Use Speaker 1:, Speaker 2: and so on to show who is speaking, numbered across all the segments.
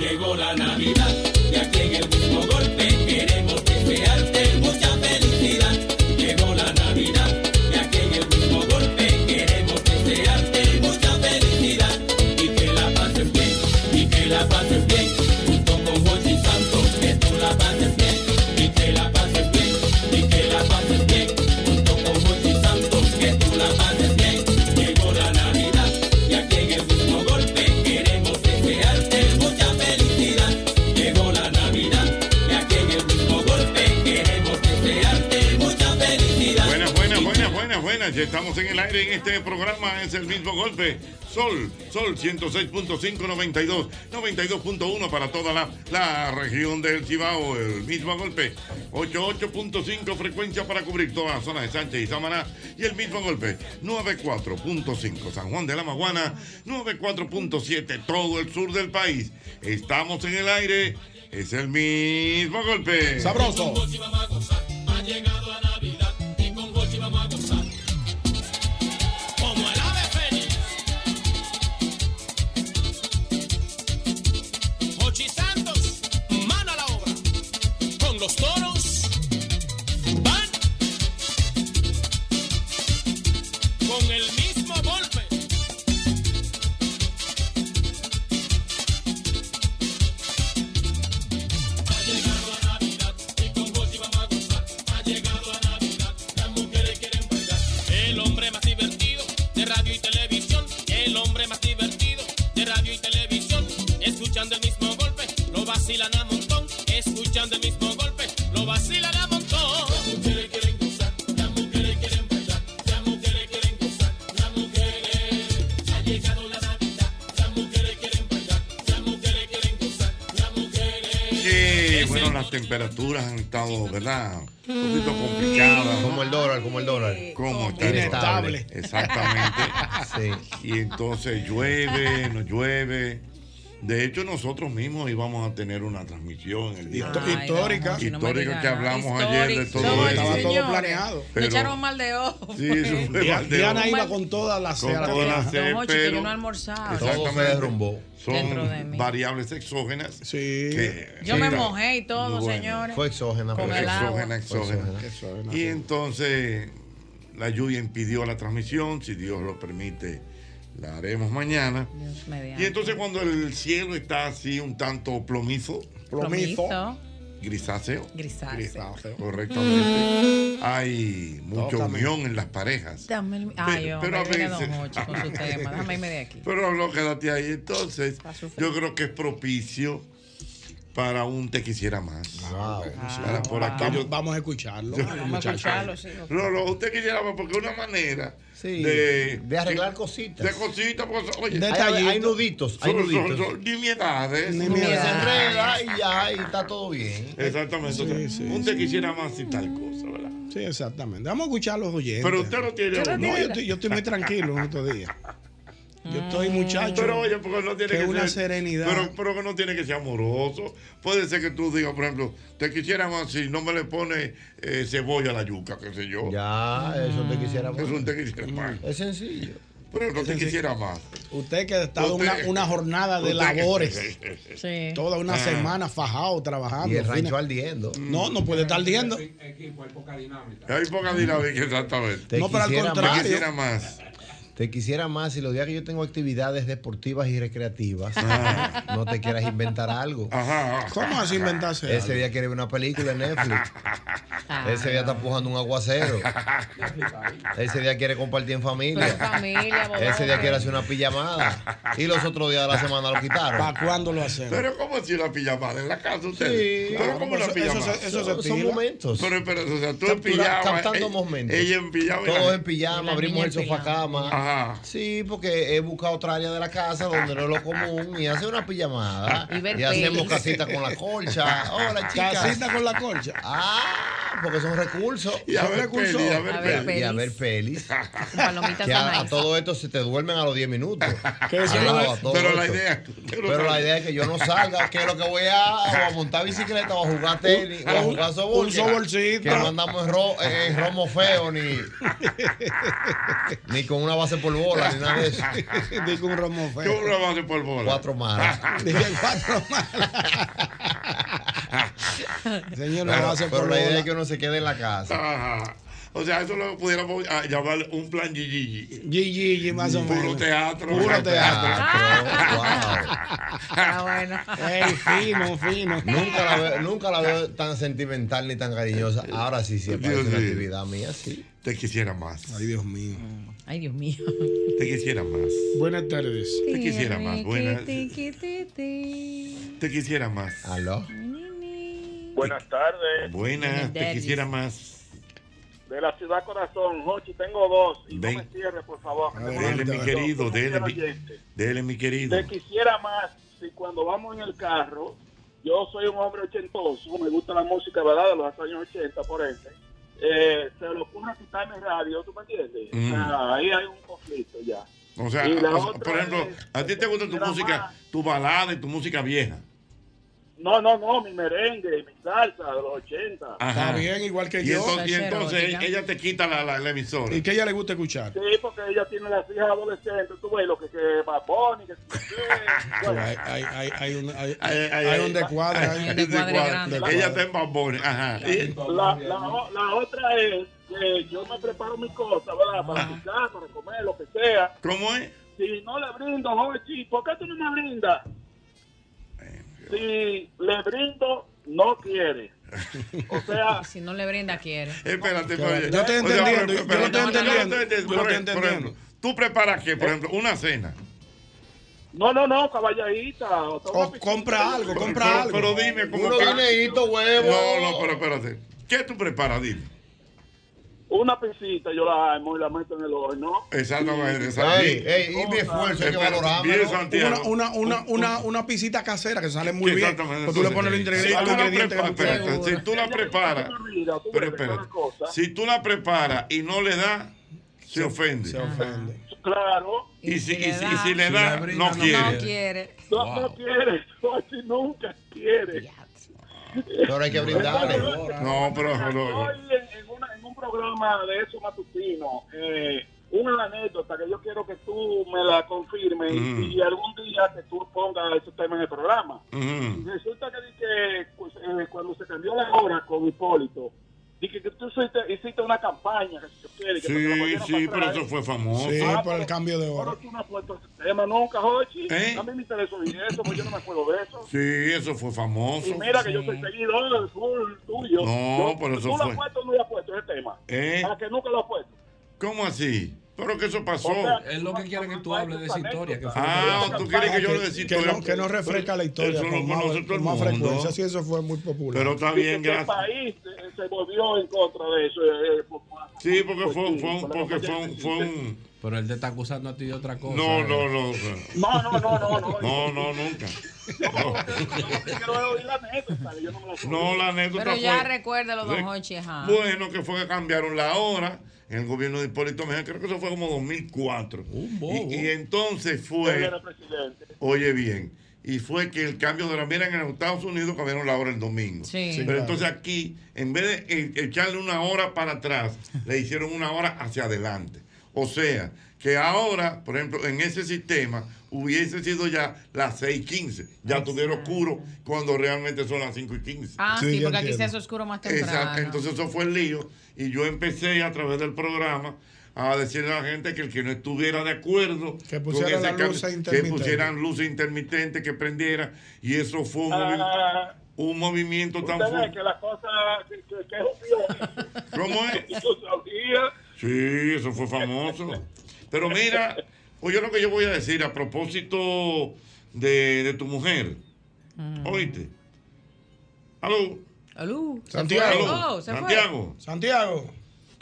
Speaker 1: Llegó la Navidad y aquí en el mismo golpe queremos desearte mucha felicidad. Llegó la Navidad y aquí en el mismo golpe queremos desearte mucha felicidad. Y que la pases bien, y que la pases bien, junto con Juan y Santo, que tú la pases bien, y que la pases bien, y que la pases bien, junto con Juan y Santo, que tú la pases bien. Llegó la Navidad y aquí en el mismo golpe queremos desearte mucha felicidad. Llegó la Navidad y aquí en el mismo golpe queremos desearte mucha felicidad.
Speaker 2: Buenas, buenas, buenas, buenas, buenas. Ya estamos en el aire en este programa. Es el mismo golpe. Sol, Sol 106.5, 92, 92.1 para toda la, la región del Cibao. El mismo golpe. 88.5 frecuencia para cubrir toda la zona de Sánchez y Samaná. Y el mismo golpe. 94.5 San Juan de la Maguana. 94.7 todo el sur del país. Estamos en el aire. Es el mismo golpe.
Speaker 1: Sabroso. Ha llegado la Navidad y con Gochi vamos a gozar. Como el ave fénix. Gochi Santos, mano a la obra. Con los toros van. Con el mismo golpe. El hombre más divertido de radio y televisión. El hombre más divertido de radio y televisión. Escuchando el mismo golpe, lo vacilan a montón. Escuchando el mismo golpe, lo vacilan a montón. Las mujeres quieren gozar, las mujeres quieren bailar, las mujeres quieren gozar, las mujeres. Ha llegado la Navidad, las mujeres quieren bailar, las mujeres quieren gozar, las mujeres.
Speaker 2: Sí, bueno, las temperaturas han estado, ¿verdad? Un poquito
Speaker 3: Mm.
Speaker 2: complicadas.
Speaker 4: Como el dólar, como el dólar.
Speaker 2: ¿Cómo está?
Speaker 4: Inestable.
Speaker 2: Exactamente. Y entonces llueve, no llueve. De hecho, nosotros mismos íbamos a tener una transmisión el día
Speaker 3: Histo- Ay, histórica. no, si no me
Speaker 2: histórica que
Speaker 3: diga nada.
Speaker 2: hablamos ayer de
Speaker 3: Histórica.
Speaker 2: todo
Speaker 3: Somos
Speaker 2: esto.
Speaker 3: Estaba todo señores. planeado. Me echaron mal de ojo.
Speaker 2: Sí, eso fue
Speaker 3: Diana-
Speaker 2: mal de
Speaker 3: Diana
Speaker 2: ojo.
Speaker 3: iba
Speaker 5: con toda la
Speaker 3: C a la
Speaker 2: toda la
Speaker 3: cabeza.
Speaker 2: C,
Speaker 3: No, Mochi, que
Speaker 2: pero-
Speaker 3: yo no he almorzado. Todo se
Speaker 2: Exactamente.
Speaker 4: derrumbó.
Speaker 3: Dentro de
Speaker 2: Son
Speaker 3: mí.
Speaker 2: variables exógenas. Sí.
Speaker 3: Yo me mojé y todo, señores.
Speaker 4: Fue exógena.
Speaker 3: Con
Speaker 4: pero-
Speaker 3: el agua.
Speaker 2: exógena, exógena. Y entonces la lluvia impidió la transmisión, si Dios lo permite, la haremos mañana. Y entonces cuando el cielo está así un tanto plomizo,
Speaker 5: Plomizo. Plomizo.
Speaker 2: grisáceo,
Speaker 5: Grisáceo.
Speaker 2: correctamente, hay mucha
Speaker 5: Tócame.
Speaker 2: unión en las parejas.
Speaker 3: Dame el... Ay,
Speaker 2: Pero-
Speaker 3: hombre,
Speaker 2: pero a
Speaker 3: viene
Speaker 2: veces-
Speaker 3: Don Hochi con su tema. Dame irme de aquí.
Speaker 2: Pero no, quédate ahí. Entonces, yo creo que es propicio para un te quisiera más. Para- por
Speaker 5: Ah. Vamos-
Speaker 2: aquello-
Speaker 5: Vamos a escucharlo.
Speaker 2: Vamos a escucharlo,
Speaker 5: sí.
Speaker 2: No, no, usted quisiera más porque es una manera
Speaker 4: Sí,
Speaker 2: de,
Speaker 4: de arreglar cositas.
Speaker 2: De cositas, pues, oye,
Speaker 4: Hay, hay nuditos, hay
Speaker 2: Son- son-
Speaker 4: nuditos.
Speaker 2: son nimiedades.
Speaker 4: Y se enreda y ya, y está todo bien.
Speaker 2: Exactamente. o sea, un te quisiera más y tal cosa, ¿verdad?
Speaker 5: Sí, exactamente. Vamos a escuchar a los oyentes.
Speaker 2: Pero usted no tiene-
Speaker 5: No,
Speaker 2: Usted no tiene-
Speaker 5: yo estoy, yo estoy muy tranquilo en estos días. Yo estoy, muchacho.
Speaker 2: Pero oye, porque no tiene
Speaker 5: que
Speaker 2: que,
Speaker 5: una
Speaker 2: ser-
Speaker 5: serenidad.
Speaker 2: Pero, pero que no tiene que ser amoroso. Puede ser que tú digas, por ejemplo, te quisiera más si no me le pone eh, cebolla a la yuca, qué sé yo.
Speaker 4: Ya, eso te quisiera más. Mm,
Speaker 2: Eso un te quisiera más.
Speaker 4: Es sencillo.
Speaker 2: Pero no te quisiera más.
Speaker 5: Usted que ha estado
Speaker 2: Usted-
Speaker 5: una, una jornada de
Speaker 2: usted-
Speaker 5: labores.
Speaker 3: Sí.
Speaker 5: Toda una
Speaker 2: Ah.
Speaker 5: semana fajado trabajando.
Speaker 4: Y el rancho
Speaker 5: fines-
Speaker 4: ardiendo.
Speaker 5: Ah, No, no puede estar ardiendo.
Speaker 2: Hay poca dinámica, exactamente.
Speaker 4: Te
Speaker 5: No, pero al
Speaker 4: quisiera
Speaker 5: contrario.
Speaker 4: más.
Speaker 2: Te quisiera más.
Speaker 4: Te quisiera más si los días que yo tengo actividades deportivas y recreativas,
Speaker 2: Ah.
Speaker 4: no te quieras inventar algo.
Speaker 5: ¿Cómo así inventarse?
Speaker 4: Ese
Speaker 5: algo?
Speaker 4: día quiere ver una película en Netflix.
Speaker 3: Ah.
Speaker 4: Ese día está pujando un aguacero. Ese día quiere compartir en familia.
Speaker 3: Familia, bobo.
Speaker 4: Ese día quiere hacer una pijamada. Y los otros días de la semana lo quitaron.
Speaker 5: ¿Para cuándo lo hacemos?
Speaker 2: Pero ¿cómo si la pijamada en la casa ustedes?
Speaker 4: Sí,
Speaker 2: pero ¿cómo
Speaker 5: claro,
Speaker 2: la
Speaker 5: eso- eso
Speaker 2: pijamada?
Speaker 5: se- eso se-
Speaker 4: Son
Speaker 5: Pila.
Speaker 4: momentos.
Speaker 2: Pero, pero, o sea, tú en
Speaker 4: Captura-
Speaker 2: pijama. eh,
Speaker 4: captando
Speaker 2: ella-
Speaker 4: momentos.
Speaker 2: Ella en pijama. y la-
Speaker 4: Todos en pijama,
Speaker 3: La
Speaker 4: abrimos
Speaker 3: niña
Speaker 4: el
Speaker 3: en
Speaker 4: sofá
Speaker 3: pijama.
Speaker 4: cama,
Speaker 2: Ajá.
Speaker 4: Sí, porque he buscado otra área de la casa donde no es lo común y hace una pijamada.
Speaker 3: Y ver
Speaker 4: hacemos
Speaker 3: pelis.
Speaker 4: casita con la colcha. Hola, chicas.
Speaker 5: Casita con la colcha.
Speaker 4: Ah, porque son recursos.
Speaker 2: Y a
Speaker 5: Ahora
Speaker 2: ver,
Speaker 5: cursó.
Speaker 2: peli, a
Speaker 3: A
Speaker 2: ver,
Speaker 3: ver,
Speaker 2: peli.
Speaker 3: peli.
Speaker 4: Y a ver pelis.
Speaker 3: Con palomitas
Speaker 4: Que a, a
Speaker 3: Anaís.
Speaker 4: todo esto se te duermen a los 10 minutos.
Speaker 5: Que eso
Speaker 4: Ah,
Speaker 5: no
Speaker 4: a
Speaker 5: es-
Speaker 4: todo
Speaker 2: Pero la
Speaker 4: esto.
Speaker 2: idea.
Speaker 4: Pero la idea es que yo no salga, que lo que voy a, o a montar bicicleta, o a jugar tenis, o a jugar sobol.
Speaker 5: un
Speaker 4: que-
Speaker 5: sobolcito.
Speaker 4: Que no andamos en, ro- en romo feo, ni, ni con una base por bola, ni nada de eso.
Speaker 5: Digo un ramo
Speaker 2: Yo
Speaker 5: feo.
Speaker 2: una base por bola.
Speaker 4: Cuatro manos.
Speaker 5: Dije cuatro malas. Señor, no hace
Speaker 4: Pero
Speaker 5: por
Speaker 4: la idea es
Speaker 5: bola.
Speaker 4: que uno se quede en la casa.
Speaker 2: Ajá. O sea, eso lo pudiéramos ah, llamar un plan Gigi.
Speaker 5: Gigi, más o
Speaker 2: Puro
Speaker 5: menos.
Speaker 2: teatro.
Speaker 5: Puro teatro.
Speaker 4: Ah,
Speaker 3: Ah, bueno.
Speaker 5: Ey, fino, fino.
Speaker 4: wow. Nunca la, veo, nunca la veo tan sentimental ni tan cariñosa. Ahora sí, sí, aparece
Speaker 2: Dios
Speaker 4: una
Speaker 2: mío.
Speaker 4: actividad mía, sí.
Speaker 2: Te quisiera más.
Speaker 5: Ay, Dios mío.
Speaker 3: Ay, Dios mío.
Speaker 2: Te quisiera más.
Speaker 5: Buenas tardes.
Speaker 2: Te quisiera más.
Speaker 3: Buenas.
Speaker 2: Buenas. Te quisiera más.
Speaker 4: ¿Aló?
Speaker 6: Buenas tardes.
Speaker 2: Buenas. Te
Speaker 3: Daddy.
Speaker 2: quisiera más.
Speaker 6: De la ciudad corazón, Jochi, tengo dos. Y
Speaker 2: Ven.
Speaker 6: no me cierre, por favor. que tengo
Speaker 2: Dele,
Speaker 6: dos.
Speaker 2: mi querido. Dele, mi,
Speaker 6: Oyente.
Speaker 2: dele, mi querido.
Speaker 6: Te quisiera más si cuando vamos en el carro, yo soy un hombre ochentoso, me gusta la música, ¿verdad? De los años 80, por ende. Eh, se le ocurre quitarme radio, ¿tú me entiendes?
Speaker 2: Mm.
Speaker 6: O sea, ahí hay un conflicto ya.
Speaker 2: O sea,
Speaker 6: Y la
Speaker 2: o sea,
Speaker 6: otra
Speaker 2: por ejemplo,
Speaker 6: es-
Speaker 2: a ti te gusta tu
Speaker 6: Era
Speaker 2: música,
Speaker 6: más.
Speaker 2: tu balada y tu música vieja.
Speaker 6: No, no, no, mi merengue, mi salsa de los 80.
Speaker 2: Ajá.
Speaker 5: Está bien, igual que
Speaker 2: Y
Speaker 5: yo.
Speaker 2: entonces, y
Speaker 3: Salsero,
Speaker 2: entonces
Speaker 3: diga.
Speaker 2: ella te quita la, la- la emisora.
Speaker 5: Y que a ella le gusta escuchar.
Speaker 6: Sí, porque ella tiene las hijas adolescentes, tú ves, lo que que baboni, que...
Speaker 5: Pero
Speaker 6: bueno,
Speaker 5: hay, hay, hay, hay un, hay,
Speaker 2: Ay, ay,
Speaker 5: hay
Speaker 2: ay,
Speaker 5: un descuadre.
Speaker 2: ay,
Speaker 5: hay-
Speaker 2: ay,
Speaker 3: Un descuadre
Speaker 2: descuadre.
Speaker 3: grande.
Speaker 2: Ella está en bambones. Ajá. Y-
Speaker 6: La, la, o- la otra es que yo me preparo mi cosa, ¿verdad? Para picar, para comer, lo que sea.
Speaker 2: ¿Cómo es?
Speaker 6: Si no le brindo, Jochi, ¿por qué tú no me brindas? Si le brindo, no quiere. O sea,
Speaker 3: Si no le brinda, quiere.
Speaker 2: Espérate,
Speaker 5: Claro,
Speaker 2: pero-
Speaker 5: yo estoy
Speaker 2: o sea,
Speaker 5: entendiendo,
Speaker 2: pero-
Speaker 5: yo lo estoy Eh,
Speaker 2: pero-
Speaker 5: entendiendo,
Speaker 2: pero-
Speaker 5: yo lo
Speaker 2: por
Speaker 5: estoy
Speaker 2: ejemplo, por ejemplo, Tú preparas que, por ejemplo, una cena.
Speaker 6: no, no, no, caballadita. O, toma
Speaker 5: O
Speaker 6: piquita.
Speaker 5: compra algo, compra
Speaker 2: pero,
Speaker 5: algo.
Speaker 2: pero dime cómo
Speaker 4: Uno
Speaker 2: que-
Speaker 4: dinerito, huevo.
Speaker 2: No, no, pero espérate. ¿Qué tú preparas? Dime.
Speaker 6: Una pisita, yo la armo y la meto en el horno.
Speaker 2: Exactamente,
Speaker 4: Ey,
Speaker 2: exactamente.
Speaker 4: ey, y mi esfuerzo hay que
Speaker 2: Espérate,
Speaker 4: valorarme.
Speaker 2: bien, Santiago. Uh,
Speaker 5: una, una, una, una, una pisita casera que sale muy
Speaker 2: Sí,
Speaker 5: bien.
Speaker 2: exactamente,
Speaker 5: Pero tú le pones los
Speaker 2: exactamente.
Speaker 5: ingredientes, los ingredientes que tú
Speaker 2: Si tú la preparas,
Speaker 3: quieras.
Speaker 2: espérate, si tú la preparas,
Speaker 5: quieras.
Speaker 6: Ella me olvida, tú
Speaker 2: pero
Speaker 6: ves,
Speaker 2: espérate,
Speaker 6: cada cosa.
Speaker 2: si tú la preparas y no le das, se ofende.
Speaker 5: Se ofende.
Speaker 6: Claro.
Speaker 2: Y si, y si- y
Speaker 3: da,
Speaker 2: si le da,
Speaker 5: brinda,
Speaker 2: no
Speaker 5: no-
Speaker 3: no
Speaker 2: quiere.
Speaker 3: quiere.
Speaker 6: No, no quiere, Jochi nunca quiere.
Speaker 4: Pero hay que brindarle.
Speaker 2: No, pero. pero-
Speaker 6: Hoy en, en una- en un programa de eso matutino, eh, una anécdota que yo quiero que tú me la confirmes
Speaker 2: Mm.
Speaker 6: y algún día que tú pongas ese tema en el programa.
Speaker 2: Ujú.
Speaker 6: Resulta que, di que, pues, eh, cuando se cambió la hora con Hipólito, dije que tú hiciste, hiciste una campaña. Que, si yo quiero, que porque lo
Speaker 2: Sí,
Speaker 6: volvieron
Speaker 2: sí,
Speaker 6: para
Speaker 2: pero
Speaker 6: atrás.
Speaker 2: eso fue famoso.
Speaker 5: Sí,
Speaker 6: Ah,
Speaker 5: por el
Speaker 6: pero-
Speaker 5: cambio de hora.
Speaker 6: Pero tú no has puesto ese tema nunca, Jochi.
Speaker 2: ¿Eh?
Speaker 6: A mí me interesó y eso, pues yo no me acuerdo de eso.
Speaker 2: Sí, eso fue famoso.
Speaker 6: Y mira que yo soy seguidor full tuyo.
Speaker 2: No,
Speaker 6: Yo-
Speaker 2: pero eso
Speaker 6: ¿Tú lo
Speaker 2: fue.
Speaker 6: has puesto o no lo has puesto ese tema?
Speaker 2: ¿Eh?
Speaker 6: ¿A que nunca lo has puesto?
Speaker 2: ¿Cómo así? Pero que eso
Speaker 4: Oh.
Speaker 2: pasó.
Speaker 6: O sea,
Speaker 7: Es lo que quiere que tú hables de esa historia, que fue
Speaker 2: Ah,
Speaker 6: Esa
Speaker 2: ¿tú quieres que yo
Speaker 6: campaña
Speaker 2: lo decida?
Speaker 5: que, no, que no refresca la historia
Speaker 2: Eso lo
Speaker 5: con más,
Speaker 2: conoce todo el
Speaker 5: con más
Speaker 2: mundo.
Speaker 5: frecuencia. Sí, eso fue muy popular.
Speaker 2: Pero está
Speaker 6: dice
Speaker 2: bien,
Speaker 6: que el
Speaker 2: gracias.
Speaker 6: país eh, se volvió en contra de eso. eh, eh, por-
Speaker 2: Sí, porque fue,
Speaker 6: sí,
Speaker 2: fue un,
Speaker 6: por la
Speaker 2: porque fue
Speaker 6: campaña
Speaker 2: un,
Speaker 6: que
Speaker 2: fue
Speaker 6: hiciste.
Speaker 2: un...
Speaker 7: Pero él te está acusando a ti de otra cosa.
Speaker 2: No,
Speaker 7: eh.
Speaker 2: no, no.
Speaker 6: No, no, no, no. No,
Speaker 2: No, no, nunca.
Speaker 6: Yo lo que quiero es oír la neta, ¿sabes? Yo no me la sé.
Speaker 2: No, la anécdota
Speaker 3: Pero ya
Speaker 2: fue-
Speaker 3: recuérdalo,
Speaker 2: Re-
Speaker 3: don Hochi. ajá.
Speaker 2: Bueno, que fue que cambiaron la hora en el gobierno de Hipólito Mejía, creo que eso fue como 2004.
Speaker 7: Un bobo.
Speaker 2: Y, y entonces
Speaker 6: Él
Speaker 2: fue,
Speaker 6: era presidente.
Speaker 2: oye bien, y fue que el cambio de la mira en los Estados Unidos cambiaron la hora el domingo.
Speaker 3: Sí.
Speaker 2: Pero entonces aquí, en vez de e- echarle una hora para atrás, le hicieron una hora hacia adelante. O sea, que ahora, por ejemplo, en ese sistema hubiese sido ya las 6.15. Ya tuviera oscuro cuando realmente son las 5.15.
Speaker 3: Ah,
Speaker 5: Sí,
Speaker 3: sí,
Speaker 5: yo
Speaker 3: porque aquí se
Speaker 5: entiendo.
Speaker 3: hace oscuro más temprano.
Speaker 2: Exacto, entonces eso fue el lío y yo empecé a través del programa a decirle a la gente que el que no estuviera de acuerdo
Speaker 5: Que pusiera la luz
Speaker 2: que
Speaker 5: intermitente.
Speaker 2: pusieran luces intermitentes, que prendiera y eso fue un, movi-
Speaker 6: Ah,
Speaker 2: un movimiento tan
Speaker 6: usted ve
Speaker 2: fuerte.
Speaker 6: que la cosa que, que, que es un
Speaker 2: ¿Cómo es?
Speaker 6: Yo sabía.
Speaker 2: Sí, eso fue famoso. Pero mira, oye lo que yo voy a decir a propósito de, de tu mujer. Oíste. Aló,
Speaker 3: Aló.
Speaker 5: Santiago.
Speaker 2: aló,
Speaker 3: Oh, se fue.
Speaker 2: Santiago.
Speaker 5: Santiago.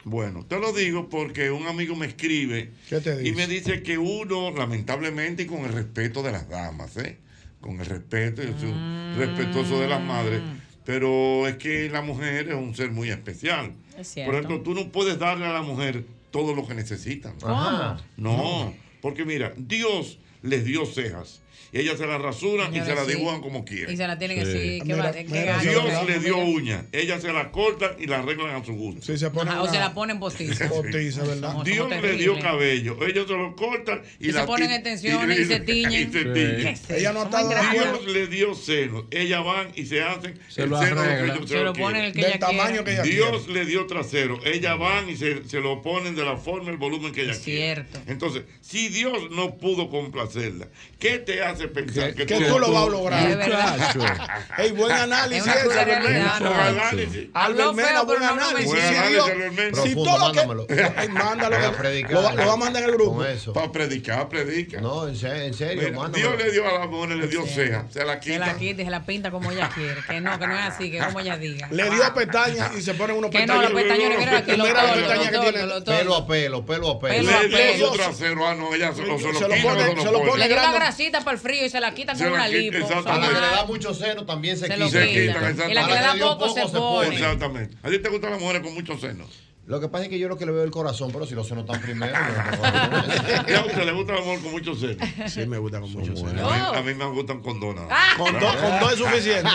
Speaker 2: Bueno, te lo digo porque un amigo me escribe
Speaker 5: ¿Qué te
Speaker 2: y me
Speaker 5: dice?
Speaker 2: dice que uno, lamentablemente, y con el respeto de las damas, ¿eh? con el respeto, yo soy un respetuoso de las madres,
Speaker 3: Mm.
Speaker 2: pero es que la mujer es un ser muy especial.
Speaker 3: Es
Speaker 2: Por ejemplo,
Speaker 3: cierto.
Speaker 2: tú no puedes darle a la mujer todo lo que necesitan.
Speaker 3: ¿Cómo?
Speaker 2: No, porque mira, Dios les dio cejas. Y ellas se las rasuran y se
Speaker 3: Señores,
Speaker 2: las
Speaker 3: sí.
Speaker 2: dibujan como quieren.
Speaker 3: Y se la tienen que sí. que va- que gallo,
Speaker 2: Dios
Speaker 3: ¿no?
Speaker 2: le dio uñas. Ellas se las cortan y las arreglan a su gusto.
Speaker 5: Sí, se pone
Speaker 3: Ajá, o se la ponen postiza.
Speaker 5: Postiza, ¿verdad?
Speaker 3: Somos-
Speaker 2: Dios
Speaker 3: somos
Speaker 2: le dio
Speaker 3: terribles.
Speaker 2: cabello. Ellos se lo cortan y,
Speaker 3: Y se
Speaker 2: la
Speaker 3: ponen
Speaker 2: ti-
Speaker 3: extensiones y se tiñen.
Speaker 2: y se
Speaker 7: Sí.
Speaker 2: tiñen.
Speaker 3: Sí,
Speaker 5: Ella no
Speaker 3: somos
Speaker 5: está
Speaker 3: ingratas.
Speaker 2: Dios le dio seno. Ellas van y se hacen
Speaker 7: Se
Speaker 2: el
Speaker 7: lo
Speaker 2: seno que
Speaker 7: arreglan.
Speaker 2: ellos
Speaker 3: Se lo
Speaker 2: quieren.
Speaker 3: ponen el que
Speaker 5: Del
Speaker 3: ella quiere.
Speaker 5: tamaño que ella
Speaker 2: Dios
Speaker 5: quiere.
Speaker 2: le dio trasero. Ellas van y se, se lo ponen de la forma, el volumen que ellas
Speaker 3: Es
Speaker 2: quieren.
Speaker 3: cierto.
Speaker 2: Entonces, si Dios no pudo complacerla, ¿qué te hace pensar que,
Speaker 5: que tú lo vas a
Speaker 3: Es
Speaker 5: lograr.
Speaker 3: verdad.
Speaker 5: Ey, buen análisis
Speaker 3: Ah, Es una
Speaker 5: ese,
Speaker 3: cruel realidad,
Speaker 5: Albert
Speaker 3: ¿no?
Speaker 5: Mena.
Speaker 2: análisis.
Speaker 5: Albert
Speaker 3: Habló
Speaker 5: Mena,
Speaker 3: feo, pero
Speaker 5: buen
Speaker 3: no, no
Speaker 5: análisis.
Speaker 3: me-
Speaker 2: Buen
Speaker 5: Si
Speaker 2: análisis,
Speaker 5: Dios-
Speaker 2: Albert Mena.
Speaker 5: Si
Speaker 4: Profundo,
Speaker 5: todo lo
Speaker 4: mándamelo.
Speaker 5: que. Ey, mándalo.
Speaker 4: Voy a
Speaker 5: que-
Speaker 4: predicar.
Speaker 5: Lo, va- lo va a mandar en el grupo.
Speaker 4: Con eso.
Speaker 2: Para predicar, predica.
Speaker 4: No, en serio, en serio
Speaker 2: Mira,
Speaker 4: mándamelo.
Speaker 2: Dios le dio a la mujer, le dio ceja. Se la
Speaker 3: Se
Speaker 2: quita.
Speaker 3: la quita y se la pinta como ella quiere. Que no, que no es así, que como ella diga.
Speaker 5: Le dio pestañas y se ponen unos
Speaker 3: Que no, los
Speaker 5: pestañas.
Speaker 3: pestañones, mira aquí, los
Speaker 5: Mira las
Speaker 3: tordos,
Speaker 5: pestañas que
Speaker 3: los
Speaker 5: tiene.
Speaker 3: tordos, los
Speaker 4: Pelo
Speaker 3: tordos.
Speaker 4: a pelo, pelo a
Speaker 5: Pues,
Speaker 4: pelo.
Speaker 3: Pelo
Speaker 2: Le
Speaker 3: Pero-
Speaker 2: dio su trasero. Ah, no, ella se lo, se lo
Speaker 5: Se lo
Speaker 2: quita,
Speaker 5: pone-
Speaker 2: no
Speaker 5: se
Speaker 3: Le
Speaker 5: lo pone-
Speaker 3: dio la
Speaker 5: grande.
Speaker 3: grasita para el frío y se la quitan
Speaker 2: Se
Speaker 3: con
Speaker 2: la
Speaker 3: una
Speaker 2: quita,
Speaker 3: lipo.
Speaker 2: exacto.
Speaker 4: A la que le da
Speaker 3: Ajá.
Speaker 4: mucho seno también se,
Speaker 3: Se
Speaker 4: quita.
Speaker 3: lo
Speaker 2: Se quitan,
Speaker 3: quitan. Y la que
Speaker 2: exacto.
Speaker 3: le
Speaker 4: Ahora
Speaker 3: da
Speaker 4: le dio
Speaker 3: poco se
Speaker 4: poco, se pone.
Speaker 3: pone.
Speaker 2: Exactamente. ¿A ti te gustan las mujeres con muchos senos?
Speaker 4: Lo que pasa es que yo lo que le veo es el corazón, pero si los senos están primero. yo
Speaker 2: ¿Y a usted le gusta la mujer con muchos senos?
Speaker 5: Sí, me gusta con mucho.
Speaker 2: A
Speaker 3: Oh.
Speaker 2: mí, a mí me gustan condonas.
Speaker 3: Ah.
Speaker 5: Con dos con dos es suficiente.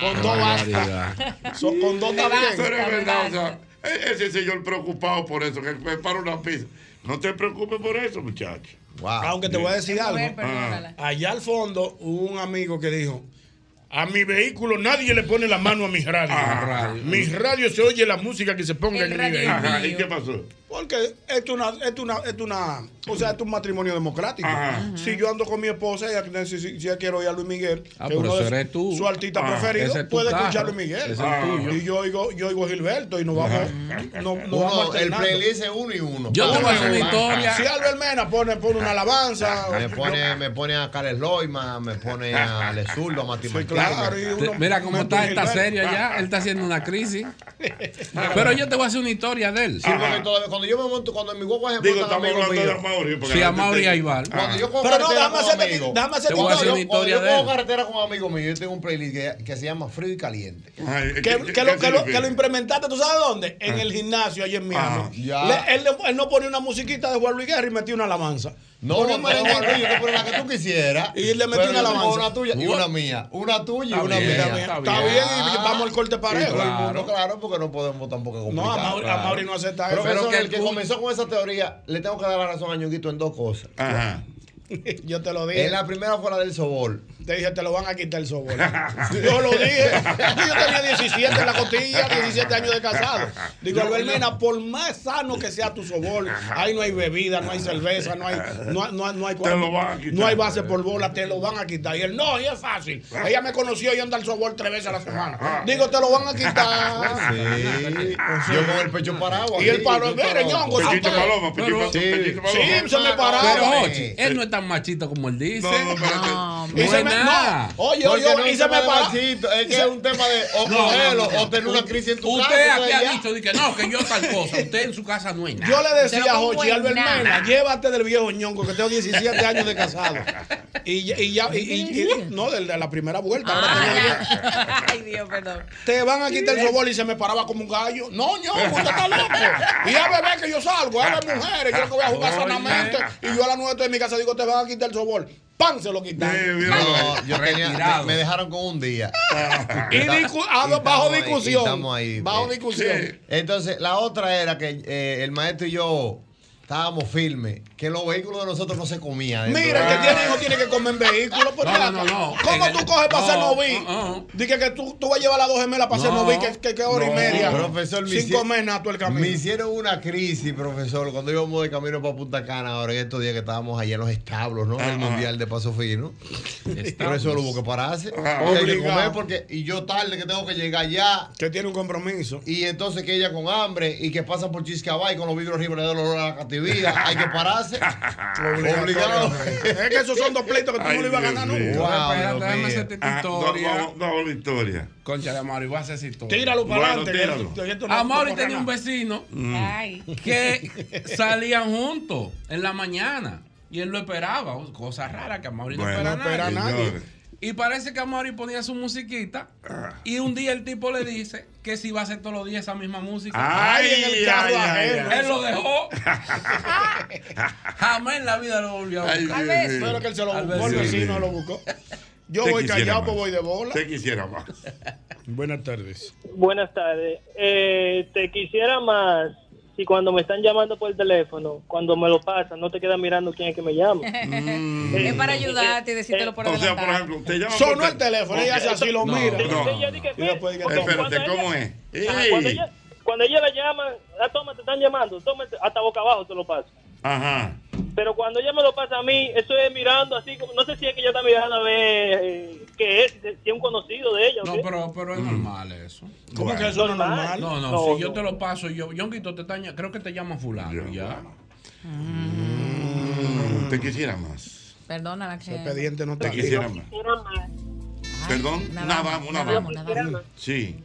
Speaker 5: con dos basta. So- con dos está
Speaker 2: Eso
Speaker 5: bien.
Speaker 2: es verdad, o sea, e- ese señor preocupado por eso, que prepara una pizza. No te preocupes por eso, muchacho.
Speaker 4: no- wow.
Speaker 5: Aunque te voy a decir
Speaker 3: A ver,
Speaker 5: algo.
Speaker 2: Ah.
Speaker 3: perdónala.
Speaker 5: Allá al fondo hubo un amigo que dijo. A mi vehículo nadie le pone la mano a mis radios.
Speaker 2: Ajá.
Speaker 5: Mis radios se oye la música que se ponga
Speaker 3: El
Speaker 5: en mi
Speaker 3: radio.
Speaker 5: vehículo.
Speaker 2: Ajá, ¿y
Speaker 3: mío.
Speaker 2: qué pasó?
Speaker 5: Porque esto es una, esto es una, esto es una, o sea, esto es un matrimonio democrático.
Speaker 2: Ajá.
Speaker 5: Si yo ando con mi esposa, ella, si, si- si ella quiere oír a Luis Miguel,
Speaker 7: Ah,
Speaker 5: que
Speaker 7: pero
Speaker 5: uno
Speaker 7: eso
Speaker 5: de su-
Speaker 7: eres tú.
Speaker 5: su artista
Speaker 2: Ah,
Speaker 7: ese
Speaker 5: preferido,
Speaker 7: es tu
Speaker 5: puede
Speaker 7: carro.
Speaker 5: escuchar a Luis Miguel.
Speaker 7: Ese es el
Speaker 5: Ah.
Speaker 7: tuyo.
Speaker 5: Y yo oigo, yo oigo a Gilberto y nos vamos, no, nos
Speaker 4: Uno,
Speaker 5: vamos
Speaker 4: el
Speaker 5: alternando.
Speaker 4: playlist es uno y uno.
Speaker 7: Yo te voy a hacer una
Speaker 4: Uno y uno.
Speaker 7: historia.
Speaker 5: Si Albert Mena pone, pone una alabanza,
Speaker 4: Me Ah, pone, me pone a Carles Loima, me pone a Lezurdo, a Mati
Speaker 5: Sí,
Speaker 4: Martín.
Speaker 5: claro, y uno-
Speaker 7: Te- Mira cómo
Speaker 5: mete un
Speaker 7: está esta
Speaker 5: Gilberto.
Speaker 7: serie allá. Él está haciendo una crisis. Pero yo te voy a hacer una historia de él.
Speaker 4: Sí, porque todavía- cuando yo me monto, cuando en mi guagua se monta
Speaker 2: Digo,
Speaker 4: el
Speaker 2: estamos
Speaker 4: amigo
Speaker 2: hablando
Speaker 4: mío,
Speaker 2: de Amaury. porque
Speaker 7: Si
Speaker 2: la
Speaker 7: a
Speaker 2: gente Ah.
Speaker 7: Mauri
Speaker 2: te-
Speaker 7: ahí va.
Speaker 4: Cuando yo cojo
Speaker 5: Pero no,
Speaker 4: carretera
Speaker 5: déjame
Speaker 4: con
Speaker 5: hacerte,
Speaker 4: amigos,
Speaker 5: déjame hacerte
Speaker 7: Te voy a
Speaker 5: un
Speaker 7: hacer
Speaker 5: audio.
Speaker 7: una
Speaker 4: cuando
Speaker 7: historia
Speaker 4: yo
Speaker 7: de
Speaker 4: cojo
Speaker 7: él.
Speaker 4: carretera con amigos míos, yo tengo un playlist que, que se llama Frío y Caliente.
Speaker 2: Ay, eh. ¿qué-
Speaker 5: que,
Speaker 2: qué-
Speaker 5: que lo,
Speaker 2: qué
Speaker 5: que, lo, que
Speaker 2: significa?
Speaker 5: lo implementaste, ¿tú sabes dónde?
Speaker 7: Ah.
Speaker 5: En el gimnasio, allí en
Speaker 2: Ah,
Speaker 5: Miami.
Speaker 4: ya.
Speaker 5: Le- él, le- él no ponía una musiquita de Juan Luis Guerra y metía una alabanza.
Speaker 4: No,
Speaker 5: Ponía
Speaker 4: no,
Speaker 5: una-
Speaker 4: pero yo te pongo la que tú quisieras.
Speaker 5: Y le metí
Speaker 4: pero yo
Speaker 5: una
Speaker 4: te pongo
Speaker 5: alabanza.
Speaker 4: Una tuya y una mía. Una tuya y una
Speaker 7: bien,
Speaker 4: mía.
Speaker 7: está
Speaker 5: Está bien,
Speaker 7: bien.
Speaker 5: y vamos al corte
Speaker 4: Y todo el
Speaker 5: parejo.
Speaker 4: mundo, claro, porque no podemos tampoco complicar.
Speaker 5: No, a Mauri, a
Speaker 4: claro.
Speaker 5: Mauri no acepta
Speaker 4: Pero,
Speaker 5: eso.
Speaker 4: pero
Speaker 7: que
Speaker 4: que el
Speaker 7: el
Speaker 4: que
Speaker 7: cul-
Speaker 4: comenzó con esa teoría, le tengo que dar la razón a Ñonguito en dos cosas.
Speaker 2: Ajá.
Speaker 5: Yo te lo dije.
Speaker 4: En la primera fue la del sobol.
Speaker 5: Te dije, te lo van a quitar el soborno. Yo lo dije. Yo tenía 17 en la costilla, 17 años de casado. Digo, Albert Mena, por más sano que sea tu soborno, ahí no hay bebida, no hay cerveza, no hay, no, no, no hay
Speaker 2: Te lo van a quitar.
Speaker 5: no hay base por bola, te lo van a quitar. Y él, no, y es fácil. Ella me conoció y anda al soborno tres veces a la semana. Digo, te lo van a quitar.
Speaker 4: Ah, Sí. Yo con el pecho parado.
Speaker 5: Y el
Speaker 4: aquí,
Speaker 5: palo,
Speaker 4: tú
Speaker 5: mire,
Speaker 4: estás
Speaker 5: Ñongo,
Speaker 4: loco.
Speaker 5: sí,
Speaker 2: Pechito
Speaker 5: Pero-
Speaker 2: paloma, pechito
Speaker 7: pero-
Speaker 4: Sí.
Speaker 2: pechito paloma.
Speaker 5: Sí, se me paraba.
Speaker 7: Pero
Speaker 4: Ah,
Speaker 7: Ochi,
Speaker 4: eh.
Speaker 7: él no es tan machito como él dice.
Speaker 2: No, no, espérate.
Speaker 3: No,
Speaker 5: Y
Speaker 7: No
Speaker 5: se
Speaker 7: es
Speaker 5: me, no,
Speaker 7: nada.
Speaker 5: oye,
Speaker 4: Porque
Speaker 5: oye,
Speaker 4: no
Speaker 5: oye,
Speaker 4: es
Speaker 5: y
Speaker 4: un
Speaker 5: se
Speaker 4: tema
Speaker 5: me
Speaker 4: de
Speaker 5: paraba.
Speaker 4: machito, Es que es un tema de o
Speaker 7: No,
Speaker 4: cogerlo
Speaker 7: no, no, no.
Speaker 4: o tener una crisis en tu
Speaker 7: Usted
Speaker 4: casa.
Speaker 7: aquí
Speaker 4: entonces
Speaker 7: ha
Speaker 4: ya-
Speaker 7: dicho de que no, que yo tal cosa. Usted en su casa no es nada.
Speaker 5: Yo le
Speaker 3: Se
Speaker 5: decía
Speaker 3: lo
Speaker 5: a
Speaker 3: pongo
Speaker 5: Jochi
Speaker 3: en
Speaker 5: Albert
Speaker 3: nada.
Speaker 5: Mena, llévate del viejo ñongo que tengo 17 años de casado. Y ya, y ya- y- y- y- no, de la primera vuelta. ahora tengo diez.
Speaker 3: Ah, ya. Ay, Dios, perdón.
Speaker 5: Te van a quitar el sobol y se me paraba como un gallo. No, ñongo, usted está loco. Y a beber que yo salgo, a ver mujeres, yo lo que voy a jugar
Speaker 7: Oye.
Speaker 5: sanamente. Y yo a la nueve estoy en mi casa digo, te van a quitar el sobol. ¡Pam! Se lo
Speaker 2: Sí,
Speaker 5: quitaron.
Speaker 2: mira,
Speaker 4: No, yo tenía,
Speaker 7: Retirado.
Speaker 4: me, me dejaron con un día.
Speaker 5: Y discu- ah,
Speaker 4: Y
Speaker 5: bajo
Speaker 4: estamos ahí, y
Speaker 5: discusión.
Speaker 4: estamos ahí.
Speaker 5: bajo
Speaker 4: Eh,
Speaker 5: discusión.
Speaker 4: Entonces, la otra era que eh, el maestro y yo estábamos firmes, que los vehículos de nosotros no se comían. dentro
Speaker 5: Mira,
Speaker 4: de-
Speaker 5: el que tiene hijos tiene que comer en vehículo. pues,
Speaker 7: No,
Speaker 5: mira,
Speaker 7: no, no, no.
Speaker 5: ¿Cómo
Speaker 7: En
Speaker 5: tú
Speaker 7: el-
Speaker 5: coges para
Speaker 7: no,
Speaker 5: ser noví?
Speaker 7: no, no.
Speaker 5: Dije que tú, tú vas a llevar las dos gemelas para ser
Speaker 7: No,
Speaker 5: noví, que, que, que hora y
Speaker 7: no.
Speaker 5: media.
Speaker 4: Profesor, me
Speaker 5: Sin
Speaker 4: hici-
Speaker 5: comer nada todo el camino.
Speaker 4: Me hicieron una crisis, profesor, cuando íbamos de camino para Punta Cana, ahora en estos días que estábamos allá en los establos, ¿no? En el Mundial de Paso Fino. Por eso lo hubo que pararse. Hay que
Speaker 5: Obligado.
Speaker 4: comer porque, y yo tarde que tengo que llegar allá.
Speaker 5: Que tiene un compromiso.
Speaker 4: Y entonces que ella con hambre y que pasa por Chiscabá y con los vidrios arriba le da el olor a la actividad, hay que pararse. Obligado.
Speaker 5: Es que esos son dos pleitos que tú no le ibas a ganar nunca.
Speaker 4: Wow, Dios
Speaker 7: Déjame
Speaker 4: mío.
Speaker 7: hacerte tu
Speaker 2: Ah, dos-
Speaker 7: historia.
Speaker 2: dos- dos victorias.
Speaker 7: Concha de Amaury, voy a hacer esa historia.
Speaker 5: Tíralo para
Speaker 2: Bueno,
Speaker 5: adelante. que
Speaker 2: tíralo. Mm.
Speaker 5: esto- esto no-
Speaker 7: Amaury
Speaker 5: no
Speaker 7: tenía un
Speaker 5: corre
Speaker 7: vecino
Speaker 3: Ay.
Speaker 7: que salían juntos en la mañana y él lo esperaba. oh, Cosa rara que Amaury
Speaker 2: Bueno,
Speaker 7: no
Speaker 5: nada. No espera
Speaker 7: espera a
Speaker 5: a
Speaker 7: nadie.
Speaker 5: nadie.
Speaker 2: señores.
Speaker 7: Y parece que Amaury ponía su musiquita
Speaker 2: Ah.
Speaker 7: y un día el tipo le dice que si va a hacer todos los días esa misma música.
Speaker 2: Ay,
Speaker 5: Ay, en el carro
Speaker 2: ay, ay,
Speaker 5: ajeno.
Speaker 2: ay.
Speaker 7: Él lo dejó. Jamás en la vida lo volvió a
Speaker 2: Ay,
Speaker 7: buscar.
Speaker 2: Dios
Speaker 3: vez.
Speaker 2: mío.
Speaker 5: Espero que él se lo
Speaker 7: Al
Speaker 5: buscó, el
Speaker 2: vecino.
Speaker 5: vecino lo buscó. Yo
Speaker 2: Te
Speaker 5: voy
Speaker 2: quisiera
Speaker 5: callado,
Speaker 2: más.
Speaker 5: pues voy de bola.
Speaker 2: Te quisiera más.
Speaker 5: Buenas tardes.
Speaker 8: Buenas tardes. Eh, te quisiera más si cuando me están llamando por el teléfono, cuando me lo pasan, no te quedas mirando quién es que me llama.
Speaker 3: Es
Speaker 5: Mm.
Speaker 3: para ayudarte y decírtelo por
Speaker 2: O sea, por
Speaker 3: adelantado.
Speaker 2: ejemplo, te llama
Speaker 5: Sonó el teléfono, ella hace así, lo
Speaker 7: No.
Speaker 5: mira.
Speaker 7: No.
Speaker 8: Ella dice que-
Speaker 5: Y después dice,
Speaker 8: porque cuando
Speaker 2: Espérate, ¿cómo
Speaker 8: ella-
Speaker 2: es?
Speaker 8: Ajá,
Speaker 2: Ey.
Speaker 8: Cuando ella, cuando ella la llaman, ah, toma, te están llamando, toma, hasta boca abajo te lo paso.
Speaker 2: Ajá.
Speaker 8: Pero cuando ella me lo pasa a mí, eso es mirando así, como, no sé si es que ella está mirando a ver eh, qué es, si es un conocido de ella. o
Speaker 7: No,
Speaker 8: qué.
Speaker 7: pero, pero
Speaker 2: Mm.
Speaker 7: es normal eso.
Speaker 5: ¿Cómo que eso no es normal?
Speaker 7: No, no,
Speaker 8: No,
Speaker 7: si yo
Speaker 8: no.
Speaker 7: te lo paso, yo, Yonguito, te taña, creo que te llama fulano, ya.
Speaker 2: Mm, Te quisiera más.
Speaker 3: Perdona la
Speaker 5: El
Speaker 3: que.
Speaker 5: expediente no está.
Speaker 2: Te quisiera más.
Speaker 8: Quisiera más,
Speaker 3: Ay,
Speaker 2: Perdón, nadamos, nadamos.
Speaker 8: quisiera más.
Speaker 2: Sí.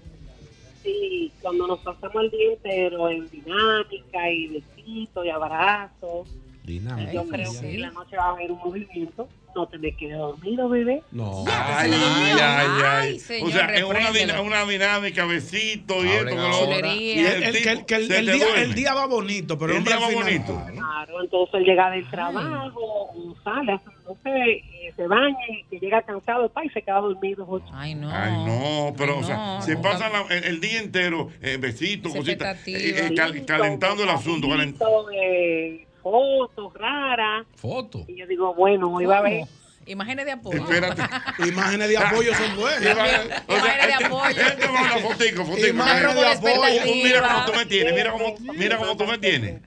Speaker 8: Sí, cuando nos pasamos el día entero en dinámica y besitos y abrazos,
Speaker 3: Ay,
Speaker 8: yo creo que
Speaker 3: sí.
Speaker 8: la noche va a haber un movimiento. No te me quedes dormido, bebé.
Speaker 7: No.
Speaker 2: Ay,
Speaker 3: Dios mío.
Speaker 2: ay,
Speaker 3: pues, Ay,
Speaker 2: ay.
Speaker 3: señor,
Speaker 2: O sea, es una,
Speaker 3: repréndelo.
Speaker 2: dina- una dinámica, besito y
Speaker 4: Hablen
Speaker 2: esto. que lo
Speaker 4: ahora.
Speaker 2: otro.
Speaker 3: Chulería.
Speaker 2: Y
Speaker 5: El, el- que- el- que el-
Speaker 2: se
Speaker 5: el
Speaker 2: te
Speaker 5: día,
Speaker 2: duerme.
Speaker 5: el día va bonito, pero
Speaker 2: El
Speaker 5: hombre,
Speaker 2: día
Speaker 5: al
Speaker 2: va
Speaker 5: final-
Speaker 2: bonito.
Speaker 8: Claro, entonces él llega del trabajo, o sale, no sé, eh, se baña y que llega cansado, pa, y se queda dormido. Jochi.
Speaker 3: Ay, no.
Speaker 2: Ay, no, pero, o sea,
Speaker 3: no,
Speaker 2: se
Speaker 3: no.
Speaker 2: pasa la- el, el día entero, eh, besito,
Speaker 3: Esa
Speaker 2: cositas,
Speaker 3: expectativa.
Speaker 2: eh, eh, cal- calentando el asunto. calen-
Speaker 8: Besito, eh, fotos raras.
Speaker 7: Foto.
Speaker 8: Y yo digo, bueno, hoy va a haber.
Speaker 3: Imágenes de apoyo.
Speaker 2: Espérate.
Speaker 5: Imágenes de apoyo son buenas.
Speaker 2: O sea,
Speaker 3: Imágenes de
Speaker 2: él
Speaker 7: este,
Speaker 2: te-
Speaker 3: apoyo.
Speaker 2: él te manda fotico, fotico. Mira,
Speaker 5: Imágenes de apoyo.
Speaker 2: Mira cómo tú me tienes, mira cómo, mira cómo tú me tienes.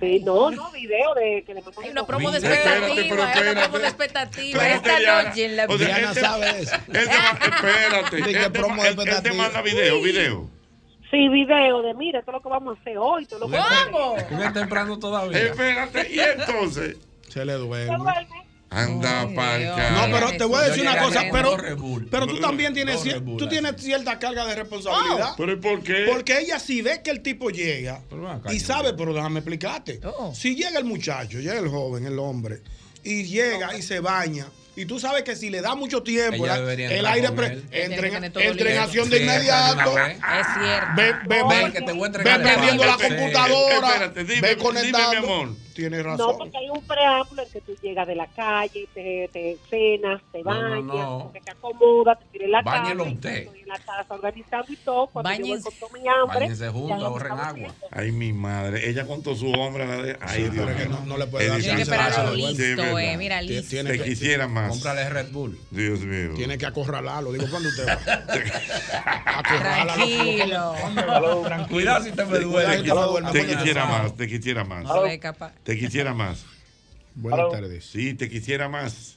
Speaker 8: Sí, no, no, video de que le
Speaker 3: Hay
Speaker 8: mandamos
Speaker 3: una promo de
Speaker 2: Espérate, pero
Speaker 3: expectativa. Hay una promo
Speaker 2: espérate.
Speaker 3: de expectativa.
Speaker 2: Espérate,
Speaker 3: Esta
Speaker 2: Diana.
Speaker 3: noche en la
Speaker 2: O sea,
Speaker 3: vida.
Speaker 5: Diana
Speaker 2: este-
Speaker 5: sabe eso.
Speaker 2: Él te manda, espérate,
Speaker 5: Ni que
Speaker 2: él te,
Speaker 5: promo
Speaker 2: ma-
Speaker 5: de
Speaker 2: él- él te
Speaker 5: expectativa.
Speaker 2: manda video, video.
Speaker 8: Sí, video de mira, esto es lo que vamos a hacer hoy. Esto es lo que vamos a hacer.
Speaker 3: ¿Cómo?
Speaker 7: Porque es temprano todavía.
Speaker 2: Espérate, y entonces.
Speaker 5: Se le duerme.
Speaker 8: Te
Speaker 5: No,
Speaker 8: duerme.
Speaker 2: Anda
Speaker 3: Ay,
Speaker 2: pa'l
Speaker 3: Dios.
Speaker 2: carajo.
Speaker 5: pero te voy a decir
Speaker 3: Yo
Speaker 5: una
Speaker 3: llegaría
Speaker 5: cosa,
Speaker 3: con
Speaker 5: pero,
Speaker 7: dos Red Bull.
Speaker 5: pero tú también tienes,
Speaker 7: Dos
Speaker 5: cier-
Speaker 7: Red Bull,
Speaker 5: tú
Speaker 7: así.
Speaker 5: tienes cierta carga de
Speaker 7: Oh.
Speaker 5: responsabilidad.
Speaker 2: ¿Pero y por qué?
Speaker 5: Porque ella si ve que el tipo llega
Speaker 7: Pero ven acá,
Speaker 5: y
Speaker 7: yo-
Speaker 5: sabe, pero déjame explicarte.
Speaker 3: Oh.
Speaker 5: Si llega el muchacho, llega el joven, el hombre, y llega y se baña. Y tú sabes que si le da mucho tiempo,
Speaker 7: Ella
Speaker 5: la-
Speaker 7: debería
Speaker 5: el
Speaker 7: entrar
Speaker 5: aire
Speaker 7: con
Speaker 5: pre-
Speaker 7: él.
Speaker 5: entra
Speaker 3: Tiene que
Speaker 5: en-
Speaker 3: tener todo
Speaker 5: entra en
Speaker 3: libre.
Speaker 5: acción de
Speaker 7: Sí, entra de
Speaker 5: inmediato,
Speaker 7: una vez.
Speaker 3: Es
Speaker 5: Ah.
Speaker 3: cierto.
Speaker 5: ve, ve-
Speaker 7: Ven,
Speaker 5: ve-
Speaker 7: que te voy a
Speaker 5: ve
Speaker 7: entregar el
Speaker 5: prendiendo la
Speaker 7: pan.
Speaker 2: Espérate,
Speaker 5: computadora,
Speaker 2: espérate, dime,
Speaker 5: ve
Speaker 2: dime,
Speaker 5: conectando.
Speaker 2: mi amor.
Speaker 5: Tienes
Speaker 8: No,
Speaker 5: razón.
Speaker 8: porque hay un preámbulo en que tú llegas de la calle, te, te cenas, te
Speaker 7: No, no,
Speaker 8: bañas,
Speaker 7: no.
Speaker 8: como que te acomodas, te tiras en la
Speaker 7: Báñelo
Speaker 8: casa, y
Speaker 7: usted.
Speaker 8: estoy en la casa organizando y todo, cuando yo voy
Speaker 3: Báñense-
Speaker 8: con todo mi hambre.
Speaker 7: Báñense
Speaker 8: ya
Speaker 7: juntos,
Speaker 8: nos
Speaker 7: ahorren
Speaker 8: estamos
Speaker 7: agua.
Speaker 8: viendo.
Speaker 2: Ay, mi madre. Ella contó su hombre. La de... Ay, Dios
Speaker 5: pero que
Speaker 2: mío.
Speaker 5: no- no le puede dar
Speaker 2: Es
Speaker 3: Tiene que
Speaker 2: difícil.
Speaker 3: esperarlo
Speaker 2: Sí,
Speaker 3: listo,
Speaker 2: verdad.
Speaker 3: eh. Mira,
Speaker 5: Ti-
Speaker 3: listo.
Speaker 5: Tiene
Speaker 2: Te
Speaker 5: que,
Speaker 2: quisiera más.
Speaker 7: Cómprale Red Bull.
Speaker 2: Dios mío.
Speaker 5: tiene que acorralarlo. Digo, ¿cuándo usted va? Acorrálalo.
Speaker 3: Tranquilo.
Speaker 7: Cuidado si te me
Speaker 2: Te,
Speaker 7: duele.
Speaker 5: Cuidado, duerme,
Speaker 2: te
Speaker 5: coño,
Speaker 2: quisiera
Speaker 5: no.
Speaker 2: más, te quisiera más.
Speaker 3: No soy capaz.
Speaker 2: Te quisiera más.
Speaker 5: Buenas tardes.
Speaker 2: Sí, te quisiera más.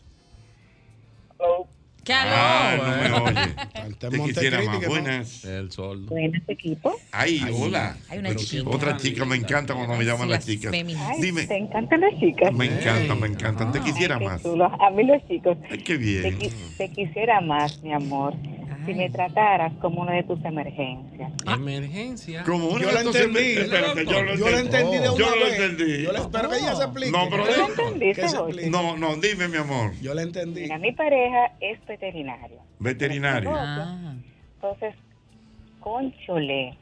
Speaker 3: ¿Qué aló?
Speaker 2: Ah, no me
Speaker 3: eh.
Speaker 2: oye.
Speaker 5: Está en
Speaker 2: Te quisiera
Speaker 5: Montecristi
Speaker 2: más.
Speaker 5: que no.
Speaker 2: Buenas.
Speaker 7: El sol.
Speaker 8: Buenas, este equipo.
Speaker 2: Ay, hola.
Speaker 3: Hay una
Speaker 2: Pero
Speaker 3: chica.
Speaker 2: Otra chica, me encanta cuando me llaman las chicas.
Speaker 3: feministas.
Speaker 2: Dime,
Speaker 8: encantan las chicas.
Speaker 2: me encanta, me encanta.
Speaker 7: Ah.
Speaker 2: Te quisiera más.
Speaker 8: A mí los chicos.
Speaker 2: Ay, qué bien.
Speaker 8: te quisiera más, mi amor,
Speaker 3: si me
Speaker 8: trataras como una de tus emergencias.
Speaker 7: Ah. Emergencia.
Speaker 2: Como una
Speaker 5: Yo la
Speaker 2: de tus-
Speaker 5: entendí.
Speaker 2: Espérate, yo lo
Speaker 5: Yo
Speaker 2: entendí.
Speaker 5: lo entendí de una
Speaker 2: Yo lo
Speaker 5: vez.
Speaker 2: entendí.
Speaker 5: Yo la- pero que ella se explique.
Speaker 2: No, pero-
Speaker 5: Que
Speaker 2: ¿Lo
Speaker 8: entendiste,
Speaker 5: se
Speaker 8: Jorge?
Speaker 5: explique.
Speaker 2: No, no, dime, mi amor.
Speaker 5: Yo la entendí.
Speaker 8: Mira, mi pareja es veterinario.
Speaker 2: Veterinario.
Speaker 3: Ah,
Speaker 8: Entonces, conchole,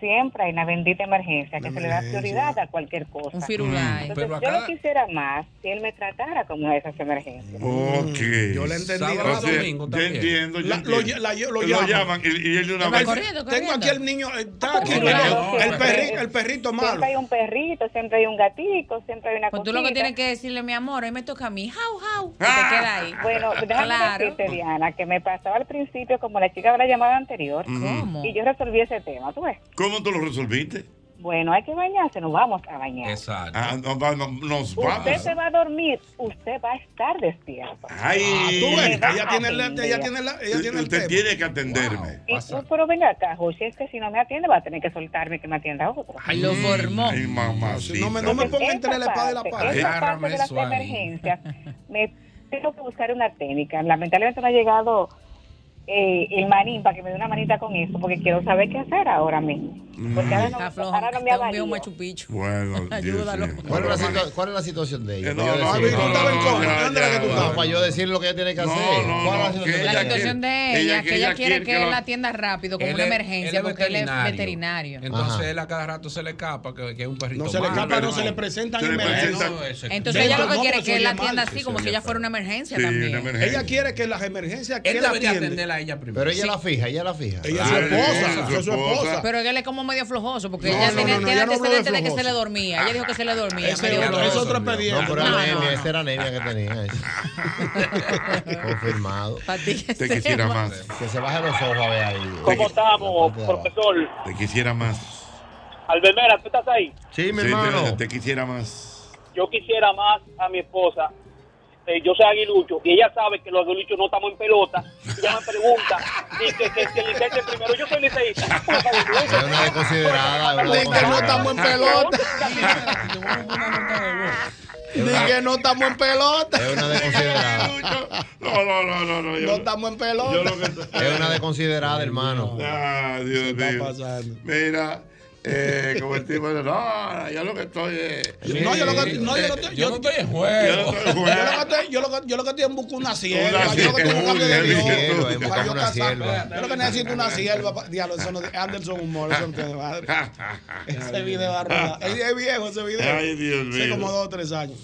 Speaker 8: siempre hay una bendita emergencia que
Speaker 5: Una
Speaker 8: se le da
Speaker 5: emergencia.
Speaker 8: prioridad a cualquier cosa.
Speaker 3: un firulai.
Speaker 7: Pero
Speaker 8: Yo
Speaker 7: acá.
Speaker 8: no quisiera más si él me tratara como una de esas emergencias.
Speaker 2: Ok.
Speaker 5: Yo la entendí.
Speaker 7: Sábado,
Speaker 2: O sea,
Speaker 7: domingo
Speaker 2: yo
Speaker 7: también.
Speaker 2: entiendo, yo
Speaker 5: La-
Speaker 2: entiendo.
Speaker 5: lo ll- la- lo
Speaker 2: Lo
Speaker 5: llaman.
Speaker 2: llaman y, y él de una
Speaker 3: Llama
Speaker 2: vez.
Speaker 3: corriendo.
Speaker 5: Tengo aquí el niño. eh, Está aquí.
Speaker 7: No,
Speaker 5: mira,
Speaker 7: no,
Speaker 5: el,
Speaker 7: no,
Speaker 5: perri- el perrito malo.
Speaker 8: Siempre hay un perrito, siempre hay un gatito, siempre hay una
Speaker 3: Pues tú
Speaker 8: cosita.
Speaker 3: lo que tienes que decirle, mi amor, hoy me toca a mí. Jau, jau. Y te
Speaker 2: Ah.
Speaker 3: queda ahí.
Speaker 8: Bueno, déjame
Speaker 3: Claro.
Speaker 8: decirte, Diana, que me pasaba al principio como la chica de la llamada anterior
Speaker 3: ¿Cómo?
Speaker 8: y yo resolví ese tema, ¿tú ves?
Speaker 2: ¿Cómo tú lo resolviste? Ah,
Speaker 9: Bueno, hay que bañarse, nos vamos a bañar.
Speaker 7: Exacto.
Speaker 2: nos
Speaker 9: Usted
Speaker 2: vamos.
Speaker 9: se va a dormir, usted va a estar despierto.
Speaker 2: Ay,
Speaker 3: Ah,
Speaker 5: Ah,
Speaker 9: tú ves, ella tiene
Speaker 5: el- ella tiene la- ella tiene el
Speaker 2: Usted
Speaker 5: tema.
Speaker 2: tiene que atenderme.
Speaker 9: Y, no, pero venga acá, José, es que si no me atiende va a tener que soltarme que me atienda otro.
Speaker 2: lo formó. Ay, mamacita.
Speaker 5: No me, no me ponga entre la espada y la pared.
Speaker 9: Esa parte de las emergencias, me tengo que buscar una técnica. Lamentablemente no ha llegado eh, el manín para que me dé una manita con eso, porque quiero saber qué hacer ahora mismo. Porque
Speaker 10: Mm.
Speaker 9: ahora no,
Speaker 3: Está flojo.
Speaker 9: ahora no me
Speaker 3: Está un
Speaker 9: avalío.
Speaker 3: viejo Machu Picchu.
Speaker 2: Bueno,
Speaker 3: Ayúdalo.
Speaker 4: ¿Cuál es, la situa- cuál es la situación de ella?
Speaker 2: Eh, no,
Speaker 4: Para yo
Speaker 2: no,
Speaker 4: decir-
Speaker 2: no, no, no, no, ya, ya, ya.
Speaker 4: No, para yo decir lo que ella tiene que
Speaker 2: No,
Speaker 4: hacer.
Speaker 2: no,
Speaker 4: ¿Cuál es
Speaker 2: no,
Speaker 4: la
Speaker 2: que
Speaker 4: situación
Speaker 3: La
Speaker 2: ella
Speaker 3: situación de
Speaker 2: ella-
Speaker 3: ella,
Speaker 2: que
Speaker 3: que ella
Speaker 2: ella quiere
Speaker 3: quiere
Speaker 2: que
Speaker 3: que
Speaker 2: lo-
Speaker 3: él la atienda rápido, como
Speaker 7: Él
Speaker 3: una
Speaker 7: es- él
Speaker 3: emergencia,
Speaker 7: es
Speaker 3: porque él es veterinario.
Speaker 7: Entonces
Speaker 4: Ajá.
Speaker 7: él a cada rato se le escapa que, que es un perrito.
Speaker 5: No se le
Speaker 7: malo.
Speaker 5: escapa, no se le presentan
Speaker 2: Se le
Speaker 5: emergencias.
Speaker 2: presentan-
Speaker 3: Entonces
Speaker 5: Venga,
Speaker 3: ella lo que
Speaker 5: no,
Speaker 3: quiere
Speaker 5: pero
Speaker 3: es que él
Speaker 5: se
Speaker 3: la
Speaker 5: oye
Speaker 3: atienda
Speaker 5: mal,
Speaker 3: así,
Speaker 5: sí,
Speaker 3: como
Speaker 5: se
Speaker 3: si
Speaker 5: oye
Speaker 3: ella fuera una emergencia
Speaker 2: Sí, una
Speaker 3: también.
Speaker 2: emergencia.
Speaker 5: Ella quiere que las emergencias que
Speaker 7: Él
Speaker 5: la
Speaker 7: debería
Speaker 5: atiende.
Speaker 7: atenderla a ella primero.
Speaker 4: Pero ella
Speaker 7: Sí.
Speaker 4: la fija, ella la fija.
Speaker 5: Ella es su
Speaker 2: Ah,
Speaker 5: esposa,
Speaker 2: su
Speaker 5: es su esposa.
Speaker 3: Pero él es como medio flojoso, porque
Speaker 5: No,
Speaker 3: ella
Speaker 5: no,
Speaker 3: tiene,
Speaker 5: no, no,
Speaker 3: tiene
Speaker 5: ella no habló de
Speaker 3: antecedentes de que se le
Speaker 5: flojoso.
Speaker 3: dormía. Ella dijo que se le dormía.
Speaker 5: Ese
Speaker 3: medio
Speaker 5: otro-
Speaker 3: flojo.
Speaker 5: es otro expediente.
Speaker 4: No, pero
Speaker 3: No,
Speaker 4: anemia,
Speaker 3: no,
Speaker 4: esa era anemia que tenía. esa. Confirmado.
Speaker 3: Para ti que
Speaker 2: Te
Speaker 3: sea
Speaker 2: quisiera
Speaker 3: más-
Speaker 2: más.
Speaker 4: Que se baje los ojos a ver ahí.
Speaker 11: ¿Cómo
Speaker 4: La
Speaker 11: estamos,
Speaker 4: parte de abajo.
Speaker 11: profesor?
Speaker 2: Te quisiera más.
Speaker 11: Albermera, ¿tú estás ahí?
Speaker 4: Sí, mi
Speaker 2: Sí,
Speaker 4: hermano.
Speaker 2: te- Te quisiera más.
Speaker 11: Yo quisiera más a mi esposa. eh, yo soy aguilucho y ella sabe que los aguiluchos no estamos en pelota. Ella me pregunta y que, que, que licencia primero. Yo soy liceísta.
Speaker 4: Es una desconsiderada. es una
Speaker 5: Ni que no estamos en
Speaker 4: desconsiderada.
Speaker 5: pelota.
Speaker 7: Te voy a poner una nota de voz.
Speaker 5: Ni que no estamos en pelota.
Speaker 4: Es una desconsiderada.
Speaker 2: No, no, no, no. no, yo
Speaker 5: No estamos en
Speaker 2: yo
Speaker 5: pelota.
Speaker 2: lo que-
Speaker 4: Es una desconsiderada, hermano.
Speaker 2: Ah, Dios
Speaker 5: está
Speaker 2: mío.
Speaker 5: pasando.
Speaker 2: Mira, eh, como el tipo de,
Speaker 5: Ah,
Speaker 2: no, yo lo que estoy es.
Speaker 5: No, yo lo que no, yo lo
Speaker 7: Eh,
Speaker 5: que-
Speaker 7: Yo
Speaker 5: yo-
Speaker 7: no estoy en
Speaker 2: Yo
Speaker 7: juego.
Speaker 2: lo que
Speaker 5: yo lo que estoy- yo lo que- yo lo que estoy en busca una sierva.
Speaker 2: Una
Speaker 5: Yo lo que estoy
Speaker 2: sierva,
Speaker 5: buscando
Speaker 2: uy,
Speaker 5: de
Speaker 2: Dios.
Speaker 4: Sierva, en
Speaker 5: Dios.
Speaker 4: busca
Speaker 5: para
Speaker 4: de
Speaker 5: yo
Speaker 4: una
Speaker 5: casarme.
Speaker 4: sierva.
Speaker 5: Yo lo que necesito es una sierva. pa- Diablo, eso no- Anderson Humor, eso no tiene madre. Ese video va a rodar. Es es viejo ese video.
Speaker 2: Ay, Dios mío.
Speaker 5: Hace como dos o tres años.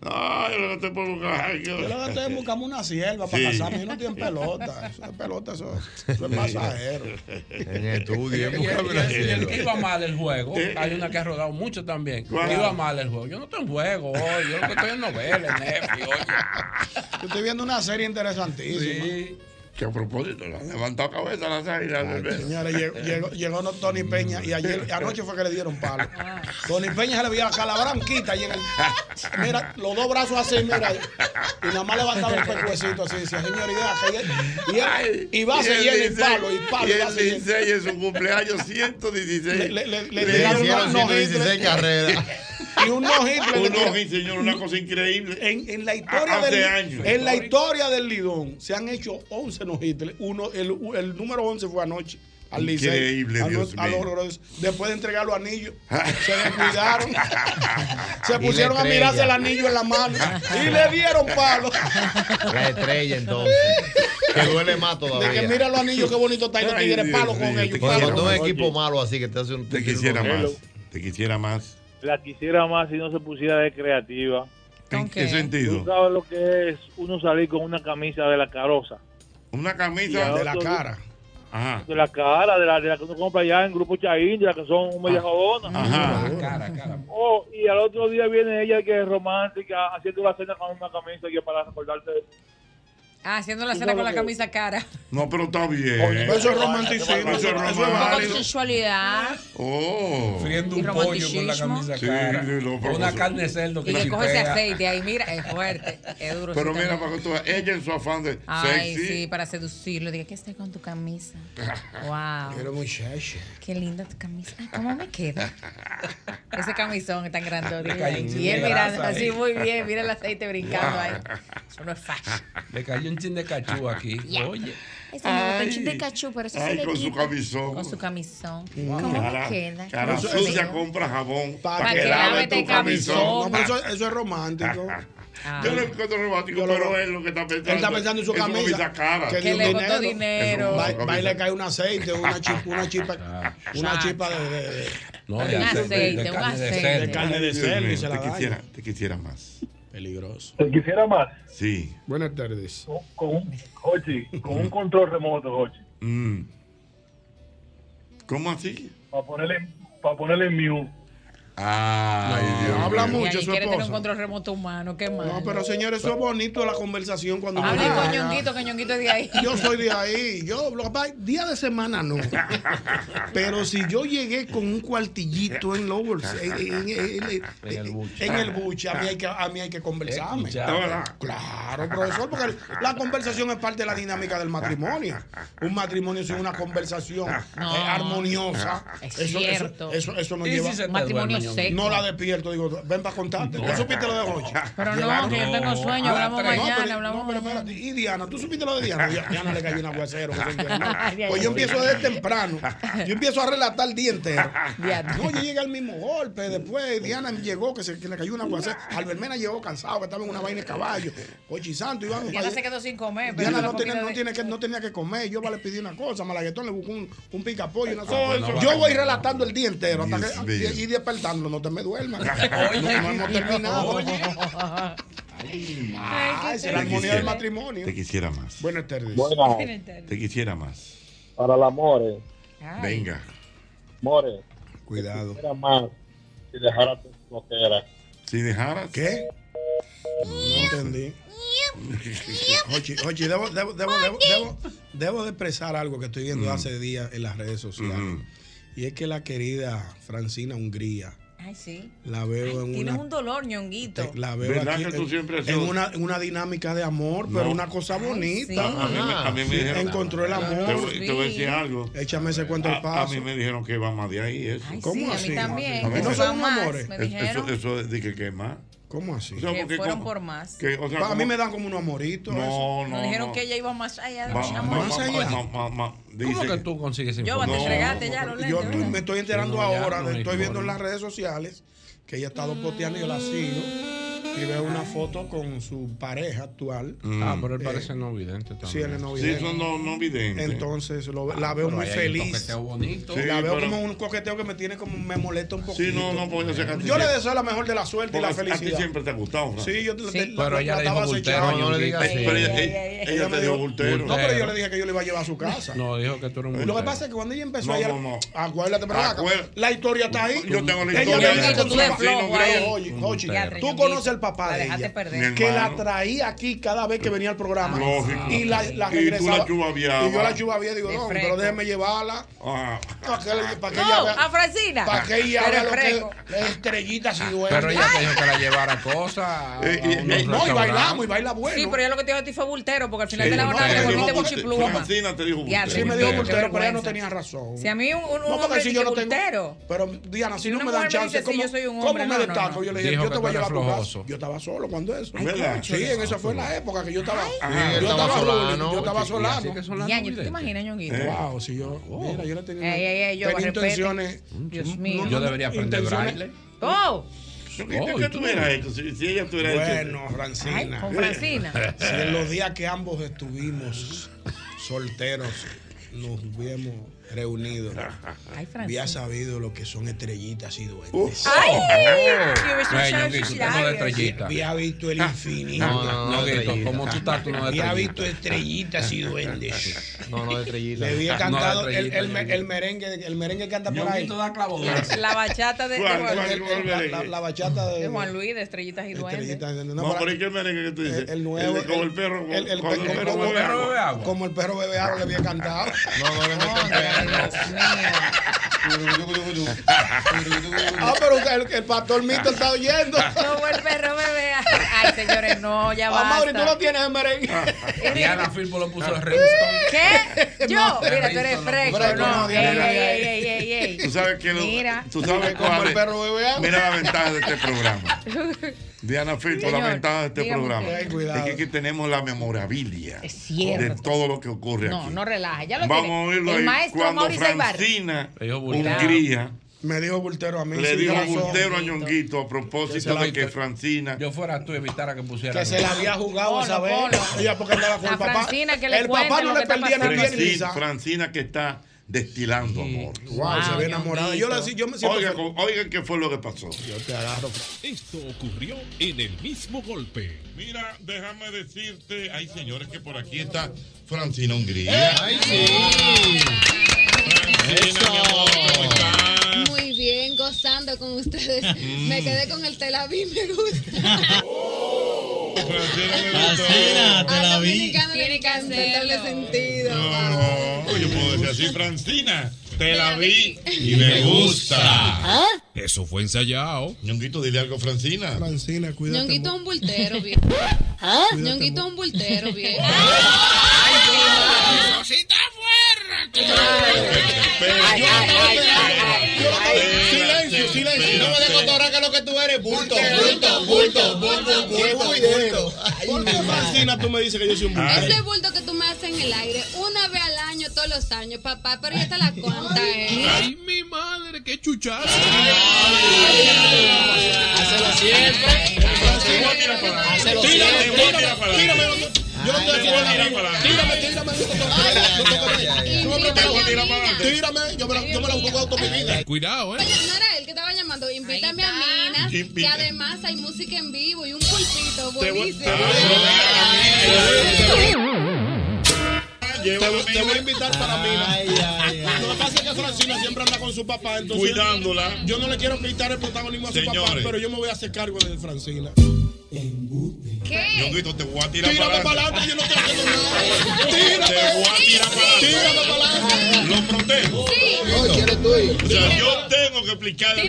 Speaker 2: No, yo lo que estoy por buscar. Yo,
Speaker 5: Yo lo que estoy es buscando una sierva para
Speaker 2: Sí.
Speaker 5: casarme. Yo no estoy en pelota. Eso es pelota, eso, eso es pasajero.
Speaker 4: En el estudio. en
Speaker 7: Y el- y
Speaker 4: busca de una
Speaker 7: el- y el que
Speaker 4: sierva.
Speaker 7: iba mal el juego, hay una que ha rodado mucho también.
Speaker 2: Eh. ¿Cuál?
Speaker 7: Iba mal el juego. Yo no estoy en juego hoy, yo lo que estoy en novela, en Netflix, oye.
Speaker 5: Yo estoy viendo una serie interesantísima.
Speaker 7: Sí.
Speaker 2: Que a propósito, la levantó cabeza las águilas. Alberto.
Speaker 5: Señores, llegó, llegó, llegó no- Tony Peña y ayer, anoche fue que le dieron palo. Tony Peña se le veía acá la branquita y en el. Mira, los dos brazos así, mira. Y nada más levantaba el pecuecito así, decía, señor, y deja que llegue". Y, él- y va a
Speaker 2: él
Speaker 5: seguir y
Speaker 2: dice-
Speaker 5: palo, y palo,
Speaker 2: Y
Speaker 5: y va a
Speaker 2: el
Speaker 5: seguir.
Speaker 2: 16 en su cumpleaños 116.
Speaker 5: Le- le- le- le-
Speaker 4: Le
Speaker 5: Llegaron
Speaker 4: hicieron
Speaker 5: unos- unos
Speaker 4: 116
Speaker 5: Hitler.
Speaker 4: carreras.
Speaker 5: Y un no hit le
Speaker 2: Un
Speaker 5: tiró.
Speaker 2: ojo, señor, una cosa increíble.
Speaker 5: En, en la historia
Speaker 2: Hace
Speaker 5: del,
Speaker 2: años.
Speaker 5: en la historia del Lidón se han hecho 11 no hittles. Uno, el, el número 11 fue anoche. Al Licey.
Speaker 2: Increíble,
Speaker 5: A
Speaker 2: Dios
Speaker 5: los- a los-
Speaker 2: mío.
Speaker 5: los- Después de entregar los anillos, se descuidaron. se pusieron a
Speaker 4: estrella.
Speaker 5: mirarse el anillo en la mano y le dieron palo.
Speaker 4: La estrella, entonces. Que duele más
Speaker 5: De que
Speaker 4: todavía.
Speaker 5: mira los anillos, qué bonito está. Y los
Speaker 2: Ay,
Speaker 5: tigres
Speaker 2: Dios
Speaker 5: palo con
Speaker 2: mío,
Speaker 5: ellos.
Speaker 2: te
Speaker 4: Bueno,
Speaker 5: palo.
Speaker 2: quiero.
Speaker 4: cuando un
Speaker 2: Oye.
Speaker 4: equipo malo así que te hace un.
Speaker 2: Te quisiera más.
Speaker 11: Hello.
Speaker 2: Te quisiera más.
Speaker 11: La quisiera más si no se pusiera de creativa.
Speaker 2: ¿En
Speaker 3: Ok.
Speaker 2: qué
Speaker 11: Tú
Speaker 2: sentido?
Speaker 11: sabes lo que es uno salir con una camisa de la caroza.
Speaker 2: Una
Speaker 11: Ya.
Speaker 2: camisa.
Speaker 5: De la cara.
Speaker 2: Ajá.
Speaker 11: De la cara, de la, de la que uno compra allá en Grupo Chaín, de la que son media jodona.
Speaker 2: Ah. Ajá.
Speaker 7: Cara, cara.
Speaker 11: Oh, y al otro día viene ella que es romántica, haciendo la cena con una camisa que para recordarse de
Speaker 3: Ah, Haciendo la cena con la camisa cara.
Speaker 2: No, pero está bien.
Speaker 5: Eso es romanticismo.
Speaker 2: Eso es
Speaker 3: Un poco de
Speaker 2: válido.
Speaker 3: sensualidad.
Speaker 2: Oh.
Speaker 7: Friendo
Speaker 3: Y
Speaker 7: un pollo con la
Speaker 3: romanticismo.
Speaker 7: camisa
Speaker 2: Sí,
Speaker 7: cara.
Speaker 2: sí, lo
Speaker 7: Con una
Speaker 2: famoso.
Speaker 7: carne de cerdo que
Speaker 3: Y le coge ese
Speaker 7: chipea.
Speaker 3: aceite ahí. Mira, es fuerte. Es duro.
Speaker 2: Pero
Speaker 3: sí,
Speaker 2: mira,
Speaker 3: también.
Speaker 2: para que tú veas, ella en su afán de
Speaker 3: Ay,
Speaker 2: sexy.
Speaker 3: sí, para seducirlo. Diga que esté con tu camisa. Wow.
Speaker 5: Pero muchacha.
Speaker 3: Qué linda tu camisa. Ay, ¿Cómo me queda? Ese camisón tan grandote.
Speaker 7: cayó
Speaker 3: Y él
Speaker 7: de
Speaker 3: mirando
Speaker 7: grasa ahí.
Speaker 3: así muy bien. Mira el aceite brincando ahí. Eso no es fashion.
Speaker 7: Le cayó un chin de cachú aquí. Oye.
Speaker 3: Eso no es
Speaker 2: Ay.
Speaker 3: un chin de cachú, pero eso se
Speaker 2: Ay,
Speaker 3: le
Speaker 2: con su
Speaker 3: quita.
Speaker 2: camisón.
Speaker 3: Con su camisón. ¿Cómo
Speaker 2: Cara,
Speaker 3: me queda?
Speaker 2: cara
Speaker 3: Dios
Speaker 2: sucia,
Speaker 3: mío.
Speaker 2: compra jabón.
Speaker 5: Pa'
Speaker 2: Para
Speaker 5: que
Speaker 2: que
Speaker 5: lave
Speaker 2: lave tu
Speaker 3: tu
Speaker 2: camisón.
Speaker 3: camisón.
Speaker 5: No, pero eso, eso es romántico.
Speaker 3: Ah.
Speaker 2: Yo lo encuentro romántico,
Speaker 5: Yo lo-
Speaker 2: pero es lo que está pensando.
Speaker 5: Él está pensando en su camisa.
Speaker 2: cara.
Speaker 5: Que
Speaker 3: Que le costó dinero.
Speaker 5: Va,
Speaker 2: Eso no.
Speaker 5: va y le cae un aceite, una chipa, una chipa, una chipa de, de- de-
Speaker 7: No,
Speaker 3: Un
Speaker 7: de
Speaker 3: Ah, aceite, un
Speaker 7: carne de
Speaker 3: aceite.
Speaker 7: cerdo.
Speaker 5: de carne de
Speaker 2: Dios
Speaker 5: cerdo y
Speaker 2: mío,
Speaker 5: se la
Speaker 2: te
Speaker 5: daña.
Speaker 2: quisiera, te quisiera más.
Speaker 5: Peligroso.
Speaker 11: Te quisiera más
Speaker 2: Sí.
Speaker 5: Buenas tardes.
Speaker 11: con, con un, Jochi, con un control remoto, Jochi,
Speaker 2: Mm. ¿Cómo así?
Speaker 11: para ponerle, para ponerle mute.
Speaker 2: Ay, Dios.
Speaker 5: Habla
Speaker 2: mío.
Speaker 5: mucho
Speaker 3: y
Speaker 5: su
Speaker 3: quiere tener un
Speaker 5: esposa.
Speaker 3: control remoto humano, qué mal.
Speaker 5: No, pero señores, eso es bonito la conversación cuando uno
Speaker 3: Hable
Speaker 5: llega.
Speaker 3: con Ñonguito, que Ñonguito es de ahí.
Speaker 5: Yo soy de ahí. Yo, lo que pasa es, día de semana no. Pero si yo llegué con un cuartillito en los bolsillos, en, en- en-
Speaker 1: En el buche.
Speaker 5: en el buche, a mí hay que, a mí hay que conversarme.
Speaker 1: Escuchame.
Speaker 5: Claro, profesor, porque la conversación es parte de la dinámica del matrimonio. Un matrimonio sin una conversación
Speaker 1: No,
Speaker 5: eh, armoniosa.
Speaker 1: es
Speaker 5: eso,
Speaker 1: cierto.
Speaker 5: Eso, eso, eso no
Speaker 1: ¿Y
Speaker 5: lleva.
Speaker 1: si se te Matrimonio duerme, ñonguito?
Speaker 5: No la despierto, digo, ven para contarte. ¿Tú supiste lo de hoy?
Speaker 3: Pero no, que yo tengo sueño, hablamos mañana, hablamos
Speaker 5: pero espérate. Y Diana, ¿tú supiste lo de Diana? Di- Diana le cayó un aguacero. que se enteró.
Speaker 1: Ay, ay,
Speaker 5: Pues yo
Speaker 1: ay.
Speaker 5: empiezo desde temprano. Yo empiezo a relatar el día entero. No, yo llegué al mismo golpe. Después Diana llegó, que, se, que le cayó un aguacero. Albermena llegó cansado, que estaba en una vaina de caballo. Ochi santo, Iván.
Speaker 3: Diana se quedó sin comer. pero
Speaker 5: Diana
Speaker 3: la
Speaker 5: no, tiene-
Speaker 3: comida
Speaker 5: no
Speaker 3: de-
Speaker 5: tiene que, no tenía que comer. Yo le pedí una cosa. Malaguetón le buscó un, un pica pollo. Una
Speaker 1: Ah,
Speaker 5: sopa.
Speaker 1: pues no va
Speaker 5: yo
Speaker 1: a
Speaker 5: voy
Speaker 1: comer.
Speaker 5: relatando el día entero hasta
Speaker 1: Dios
Speaker 5: que,
Speaker 1: mío.
Speaker 5: y, y despertándolo. No te me duermas.
Speaker 1: Oye,
Speaker 5: no, no hemos terminado. Ay,
Speaker 1: Te
Speaker 5: será la armonía del
Speaker 2: quisiera.
Speaker 5: matrimonio.
Speaker 2: Te quisiera más.
Speaker 5: Buenas tardes.
Speaker 2: Buenas. Te quisiera más.
Speaker 6: Para la More,
Speaker 2: Venga.
Speaker 6: More,
Speaker 5: Cuidado.
Speaker 6: era más si dejara tu loquera.
Speaker 2: Si dejara.
Speaker 5: ¿Qué? No entendí. Ochi, Ochi, debo, debo, debo, debo, debo, debo de expresar algo que estoy viendo hace días en las redes sociales. Y es que la querida Francina Hungría,
Speaker 3: Ay, sí.
Speaker 5: la veo en
Speaker 3: Tienes
Speaker 5: una...
Speaker 3: un dolor, Ñonguito.
Speaker 5: Te- la veo
Speaker 2: ¿Verdad
Speaker 5: aquí
Speaker 2: que tú
Speaker 5: en-
Speaker 2: siempre has
Speaker 5: en,
Speaker 2: sido-
Speaker 5: una, en una dinámica de amor, pero
Speaker 2: No.
Speaker 5: una cosa bonita.
Speaker 2: sí. A mí me- a mí me
Speaker 5: Sí,
Speaker 2: dijeron-
Speaker 5: encontró el amor.
Speaker 2: Te voy- te voy a decir algo.
Speaker 5: Échame ese cuento al
Speaker 2: A, a
Speaker 5: paso.
Speaker 2: mí me dijeron que va más de ahí. Eso.
Speaker 3: sí,
Speaker 5: ¿Cómo
Speaker 3: a mí
Speaker 5: así?
Speaker 3: también,
Speaker 2: A mí
Speaker 3: que son
Speaker 2: me-
Speaker 3: Son más, amores. me
Speaker 2: Es- Eso,
Speaker 3: dijeron.
Speaker 2: eso es de que, que más.
Speaker 5: ¿Cómo así?
Speaker 2: O sea,
Speaker 3: que
Speaker 2: porque
Speaker 3: fueron
Speaker 2: como-
Speaker 3: por más.
Speaker 2: que, o sea,
Speaker 5: Pa- a mí
Speaker 2: como-
Speaker 5: me dan como unos amoritos.
Speaker 2: No, no.
Speaker 5: eso.
Speaker 3: Nos dijeron
Speaker 2: no.
Speaker 3: que ella iba más allá de
Speaker 2: Va-
Speaker 3: los
Speaker 2: va-
Speaker 3: amores.
Speaker 2: va- va- va- va- dice-
Speaker 7: que tú consigues
Speaker 3: Yo,
Speaker 7: información?
Speaker 3: te entregaste ya los lentes.
Speaker 5: Yo
Speaker 3: ¿eh?
Speaker 5: estoy- me estoy enterando
Speaker 7: Sí, no, ya
Speaker 5: ahora,
Speaker 7: no hay
Speaker 5: estoy viendo en
Speaker 7: forma.
Speaker 5: las redes sociales que ella ha estado posteando, yo la sigo y veo una foto con su pareja actual.
Speaker 7: Ah, pero él
Speaker 5: Eh,
Speaker 7: parece no vidente también.
Speaker 5: Sí, él es no
Speaker 2: Sí,
Speaker 5: vidente.
Speaker 2: son no, no videntes.
Speaker 5: Entonces lo-
Speaker 7: Ah,
Speaker 5: la veo
Speaker 7: pero
Speaker 5: muy
Speaker 7: ahí hay un
Speaker 5: feliz.
Speaker 7: coqueteo bonito.
Speaker 5: la
Speaker 2: Sí,
Speaker 5: veo
Speaker 2: pero-
Speaker 5: como un coqueteo que me tiene como me molesta un poquito.
Speaker 2: Sí, no, no podía sacar.
Speaker 5: Yo le deseo la mejor de la suerte y la
Speaker 2: A ti
Speaker 5: felicidad.
Speaker 2: siempre te ha gustado, Fran.
Speaker 5: Sí, yo te, te-
Speaker 7: Pero ella
Speaker 5: la- la
Speaker 7: le dijo
Speaker 5: estaba
Speaker 7: bultero,
Speaker 5: acechando.
Speaker 7: no le digas así.
Speaker 2: Pero ella, ella-
Speaker 7: Ay, ay, ay.
Speaker 2: ella
Speaker 7: Ella
Speaker 2: te
Speaker 7: me
Speaker 2: dio
Speaker 7: dijo-
Speaker 2: bultero.
Speaker 5: No, pero yo le dije que yo le iba a llevar a su casa.
Speaker 7: No, dijo que tú eres un
Speaker 5: Lo que
Speaker 7: bultero.
Speaker 5: pasa es que cuando ella empezó
Speaker 2: No,
Speaker 5: a
Speaker 2: no, no.
Speaker 5: Acuérdate, pero acá,
Speaker 2: Acuérdate.
Speaker 5: la historia está ahí.
Speaker 2: Yo tengo la
Speaker 5: Ella
Speaker 2: historia.
Speaker 5: venía
Speaker 2: Ñonguito,
Speaker 5: con su
Speaker 2: tú eres
Speaker 5: papá.
Speaker 2: flojo
Speaker 5: Pero,
Speaker 2: ahí.
Speaker 5: oye, Jochi,
Speaker 3: Teatro,
Speaker 5: tú
Speaker 3: Ñonguito.
Speaker 5: conoces al papá
Speaker 3: La
Speaker 5: de
Speaker 3: dejaste
Speaker 5: ella,
Speaker 3: perder.
Speaker 5: que la
Speaker 2: hermano.
Speaker 5: traía aquí cada vez que venía al programa.
Speaker 2: Lógico.
Speaker 5: Y la, la
Speaker 2: Y tú
Speaker 5: regresaba.
Speaker 2: la chubaviabas.
Speaker 5: Y yo la chubavía digo,
Speaker 3: De
Speaker 5: no,
Speaker 3: fresco.
Speaker 5: pero déjeme llevarla.
Speaker 2: Ah,
Speaker 5: Para que, pa' que ella
Speaker 3: No,
Speaker 5: vea,
Speaker 3: a Francina.
Speaker 5: pa' que ella
Speaker 3: Pero
Speaker 5: vea lo
Speaker 3: fresco.
Speaker 5: que la estrellita
Speaker 2: Ah,
Speaker 5: si
Speaker 3: Pues
Speaker 5: duele.
Speaker 7: Pero ella te dijo que la llevara cosas. a- a
Speaker 2: Eh, eh,
Speaker 7: unos
Speaker 2: eh,
Speaker 5: no, y bailamos, y
Speaker 7: restaurantes.
Speaker 5: baila bueno.
Speaker 3: Sí, pero yo lo que te digo a ti fue bultero, porque al final
Speaker 2: sí,
Speaker 3: de la
Speaker 2: no,
Speaker 3: hora
Speaker 2: te
Speaker 3: te
Speaker 2: dijo
Speaker 3: volviste
Speaker 2: bultero.
Speaker 3: buchipluma.
Speaker 2: Francina te
Speaker 3: Ya,
Speaker 2: dijo bultero.
Speaker 5: sí me
Speaker 3: Qué
Speaker 5: dijo
Speaker 3: vergüenza.
Speaker 5: bultero, pero ella no tenía razón.
Speaker 3: Si a mí un, un
Speaker 5: No,
Speaker 3: hombre
Speaker 5: porque si
Speaker 3: dice
Speaker 5: yo no tengo.
Speaker 3: bultero.
Speaker 5: Pero Diana, si
Speaker 3: Si
Speaker 5: no
Speaker 3: una
Speaker 5: me dan
Speaker 3: mujer me
Speaker 5: chance,
Speaker 3: dice, sí,
Speaker 5: ¿cómo,
Speaker 3: yo soy un
Speaker 5: cómo
Speaker 3: hombre?
Speaker 5: me
Speaker 3: No, no,
Speaker 5: destaco?
Speaker 3: no.
Speaker 5: Yo le dije,
Speaker 7: Dijo
Speaker 5: yo te
Speaker 7: que
Speaker 5: voy a
Speaker 7: tú
Speaker 5: llevar
Speaker 7: eres
Speaker 5: a tu
Speaker 7: flojoso.
Speaker 5: casa. Yo estaba solo cuando eso.
Speaker 2: Ay, ¿verdad?
Speaker 5: Sí, en esa fue la época que yo estaba.
Speaker 2: Ajá.
Speaker 5: Yo estaba
Speaker 4: estaba
Speaker 5: solano.
Speaker 4: solano,
Speaker 5: Yo estaba
Speaker 7: Y así
Speaker 5: solano.
Speaker 7: que son las
Speaker 3: Ñaño, ¿tú te
Speaker 7: novidades.
Speaker 3: imaginas, Ñonguito?
Speaker 2: Eh.
Speaker 5: Wow, si yo. Mira, yo le tenía.
Speaker 3: Ey, ey, ey, yo
Speaker 5: tenía
Speaker 3: respeto.
Speaker 5: intenciones.
Speaker 3: Dios mío.
Speaker 7: Yo debería aprender
Speaker 5: Intenciones-
Speaker 7: braille.
Speaker 3: ¡Oh!
Speaker 2: ¿Qué- ¿Qué qué tú hubieras hecho si, si ella tuviera hecho?
Speaker 5: Bueno,
Speaker 3: Ay,
Speaker 5: Francina.
Speaker 3: con Francina.
Speaker 5: Si en los días que ambos estuvimos solteros nos hubiéramos reunido,
Speaker 3: Ay, Francina.
Speaker 5: había sabido lo que son estrellitas y duendes.
Speaker 3: ¡Ay!
Speaker 7: Ey, Ñonguito, tú no eres estrellita.
Speaker 5: Había visto
Speaker 2: Ah,
Speaker 5: el infinito.
Speaker 4: No, no, no, de
Speaker 7: Ñonguito,
Speaker 4: estrellita.
Speaker 7: como tú estás, tú no eres
Speaker 5: Había
Speaker 7: estrellita.
Speaker 5: visto estrellitas y duendes.
Speaker 4: No, no, de estrellita.
Speaker 5: Le había
Speaker 7: No,
Speaker 5: cantado
Speaker 7: de
Speaker 5: el,
Speaker 7: estrellita,
Speaker 5: el me-
Speaker 7: Ñonguito.
Speaker 5: el merengue, el merengue que canta por ahí.
Speaker 7: Ñonguito da clavo duro.
Speaker 3: Oh, La bachata de, de
Speaker 2: ¿Cuál,
Speaker 3: Juan-
Speaker 2: cuál?
Speaker 5: El- el- la, la- la bachata de,
Speaker 3: de Juan ¿eh? Luis, de Estrellitas y Duendes.
Speaker 5: Estrellitas y Duendes. No,
Speaker 2: No,
Speaker 5: por
Speaker 2: pero
Speaker 5: ahí-
Speaker 2: ¿y qué merengue que tú dices?
Speaker 5: el, el nuevo.
Speaker 2: como el perro.
Speaker 5: el- el-
Speaker 2: cuando el
Speaker 5: como-
Speaker 2: perro
Speaker 5: como-
Speaker 2: bebe agua.
Speaker 7: bebe agua.
Speaker 5: Como el perro bebe agua le había cantado.
Speaker 4: No, no le meten
Speaker 5: Ah, pero el, el pastor Mito está oyendo.
Speaker 2: Ah.
Speaker 3: Como el perro bebé. Ay, señores, no, ya
Speaker 5: Ah, Mauri, tú no
Speaker 3: basta.
Speaker 5: tienes el merengue.
Speaker 2: Ah,
Speaker 7: Diana Filpo lo puso el ringtone.
Speaker 3: ¿Qué? Yo, mira, tú eres
Speaker 7: Lorenzo, no.
Speaker 3: fresco,
Speaker 5: Fresco,
Speaker 3: no.
Speaker 5: no,
Speaker 3: Ey,
Speaker 5: Diana,
Speaker 3: ey,
Speaker 5: Diana.
Speaker 3: ey, ey, ey, ey.
Speaker 2: Tú sabes que lo-
Speaker 3: Mira.
Speaker 2: tú sabes
Speaker 5: Como
Speaker 2: cuál
Speaker 5: el
Speaker 2: es-
Speaker 5: perro bebe agua.
Speaker 2: Mira la ventaja de este programa. Diana Filpo, la
Speaker 3: Señor,
Speaker 2: ventaja de este
Speaker 3: dígame
Speaker 2: programa
Speaker 5: usted. Ay, cuidado.
Speaker 2: es que aquí tenemos la memorabilia
Speaker 3: Es
Speaker 2: de
Speaker 3: cierto.
Speaker 2: todo lo que ocurre
Speaker 3: No,
Speaker 2: aquí.
Speaker 3: no relaja, ya lo
Speaker 2: Vamos
Speaker 3: tiene.
Speaker 2: a oírlo
Speaker 3: El
Speaker 2: ahí.
Speaker 3: maestro
Speaker 2: Cuando
Speaker 3: Mauricio Aybar.
Speaker 2: Francina,
Speaker 7: Le dijo bultero.
Speaker 2: Hungría,
Speaker 5: Me dijo Bultero a mí.
Speaker 2: le
Speaker 5: sí,
Speaker 2: dijo
Speaker 5: razón,
Speaker 2: Bultero a
Speaker 3: Ñonguito.
Speaker 2: Ñonguito a propósito de que Francina.
Speaker 7: Yo fuera tú evitara que pusiera.
Speaker 5: Que se la había jugado
Speaker 3: Ponlo,
Speaker 5: esa vez.
Speaker 3: ponlo.
Speaker 5: Ella porque andaba con
Speaker 3: La
Speaker 5: el papá.
Speaker 3: Francina que le
Speaker 5: El
Speaker 3: cuente
Speaker 5: papá
Speaker 3: lo
Speaker 5: no
Speaker 3: que
Speaker 5: le
Speaker 3: está
Speaker 5: perdía ni
Speaker 3: pasando.
Speaker 5: bien ni
Speaker 2: Francina,
Speaker 5: lisa.
Speaker 2: Francina que está destilando amor.
Speaker 5: Wow, se
Speaker 3: Wow,
Speaker 5: ve enamorada. Yo, la,
Speaker 3: Ñonguito.
Speaker 5: yo me siento.
Speaker 2: Oigan, oigan qué fue lo que pasó.
Speaker 5: Yo te agarro.
Speaker 8: Esto ocurrió en el mismo golpe.
Speaker 1: Mira, déjame decirte, hay señores que por aquí está
Speaker 5: ¡Eh!
Speaker 1: Francina Hungría.
Speaker 4: Ay, sí.
Speaker 1: Francina, mi amor, ¿cómo estás?
Speaker 10: Muy bien, gozando con ustedes. Me quedé con el Tel Aviv, me gusta.
Speaker 1: Francina, te la vi.
Speaker 10: Tiene que hacerle sentido.
Speaker 2: No, yo puedo decir así, Francina. Te la vi y me gusta.
Speaker 10: ¿Ah?
Speaker 2: Eso fue ensayado. Ñonguito, dile algo a Francina. Francina,
Speaker 10: Ñonguito es un bultero, bien.
Speaker 5: ¿Ah?
Speaker 10: Ñonguito es un bultero, bien.
Speaker 5: Silencio, silencio. No me dejo cotorra que lo que tú eres, bulto, bulto, bulto, bulto, bulto, bulto. ¿Por qué Francina tú me dices que yo soy un
Speaker 10: Ese
Speaker 5: bulto?
Speaker 10: bulto que tú me haces en el aire, una vez al año, todos los años, papá, pero ya te la cuanta, ¿eh?
Speaker 7: Ay, mi madre, qué chuchazo.
Speaker 1: Hacelo siempre. Hacelo siempre. Tírame,
Speaker 5: Yo no estoy haciendo nada. Tírame, tírame. no te toques, No te toques. No me preocupes. Tírame, yo me la- yo me la busco auto mi vida.
Speaker 7: Cuidado, eh.
Speaker 10: Oye, no era él que estaba llamando, invítame a Minas, que
Speaker 7: Invítame.
Speaker 10: además hay música en vivo y un pulpito
Speaker 5: Te voy-
Speaker 10: buenísimo.
Speaker 5: te voy- te voy- Te voy- te voy a invitar para Mina. Lo que pasa es que Francina siempre anda con su papá, entonces
Speaker 2: Cuidándola.
Speaker 5: Yo no le quiero quitar el protagonismo a su
Speaker 2: Señores.
Speaker 5: papá, pero yo me voy a hacer cargo de Francina.
Speaker 10: ¿Qué?
Speaker 2: Ñonguito, te voy a tirar
Speaker 5: Tírame
Speaker 2: para
Speaker 5: para
Speaker 2: adelante.
Speaker 5: adelante, yo no te haciendo nada. Tírame.
Speaker 2: Te voy a tirar para
Speaker 5: Tírame para adelante.
Speaker 2: Lo protejo.
Speaker 10: Sí.
Speaker 2: O sea, yo tengo que explicarle al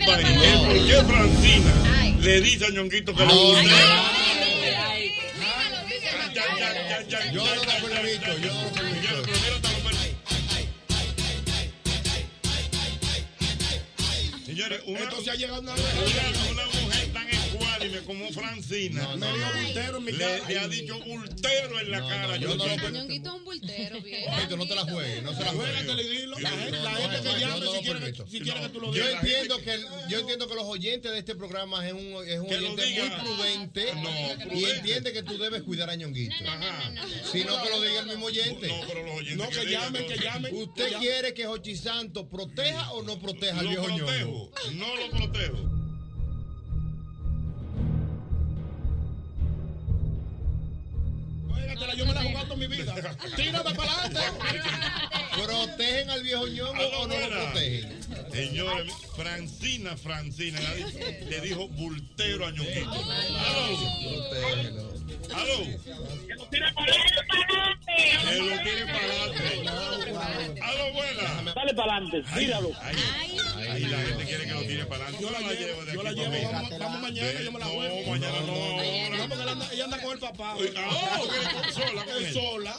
Speaker 2: país el por qué Francina le dice a Ñonguito que lo proteja. Yo no lo permito, yo no lo permito. Señores, una,
Speaker 5: Entonces ha llegado una
Speaker 2: una, una mujer tan escuálime como Francina
Speaker 5: no, no.
Speaker 2: le, le ha dicho bultero en la cara. a
Speaker 4: yo no lo
Speaker 2: Ñonguito.
Speaker 10: Ñonguito es un bultero, bien.
Speaker 4: Ñonguito, no te la juegues, no se la juegues.
Speaker 5: La gente- la gente que llame, si quiere que- si quiere que tú lo digas.
Speaker 4: Yo entiendo que, el- yo entiendo que los oyentes de este programa es un, es un
Speaker 5: Que lo
Speaker 4: oyente
Speaker 5: diga.
Speaker 4: muy prudente y entiende que tú debes cuidar a Ñonguito. Si no, que lo diga el mismo oyente. No,
Speaker 2: pero los oyentes
Speaker 5: No, que que digan, llamen, no. que llamen.
Speaker 4: ¿Usted
Speaker 5: Ya.
Speaker 4: quiere que Jochi Santo proteja o no proteja al
Speaker 2: Lo
Speaker 4: viejo Ñongo?
Speaker 2: protejo, no lo protejo.
Speaker 5: Juégatela, yo me la he jugado toda mi vida. Tírame para adelante.
Speaker 4: ¿Protegen al viejo Ñongo
Speaker 2: Aló,
Speaker 4: o no lo
Speaker 2: buena.
Speaker 4: protegen?
Speaker 2: Ah, Señores, Francina, Francina, la di- le dijo bultero a Ñonguito. Aló. Aló. Que lo tire para adelante. Aló, buena.
Speaker 11: Dale para adelante, tíralo.
Speaker 2: Ahí la gente quiere que lo tire para adelante. Yo la llevo de aquí. Yo la llevo. Vamos, mañana, yo me la juego. No, mañana no.
Speaker 5: No, porque ella anda- ella anda con el papá.
Speaker 2: Oh, sola con él.
Speaker 5: Sola.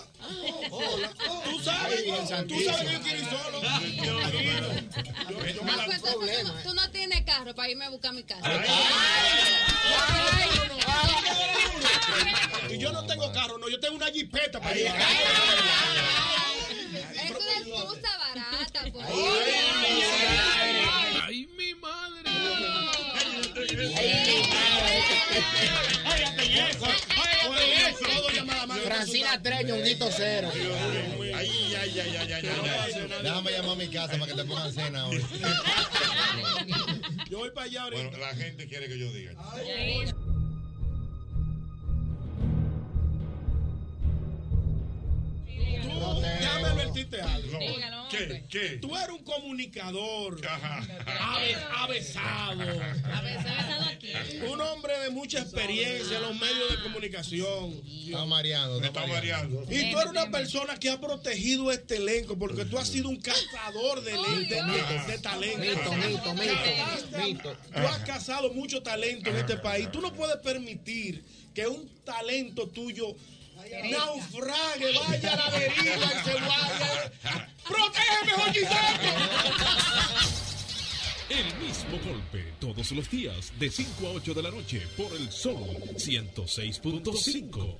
Speaker 5: Sola. Tú sabes. Tú sabes que yo quiero ir solo.
Speaker 10: Ah, pues, entonces tú, no, tú no tienes carro para irme a buscar mi casa.
Speaker 5: Y yo no tengo carro, no, yo tengo una jipeta para ir.
Speaker 10: Es una excusa barata, pues.
Speaker 7: Ay, mi madre.
Speaker 1: Francina 3, Ñonguito 0.
Speaker 2: Ay, ay, ay, ay, ay, ay, ay.
Speaker 4: Déjame llamar a mi casa para que te pongan cena hoy.
Speaker 5: Yo voy para allá ahorita.
Speaker 2: Bueno, la gente quiere que yo diga.
Speaker 5: Tú ya me advertiste algo.
Speaker 2: No. ¿Qué? ¿Qué?
Speaker 5: Tú eres un comunicador. Aves- Avesado. Un hombre de mucha experiencia en los medios de comunicación.
Speaker 4: Está mareando.
Speaker 2: Me está mareando.
Speaker 5: Y tú eres una persona que ha protegido este elenco porque tú has sido un cazador de, de, de- de- de talento.
Speaker 1: Mito, mito, mito,
Speaker 5: Cazaste a- Tú has cazado mucho talento en este país. Tú no puedes permitir que un talento tuyo naufrague, vaya a la deriva y se vaya. ¡Protégeme, Jorge
Speaker 12: El mismo golpe todos los días de 5 a 8 de la noche por el Sol 106.5.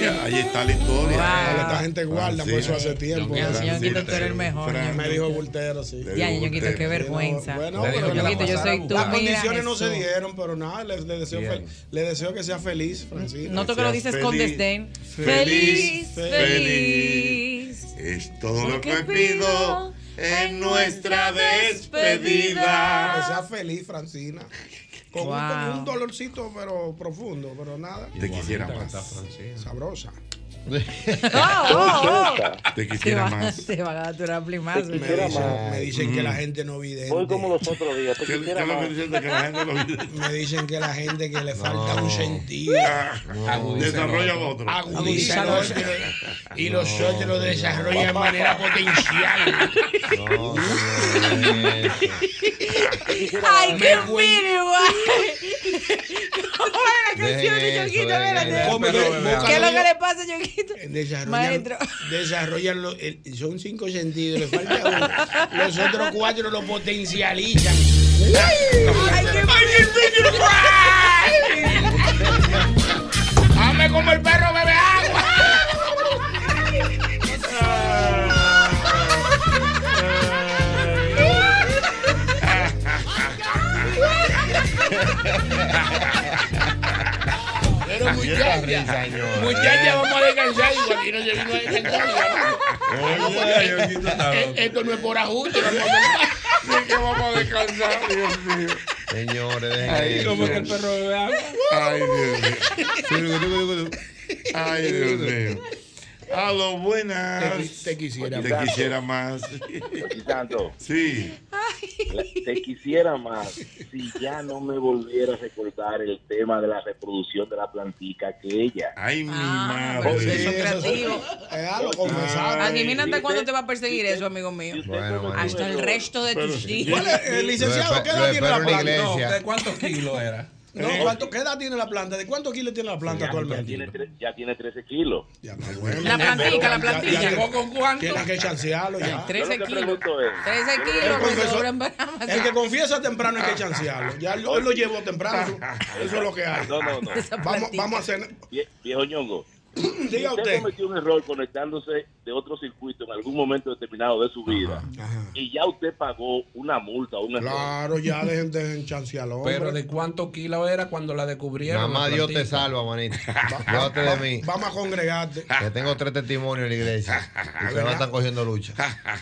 Speaker 2: Ya, ahí está la historia.
Speaker 5: Wow. Esta gente guarda, por eso hace tiempo.
Speaker 13: Ñonguito,
Speaker 5: Francina,
Speaker 13: Ñonguito, tú eres el mejor,
Speaker 5: Fran- Me
Speaker 13: Ñonguito.
Speaker 5: dijo Bultero, sí.
Speaker 13: Ya, Ñonguito, qué vergüenza.
Speaker 5: Bueno,
Speaker 13: Te dijo
Speaker 5: pero
Speaker 13: que la Ñonguito, yo pasara soy tu
Speaker 5: Las
Speaker 13: amiga,
Speaker 5: condiciones no se
Speaker 13: Jesús.
Speaker 5: dieron, pero nada, le, le deseo, fel- le deseo que sea feliz, Francina.
Speaker 13: Noto que lo dices con desdén. Feliz, feliz.
Speaker 2: Es todo lo
Speaker 5: Porque
Speaker 2: que pido en nuestra despedida.
Speaker 5: Que sea feliz, Francina. Con, un-
Speaker 2: Wow.
Speaker 5: con un dolorcito, pero profundo, pero nada.
Speaker 2: Te quisiera más.
Speaker 5: Sabrosa.
Speaker 13: Oh,
Speaker 2: Te quisiera más.
Speaker 3: Te van a dar un
Speaker 5: Me
Speaker 3: plimazo.
Speaker 5: dicen, me dicen que la
Speaker 2: Mm.
Speaker 5: gente no vidente.
Speaker 14: Hoy como los otros días. Te
Speaker 5: ¿Qué-
Speaker 14: quisiera
Speaker 5: qué es lo
Speaker 14: más.
Speaker 5: que dicen de que la gente no Me dicen que la gente que le falta un sentido.
Speaker 2: Desarrolla otro.
Speaker 5: Agudiza el
Speaker 2: Agudiza
Speaker 5: otro. Y los otros lo desarrollan de manera potencial.
Speaker 15: Eh,
Speaker 3: Ay, qué
Speaker 5: Me cuen-
Speaker 3: mínimo. ¿Cómo es la canción de
Speaker 5: Dejen eso,
Speaker 3: Yoquito?
Speaker 5: dejen
Speaker 3: Espérate.
Speaker 5: eso. Come, come,
Speaker 3: ¿Qué es lo que
Speaker 5: come.
Speaker 3: le pasa a Yoquito?
Speaker 5: Desarrollan,
Speaker 3: Maestro.
Speaker 5: desarrollan lo- el- son cinco sentidos, le falta uno. Los otros cuatro lo potencializan.
Speaker 16: Ay, qué
Speaker 5: ¡Hame como el perro bebe agua! Pero muchacha, muchacha, vamos a descansar. Digo, aquí no se vino a descansar. Vamos a descansar. Eh, Esto no es por ajuste. no es por-
Speaker 2: que vamos a descansar, Dios mío.
Speaker 4: Señores, dejen
Speaker 5: Ay,
Speaker 4: eso.
Speaker 5: como que el perro bebe agua.
Speaker 2: Ay, Dios mío. Ay, Dios mío. A lo buenas.
Speaker 5: Te, qui- te quisiera.
Speaker 2: Te
Speaker 5: más.
Speaker 2: quisiera más.
Speaker 11: Tanto.
Speaker 2: Sí.
Speaker 5: Ah,
Speaker 11: Te quisiera más si ya no me volviera a recordar el tema de la reproducción de la plantica aquella.
Speaker 2: Ay, mi
Speaker 11: madre.
Speaker 5: Eh,
Speaker 3: Déjalo,
Speaker 11: confesado.
Speaker 3: Ah, Adivínate cuándo te va a perseguir eso, amigo mío. Hasta el resto de tus días.
Speaker 5: licenciado, ¿qué edad tiene la planta? No, ¿de
Speaker 7: cuántos kilos era?
Speaker 5: No, ¿Eh? ¿cuánto, ¿qué edad tiene la planta? ¿De cuántos kilos tiene la planta actualmente?
Speaker 11: Ya tiene, tre- ya tiene 13 kilos.
Speaker 3: La plantica, la
Speaker 5: Ya,
Speaker 3: plantilla.
Speaker 5: ya, ya.
Speaker 7: ¿Con cuánto?
Speaker 5: Tienen que chancearlo ya.
Speaker 3: 13 kilos. 13
Speaker 5: El
Speaker 3: kilos me
Speaker 5: confesor-
Speaker 3: sobran para más.
Speaker 5: El que confiesa temprano hay que chancearlo. Ya lo- él lo llevó temprano. Eso es lo que hay.
Speaker 11: No, no, no.
Speaker 5: Vamos, vamos a hacer.
Speaker 11: Vie- Viejo ñongo.
Speaker 5: Diga usted.
Speaker 11: si usted cometió un error conectándose de otro circuito en algún momento determinado de su vida y ya usted pagó una multa o un error.
Speaker 5: Claro, ya dejen, dejen chancearlo. hombre.
Speaker 7: Pero de cuántos kilos era cuando la descubrieron.
Speaker 4: Mamá,
Speaker 7: la
Speaker 4: Dios te
Speaker 7: plantica?
Speaker 4: salva, manito. Llévate de mí.
Speaker 5: Vamos a congregarte.
Speaker 4: Que tengo tres testimonios en la iglesia. Y se van a estar cogiendo lucha.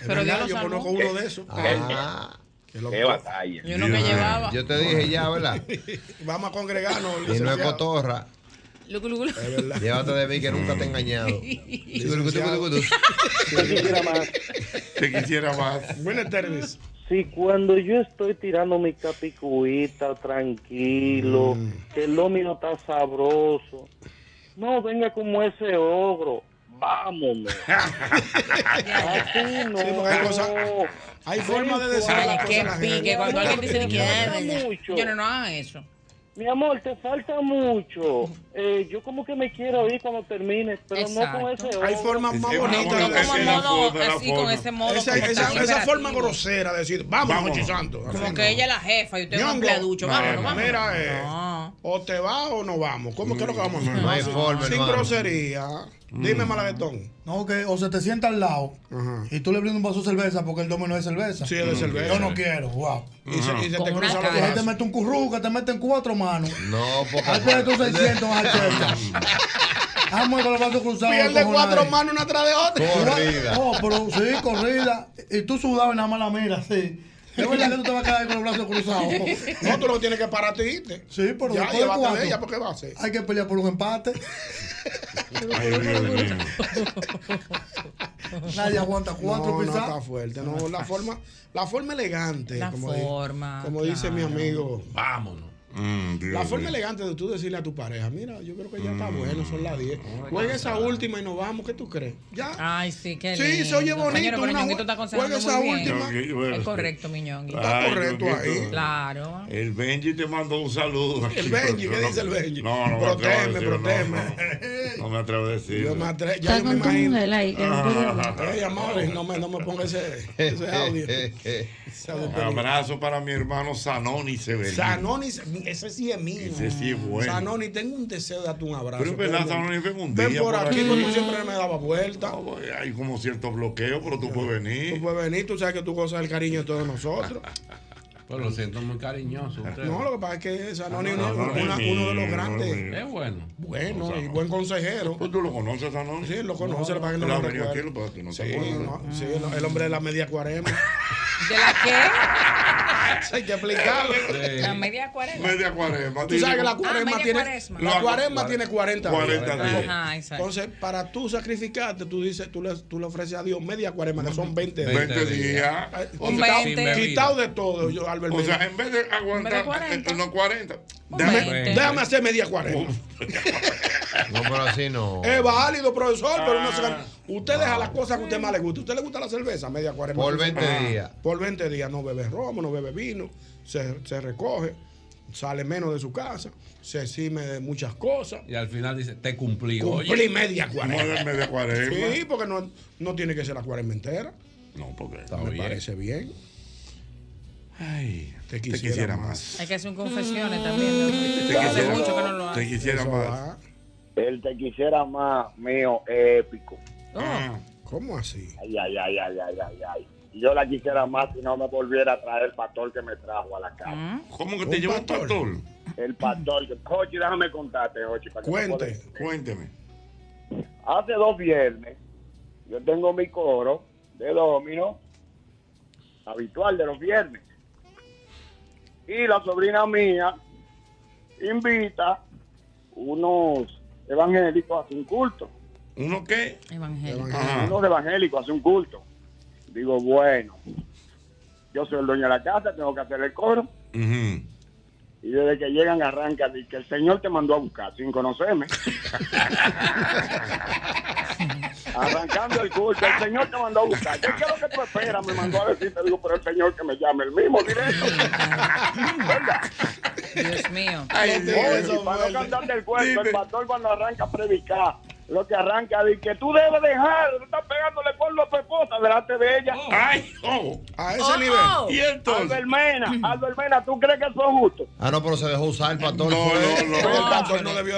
Speaker 5: Pero Dios yo conozco uno de esos.
Speaker 4: Ah.
Speaker 11: Qué batalla.
Speaker 5: Yo no me llevaba.
Speaker 4: Yo te dije ya, ¿verdad?
Speaker 5: Vamos a congregarnos.
Speaker 4: Y no es
Speaker 5: licenciado.
Speaker 4: cotorra.
Speaker 3: Lucu, lucu, lucu.
Speaker 4: Llévate de mí que nunca te he engañado.
Speaker 2: Te quisiera más.
Speaker 5: Buenas tardes.
Speaker 14: Si cuando yo estoy tirando mi capicuita tranquilo,
Speaker 5: Mm.
Speaker 14: que el lomi no está sabroso, no venga como ese ogro, vámonos. Así no.
Speaker 5: Sí, porque hay cosas- hay forma de decir
Speaker 3: Ay,
Speaker 5: las cosas
Speaker 3: qué
Speaker 5: a la gente.
Speaker 3: pique. Cuando alguien dice de que
Speaker 5: Falta
Speaker 3: "Ay, verdad".
Speaker 14: mucho.
Speaker 3: Yo no, no hagan eso.
Speaker 14: Mi amor, te falta mucho. Eh, yo como que me quiero ir cuando termine, pero
Speaker 3: Exacto.
Speaker 14: no con ese ogro.
Speaker 5: Hay formas más
Speaker 14: Es una
Speaker 5: bonitas
Speaker 14: buena-
Speaker 5: de
Speaker 14: es
Speaker 5: decir.
Speaker 14: la forma, la forma.
Speaker 5: Esa,
Speaker 3: como
Speaker 5: esa,
Speaker 3: tan
Speaker 5: esa forma
Speaker 3: imperativo.
Speaker 5: grosera de decir, vamos, Jochi Santo. Así
Speaker 3: Como
Speaker 5: no.
Speaker 3: que ella es la jefa y usted es un
Speaker 5: Ñongo,
Speaker 3: empleaducho.
Speaker 5: no,
Speaker 3: Vámonos,
Speaker 5: no,
Speaker 3: vámonos.
Speaker 5: Mira, eh, o te vas o no vamos. ¿Cómo que es lo que vamos a hacer?
Speaker 4: No hay forma,
Speaker 5: Sin
Speaker 4: hermano. Mm.
Speaker 5: grosería. Dime, Malaguetón.
Speaker 1: No, que o se te sienta al lado y tú le brindas un vaso de cerveza porque el domo no es cerveza.
Speaker 5: Sí, es de cerveza.
Speaker 1: Yo no quiero, guau.
Speaker 5: Y, se- y se te
Speaker 1: Con
Speaker 5: cruza
Speaker 1: una
Speaker 5: la
Speaker 1: cara. Ahí te
Speaker 5: cabeza.
Speaker 1: mete un curruca, te meten cuatro manos.
Speaker 4: No, porque.
Speaker 1: Hazte de tus 600 más checa. Hazme con Ah, los vasos cruzados.
Speaker 5: Pierde
Speaker 1: cojones.
Speaker 5: cuatro manos una tras de otra.
Speaker 1: Tú vas- Oh, pero sí, corrida. Y tú sudado y nada más la miras, sí. Es verdad que tú te vas a quedar con los brazos cruzados.
Speaker 5: No, tú lo tienes que parar a ti. irte.
Speaker 1: Sí, pero
Speaker 5: Ya,
Speaker 1: después de
Speaker 5: llévate
Speaker 1: cuatro,
Speaker 5: de ella, ¿por qué va a hacer?
Speaker 1: Hay que pelear por un empate.
Speaker 2: Ay, Dios mío.
Speaker 1: Nadie aguanta cuatro
Speaker 5: no,
Speaker 1: pisadas.
Speaker 5: No, está fuerte. No, la forma, la forma elegante.
Speaker 1: La
Speaker 5: como di-
Speaker 1: forma,
Speaker 5: como dice mi amigo.
Speaker 7: Vámonos.
Speaker 5: La forma elegante de tú decirle a tu pareja, mira, yo creo que ya está
Speaker 7: Mm.
Speaker 5: bueno, son las 10. Juega esa última y nos vamos, ¿qué tú crees? Ya.
Speaker 3: Ay, sí, qué
Speaker 5: Sí,
Speaker 3: lindo.
Speaker 5: se oye bonito,
Speaker 3: Señores, pero
Speaker 5: una
Speaker 3: Ñonguito
Speaker 5: bu-
Speaker 3: está aconsejando
Speaker 5: juega
Speaker 3: muy
Speaker 5: esa
Speaker 3: bien.
Speaker 5: última.
Speaker 2: Ñonguito, bueno.
Speaker 3: Es correcto, mi Ñonguito.
Speaker 2: Ay, Ñonguito.
Speaker 3: Claro.
Speaker 2: El Benji te mandó un saludo.
Speaker 5: El Benji, ¿qué
Speaker 2: No,
Speaker 5: dice el Benji?
Speaker 2: No, no,
Speaker 5: Proteme,
Speaker 2: me atrevo a decirlo, No, no, no me atrevo a decir.
Speaker 5: Yo me atre- ya yo me imagino.
Speaker 2: Ah.
Speaker 5: Ey, amores, no me, no me ponga ese, ese audio. Esa de
Speaker 2: Un
Speaker 5: peligro.
Speaker 2: abrazo para mi hermano Sanoni Severino.
Speaker 5: Zanoni, ese sí es mío.
Speaker 2: Ese sí es bueno.
Speaker 5: Zanoni, tengo un deseo de darte un abrazo.
Speaker 2: Pero es verdad, Zanoni, ven un día
Speaker 5: por,
Speaker 2: por
Speaker 5: aquí,
Speaker 2: aquí.
Speaker 5: porque tú siempre me dabas vuelta.
Speaker 2: pues, Hay como cierto bloqueo, pero tú puedes venir.
Speaker 5: Tú puedes venir, pues, tú sabes que tú gozas el cariño de todos nosotros.
Speaker 7: Pues lo siento muy cariñoso. usted.
Speaker 5: No, lo que pasa es que Zanoni es
Speaker 7: Ah, No, no, no, no,
Speaker 5: una-
Speaker 7: no,
Speaker 5: uno de los
Speaker 7: no,
Speaker 5: grandes.
Speaker 7: Es bueno.
Speaker 5: Bueno, y buen consejero.
Speaker 2: ¿Tú lo conoces, Zanoni?
Speaker 5: Sí, lo conoce, lo que pasa es que
Speaker 2: Él
Speaker 5: no
Speaker 2: ha
Speaker 5: lo
Speaker 2: venido aquí,
Speaker 5: recuerdo.
Speaker 2: lo que
Speaker 7: pues,
Speaker 2: pasa es que no
Speaker 5: Sí,
Speaker 2: te acuerdas.
Speaker 5: no, sí, el- el hombre de la media cuarema.
Speaker 3: ¿De la qué?
Speaker 5: Hay que explicarlo.
Speaker 3: La media cuarenta.
Speaker 2: Media cuaresma.
Speaker 5: Tú sabes que la
Speaker 3: Ah,
Speaker 5: cuaresma
Speaker 3: media
Speaker 5: tiene.
Speaker 3: cuaresma.
Speaker 5: La
Speaker 3: La-
Speaker 5: cuaresma tiene 40 días.
Speaker 2: 40 días.
Speaker 3: Ajá, exacto.
Speaker 5: Entonces, para tú sacrificarte, tú dices, tú le, tú le ofreces a Dios media cuaresma, que son 20 días.
Speaker 2: 20 Mm, días.
Speaker 5: Eh,
Speaker 2: Un
Speaker 5: quitado-
Speaker 2: 20.
Speaker 5: Quitado de todo, yo, Albert.
Speaker 2: O sea,
Speaker 5: Mena.
Speaker 2: en vez de aguantar eh, eh, no 40,
Speaker 5: Déjame, déjame hacer media cuaresma.
Speaker 4: No, pero así no.
Speaker 5: Es válido, profesor, pero no se gana. Usted deja las cosas que a usted más le gusta. ¿Usted le gusta la cerveza? Media cuaresma.
Speaker 4: Por
Speaker 5: Usted se-
Speaker 4: 20
Speaker 5: Ah.
Speaker 4: días.
Speaker 5: Por 20 días no bebe romo, no bebe vino, se, se recoge, sale menos de su casa, se exime de muchas cosas.
Speaker 7: Y al final dice, te cumplí.
Speaker 5: Cumplí
Speaker 7: oye.
Speaker 5: media cuaresma.
Speaker 2: media cuaresma.
Speaker 5: Sí, porque no, no tiene que ser la cuaresma entera.
Speaker 2: No, pues. porque
Speaker 5: me parece bien.
Speaker 2: Ay, te
Speaker 5: quisiera
Speaker 2: más.
Speaker 3: Hay que hacer un confesiones también. ¿no? Hace
Speaker 6: quisiera-
Speaker 3: mucho que no lo hago.
Speaker 2: Te quisiera más.
Speaker 6: El te quisiera más mío épico.
Speaker 2: Ah.
Speaker 5: ¿Cómo así?
Speaker 6: Ay, ay, ay, ay, ay, ay, ay. Yo la quisiera más si no me volviera a traer el pastor que me trajo a la casa.
Speaker 2: ¿Cómo que te llevó ¿Ah? un pastor?
Speaker 6: El pastor. que- Jochi, déjame contarte, Jochi. para que no puedes-
Speaker 2: Cuente, cuénteme.
Speaker 6: Hace dos viernes, yo tengo mi coro de domino habitual de los viernes. Y la sobrina mía invita unos evangélicos a hacer un culto.
Speaker 2: ¿Uno qué? Ah.
Speaker 3: Evangélico.
Speaker 6: Ajá. Unos evangélicos a hacer un culto. Digo, bueno, yo soy el dueño de la casa, tengo que hacer el coro. Y desde que llegan arranca, dice que el Señor te mandó a buscar sin conocerme. Arrancando el culto, el Señor te mandó a buscar. ¿Qué es lo que tú esperas? Me mandó a decir, te digo, pero el Señor que me llame, el mismo directo.
Speaker 3: Dios mío.
Speaker 6: Ay, Dios, y para no cantarte el cuento, el pastor cuando arranca a predicar, lo que arranca dice que tú debes dejar, tú estás pegándole por los esposa delante de ella.
Speaker 2: Ay, oh.
Speaker 5: A
Speaker 4: ese nivel.
Speaker 6: ¿Y entonces? Mm. Aldo Hermena, Aldo Hermena, ¿tú crees que eso es justo?
Speaker 4: Ah, no, pero se dejó usar el pastor.
Speaker 5: No,
Speaker 4: fue.
Speaker 5: no, no. El pastor no debió.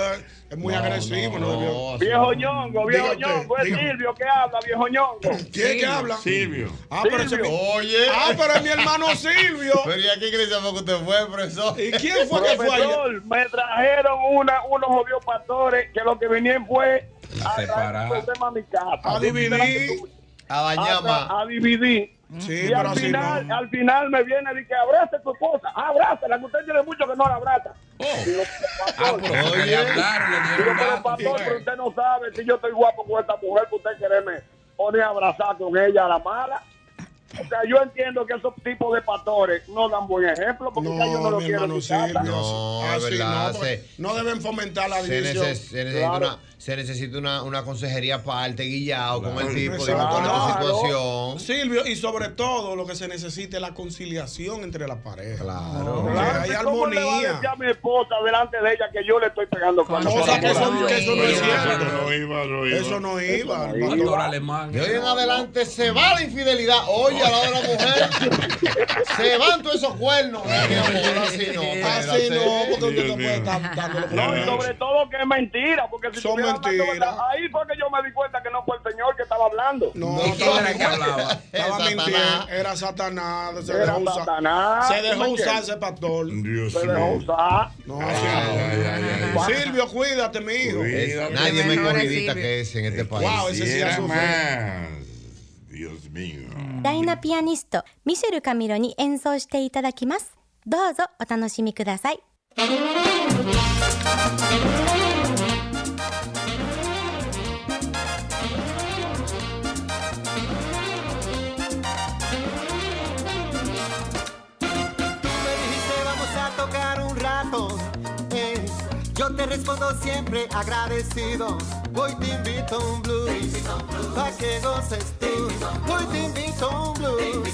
Speaker 5: Es muy agresivo, no, debió.
Speaker 6: Viejo ñongo, viejo
Speaker 5: Diga usted,
Speaker 6: ñongo, es
Speaker 5: diga.
Speaker 6: Silvio que habla, viejo ñongo.
Speaker 5: ¿Quién es que habla?
Speaker 2: Silvio.
Speaker 5: Ah, pero ese
Speaker 6: Silvio.
Speaker 4: Oye.
Speaker 5: Ah, pero es mi hermano Silvio.
Speaker 4: Pero ¿y a qué iglesia fue que usted fue, profesor?
Speaker 5: ¿Y quién fue que fue allá?
Speaker 6: Profesor, me trajeron una, unos obvios pastores que lo que venían fue a
Speaker 7: separar.
Speaker 6: traer el tema a mi casa.
Speaker 5: A dividir.
Speaker 4: A
Speaker 6: A, tra- a dividir.
Speaker 5: Sí,
Speaker 6: y
Speaker 5: pero
Speaker 6: al
Speaker 5: así
Speaker 6: final,
Speaker 5: no.
Speaker 6: al final me viene y dice, abraza a tu esposa, abrázala, que usted tiene mucho que no la abraza.
Speaker 5: Oh.
Speaker 6: Digo, pastor,
Speaker 7: Oye. Hablaron, le
Speaker 6: digo,
Speaker 7: dieron
Speaker 6: pero
Speaker 7: datos.
Speaker 6: pastor, pero usted no sabe si yo estoy guapo con esta mujer, que usted quererme poner a abrazar con ella a la mala. O sea, yo entiendo que esos tipos de pastores no dan buen ejemplo porque ya yo no lo
Speaker 5: mi
Speaker 6: quiero en
Speaker 5: hermano
Speaker 6: mi casa.
Speaker 5: Silvio.
Speaker 4: No, es
Speaker 5: así
Speaker 4: verdad,
Speaker 5: Ah, no, porque no deben fomentar la
Speaker 4: Se,
Speaker 5: división.
Speaker 4: neces- se necesita,
Speaker 5: Claro.
Speaker 4: una, se necesita una, una consejería aparte, guillado con el tipo,
Speaker 5: Claro.
Speaker 4: digo, cuál es tu
Speaker 5: Claro.
Speaker 4: situación.
Speaker 5: Silvio, y sobre todo lo que se necesita es la conciliación entre las parejas.
Speaker 4: Claro.
Speaker 5: Que
Speaker 6: Claro,
Speaker 5: hay
Speaker 6: ¿cómo le va a
Speaker 5: armonía.
Speaker 6: decir a mi esposa delante de ella que yo le estoy pegando con
Speaker 5: Cosa que eso, que eso no es cierto.
Speaker 2: No iba, no iba.
Speaker 5: Eso no iba.
Speaker 6: iba.
Speaker 7: Pastor alemán.
Speaker 4: De hoy en adelante se va la infidelidad. Oye, a la hora de la mujer. se van todos esos cuernos. Ay, mi amor, así no.
Speaker 5: Así no, porque usted no
Speaker 4: Dios
Speaker 5: puede
Speaker 4: mío.
Speaker 5: estar dándole
Speaker 6: No, y sobre todo que es mentira, porque si
Speaker 5: Son
Speaker 6: estuviera hablando
Speaker 5: mentiras.
Speaker 6: verdad, ahí fue que yo me di cuenta que no fue el señor que estaba hablando.
Speaker 5: No,
Speaker 7: ¿Y quién era que hablaba?
Speaker 5: Estaba
Speaker 4: Satanás.
Speaker 5: mintiendo, era Satanás, se
Speaker 6: Era
Speaker 5: dejó usar.
Speaker 6: Satanás,
Speaker 5: se dejó usar
Speaker 6: ¿me entiendes?
Speaker 5: ese pastor.
Speaker 2: Dios
Speaker 6: Se dejó
Speaker 2: mío.
Speaker 6: usar.
Speaker 5: No,
Speaker 2: ay,
Speaker 5: Silvio, cuídate, mi hijo.
Speaker 2: Cuídate.
Speaker 4: Nadie me
Speaker 5: Menores,
Speaker 4: corridita
Speaker 5: Silvio.
Speaker 4: que es en este país.
Speaker 5: Wow, ese sí
Speaker 2: Quisiera
Speaker 5: la sufrió.
Speaker 2: más. Dios mío.
Speaker 17: ダイナピアニストミシェル・カミロに演奏していただきますどうぞお楽しみください
Speaker 15: me dijiste vamos a tocar un rato. eh. Yo te respondo siempre agradecido. Hoy te invito a un blues, pa' que goces tú. Hoy te invito a un blues,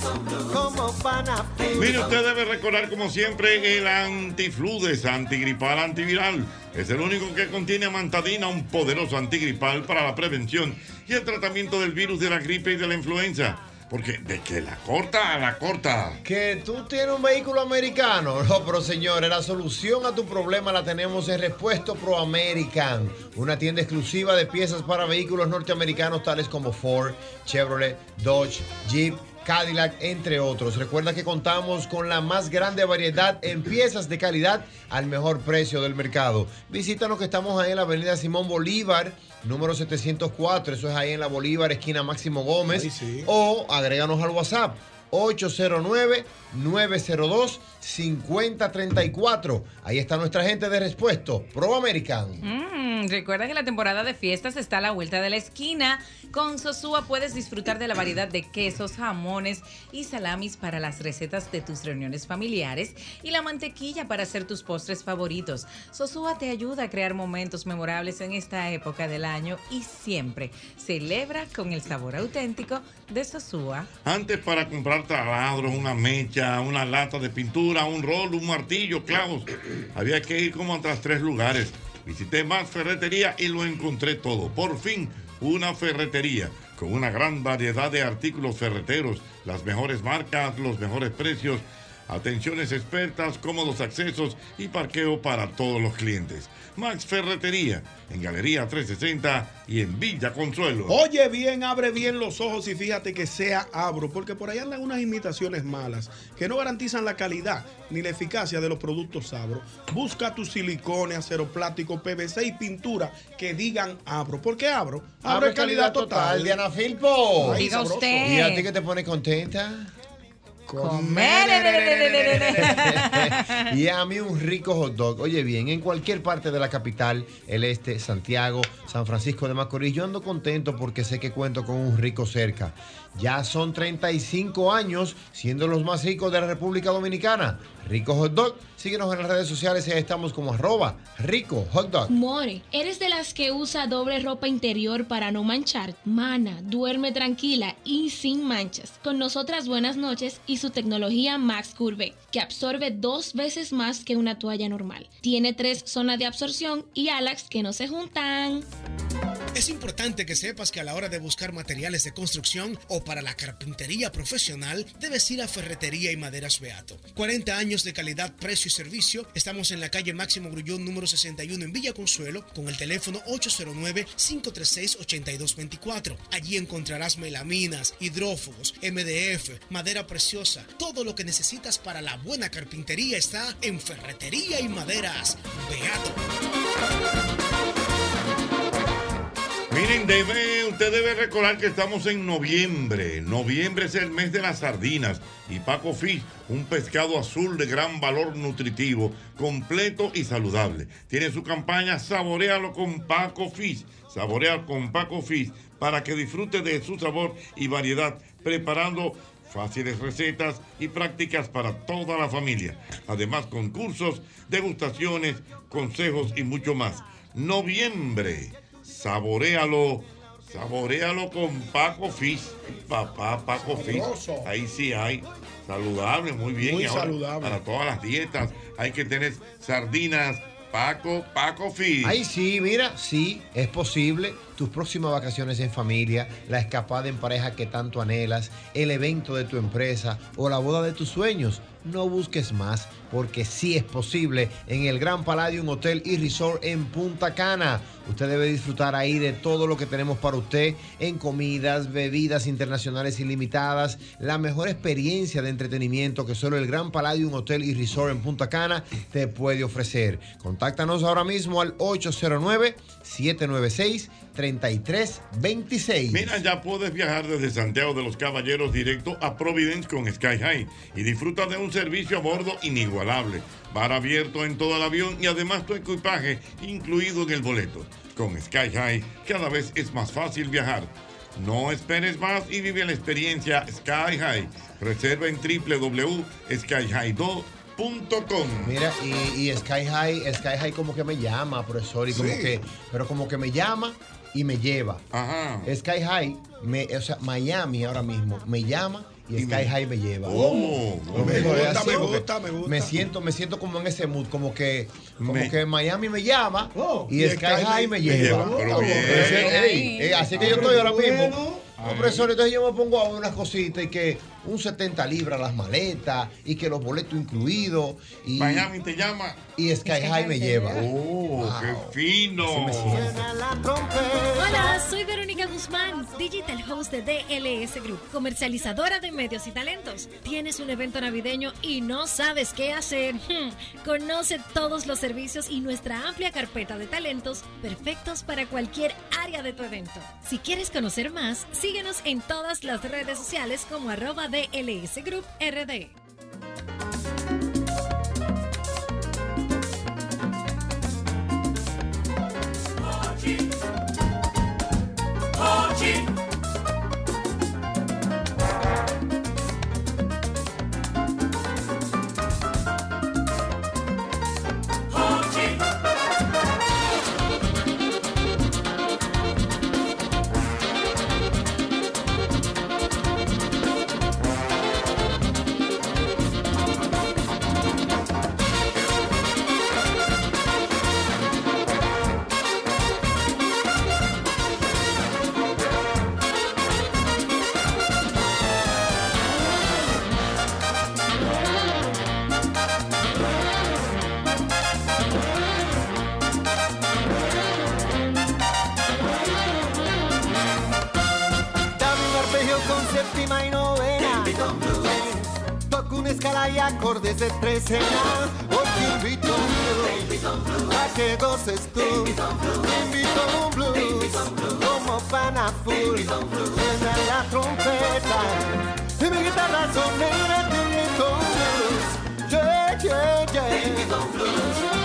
Speaker 15: como pana.
Speaker 2: Mire, usted debe recordar, como siempre, el antifludes, antigripal, antiviral. Es el único que contiene amantadina, un poderoso antigripal para la prevención y el tratamiento del virus de la gripe y de la influenza. Porque de que la corta, la corta.
Speaker 4: Que tú tienes un vehículo americano. No, pero señores, la solución a tu problema la tenemos en Repuesto Pro American, una tienda exclusiva de piezas para vehículos norteamericanos tales como Ford, Chevrolet, Dodge, Jeep. Cadillac, entre otros. Recuerda que contamos con la más grande variedad en piezas de calidad al mejor precio del mercado. Visítanos que estamos ahí en la avenida Simón Bolívar, número 704. Eso es ahí en la Bolívar, esquina Máximo Gómez. O agréganos al WhatsApp 809-902-5034. Ahí está nuestra gente de respuesto, Pro American.
Speaker 3: Mm, recuerda que la temporada de fiestas está a la vuelta de la esquina. Con Sosúa puedes disfrutar de la variedad de quesos, jamones y salamis para las recetas de tus reuniones familiares y la mantequilla para hacer tus postres favoritos. Sosúa te ayuda a crear momentos memorables en esta época del año y siempre celebra con el sabor auténtico de Sosúa.
Speaker 2: Antes para comprar taladros, una mecha, una lata de pintura, un rol, un martillo, clavos, había que ir como a otras tres lugares. Visité más ferretería y lo encontré todo. Por fin, una ferretería con una gran variedad de artículos ferreteros, las mejores marcas, los mejores precios, atenciones expertas, cómodos accesos y parqueo para todos los clientes. Max Ferretería en Galería 360 y en Villa Consuelo.
Speaker 5: Oye bien, abre bien los ojos y fíjate que sea abro, porque por ahí andan unas imitaciones malas que no garantizan la calidad ni la eficacia de los productos abro. Busca tu silicone, acero plástico, PVC y pintura que digan abro. ¿Por qué abro? Abro es calidad total.
Speaker 4: Diana Filpo.
Speaker 5: Ay, sabroso.
Speaker 4: ¿Y a ti que te pone contenta? Y a mí un rico hot dog. Oye bien, en cualquier parte de la capital, el este, Santiago, San Francisco de Macorís, yo ando contento porque sé que cuento con un rico cerca. Ya son 35 años siendo los más ricos de la República Dominicana. Rico hot dog, síguenos en las redes sociales y ahí estamos como arroba rico hot dog.
Speaker 14: More, ¿eres de las que usa doble ropa interior para no manchar? Mana, duerme tranquila y sin manchas. Con nosotras buenas noches y su tecnología Max Curve, que absorbe dos veces más que una toalla normal. Tiene tres zonas de absorción y alax que no se juntan.
Speaker 18: Es importante que sepas que a la hora de buscar materiales de construcción o para la carpintería profesional, debes ir a Ferretería y Maderas Beato. 40 años de calidad, precio y servicio. Estamos en la calle Máximo Grullón número 61 en Villa Consuelo con el teléfono 809-536-8224. Allí encontrarás melaminas, hidrófugos, MDF, madera preciosa. Todo lo que necesitas para la buena carpintería está en Ferretería y Maderas. Beato.
Speaker 2: Miren, debe- usted debe recordar que estamos en noviembre. Noviembre es el mes de las sardinas y Paco Fish, un pescado azul de gran valor nutritivo, completo y saludable. Tiene su campaña Saborealo con Paco Fish. Saborea con Paco Fish para que disfrute de su sabor y variedad, preparando fáciles recetas y prácticas para toda la familia. Además, concursos, degustaciones, consejos y mucho más. Noviembre. Saborealo. Saborealo con Paco Fish. Papá Paco Fish.
Speaker 5: Sabroso.
Speaker 2: Ahí sí hay. Saludable, muy bien.
Speaker 5: Muy
Speaker 2: Y ahora,
Speaker 5: saludable.
Speaker 2: Para todas las dietas hay que tener sardinas. Paco, Paco Fish.
Speaker 4: Ahí sí, mira, sí, es posible. Tus próximas vacaciones en familia, la escapada en pareja que tanto anhelas, el evento de tu empresa o la boda de tus sueños. No busques más, porque sí es posible en el Gran Palladium Hotel y Resort en Punta Cana. Usted debe disfrutar ahí de todo lo que tenemos para usted en comidas, bebidas internacionales ilimitadas, la mejor experiencia de entretenimiento que solo el Gran Palladium Hotel y Resort en Punta Cana te puede ofrecer. Contáctanos ahora mismo al 809-796-3326.
Speaker 2: Mira, ya puedes viajar desde Santiago de los Caballeros directo a Providence con Sky High y disfruta de un servicio a bordo inigualable. Bar abierto en todo el avión y además tu equipaje incluido en el boleto. Con Sky High cada vez es más fácil viajar. No esperes más y vive la experiencia Sky High. Reserva en www.skyhigh2.com.
Speaker 4: Mira, y, y Sky High, Sky High como que me llama, profesor, y como
Speaker 2: Sí.
Speaker 4: que, pero como que me llama y me lleva. Sky High, me, o sea, Miami ahora mismo, me llama y, Sky High me lleva.
Speaker 5: ¿Cómo?
Speaker 4: Lo
Speaker 5: Me
Speaker 4: mejor es
Speaker 5: gusta,
Speaker 4: así,
Speaker 5: me
Speaker 4: porque
Speaker 5: gusta, me gusta.
Speaker 4: Me siento, me siento como en ese mood, como que, como
Speaker 5: Me- Oh.
Speaker 4: que Miami me llama y, Sky, High me, lleva.
Speaker 5: pero
Speaker 4: Como
Speaker 5: bien. Ah,
Speaker 4: que, ey, ey, así que yo estoy ahora mismo.
Speaker 5: Bueno.
Speaker 4: No, profesor, entonces yo me pongo a ver unas cositas y que un 70 libras las maletas y que los boletos incluidos. Y,
Speaker 2: Miami te llama.
Speaker 4: Y Sky High me lleva.
Speaker 2: ¡Oh, qué fino!
Speaker 4: Así me siento.
Speaker 15: Hola, soy
Speaker 19: Soy Verónica Guzmán, digital host de DLS Group, comercializadora de medios y talentos. ¿Tienes un evento navideño y no sabes qué hacer? Hmm, Conoce todos los servicios y nuestra amplia carpeta de talentos perfectos para cualquier área de tu evento. Si quieres conocer más, síguenos en todas las redes sociales como arroba DLS Group RD.
Speaker 15: Dame un arpegio con séptima y novena. Toco una escala y acordes de trecena. Hoy te invito a un blues, a que goces tú. Te invito a un blues, como pana full. Suena la trompeta, y mi guitarra sonera. Te invito a un blues, yeah, yeah, yeah.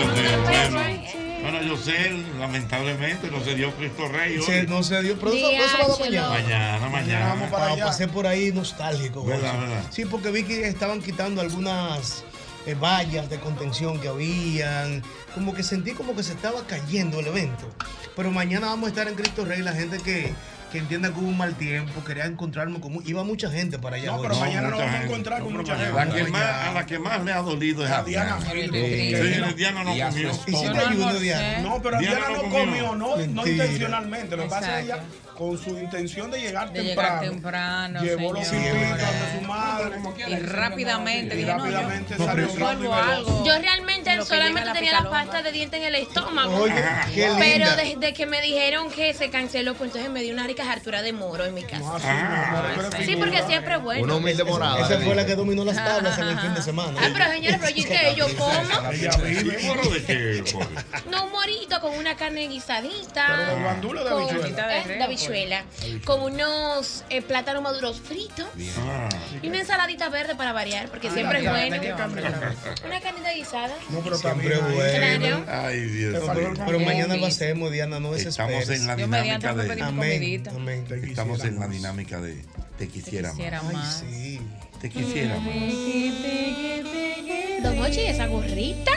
Speaker 2: Dios mío, bueno. Bueno, yo sé, lamentablemente no se dio Cristo Rey hoy.
Speaker 20: Se- no se dio, pero eso, pero eso va a dar mañana.
Speaker 2: Mañana, mañana.
Speaker 20: vamos para allá. Ah, Pasé por ahí nostálgico.
Speaker 2: ¿Verdad,
Speaker 20: Jorge.
Speaker 2: verdad?
Speaker 20: Sí, porque vi que estaban quitando algunas eh, vallas de contención que habían. Como que sentí como que se estaba cayendo el evento. Pero mañana vamos a estar en Cristo Rey. La gente que, que entienda que hubo un mal tiempo, quería encontrarme con... mu- Iba mucha gente para allá.
Speaker 5: No,
Speaker 20: hoy.
Speaker 5: pero mañana nos vamos a encontrar con mucha gente.
Speaker 2: La que más, a la que más le ha dolido es a Diana.
Speaker 5: Frigo,
Speaker 2: Sí,
Speaker 5: porque Diana-
Speaker 2: Diana no
Speaker 5: y a su
Speaker 2: comió.
Speaker 5: estómago. Hiciste ayuno, Diana. No, pero Diana no comió, no- no intencionalmente, lo que pasa es que ella, con su intención de llegar
Speaker 3: De
Speaker 5: temprano.
Speaker 3: llegar temprano,
Speaker 5: llevó los
Speaker 3: señores.
Speaker 5: invitados de su madre.
Speaker 3: Y rápidamente,
Speaker 5: Y
Speaker 3: dije, no, yo
Speaker 5: rápidamente salió
Speaker 3: resuelvo algo.
Speaker 10: Yo realmente
Speaker 3: Lo que llega
Speaker 10: solamente
Speaker 3: la
Speaker 10: tenía la
Speaker 3: picaloma.
Speaker 10: pasta de dientes en el estómago.
Speaker 5: Oye, qué
Speaker 10: pero
Speaker 5: linda.
Speaker 10: desde que me dijeron que se canceló, pues entonces me dio una rica hartura de moro en mi casa.
Speaker 5: Ah,
Speaker 10: sí, porque siempre es bueno.
Speaker 4: humilde morada.
Speaker 20: Esa fue la que dominó las tablas en el fin de semana.
Speaker 10: Ah, pero señores, pero yo, que yo como
Speaker 2: ¿Moro de qué?
Speaker 10: no, un morito con una carne guisadita.
Speaker 2: Pero de guandula o de
Speaker 10: con-
Speaker 2: habichuela.
Speaker 10: eh, de habichuela. Con unos eh, plátanos maduros fritos. Y una ensaladita verde para variar, porque
Speaker 5: Ah,
Speaker 10: siempre es
Speaker 5: la- la-
Speaker 10: bueno.
Speaker 5: la que cambia,
Speaker 10: Una carnita guisada.
Speaker 20: No, pero siempre bueno.
Speaker 2: Ay, Dios
Speaker 20: Pero,
Speaker 2: mío.
Speaker 20: pero mañana lo hacemos, Diana, no
Speaker 2: Estamos
Speaker 20: desesperes.
Speaker 2: en la Yo mediante dinámica voy a de- pedir mi
Speaker 20: Amén,
Speaker 2: comidita.
Speaker 20: amén.
Speaker 2: Estamos en la dinámica de te quisiera,
Speaker 10: quisiera
Speaker 2: más.
Speaker 10: más.
Speaker 20: Ay, sí.
Speaker 2: Te quisiera más.
Speaker 10: Don Ochi, esa gorrita.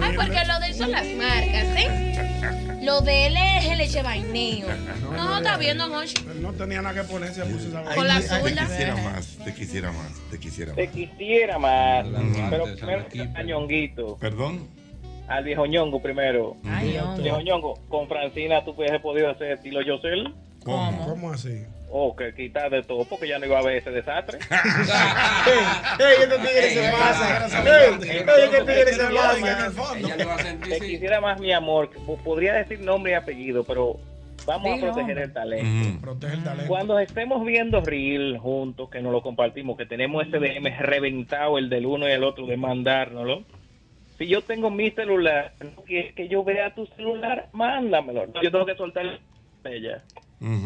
Speaker 10: Ay, porque lo de él son las marcas, ¿eh? Lo de él es el leche vaineo. No, está bien, Don Ochi.
Speaker 5: No tenía nada que ponerse a esa
Speaker 10: Con la
Speaker 2: Te
Speaker 10: zurda.
Speaker 2: quisiera más, te quisiera más, te quisiera
Speaker 21: Te
Speaker 2: más.
Speaker 21: quisiera más. Pero
Speaker 2: antes,
Speaker 21: primero a Ñonguito.
Speaker 2: ¿Perdón?
Speaker 21: Al viejo Ñongo primero.
Speaker 5: Ay, hombre.
Speaker 21: viejo Ñongo, con Francina tú hubieses podido hacer estilo Yosel.
Speaker 5: ¿Cómo? ¿Cómo así?
Speaker 21: O que quitar de todo porque ya no iba a haber ese desastre.
Speaker 5: ¡Ey, estos tigres se pasan! ¡Ey, ey, estos tigres se pasan!
Speaker 21: Te quisiera más mi amor. que po- Podría decir nombre y apellido, pero vamos
Speaker 5: Dilo,
Speaker 21: a proteger
Speaker 5: hombre.
Speaker 21: el talento.
Speaker 5: Protege el talento.
Speaker 21: Cuando estemos viendo Reel juntos, que nos lo compartimos, que tenemos este DM reventado, el del uno y el otro, de mandárnoslo. Si yo tengo mi celular, no quieres que yo vea tu celular, mándamelo. Yo tengo que soltar el de ella.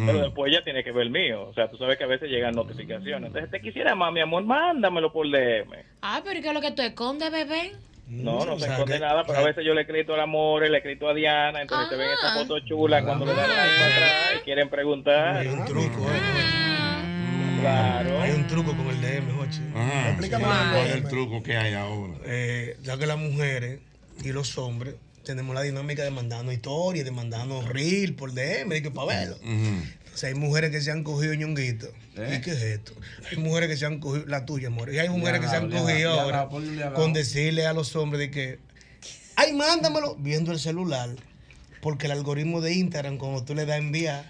Speaker 21: Pero después ella tiene que ver el mío. O sea, tú sabes que a veces llegan notificaciones. Entonces, te quisiera más, mi amor, mándamelo por DM.
Speaker 10: Ah, pero ¿y ¿qué es lo que tú escondes, bebé?
Speaker 21: No, no
Speaker 10: o
Speaker 21: se
Speaker 10: sea,
Speaker 21: esconde
Speaker 10: que-
Speaker 21: nada, pero a veces yo le he escrito al amor, le he escrito a Diana, entonces te ven esa foto chula cuando le dan like para atrás y quieren preguntar. Hay
Speaker 20: un truco, eh.
Speaker 21: Claro.
Speaker 20: Hay un truco con el DM, Jochi.
Speaker 2: Explícame Ah, sí. el ¿Cuál es el truco que hay ahora?
Speaker 20: Eh, ya que las mujeres y los hombres tenemos la dinámica de mandarnos historias, de mandarnos reel por DM, y que para verlo. Entonces hay mujeres que se han cogido ñonguito. ¿Y qué es esto? Hay mujeres que se han cogido, la tuya, amor. Y hay mujeres que se han
Speaker 5: Diabla,
Speaker 20: cogido
Speaker 5: diabla,
Speaker 20: ahora
Speaker 5: ponle un diabla.
Speaker 20: con decirle a los hombres de que, ay, mándamelo, viendo el celular. Porque el algoritmo de Instagram, cuando tú le das a enviar,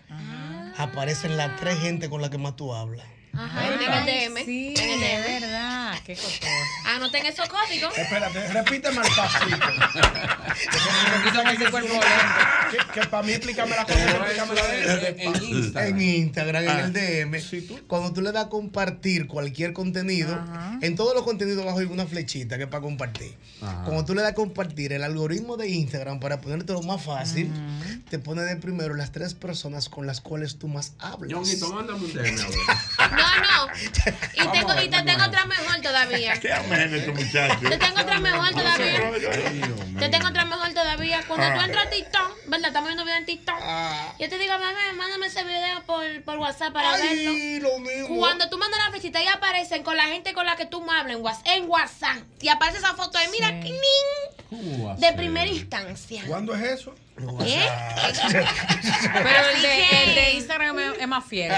Speaker 20: aparecen las tres gente con las que más tú hablas.
Speaker 10: Ajá, en el DM. Sí, en el H&M. DM. verdad. Qué costoso. Anoten esos códigos.
Speaker 5: Espérate, repíteme el pasito.
Speaker 3: Con ese cuerpo lento.
Speaker 5: que, para mí explícame la cosa. explícame la de-
Speaker 20: en Instagram, en,
Speaker 5: Ah.
Speaker 20: el DM, cuando tú le das a compartir cualquier contenido, en todos los contenidos abajo hay una flechita que es para compartir.
Speaker 22: Ah.
Speaker 20: Cuando tú le das a compartir, el algoritmo de Instagram, para ponértelo más fácil, te pone de primero las tres personas con las cuales tú más hablas.
Speaker 7: Ñonguito, mándame un DM ahora.
Speaker 10: No, no. Y, tengo, y te tengo otra mejor todavía.
Speaker 2: Qué amén este muchacho.
Speaker 10: Te tengo otra mejor todavía. Te
Speaker 2: Te
Speaker 10: tengo otra mejor todavía. Cuando tú
Speaker 2: Ah.
Speaker 10: entras a TikTok, ¿verdad? Estamos viendo videos en TikTok.
Speaker 20: Ah.
Speaker 10: Yo te digo, mami, mándame ese video por, por WhatsApp para
Speaker 20: Ay,
Speaker 10: verlo.
Speaker 20: lo mismo.
Speaker 10: Cuando tú mandas la flechita, ahí aparecen con la gente con la que tú me hablas en WhatsApp. En WhatsApp. Y aparece esa foto ahí, mira, ¡cling!
Speaker 3: Ah,
Speaker 10: de primera instancia.
Speaker 5: ¿Cuándo es eso?
Speaker 3: Pero el
Speaker 10: Así
Speaker 3: de,
Speaker 10: que-
Speaker 3: el de Instagram es, es más fiel.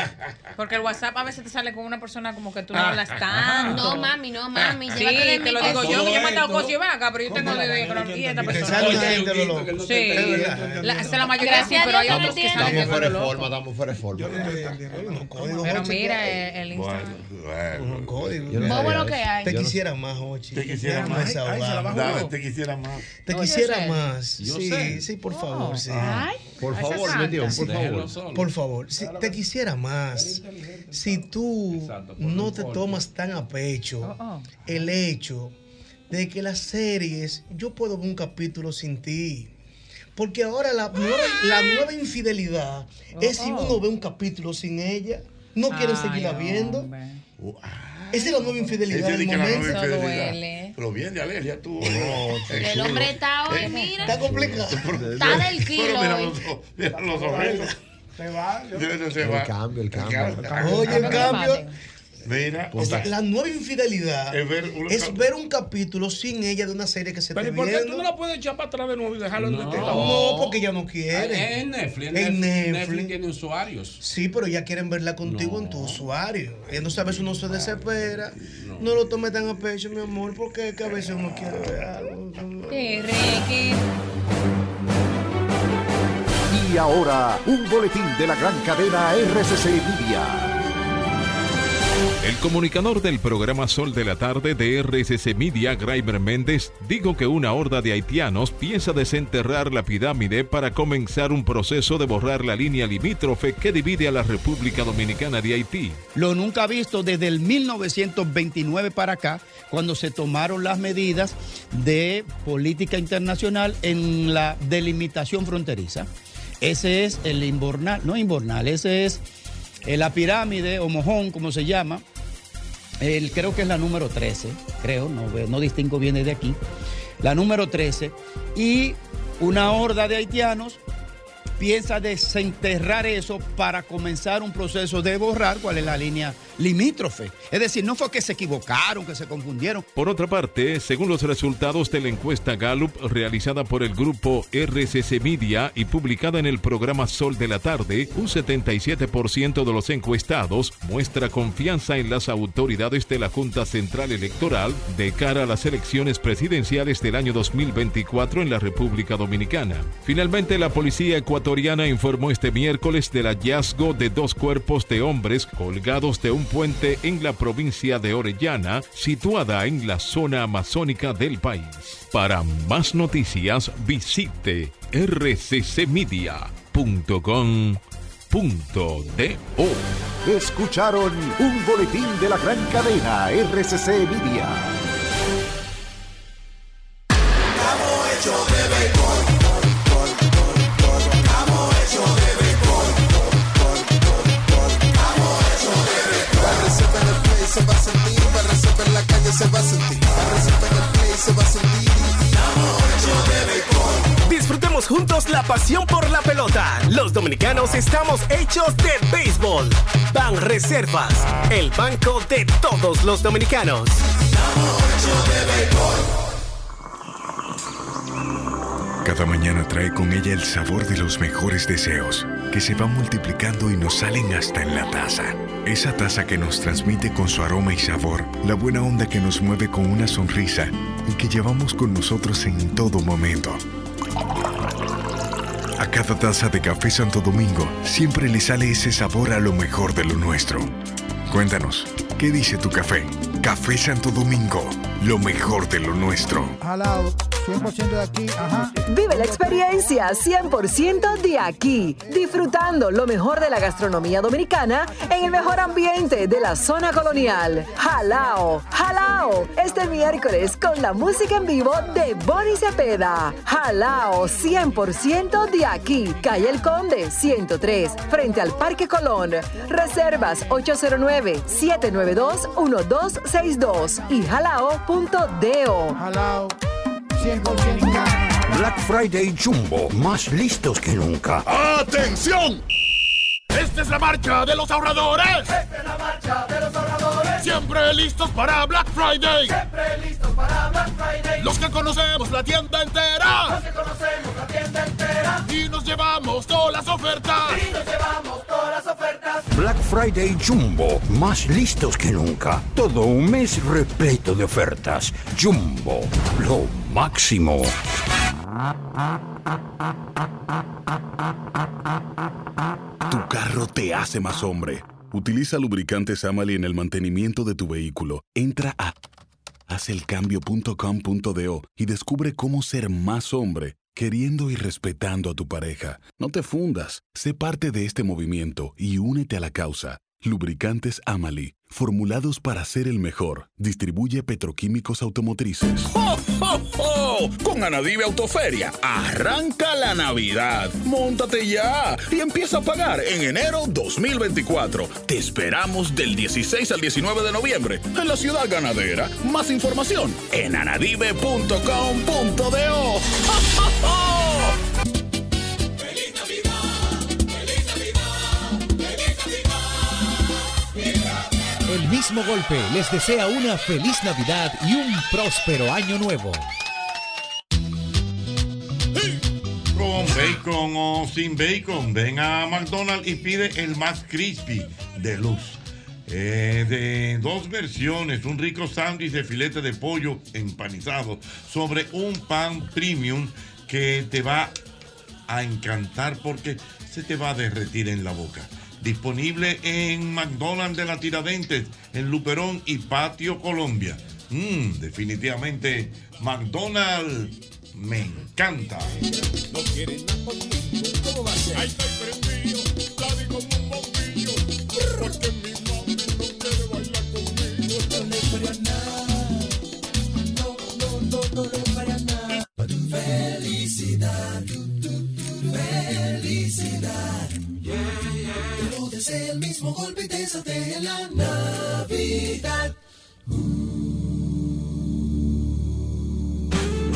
Speaker 3: Porque el WhatsApp a veces te sale con una persona como que tú
Speaker 10: Ah.
Speaker 3: no hablas tanto.
Speaker 10: No, mami, no, mami.
Speaker 3: Sí,
Speaker 10: llévate de
Speaker 3: te
Speaker 10: mí,
Speaker 3: lo
Speaker 10: por
Speaker 3: digo yo,
Speaker 10: favor.
Speaker 3: que yo me he estado cosas y ven acá, pero yo tengo de, de, y esta
Speaker 4: Te
Speaker 3: persona.
Speaker 4: sale una gente de loco.
Speaker 3: Sí,
Speaker 4: Es verdad.
Speaker 3: la, se la mayoría sí,
Speaker 10: Gracias a
Speaker 3: pero hay
Speaker 10: Dios que
Speaker 3: otros que
Speaker 10: no
Speaker 3: salen
Speaker 4: Estamos
Speaker 3: como
Speaker 4: fuera de
Speaker 3: locos.
Speaker 4: forma, estamos fuera de forma.
Speaker 3: Pero mira el, el Instagram.
Speaker 2: Bueno,
Speaker 20: código.
Speaker 4: Yo no
Speaker 20: Bobo
Speaker 4: sabía
Speaker 20: lo que
Speaker 4: eso.
Speaker 20: hay. Te
Speaker 4: Yo no-
Speaker 20: quisiera más, Ochi.
Speaker 4: Te quisiera
Speaker 20: Déjame
Speaker 4: más. Ay,
Speaker 20: desahogarme.
Speaker 4: ay, se la bajó. Dame, te quisiera más.
Speaker 20: Te
Speaker 4: No, yo
Speaker 20: quisiera
Speaker 4: sé.
Speaker 20: más.
Speaker 4: Yo
Speaker 20: sí,
Speaker 4: sé.
Speaker 20: sí, por
Speaker 4: Oh.
Speaker 20: favor, sí.
Speaker 4: Ay. Por Hace favor, falta. Dios, por Déjalo favor. solo.
Speaker 20: Por favor, sí, te quisiera más. Si tú no te tomas tan a pecho el hecho de que las series, yo puedo ver un capítulo sin ti. Porque ahora la nueva, la nueva infidelidad es si
Speaker 1: Oh.
Speaker 20: uno ve un capítulo sin ella, no quieren
Speaker 1: Ay,
Speaker 20: seguirla viendo.
Speaker 2: Uh,
Speaker 20: Esa es la nueva infidelidad
Speaker 2: Ese
Speaker 20: del
Speaker 2: dice que la nueva
Speaker 20: momento.
Speaker 2: infidelidad. Pero bien de Alelia, tú.
Speaker 10: El
Speaker 2: El
Speaker 10: hombre está hoy, mira.
Speaker 20: Eh, Está complicado.
Speaker 10: Está del kilo
Speaker 2: Eh, Mira
Speaker 10: hoy.
Speaker 2: los ojos. Mira los ojos.
Speaker 5: Se va.
Speaker 2: Se
Speaker 4: El
Speaker 2: va.
Speaker 4: cambio, el cambio.
Speaker 20: Oye, en cambio,
Speaker 2: Mira,
Speaker 10: Pues
Speaker 2: o
Speaker 20: o sea,
Speaker 2: sea,
Speaker 20: la nueva infidelidad
Speaker 2: Es
Speaker 20: es
Speaker 2: ver
Speaker 20: ver,
Speaker 2: un-
Speaker 20: un capítulo sin ella de una serie que se
Speaker 7: Pero ¿y
Speaker 20: te
Speaker 7: por qué
Speaker 20: viene.
Speaker 7: tú no la puedes echar para atrás de nuevo y dejarlo en
Speaker 20: No.
Speaker 7: el
Speaker 20: No, porque ella no quiere.
Speaker 7: Es en Netflix. En
Speaker 20: En
Speaker 7: Netflix.
Speaker 20: Netflix.
Speaker 7: Netflix tiene usuarios.
Speaker 20: Sí, pero ya quieren verla contigo en tu usuario. Entonces a veces uno se desespera. No, lo tome tan a pecho, mi amor, porque es que a veces uno quiere ver algo.
Speaker 3: Qué reggae.
Speaker 11: Y ahora, un boletín de la gran cadena RCC Media.
Speaker 12: El comunicador del programa Sol de la Tarde de RCC Media, Graimer Méndez, dijo que una horda de haitianos piensa desenterrar la pirámide para comenzar un proceso de borrar la línea limítrofe que divide a la República Dominicana de Haití.
Speaker 23: lo nunca visto desde el 1929 para acá, cuando se tomaron las medidas de política internacional en la delimitación fronteriza. Ese es el inbornal, no inbornal, ese es eh, la pirámide o mojón, como se llama, el- creo que es la número 13, creo, no, ve- no distingo bien desde aquí, la número 13, y una horda de haitianos piensa desenterrar eso para comenzar un proceso de borrar cuál es la línea limítrofe. Es decir, no fue que se equivocaron, que se confundieron.
Speaker 12: Por otra parte, según los resultados de la encuesta Gallup realizada por el grupo RCC Media y publicada en el programa Sol de la Tarde, un 77% de los encuestados muestra confianza en las autoridades de la Junta Central Electoral de cara a las elecciones presidenciales del año 2024 en la República Dominicana. Finalmente, la policía ecuatoriana informó este miércoles del hallazgo de dos cuerpos de hombres colgados de un puente en la provincia de Orellana, situada en la zona amazónica del país. Para más noticias, visite rccmedia.com.do.
Speaker 11: Escucharon un boletín de la gran cadena RCC Media.
Speaker 24: La receta en el play se va a sentir, la receta en la calle se va a sentir, la receta en el play se va a sentir.
Speaker 9: Disfrutemos juntos la pasión por la pelota. Los dominicanos estamos hechos de béisbol. Ban Reservas, el banco de todos los dominicanos.
Speaker 22: Cada mañana trae con ella el sabor de los mejores deseos, que se van multiplicando y nos salen hasta en la taza. Esa taza que nos transmite con su aroma y sabor, la buena onda que nos mueve con una sonrisa y que llevamos con nosotros en todo momento. A cada taza de café Santo Domingo siempre le sale ese sabor a lo mejor de lo nuestro. Cuéntanos, ¿qué dice tu café? Café Santo Domingo, lo mejor de lo nuestro.
Speaker 25: Jalado,
Speaker 26: 100% de aquí, ajá.
Speaker 27: Vive la experiencia 100% de aquí, disfrutando lo mejor de la gastronomía dominicana en el mejor ambiente de la zona colonial. Jalao, jalao, este miércoles con la música en vivo de Bonnie Cepeda. Jalao 100% de aquí, calle El Conde 103, frente al Parque Colón. Reservas 809-792-1262 y jalao.do. Jalao.
Speaker 26: 100% de aquí.
Speaker 1: Black Friday Jumbo, más listos que nunca.
Speaker 27: ¡Ah!
Speaker 28: ¡Atención! Esta es la marcha de los ahorradores. Esta es la marcha de los ahorradores. Siempre listos para Black Friday. Siempre listos para Black Friday. Los que conocemos la tienda entera. Los que conocemos la tienda entera. Y nos llevamos todas las ofertas. Y nos llevamos todas las ofertas.
Speaker 1: Black Friday Jumbo, más listos que nunca. Todo un mes repleto de ofertas. Jumbo, lo máximo.
Speaker 28: Tu carro te hace más hombre. Utiliza lubricantes Amali en el mantenimiento de tu vehículo. Entra a hacelcambio.com.do y descubre cómo ser más hombre, queriendo y respetando a tu pareja. No te fundas, sé parte de este movimiento y únete a la causa. Lubricantes Amali, formulados para ser el mejor. Distribuye petroquímicos automotrices. ¡Ho, ho, ho! oh, Con Anadive Autoferia, arranca la Navidad. Móntate ya y empieza a pagar en enero 2024. Te esperamos del 16 al 19 de noviembre en la ciudad ganadera. Más información en anadive.com.do.
Speaker 29: ¡Feliz Navidad! ¡Feliz Navidad! ¡Feliz Navidad!
Speaker 30: El mismo golpe les desea una feliz Navidad y un próspero año nuevo.
Speaker 2: Con bacon o sin bacon, ven a McDonald's y pide el más crispy de luz. Eh, de dos versiones, un rico sándwich de filete de pollo empanizado sobre un pan premium que te va a encantar porque se te va a derretir en la boca. Disponible en McDonald's de la Tiradentes, en Luperón y Patio Colombia. Mm, definitivamente, McDonald's me encanta.
Speaker 29: No quieren nada conmigo, ¿cómo va a ser? Ahí estoy prendido, la vi como un bombillo, porque mi mami no quiere bailar conmigo. No le para nada, no, no, no, no le para nada. Felicidad, felicidad. Pero desea el mismo golpe y te satea en la Navidad.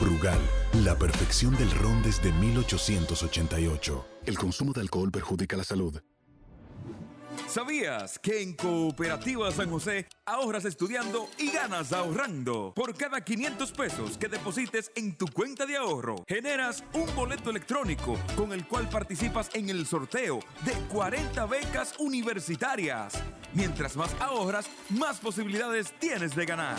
Speaker 28: Brugal, la perfección del ron desde 1888. El consumo de alcohol perjudica la salud.
Speaker 31: ¿Sabías que en Cooperativa San José ahorras estudiando y ganas ahorrando? Por cada 500 pesos que deposites en tu cuenta de ahorro, generas un boleto electrónico con el cual participas en el sorteo de 40 becas universitarias. Mientras más ahorras, más posibilidades tienes de ganar.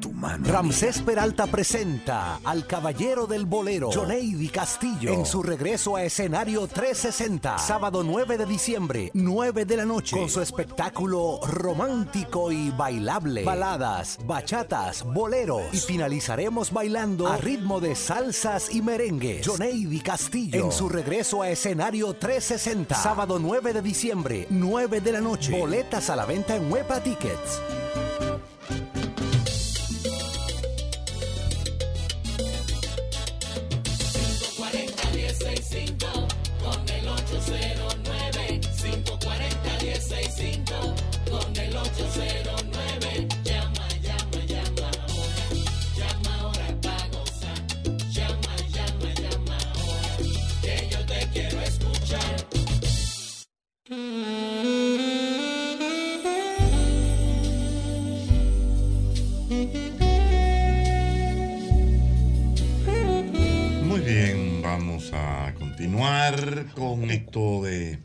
Speaker 31: Tu mano. Ramsés Peralta presenta al caballero del bolero, Johnny Castillo, en su regreso a escenario 360, sábado 9 de diciembre, 9 de la noche, con su espectáculo romántico y bailable, baladas, bachatas, boleros, y finalizaremos bailando a ritmo de salsas y merengues. Johnny Castillo, en su regreso a escenario 360, sábado 9 de diciembre, 9 de la noche, boletas a la venta en Huepa Tickets.
Speaker 29: con el 809 540
Speaker 2: Muy bien, vamos a continuar con esto de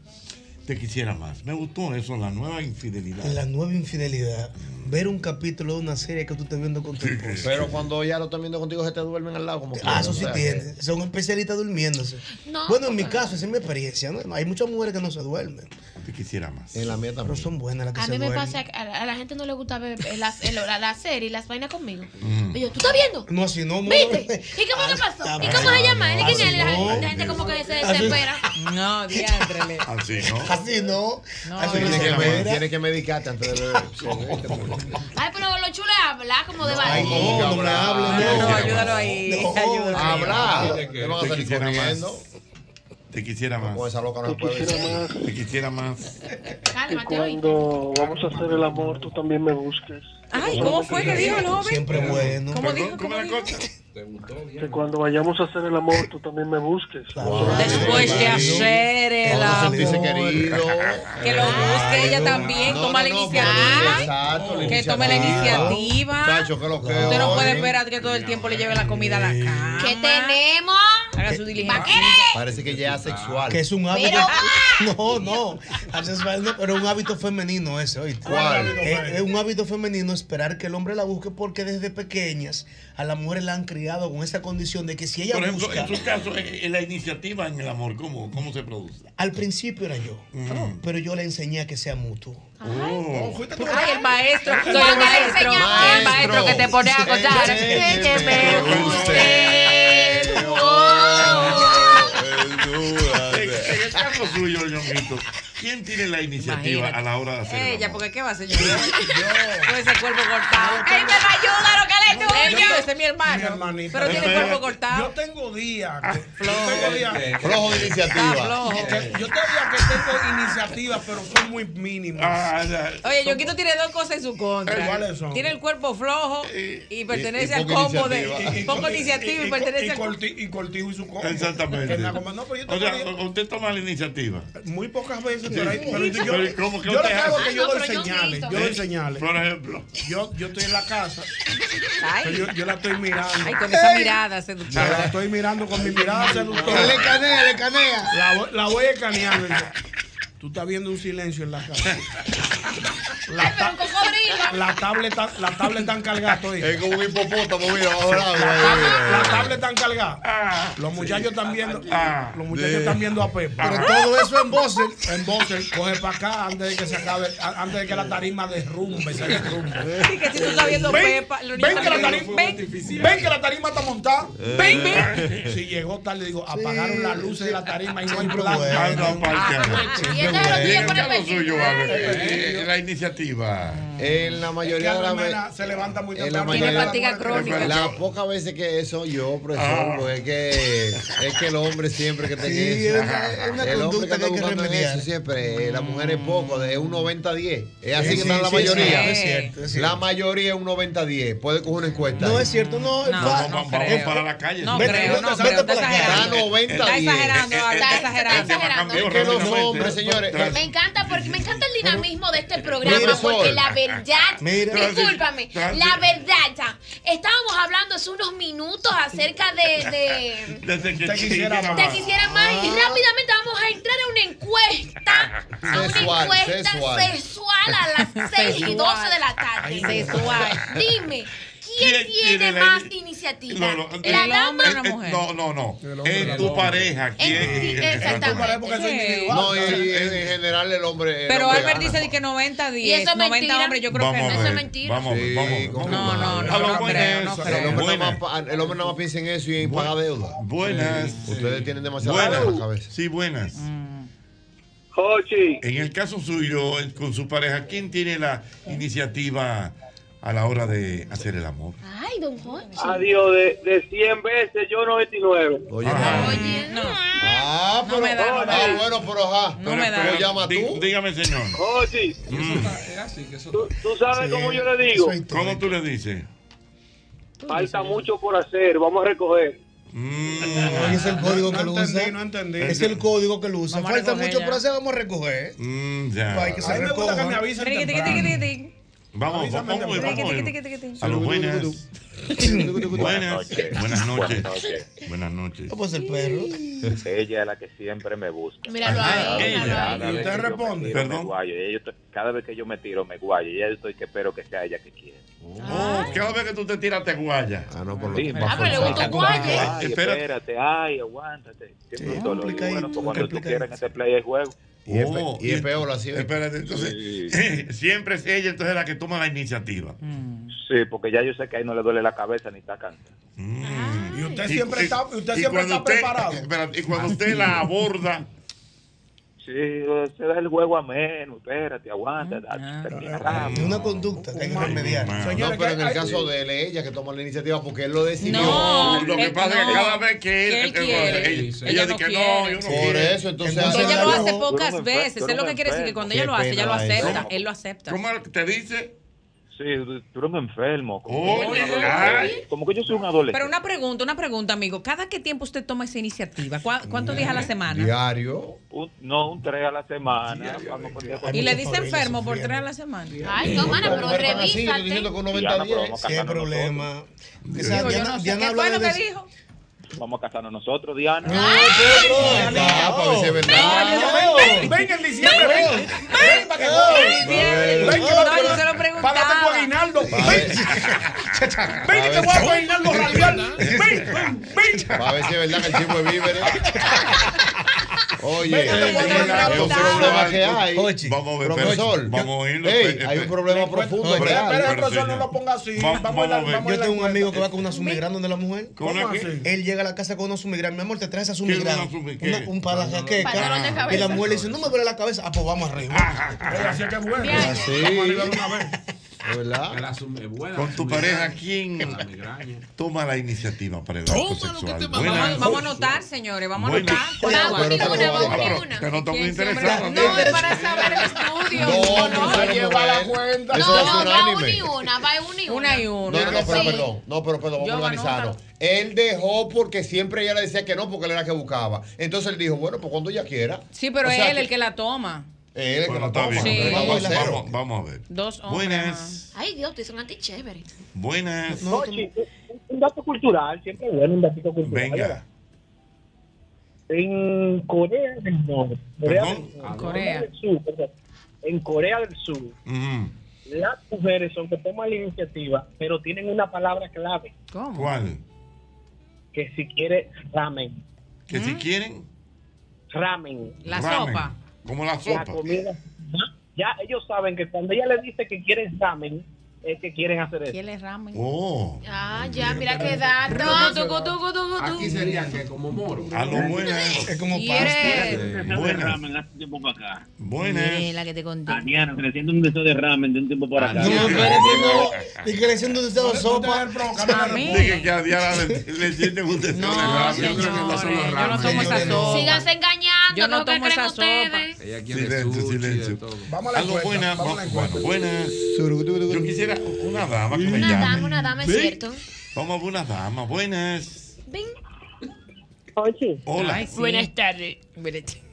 Speaker 2: Te quisiera más. Me gustó eso, la nueva infidelidad.
Speaker 20: La nueva infidelidad. Ver un capítulo de una serie que tú estás viendo con tu esposa.
Speaker 4: Pero cuando ya lo están viendo contigo, se te duermen al lado. Como
Speaker 20: Ah,
Speaker 4: quiera,
Speaker 20: eso
Speaker 4: o
Speaker 20: sí
Speaker 4: sea,
Speaker 20: tiene. Son especialistas durmiéndose.
Speaker 4: No,
Speaker 20: bueno, en mi
Speaker 4: no.
Speaker 20: caso, esa es mi experiencia. ¿no? Hay muchas mujeres que no se duermen.
Speaker 2: Te quisiera más.
Speaker 4: En la mía
Speaker 20: Pero son buenas las que
Speaker 10: A
Speaker 20: se
Speaker 10: mí me
Speaker 20: duermen.
Speaker 10: pasa que a la, a la gente no le gusta ver eh, las, el- la, la serie y las vainas conmigo.
Speaker 20: Mm.
Speaker 10: Y yo, ¿tú estás viendo?
Speaker 20: No, así no, no.
Speaker 10: ¿Viste? ¿Y cómo que pasó? ¿Y cómo se llama? ¿Y quién es? La, la gente como que se desespera.
Speaker 3: No, diántrele.
Speaker 2: Así no.
Speaker 20: Así no.
Speaker 4: Así
Speaker 20: no
Speaker 4: tienes,
Speaker 20: se
Speaker 4: que
Speaker 20: llama.
Speaker 4: med- tienes que medicarte antes de beber. Sí,
Speaker 10: Ay, pero lo chulo es hablar como de
Speaker 4: Ay,
Speaker 10: vaina.
Speaker 4: ¿cómo que hablar?
Speaker 10: ahí.
Speaker 4: Hablar. Te van a salir
Speaker 2: quisiera más.
Speaker 4: corriendo.
Speaker 2: Te quisiera más.
Speaker 4: Con esa loca no se puede
Speaker 21: quisiera
Speaker 4: decir.
Speaker 2: Te quisiera más.
Speaker 10: Cálmate,
Speaker 21: que cuando vamos a hacer el amor, tú también me busques.
Speaker 3: Ay, ¿cómo fue que dijo el joven? Siempre
Speaker 21: bueno.
Speaker 3: ¿Cómo dijo? ¿Cómo dijo?
Speaker 21: Que cuando vayamos a hacer el amor, tú también me busques.
Speaker 3: Después de hacer el amor.
Speaker 4: querido.
Speaker 3: Que lo busque ella también, toma la iniciativa. que tome la iniciativa.
Speaker 4: Chacho, que lo que
Speaker 3: Usted no
Speaker 4: hoy.
Speaker 3: puede esperar que todo el tiempo le lleve la comida a la cama.
Speaker 10: ¿Qué tenemos?
Speaker 3: Haga su diligencia.
Speaker 4: Parece que ya es sexual.
Speaker 20: Que es un hábito. No, no. Asexual no, Pero un hábito femenino ese, ¿oíste?
Speaker 4: ¿Cuál?
Speaker 20: Es, es un hábito femenino esperar que el hombre la busque porque desde pequeñas a las mujeres la han criado con esa condición de que si ella
Speaker 2: Por ejemplo,
Speaker 20: busca.
Speaker 2: en tu caso, eh, eh, la iniciativa en el amor, ¿cómo, cómo se produce?
Speaker 20: Al principio era yo,
Speaker 2: Ujú.
Speaker 20: pero yo le enseñé a que sea mutuo.
Speaker 3: Ay, el maestro, soy
Speaker 10: Cuando
Speaker 3: el
Speaker 10: le
Speaker 3: maestro,
Speaker 10: enseñaba-
Speaker 3: el maestro que te pone a acosar. Enséñeme usted.
Speaker 2: En en el caso suyo, Ñonguito, ¿quién tiene la iniciativa
Speaker 3: Imagínate.
Speaker 2: a la hora de hacer el
Speaker 3: Ella,
Speaker 2: amor?
Speaker 3: Eh, porque ¿qué va a hacer yo? Con ese cuerpo cortado.
Speaker 10: Él me lo ayuda, lo que le es tuyo.
Speaker 3: Ese es mi hermano. Pero tiene el cuerpo Ah, cortado.
Speaker 5: Yo tengo días. que- yo tengo días-
Speaker 4: Flojo de iniciativa.
Speaker 5: Está flojo. Que- Yo tengo días que tengo iniciativas, pero son muy mínimas.
Speaker 3: Ah, Oye, Yoquito tiene dos cosas en su
Speaker 5: Eh,
Speaker 3: contra.
Speaker 5: ¿cuáles son?
Speaker 3: Tiene el cuerpo flojo y pertenece
Speaker 5: y
Speaker 3: al
Speaker 5: poca
Speaker 3: combo de.
Speaker 5: iniciativa.
Speaker 3: y Poco iniciativa y pertenece al combo.
Speaker 5: Corti- y Cortijo y su combo.
Speaker 2: Exactamente.
Speaker 5: En la comba- no, pero yo te
Speaker 2: o sea,
Speaker 5: digo,
Speaker 2: usted toma la iniciativa.
Speaker 5: muy pocas veces,
Speaker 2: Sí.
Speaker 5: pero, ahí- pero yo,
Speaker 2: Pero ¿y cómo que
Speaker 5: yo lo
Speaker 2: usted
Speaker 5: que hago es
Speaker 2: hace?
Speaker 5: que yo
Speaker 2: Ah, no,
Speaker 5: doy
Speaker 2: pero yo
Speaker 5: señales.
Speaker 2: grito.
Speaker 5: Yo doy
Speaker 2: ¿Eh?
Speaker 5: señales.
Speaker 2: Por ejemplo.
Speaker 5: Yo, yo estoy en la casa.
Speaker 3: Ay.
Speaker 5: pero Yo, yo la estoy mirando.
Speaker 3: Ay, con esa
Speaker 5: Ey.
Speaker 3: mirada
Speaker 5: Yo
Speaker 3: seductora.
Speaker 5: la estoy mirando con mi mirada seductora.
Speaker 3: Le
Speaker 20: canea, le canea.
Speaker 5: La, voy- la voy escaneando. Tú estás viendo un silencio en la casa. La, ta- la tablet tan- la tablet están cargada todavía.
Speaker 4: Es como un hipopótamo, mira,
Speaker 5: La
Speaker 4: bajo el agua, ahí,
Speaker 5: tablet-
Speaker 4: mira.
Speaker 5: La tablet están cargada. Los muchachos están viendo.
Speaker 3: Ah,
Speaker 5: Los muchachos
Speaker 4: Sí.
Speaker 5: están viendo a Pepa.
Speaker 20: Pero todo eso en Bosser.
Speaker 5: En Bosser, coge para acá antes de que se acabe, a- antes de que la tarima derrumbe, se derrumbe.
Speaker 3: Sí, que si tú estás viendo
Speaker 5: Ven,
Speaker 3: Pepa, lo único
Speaker 5: ven que la
Speaker 3: que-
Speaker 5: tarima, ven, ven que la tarima está montada.
Speaker 4: Eh.
Speaker 5: Ven, ven. Si llegó tarde, digo, apagaron las luces de la tarima y no hay plan.
Speaker 2: Ay, no, parque.
Speaker 5: Siempre
Speaker 2: Bien,
Speaker 5: bueno.
Speaker 2: el caso suyo, vale. Eh, eh, La iniciativa.
Speaker 4: En la mayoría de las veces.
Speaker 5: se levanta muy
Speaker 4: En la
Speaker 5: temprano.
Speaker 4: mayoría, Las pocas veces que eso yo, profesor,
Speaker 5: Ah.
Speaker 4: porque es que, es que el hombre siempre que tenga
Speaker 5: Sí,
Speaker 4: eso.
Speaker 5: es una- es una
Speaker 4: el hombre
Speaker 5: conducta
Speaker 4: que está
Speaker 5: que hay que
Speaker 4: buscando en
Speaker 5: remediar.
Speaker 4: eso siempre. eh, La mujer es poco, de un 90-10. Es así
Speaker 20: Sí,
Speaker 4: que
Speaker 20: sí,
Speaker 4: está la
Speaker 20: sí,
Speaker 4: mayoría.
Speaker 20: es cierto, es cierto.
Speaker 4: La mayoría es un 90-10. Puede coger una encuesta.
Speaker 20: No es cierto, no.
Speaker 4: No,
Speaker 20: va-
Speaker 4: no, vamos- vamos
Speaker 20: eh,
Speaker 4: para la calle.
Speaker 3: No
Speaker 4: Vete,
Speaker 3: creo, no
Speaker 4: vete,
Speaker 3: creo.
Speaker 4: vete
Speaker 3: Está
Speaker 4: por la
Speaker 3: exagerando.
Speaker 4: calle. Está 90,
Speaker 3: Está
Speaker 4: diez.
Speaker 3: exagerando, está exagerando.
Speaker 4: Es que los hombres, señores.
Speaker 10: Me encanta porque me encanta el dinamismo de este programa
Speaker 4: Mira,
Speaker 10: porque
Speaker 4: Sol.
Speaker 10: la verdad,
Speaker 4: Mira.
Speaker 10: discúlpame,
Speaker 4: Transi-
Speaker 10: la verdad, ya, estábamos hablando hace unos minutos acerca de, de-
Speaker 2: Desde que
Speaker 5: Te quisiera más.
Speaker 10: te quisiera más y
Speaker 4: Ah.
Speaker 10: rápidamente vamos a entrar a una encuesta, a una
Speaker 4: Sexual,
Speaker 10: encuesta
Speaker 4: sexual.
Speaker 10: sexual a las 6 y 12 de la tarde.
Speaker 3: Sexual.
Speaker 10: Dime, ¿quién,
Speaker 2: ¿Quién
Speaker 10: tiene
Speaker 2: tiene la
Speaker 10: más
Speaker 2: ini-
Speaker 10: iniciativa?
Speaker 2: No, no,
Speaker 10: ¿La
Speaker 2: el
Speaker 10: dama?
Speaker 2: Eh, eh, No, no, no. En
Speaker 4: el
Speaker 2: tu
Speaker 4: hombre.
Speaker 2: pareja. ¿Quién? Eh,
Speaker 10: sí, exactamente. Porque eso es individual.
Speaker 4: No, y, y en en general el hombre. el
Speaker 3: Pero
Speaker 4: hombre
Speaker 3: Albert
Speaker 4: gana.
Speaker 3: dice que 90
Speaker 10: Y eso
Speaker 3: 10,
Speaker 10: es
Speaker 3: 90
Speaker 10: mentira.
Speaker 3: hombres, yo creo que
Speaker 2: Vamos a
Speaker 3: no.
Speaker 2: ver, Vamos a ver, vamos a ver.
Speaker 4: No,
Speaker 3: no, no, no creo, no creo.
Speaker 4: El hombre, nada más, pa- el hombre nada más piensa en eso y en pagar deuda.
Speaker 2: Buenas.
Speaker 4: Ustedes tienen demasiado
Speaker 2: Buenas.
Speaker 4: en la cabeza.
Speaker 2: Sí, buenas.
Speaker 21: Mm. Jochi.
Speaker 2: En el caso suyo, eh, con su pareja, ¿quién tiene la iniciativa a la hora de hacer el amor?
Speaker 10: Ay, don Jorge.
Speaker 21: Adiós, Ah, de, de 100 veces, yo 99.
Speaker 4: Oye,
Speaker 10: no.
Speaker 4: Ah, pero.
Speaker 10: me da, no me
Speaker 4: ah,
Speaker 10: da.
Speaker 4: bueno, pero ajá. No
Speaker 2: me da.
Speaker 4: llama
Speaker 2: Dí-
Speaker 4: tú.
Speaker 2: Dígame, señor.
Speaker 21: Jochi. Tú, tú sabes cómo yo le digo.
Speaker 2: ¿Cómo tú le dices?
Speaker 21: Falta mucho por hacer, vamos a recoger.
Speaker 11: Mm.
Speaker 20: Oye, es el código que lo usa. Es el código que lo usa.
Speaker 21: Vamos a
Speaker 20: Falta
Speaker 21: recoger
Speaker 20: mucho
Speaker 21: ya.
Speaker 20: por hacer, vamos a recoger. Pues
Speaker 2: Mm, ya.
Speaker 20: Hay que se
Speaker 5: A mí me gusta que me avisen
Speaker 3: Tiqui, tiqui, tiqui, tiqui, tiqui.
Speaker 2: Vamos, vamos,
Speaker 32: Avísame
Speaker 2: vamos.
Speaker 32: temprano.
Speaker 2: A los buenas. Buenas. Buenas noches.
Speaker 11: Buenas noches.
Speaker 20: ¿Cómo es el perro?
Speaker 11: Ella es la que siempre me busca.
Speaker 20: Míralo a él, míralo a él.
Speaker 11: Cada
Speaker 20: Y
Speaker 11: vez
Speaker 20: usted
Speaker 11: que yo me
Speaker 20: responde.
Speaker 11: tiro, me
Speaker 20: Perdón.
Speaker 11: guayo. Y yo estoy- cada vez que yo me tiro, me guayo. Y ya yo estoy que espero que sea ella que quiera.
Speaker 2: Oh, cada vez que tú te tiras, te guayas.
Speaker 11: Ah, no, por
Speaker 2: lo
Speaker 11: menos.
Speaker 2: Ah, pero le gusta un guaye.
Speaker 11: Ay,
Speaker 2: Espérate.
Speaker 11: espérate, ay, aguántate. Qué bruto, lo digo. Bueno, pues cuando tú quieras que se play el juego.
Speaker 4: Y es,
Speaker 2: Oh,
Speaker 4: pe- y es peor así.
Speaker 2: Espérate, entonces, siempre es ella entonces la que toma la iniciativa.
Speaker 11: Sí, porque ya yo sé que ahí no le duele la cabeza ni está cansada.
Speaker 2: Y
Speaker 1: usted siempre está- usted siempre
Speaker 2: cuando
Speaker 1: está preparado.
Speaker 2: espérate, y cuando usted la aborda,
Speaker 11: Sí, se da el juego a menos, espérate, aguanta.
Speaker 3: Ah,
Speaker 4: Es una conducta que hay que remediar. no, pero en el caso de él, es ella que toma la iniciativa porque él lo decidió.
Speaker 2: No, Lo que él- pasa es que no, cada vez que él- que él él- quiere. ella- ella Ella no dice que no, quiere. yo no
Speaker 4: Por
Speaker 2: quiero.
Speaker 4: eso, entonces.
Speaker 2: Entonces
Speaker 4: hace
Speaker 3: Ella lo
Speaker 4: la-
Speaker 3: hace
Speaker 2: no,
Speaker 3: pocas
Speaker 2: yo no me
Speaker 3: veces. es lo
Speaker 11: enfermo, yo
Speaker 3: que
Speaker 11: no
Speaker 3: quiere
Speaker 11: me
Speaker 3: decir que cuando
Speaker 11: enfermo.
Speaker 3: ella lo hace, ella lo
Speaker 11: Qué pena
Speaker 3: acepta.
Speaker 11: eso.
Speaker 3: Él lo acepta.
Speaker 2: ¿cómo te dice?
Speaker 11: Sí, tú eres un enfermo. Como,
Speaker 3: Oye,
Speaker 11: que yo soy un adolescente. Como que yo soy un adolescente.
Speaker 3: Pero una pregunta, una pregunta, amigo. ¿Cada qué tiempo usted toma esa iniciativa? ¿Cuá- ¿Cuántos días a la semana?
Speaker 4: Diario.
Speaker 11: Un- no, un tres a la semana. Vamos con diez por-
Speaker 3: Y le dice enfermo por tres a la semana.
Speaker 11: eh,
Speaker 10: Ay, no, mana, pero revísate.
Speaker 11: Diana, pero vamos a
Speaker 20: ¿Qué
Speaker 11: casarnos
Speaker 20: problema?
Speaker 11: nosotros.
Speaker 20: Esa Digo, yo Diana- no sé. Diana ¿Qué habló fue lo de que des-
Speaker 3: dijo?
Speaker 11: Vamos a casarnos nosotros, Diana. No,
Speaker 4: Ah, para ver si es
Speaker 11: no.
Speaker 4: verdad.
Speaker 11: Ven,
Speaker 1: Ven en diciembre, ven. Ven, para que
Speaker 4: Ven,
Speaker 1: Ven, ven, que
Speaker 4: no,
Speaker 1: va-
Speaker 4: yo se lo
Speaker 1: Págate tu aguinaldo. Ven, ven, que te voy a poner aguinaldo radial. Ven, ven, ven.
Speaker 4: Para ver si es verdad que el chivo es víveres. Oye,
Speaker 2: Venga, te
Speaker 4: eh,
Speaker 2: voy a
Speaker 4: hay
Speaker 2: dar
Speaker 4: un
Speaker 2: una
Speaker 4: problema
Speaker 2: nota.
Speaker 4: que hay.
Speaker 2: Ochi, Vamos a ver,
Speaker 4: profesor.
Speaker 2: espérate, vamos a oírlo,
Speaker 4: Ey,
Speaker 2: espérate,
Speaker 4: hay un
Speaker 2: espérate.
Speaker 4: problema profundo.
Speaker 2: Pero-
Speaker 4: que hay.
Speaker 2: pero, profesor, no
Speaker 20: lo ponga así.
Speaker 2: vamos a la- vamos a
Speaker 20: Yo
Speaker 2: la
Speaker 20: tengo un amigo que va con una sumigrán donde la mujer.
Speaker 2: ¿Con una qué?
Speaker 20: Él llega a la casa con una sumigrán. Mi amor, te traes esa
Speaker 2: ¿Qué es una
Speaker 20: sumigrán.
Speaker 2: sumi- qué?
Speaker 20: Una- Un para la
Speaker 2: Para dolor de
Speaker 20: jaqueca. Y
Speaker 2: cabeza.
Speaker 20: la mujer le dice, no me duele la cabeza. Ah, pues vamos arriba.
Speaker 1: Pero así es que es bueno.
Speaker 20: Bien.
Speaker 2: Ah,
Speaker 20: Así.
Speaker 1: Vamos arriba de una vez.
Speaker 4: ¿Verdad?
Speaker 2: Con tu pareja, ¿quién toma la iniciativa para el acto sexual?
Speaker 3: Vamos, vamos a anotar, señores. Vamos a
Speaker 2: Buena.
Speaker 3: anotar.
Speaker 2: Vamos,
Speaker 3: Vamos,
Speaker 2: pero-
Speaker 3: vamos,
Speaker 2: pero-
Speaker 3: vamos.
Speaker 2: Te noto muy
Speaker 3: ¿Quién se hombre?
Speaker 2: interesado.
Speaker 3: No, es para saber el
Speaker 10: Oh,
Speaker 3: estudio.
Speaker 4: No,
Speaker 3: No,
Speaker 4: no,
Speaker 3: no,
Speaker 4: lleva la
Speaker 3: cuenta.
Speaker 4: Eso es
Speaker 10: No, va una
Speaker 4: unánime.
Speaker 10: y una, va una y una.
Speaker 3: Una y una.
Speaker 4: No, no, no, pero
Speaker 3: Sí.
Speaker 4: perdón, no, pero perdón, vamos
Speaker 3: Yo,
Speaker 4: a organizarnos. Él dejó porque siempre ella le decía que no, porque él era el que buscaba. Entonces él dijo, bueno, pues cuando ella quiera.
Speaker 3: Sí, pero
Speaker 4: O sea
Speaker 3: es él
Speaker 4: que-
Speaker 3: el que la toma.
Speaker 4: Él el que
Speaker 2: Bueno,
Speaker 4: la
Speaker 2: está
Speaker 4: toma.
Speaker 2: bien.
Speaker 3: Sí.
Speaker 2: Vamos,
Speaker 4: Vamos,
Speaker 2: vamos, vamos a ver.
Speaker 3: Dos hombres.
Speaker 2: Buenas,
Speaker 10: Ay, Dios, te son antichévere.
Speaker 2: buenas.
Speaker 11: Ochi, un- un dato cultural, siempre bueno un dato cultural.
Speaker 2: Venga.
Speaker 11: En Corea del Norte, Corea del Sur,
Speaker 3: Ah, Corea.
Speaker 11: del Sur, perdón, en Corea del Sur, las mujeres son que toman la iniciativa, pero tienen una palabra clave.
Speaker 3: ¿Cómo?
Speaker 2: ¿Cuál?
Speaker 11: Que si quiere ramen.
Speaker 2: Que si quieren.
Speaker 11: Ramen.
Speaker 3: La
Speaker 11: Ramen.
Speaker 3: sopa.
Speaker 2: Como la
Speaker 11: La
Speaker 2: sopa.
Speaker 11: comida. Ya ellos saben que cuando ella le dice que quieren ramen, es que quieren hacer eso.
Speaker 3: ¿Quién le ramen?
Speaker 2: Oh.
Speaker 10: Ah, ya, mira qué dato. Tucu, tucu, tucu, tucu.
Speaker 17: Aquí sería que como moro.
Speaker 2: A lo buenas.
Speaker 20: Es como
Speaker 17: pasta.
Speaker 2: Buenas.
Speaker 17: ramen hace tiempo para acá.
Speaker 3: Sí, la que te conté.
Speaker 17: Diana, creciendo un deseo de ramen de un tiempo
Speaker 2: Ah,
Speaker 17: para acá.
Speaker 20: No, espérate, no. Y que le siento de sopa.
Speaker 2: Dije que a Diana le, le sienten un deseo de ramen. Yo creo que no son los ramen.
Speaker 10: Síganse engañando.
Speaker 3: Yo no
Speaker 10: ¿qué
Speaker 3: tomo
Speaker 10: creen
Speaker 3: esa
Speaker 10: ustedes?
Speaker 2: Silencio, silencio.
Speaker 10: Vamos
Speaker 2: Vamos
Speaker 10: a la
Speaker 2: a lo
Speaker 10: encuesta,
Speaker 2: buenas,
Speaker 10: vamos a la
Speaker 2: vamos- bueno, buenas. Yo quisiera una dama que me
Speaker 10: Una
Speaker 2: llame.
Speaker 10: dama, una dama, es
Speaker 2: ¿Sí?
Speaker 10: cierto.
Speaker 2: Vamos a una dama, buenas.
Speaker 10: Ven.
Speaker 2: Hola.
Speaker 10: Buenas tardes.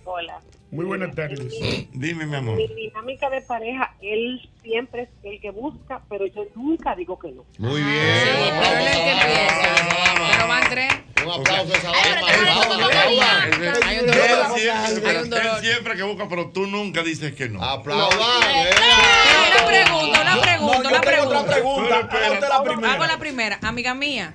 Speaker 8: Hola.
Speaker 2: Muy buenas tardes. Dime, mi amor.
Speaker 8: Mi dinámica de pareja, él siempre es el que busca, pero yo nunca digo que no.
Speaker 4: Muy bien.
Speaker 3: Pero van tres. Ah,
Speaker 4: Un aplauso a esa dama.
Speaker 3: Hay un
Speaker 2: Él
Speaker 3: dolor.
Speaker 2: siempre-
Speaker 3: Hay un dolor.
Speaker 2: Él siempre que busca, pero tú nunca dices que no.
Speaker 4: Aplaudan.
Speaker 3: Una pregunta, una pregunta, una pregunta.
Speaker 2: Pero espérate.
Speaker 3: Hago la primera. Amiga mía.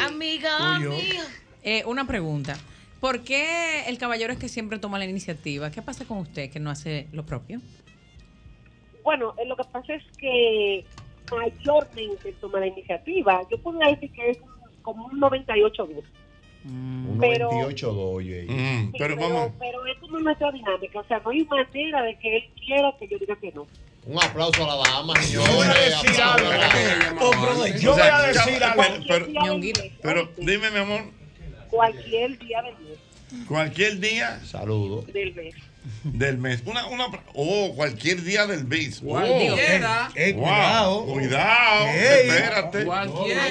Speaker 10: Amiga mía.
Speaker 3: Eh, una pregunta. ¿Por qué el caballero es que siempre toma la iniciativa? ¿Qué pasa con usted que no hace lo propio?
Speaker 8: Bueno, eh, lo que pasa es que mayormente él toma la iniciativa. Yo podría decir que es un- como un 98 10
Speaker 4: Un
Speaker 8: Pero-
Speaker 4: 98 do, oye.
Speaker 8: pero, pero es como nuestra dinámica. O sea, no hay manera de que él quiera que yo diga que no.
Speaker 4: Un aplauso a la dama, señores.
Speaker 8: decir
Speaker 4: Aplausos a la dama.
Speaker 2: O sea, ya-
Speaker 8: Cualquier
Speaker 2: Pero,
Speaker 8: día del mes,
Speaker 2: pero dime, mi amor,
Speaker 8: cualquier día del mes.
Speaker 2: cualquier día.
Speaker 4: Saludos.
Speaker 8: Del mes.
Speaker 2: del mes. Una, una, oh, cualquier día del mes. Oh.
Speaker 1: Cualquiera.
Speaker 2: Eh, eh,
Speaker 1: Wow.
Speaker 2: cuidado. Cuidado.
Speaker 1: Ey.
Speaker 2: Espérate.
Speaker 1: Cualquiera.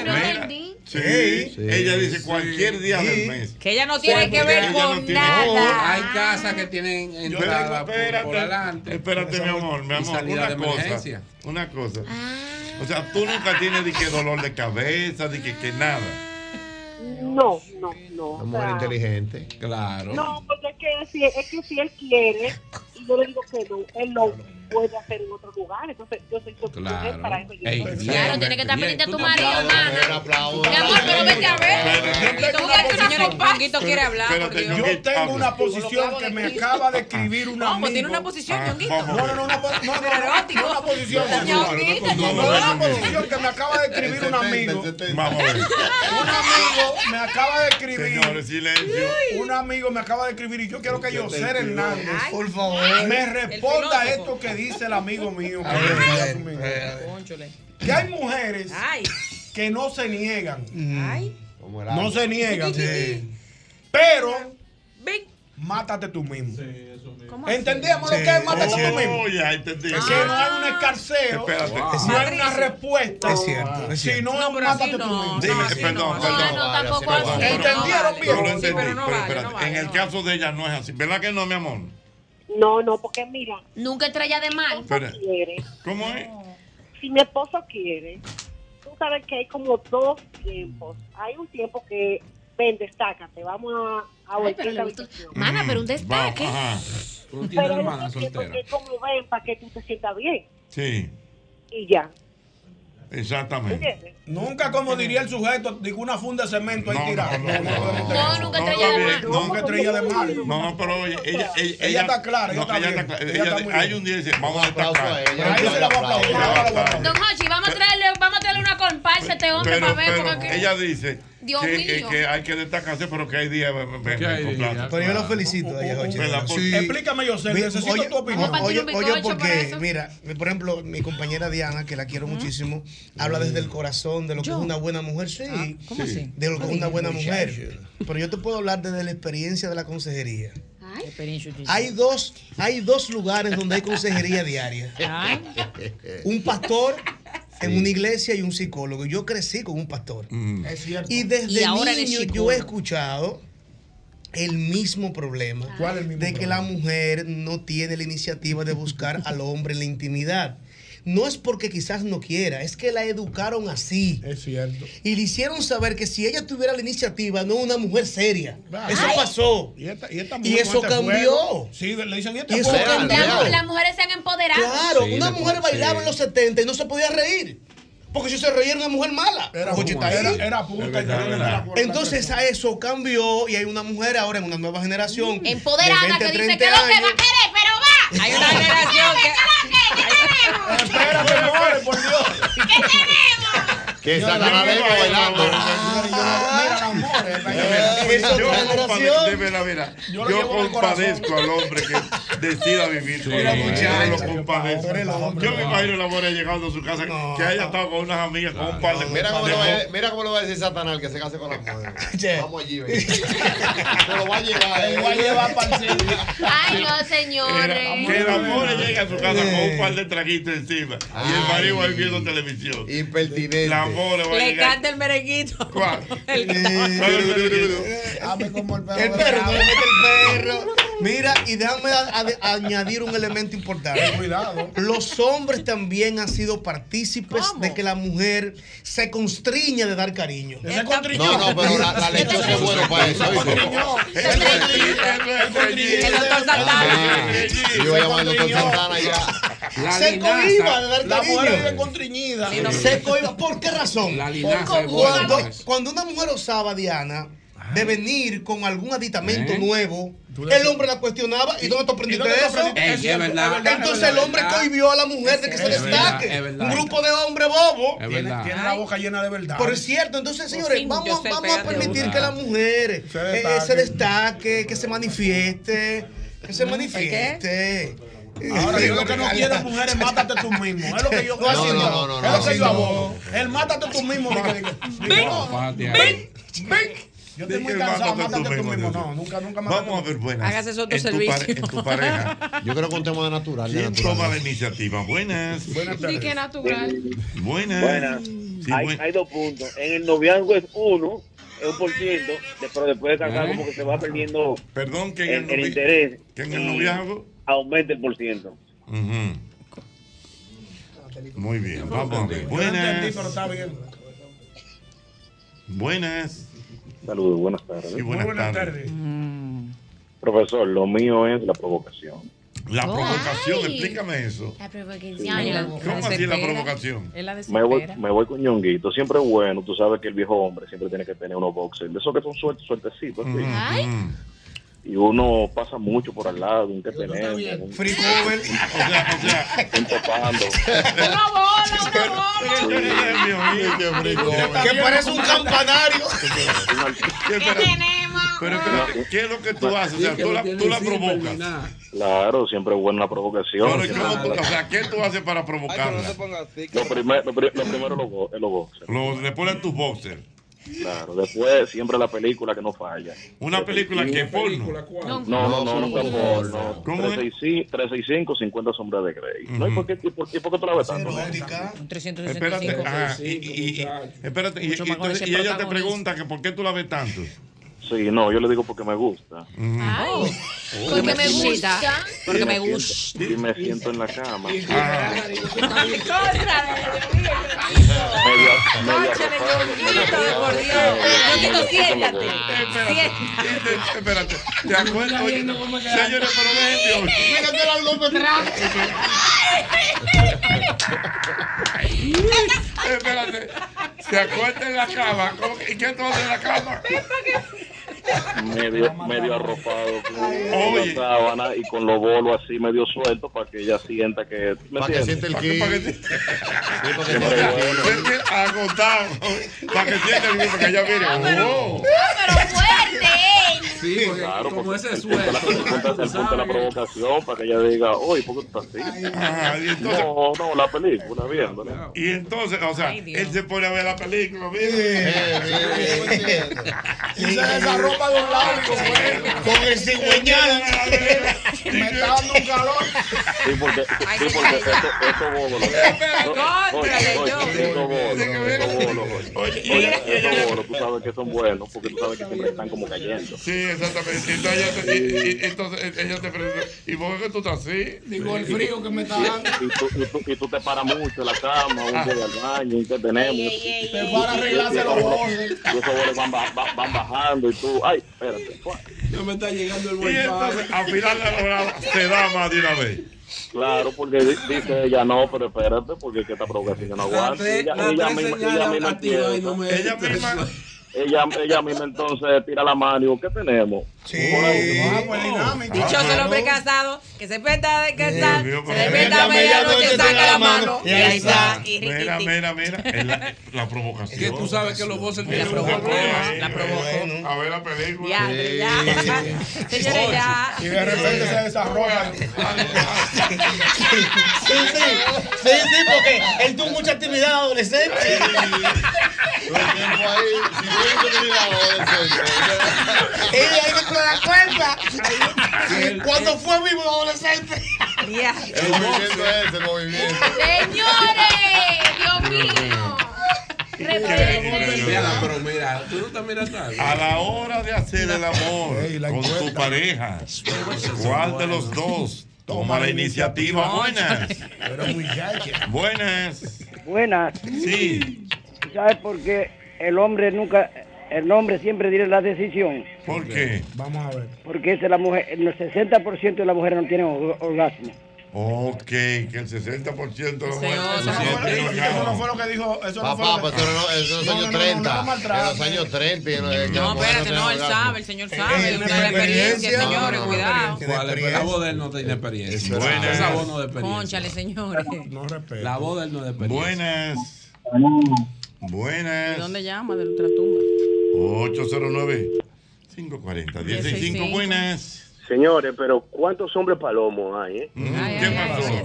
Speaker 2: Mira, sí, Ella dice cualquier día del mes.
Speaker 3: Que ella no tiene que ver
Speaker 2: Ella no
Speaker 3: con
Speaker 2: tiene- Oh.
Speaker 3: nada.
Speaker 11: Hay casas que tienen entrada por, por adelante.
Speaker 2: Espérate, mi amor, mi
Speaker 11: Y
Speaker 2: amor.
Speaker 11: salida
Speaker 2: Una
Speaker 11: de
Speaker 2: cosa.
Speaker 11: emergencia.
Speaker 2: Una cosa.
Speaker 3: Ah.
Speaker 2: O sea, tú nunca tienes ni que dolor de cabeza, ni que, que nada.
Speaker 15: No, no, no. o sea,
Speaker 4: inteligente.
Speaker 11: Claro.
Speaker 15: No, porque es que, si, es que si él quiere, y yo le digo que no, él lo puede hacer en otro lugar. Entonces, yo soy su
Speaker 11: Claro.
Speaker 15: para eso. Yo
Speaker 11: Ey,
Speaker 15: soy-
Speaker 11: bien, Claro, tiene que estar bien. pendiente a tu Tú te marido, aplaudes, hermana.
Speaker 4: Un aplauso.
Speaker 11: Mi amor, pero vete a
Speaker 5: Yo tengo una
Speaker 3: Señores,
Speaker 5: posición-
Speaker 3: Ñonguito quiere hablar. por
Speaker 5: Espérate,
Speaker 3: Dios.
Speaker 5: Yo tengo una posición que me acaba de escribir un amigo.
Speaker 3: ¿Cómo? ¿Tiene una posición, Ñonguito?
Speaker 5: No, no, no, una po- no, no, no,
Speaker 3: Erótico.
Speaker 5: una posición.
Speaker 3: Ñonguito,
Speaker 5: No, no, Una posición que me acaba de escribir un amigo.
Speaker 2: Vamos a ver.
Speaker 5: Un amigo me acaba de escribir.
Speaker 2: Señores, silencio.
Speaker 5: Un amigo me acaba de escribir y yo quiero que
Speaker 2: Yo te
Speaker 5: José
Speaker 2: quiero.
Speaker 5: Hernández
Speaker 2: Ay,
Speaker 5: por
Speaker 2: ay,
Speaker 5: favor, me
Speaker 2: el
Speaker 5: responda
Speaker 2: filósofo.
Speaker 5: esto que dice el amigo mío. que
Speaker 2: A ver,
Speaker 5: me
Speaker 2: a
Speaker 5: dice conmigo. Que hay mujeres que no se niegan. No se niegan. Pero, mátate tú mismo.
Speaker 1: ¿Cómo así? Ah.
Speaker 5: ¿Entendíamos lo
Speaker 1: Sí,
Speaker 5: que es mátate
Speaker 1: es
Speaker 5: tú mismo?
Speaker 1: cierto.
Speaker 2: Oh, Ya entendí.
Speaker 5: Que no hay un escarceo,
Speaker 2: Espérate.
Speaker 5: no hay una respuesta.
Speaker 2: Es cierto, es
Speaker 5: Si no, mátate tú mismo.
Speaker 2: Dime, perdón, perdón.
Speaker 5: ¿Entendieron bien?
Speaker 2: Yo lo entendí, pero espérate, En el caso de ella no es así. ¿Verdad que no, mi amor?
Speaker 15: No, no, porque mira,
Speaker 10: Nunca estrella de mal.
Speaker 2: Espera.
Speaker 15: quiere.
Speaker 2: ¿Cómo es?
Speaker 15: Si mi esposo quiere, tú sabes que hay como dos tiempos. Hay un tiempo que, ven, destácate, vamos a, a
Speaker 10: Ay,
Speaker 15: voltear
Speaker 10: pero le
Speaker 15: la
Speaker 10: gustó-
Speaker 15: habitación.
Speaker 10: Mana, pero un destaque.
Speaker 11: Tú tienes
Speaker 15: Pero
Speaker 11: hermana
Speaker 15: eso es
Speaker 11: Mm. soltera.
Speaker 15: porque como ven, para que tú te sientas bien.
Speaker 2: Sí,
Speaker 15: Y ya.
Speaker 2: exactamente.
Speaker 5: Nunca, como diría el sujeto, digo una funda de cemento ahí tirada.
Speaker 2: No,
Speaker 5: nunca estrella de mar. Nunca estrella de mar.
Speaker 2: No, no, pero oye, ella, ella,
Speaker 5: Ella está clara, ella
Speaker 2: no,
Speaker 5: está bien,
Speaker 2: clara.
Speaker 5: ella está
Speaker 2: Ella-
Speaker 5: muy
Speaker 2: hay un día que dice, vamos a destacar.
Speaker 5: Ahí se la voy a aplaudir, ahora la voy a
Speaker 10: Don Hochi, vamos a traerle, vamos a traerle una comparsa a este hombre
Speaker 2: Pero,
Speaker 10: para ver
Speaker 2: pero
Speaker 10: cómo es que-
Speaker 2: ella dice
Speaker 10: Dios
Speaker 2: que,
Speaker 10: mío.
Speaker 2: que- que hay que destacarse, pero que hay días. me- me- me- con plata.
Speaker 20: Pero yo lo felicito a ella, Jochi.
Speaker 2: ¿Verdad? Por-
Speaker 5: Explícame, José, necesito tu opinión. Vamos a
Speaker 20: Oye,
Speaker 5: partir un
Speaker 20: oye,
Speaker 5: bizcocho para
Speaker 20: porque,
Speaker 5: eso.
Speaker 20: mira, por ejemplo, mi compañera Diana, que la quiero muchísimo, habla desde el corazón de lo que es una buena mujer. Sí,
Speaker 5: Ah,
Speaker 1: ¿cómo Sí. así?
Speaker 20: de lo que es
Speaker 1: Ay,
Speaker 20: una buena mujer.
Speaker 1: muchacho.
Speaker 20: Pero yo te puedo hablar desde la experiencia de la consejería. Hay
Speaker 1: Ay,
Speaker 20: dos, hay dos lugares donde hay consejería diaria.
Speaker 1: Ah.
Speaker 20: Un pastor en una iglesia y un psicólogo. Yo crecí con un pastor.
Speaker 5: Es cierto.
Speaker 20: Y desde
Speaker 5: Y ahora eres
Speaker 20: niño yo
Speaker 5: psicólogo.
Speaker 20: he escuchado el mismo
Speaker 10: Ah.
Speaker 20: problema de que la mujer no tiene la iniciativa de buscar al hombre en la intimidad. No es porque quizás no quiera, es que la educaron así.
Speaker 5: Es cierto.
Speaker 20: Y le hicieron saber que si ella tuviera la iniciativa, no una mujer seria.
Speaker 5: Ah.
Speaker 20: Eso
Speaker 10: Ay.
Speaker 20: pasó.
Speaker 5: Y, esta- y esta
Speaker 20: Y
Speaker 5: mujer con
Speaker 20: eso
Speaker 5: este
Speaker 20: cambió.
Speaker 5: juego. Sí, le dicen, y este
Speaker 20: Y eso
Speaker 5: juego.
Speaker 20: cambió.
Speaker 10: Las- Las mujeres se han empoderado.
Speaker 20: Claro, una mujer bailaba en los 70 y no se podía reír. Porque si se reía era una mujer mala.
Speaker 5: Era
Speaker 20: Oye,
Speaker 5: punta,
Speaker 20: está
Speaker 5: era,
Speaker 20: ahí.
Speaker 5: era punta. y todo, era por la
Speaker 20: Entonces a eso cambió y hay una mujer ahora en una nueva generación.
Speaker 10: Mm. Empoderada
Speaker 20: de
Speaker 10: que
Speaker 20: 20
Speaker 10: dice
Speaker 20: 30
Speaker 10: que lo que va a
Speaker 20: años.
Speaker 10: querer, pero va.
Speaker 20: Hay una generación
Speaker 5: Espérate, more, por Dios.
Speaker 4: Que saca la lengua bailando.
Speaker 2: Yo,
Speaker 1: otra
Speaker 2: compade-
Speaker 1: generación.
Speaker 2: de verdad, mira,
Speaker 1: Yo
Speaker 2: yo,
Speaker 1: lo llevo en el
Speaker 2: compadezco al hombre que decida vivir con
Speaker 1: Mira,
Speaker 2: la mujer.
Speaker 1: muchacho,
Speaker 2: Yo lo compadezco. Yo me imagino la mujer llegando a su casa, que haya estado con unas amigas, con un par de
Speaker 4: Mira cómo,
Speaker 2: de-
Speaker 4: lo va, a- mira cómo lo va a decir Satanás que se case con la mujer. Vamos allí, ven. Te lo va a llevar. eh.
Speaker 5: Te voy a llevar para
Speaker 10: Ay, no, señores.
Speaker 2: Que la mujer llegue a su casa con un par de traguitos encima. Y el marido ahí viendo televisión.
Speaker 4: Impertinente.
Speaker 2: La mujer va a
Speaker 3: Le
Speaker 2: llegar.
Speaker 3: canta el merenguito. El-
Speaker 20: El perro, no le mete el perro. Mira, y déjame a- a- añadir un elemento importante.
Speaker 5: Cuidado.
Speaker 20: Los hombres también han sido partícipes de que la mujer se constriña de dar cariño.
Speaker 5: Se constriñó.
Speaker 4: No, no, pero la, la lechosa es buena para eso. ¿oíste?
Speaker 5: El doctor
Speaker 20: Ah,
Speaker 4: Yo voy a llamar al doctor Santana ya.
Speaker 20: se cohiba de dar
Speaker 5: La mujer
Speaker 20: cariño.
Speaker 5: vive constriñida.
Speaker 20: Sí, no, se cohiba. ¿Por qué razón?
Speaker 5: linaza
Speaker 20: Porque
Speaker 5: es buena
Speaker 20: cuando,
Speaker 5: para eso.
Speaker 20: cuando una mujer osaba, Diana, de venir con algún aditamento
Speaker 11: ¿Eh?
Speaker 20: nuevo,
Speaker 11: le-
Speaker 20: el hombre la cuestionaba. ¿Y dónde tú aprendiste
Speaker 11: dónde tú
Speaker 20: eso?
Speaker 11: aprendiste Ey, eso? es verdad, es verdad,
Speaker 20: Entonces
Speaker 11: es
Speaker 20: el hombre
Speaker 11: verdad.
Speaker 20: cohibió a la mujer de que se
Speaker 11: Es verdad,
Speaker 20: destaque.
Speaker 11: es verdad.
Speaker 20: Un grupo de hombres bobos.
Speaker 11: Es verdad.
Speaker 5: Tiene la boca llena de verdad.
Speaker 20: Por cierto, entonces señores,
Speaker 5: Sin
Speaker 20: vamos,
Speaker 5: José
Speaker 20: vamos a
Speaker 5: Pérez.
Speaker 20: permitir que las mujeres eh, eh, se,
Speaker 5: destaque.
Speaker 20: destaque, que se manifieste, que se
Speaker 5: ¿Qué?
Speaker 20: manifieste.
Speaker 5: Ahora, yo lo que no quiero es mujeres, mátate tú mismo. Es lo que yo
Speaker 20: No,
Speaker 5: así
Speaker 20: no,
Speaker 5: no.
Speaker 20: no, no, no,
Speaker 5: Es lo que
Speaker 20: así
Speaker 5: yo
Speaker 20: no.
Speaker 5: abogo. El mátate tú mismo. digo, digo, digo,
Speaker 11: Fájate ahí.
Speaker 5: ven, ven. Yo estoy
Speaker 2: Di
Speaker 5: muy
Speaker 2: que el
Speaker 5: cansado,
Speaker 2: banco está
Speaker 5: mátate tú
Speaker 2: tú
Speaker 5: mismo.
Speaker 2: mismo,
Speaker 5: No, nunca, nunca más.
Speaker 2: Vamos a ver buenas.
Speaker 5: Hágase su
Speaker 2: en tu
Speaker 5: autoservicio.
Speaker 2: pare- en tu pareja.
Speaker 4: Yo creo que un tema de natural.
Speaker 2: ¿Quién toma la iniciativa? Buenas.
Speaker 4: Buenas
Speaker 3: Sí, que natural.
Speaker 2: Buenas.
Speaker 21: Buenas. hay, hay dos puntos. En el noviazgo es uno, es un por ciento, de- pero después de casado
Speaker 2: ¿Eh?
Speaker 21: como que se va perdiendo
Speaker 2: Perdón, que en
Speaker 21: el,
Speaker 2: el novi-
Speaker 21: interés.
Speaker 2: que en el
Speaker 21: y
Speaker 2: noviazgo-
Speaker 21: Aumenta el por ciento.
Speaker 2: Muy bien, vamos a ver.
Speaker 5: Yo no entendí,
Speaker 2: Buenas.
Speaker 5: pero está bien.
Speaker 2: Buenas.
Speaker 14: Saludos, buenas tardes.
Speaker 2: Sí, buenas Muy buenas tardes.
Speaker 14: Profesor, lo mío es la provocación.
Speaker 2: La
Speaker 14: Oh,
Speaker 2: provocación,
Speaker 10: ay.
Speaker 2: explícame eso.
Speaker 10: La
Speaker 2: ¿Cómo
Speaker 10: provocación.
Speaker 2: así la provocación?
Speaker 3: Él la
Speaker 14: Me voy,
Speaker 3: desespera.
Speaker 14: me voy con ñonguito, siempre es bueno. Tú sabes que el viejo hombre siempre tiene que tener unos boxers, de esos que son suel- sueltecitos. así.
Speaker 2: Mm,
Speaker 14: Y uno pasa mucho por al lado, un que tenemos, un
Speaker 5: Free cover.
Speaker 14: un topando.
Speaker 10: Una bola, una
Speaker 14: bola.
Speaker 5: Que parece un campanario.
Speaker 2: Pero espérate, ¿qué es lo que tú haces? O sea, tú la, tú la provocas.
Speaker 14: Claro, siempre es buena la provocación.
Speaker 2: Pero ¿y
Speaker 14: siempre
Speaker 2: cómo
Speaker 14: es
Speaker 2: tú-
Speaker 14: buena
Speaker 2: o
Speaker 14: la-
Speaker 2: sea, ¿qué tú haces para provocarla?
Speaker 14: Lo, primer- lo pri- lo primero es los bo- es los boxers.
Speaker 2: Lo- después de tus boxers.
Speaker 14: Claro, después siempre la película que no falla.
Speaker 2: Una película que es porno.
Speaker 14: No, no, no, no, no, no.
Speaker 2: ¿Cómo Mm.
Speaker 14: 365, 365, 50 sombras de Grey. No, ¿y por qué, y por, y por qué tú la ves tanto?
Speaker 2: Espérate, ajá, y, y- y- espérate, y,
Speaker 14: Mucho
Speaker 2: y
Speaker 14: más con
Speaker 2: entonces-
Speaker 14: ese
Speaker 2: y ella te
Speaker 14: protagonista.
Speaker 2: pregunta que por qué tú la ves tanto.
Speaker 14: Sí, no, yo le digo porque me gusta.
Speaker 2: Mm.
Speaker 10: Ay,
Speaker 14: Oh.
Speaker 10: porque me gusta.
Speaker 14: Y
Speaker 10: Porque me
Speaker 14: siento-
Speaker 10: gusta.
Speaker 14: Y me siento en la cama.
Speaker 2: Espérate, ¿te acuerdas? Oye, Señores, pero ven, Dios. Espérate, se acuesta en la cama. ¿Cómo que- ¿Y qué tú haces en la cama?
Speaker 14: medio, medio arropado con
Speaker 2: Oye.
Speaker 14: una sábana y con los bolos así medio sueltos para que ella sienta que me
Speaker 2: Para que sienta el
Speaker 14: Pa'
Speaker 2: ki.
Speaker 14: pa'
Speaker 2: que- Es que agotado. Para que sienta el porque ella
Speaker 5: Ah,
Speaker 2: mire. Oh.
Speaker 14: Sí, claro, como ese es el, punto, el punto de la provocación para que ella diga, oye, ¿por qué tú estás así? no, no, la película, viéndola.
Speaker 2: Y entonces, o sea, él se pone a ver la película, mire.
Speaker 5: Y se desarropa de un lado y con- con el cigüeñal. Me está dando un calor.
Speaker 14: Sí, porque, sí, porque esto, esto bolos. Oye, oye, estos bolos, estos bolos, oye. Oye, estos bolos, tú sabes que son buenos porque tú sabes que siempre están como cayendo.
Speaker 2: Sí, exactamente. pues. Entonces ella te, y- y- y entonces ella te pregunta, ¿y por qué tú estás así?
Speaker 5: eh, Digo, el frío que me está dando.
Speaker 14: Y, y tú, y, tú, y tú te paras mucho en la cama, un día al baño, un que tenemos.
Speaker 5: Te para arreglarse los bolos.
Speaker 14: Y esos bolos van, ba- ba- van bajando y tú, ay, espérate.
Speaker 2: No me está llegando el Y entonces, al final la lograba, te da más de una vez.
Speaker 14: Claro, porque di- dice ella, no, pero espérate, porque es que esta provocación yo no aguanta.
Speaker 2: La
Speaker 14: Y
Speaker 2: te-
Speaker 14: Ella,
Speaker 2: la
Speaker 14: ella
Speaker 2: te
Speaker 14: misma, ella
Speaker 2: señala a
Speaker 14: misma
Speaker 2: ti, ay,
Speaker 14: empieza.
Speaker 2: no me- Ella misma-
Speaker 14: Ella, ella misma entonces tira la mano y digo, ¿qué tenemos? Por ahí.
Speaker 3: Dichoso el hombre casado que se despierta de casar, se despierta
Speaker 2: Mira,
Speaker 3: a medianoche,
Speaker 2: mira,
Speaker 3: saca la
Speaker 2: mira,
Speaker 3: mano y ahí está. y-
Speaker 2: Mira, mira, mira. Es la, la provocación.
Speaker 11: Que tú sabes que los voces
Speaker 2: La provocó. La
Speaker 11: provocó.
Speaker 2: eh, A ver la película.
Speaker 3: Ya, ya. Señores, ya.
Speaker 5: Y de repente se desarrolla. Sí, sí, sí, sí, porque él tuvo mucha actividad adolescente. Y de ahí que te das cuenta. Cuando fue vivo adolescente.
Speaker 4: El movimiento es el movimiento.
Speaker 10: Señores, Dios mío.
Speaker 11: Mira, pero mira, tú no estás mirando algo.
Speaker 2: A la hora de hacer el amor con tu pareja, ¿cuál de los dos toma la iniciativa? Buenas. Buenas.
Speaker 18: Buenas.
Speaker 2: Sí.
Speaker 18: ¿Sabes por qué el hombre nunca, el hombre siempre tiene la decisión?
Speaker 2: ¿Por qué?
Speaker 18: Vamos a ver. Porque esa es la mujer, el 60% de las mujeres no tienen org- orgasmo.
Speaker 2: Ok, que el 60% de los muertos se sienten
Speaker 5: Eso no fue
Speaker 2: ahogados.
Speaker 5: lo que dijo. Eso no fue
Speaker 4: Papá,
Speaker 5: lo
Speaker 4: pues
Speaker 5: que-
Speaker 4: eso no, no, eso es los años 30. en los años 30. y en- que la
Speaker 3: No,
Speaker 4: mujer
Speaker 3: espérate,
Speaker 4: tenía
Speaker 3: no, él
Speaker 4: orgasmo.
Speaker 3: sabe, Ah, el señor sabe. Él tiene la experiencia, señores, cuidado.
Speaker 11: ¿Cuál es? Pero La voz de él no tiene experiencia.
Speaker 2: Buenas.
Speaker 11: Esa voz no de experiencia.
Speaker 3: Conchale, señores. No
Speaker 11: La voz de él no de experiencia.
Speaker 2: Buenas.
Speaker 3: ¿De
Speaker 2: Buenas.
Speaker 3: dónde llama? De la otra tumba.
Speaker 2: 809 540 165 Buenas.
Speaker 21: Señores, pero ¿cuántos hombres palomos hay, eh?
Speaker 2: ¿Qué pasó? Vamos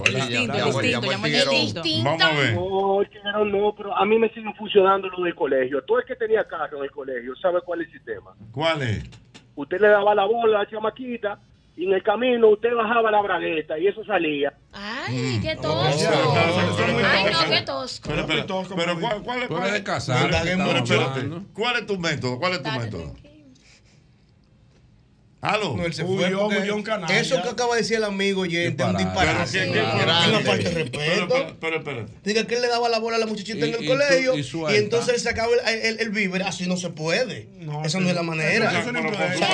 Speaker 2: a ver.
Speaker 21: No, Tiguerón no, pero a mí me siguen funcionando lo del colegio. Todo el que tenía carro en el colegio sabe cuál es el sistema.
Speaker 2: ¿Cuál es?
Speaker 21: Usted le daba la bola a la chamaquita y en el camino usted bajaba la bragueta y eso salía.
Speaker 10: Ay, qué tosco. Ay, no, qué tosco.
Speaker 2: Pero, espera, pero ¿cuál, cuál es?
Speaker 11: Tú eres de casar,
Speaker 2: Pero,
Speaker 11: que
Speaker 2: pero
Speaker 11: estamos
Speaker 2: espérate,
Speaker 11: hablando.
Speaker 2: ¿cuál es tu método? ¿Cuál es tu método? ¿Aló?
Speaker 20: No, él se fue porque Eso que acaba de decir el amigo oyente, un
Speaker 2: Pero,
Speaker 20: disparate.
Speaker 2: ¿qué- qué-
Speaker 20: Grande.
Speaker 2: pero-
Speaker 20: Una falta de
Speaker 2: pero,
Speaker 20: respeto.
Speaker 2: pero, pero espérate.
Speaker 20: Diga que él le daba la bola a la muchachita
Speaker 2: Y-
Speaker 20: en el
Speaker 2: y tú-
Speaker 20: colegio
Speaker 2: y
Speaker 20: y,
Speaker 2: suelta.
Speaker 20: entonces él sacaba el, el, el vívere. Así no se puede. Esa no es la manera.
Speaker 11: Eso no es
Speaker 20: Sí,
Speaker 11: correcto.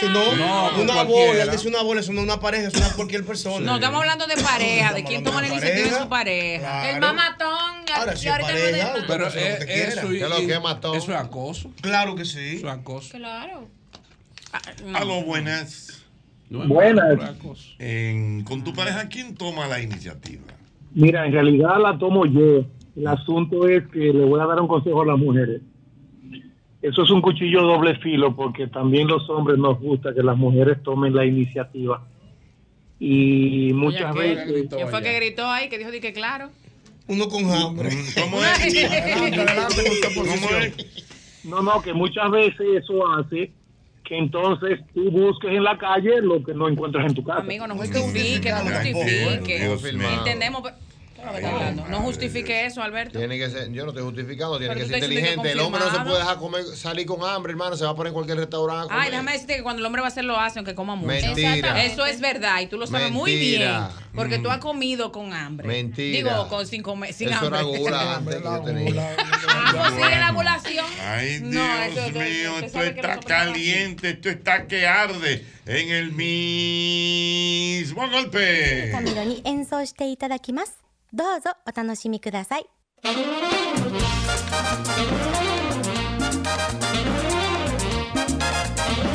Speaker 20: sí, no,
Speaker 11: No, con
Speaker 20: una bola,
Speaker 11: cualquiera.
Speaker 20: él dice una bola, eso no es una pareja, eso no es cualquier persona.
Speaker 3: No, estamos hablando de pareja, de quién toma la iniciativa de su pareja.
Speaker 20: Claro.
Speaker 10: El mamatón.
Speaker 20: Ahora
Speaker 10: y
Speaker 20: sí,
Speaker 10: ahorita no
Speaker 20: pareja,
Speaker 10: de-
Speaker 11: Pero
Speaker 20: Tú puedes hacer lo que
Speaker 11: eh, eso,
Speaker 20: quieras.
Speaker 11: y-
Speaker 20: ¿Qué es lo
Speaker 11: y-
Speaker 20: que mató?
Speaker 11: eso es acoso.
Speaker 20: Claro que sí. Eso
Speaker 11: es acoso.
Speaker 10: Claro. Mm.
Speaker 2: Aló, buenas.
Speaker 19: Buenas.
Speaker 2: En- con tu pareja, ¿quién toma la iniciativa?
Speaker 19: Mira, en realidad la tomo yo. El asunto es que le voy a dar un consejo a las mujeres. Eso es un cuchillo doble filo porque también los hombres nos gusta que las mujeres tomen la iniciativa. Y muchas
Speaker 3: Oye,
Speaker 19: veces...
Speaker 3: ¿Quién fue que gritó ahí? Que dijo di que claro.
Speaker 20: Uno con hambre.
Speaker 2: ¿Cómo
Speaker 19: No, no, que muchas veces eso hace que entonces tú busques en la calle lo que no encuentras en tu casa.
Speaker 3: Amigo, no justifique, no justifique.
Speaker 19: Dios mío.
Speaker 3: Entendemos, pero- pero me está hablando. no justifique eso, Alberto.
Speaker 4: Tiene que ser, yo no estoy justificando, tiene
Speaker 3: Pero
Speaker 4: que
Speaker 3: tú
Speaker 4: ser
Speaker 3: estás diciendo
Speaker 4: inteligente.
Speaker 3: que
Speaker 4: El hombre no se
Speaker 3: confirmado.
Speaker 4: puede dejar comer, salir con hambre, hermano. Se va a poner en cualquier restaurante. a comer.
Speaker 3: Ay, déjame decirte que cuando el hombre va a hacer lo hace, aunque coma mucho.
Speaker 4: Mentira. Exactamente.
Speaker 3: Eso es verdad y tú lo sabes muy bien.
Speaker 4: Mentira. Mm.
Speaker 3: Porque tú has comido con hambre.
Speaker 4: Mentira.
Speaker 3: Digo, con sin, comer, sin
Speaker 4: Eso
Speaker 3: hambre.
Speaker 4: era gula antes que yo tenía.
Speaker 3: Ah, sí, la colación.
Speaker 2: Ay, Dios
Speaker 3: No, eso- eso-
Speaker 2: mío,
Speaker 3: usted
Speaker 2: esto
Speaker 3: sabe que
Speaker 2: está
Speaker 3: nosotros estamos
Speaker 2: caliente, esto está que arde en el mismo golpe.
Speaker 12: 髪色に演奏していただきますどうぞお楽しみください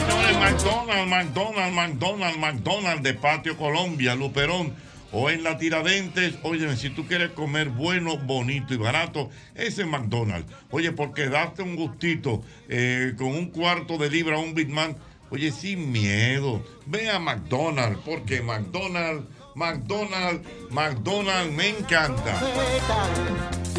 Speaker 2: Señores, McDonald's, McDonald's, McDonald's, McDonald's de Patio Colombia, Luperón. O en la Tiradentes, oye, si tú quieres comer bueno, bonito y barato, ese McDonald's. Oye, porque darte un gustito eh, con un cuarto de libra a un Big Mac, oye, sin miedo. Ve a McDonald's, porque McDonald's, McDonald's, McDonald's me encanta.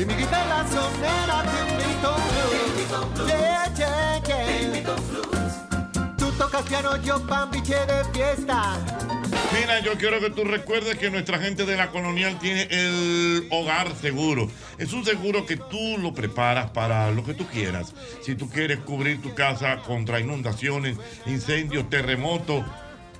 Speaker 8: Y mi guitarra sonera te invito blues. Yeah, yeah, yeah. Tú tocas piano, yo pambiche de fiesta.
Speaker 2: Mira, yo quiero que tú recuerdes que nuestra gente de la colonial tiene el hogar seguro. Es un seguro que tú lo preparas para lo que tú quieras. Si tú quieres cubrir tu casa contra inundaciones, incendios, terremotos,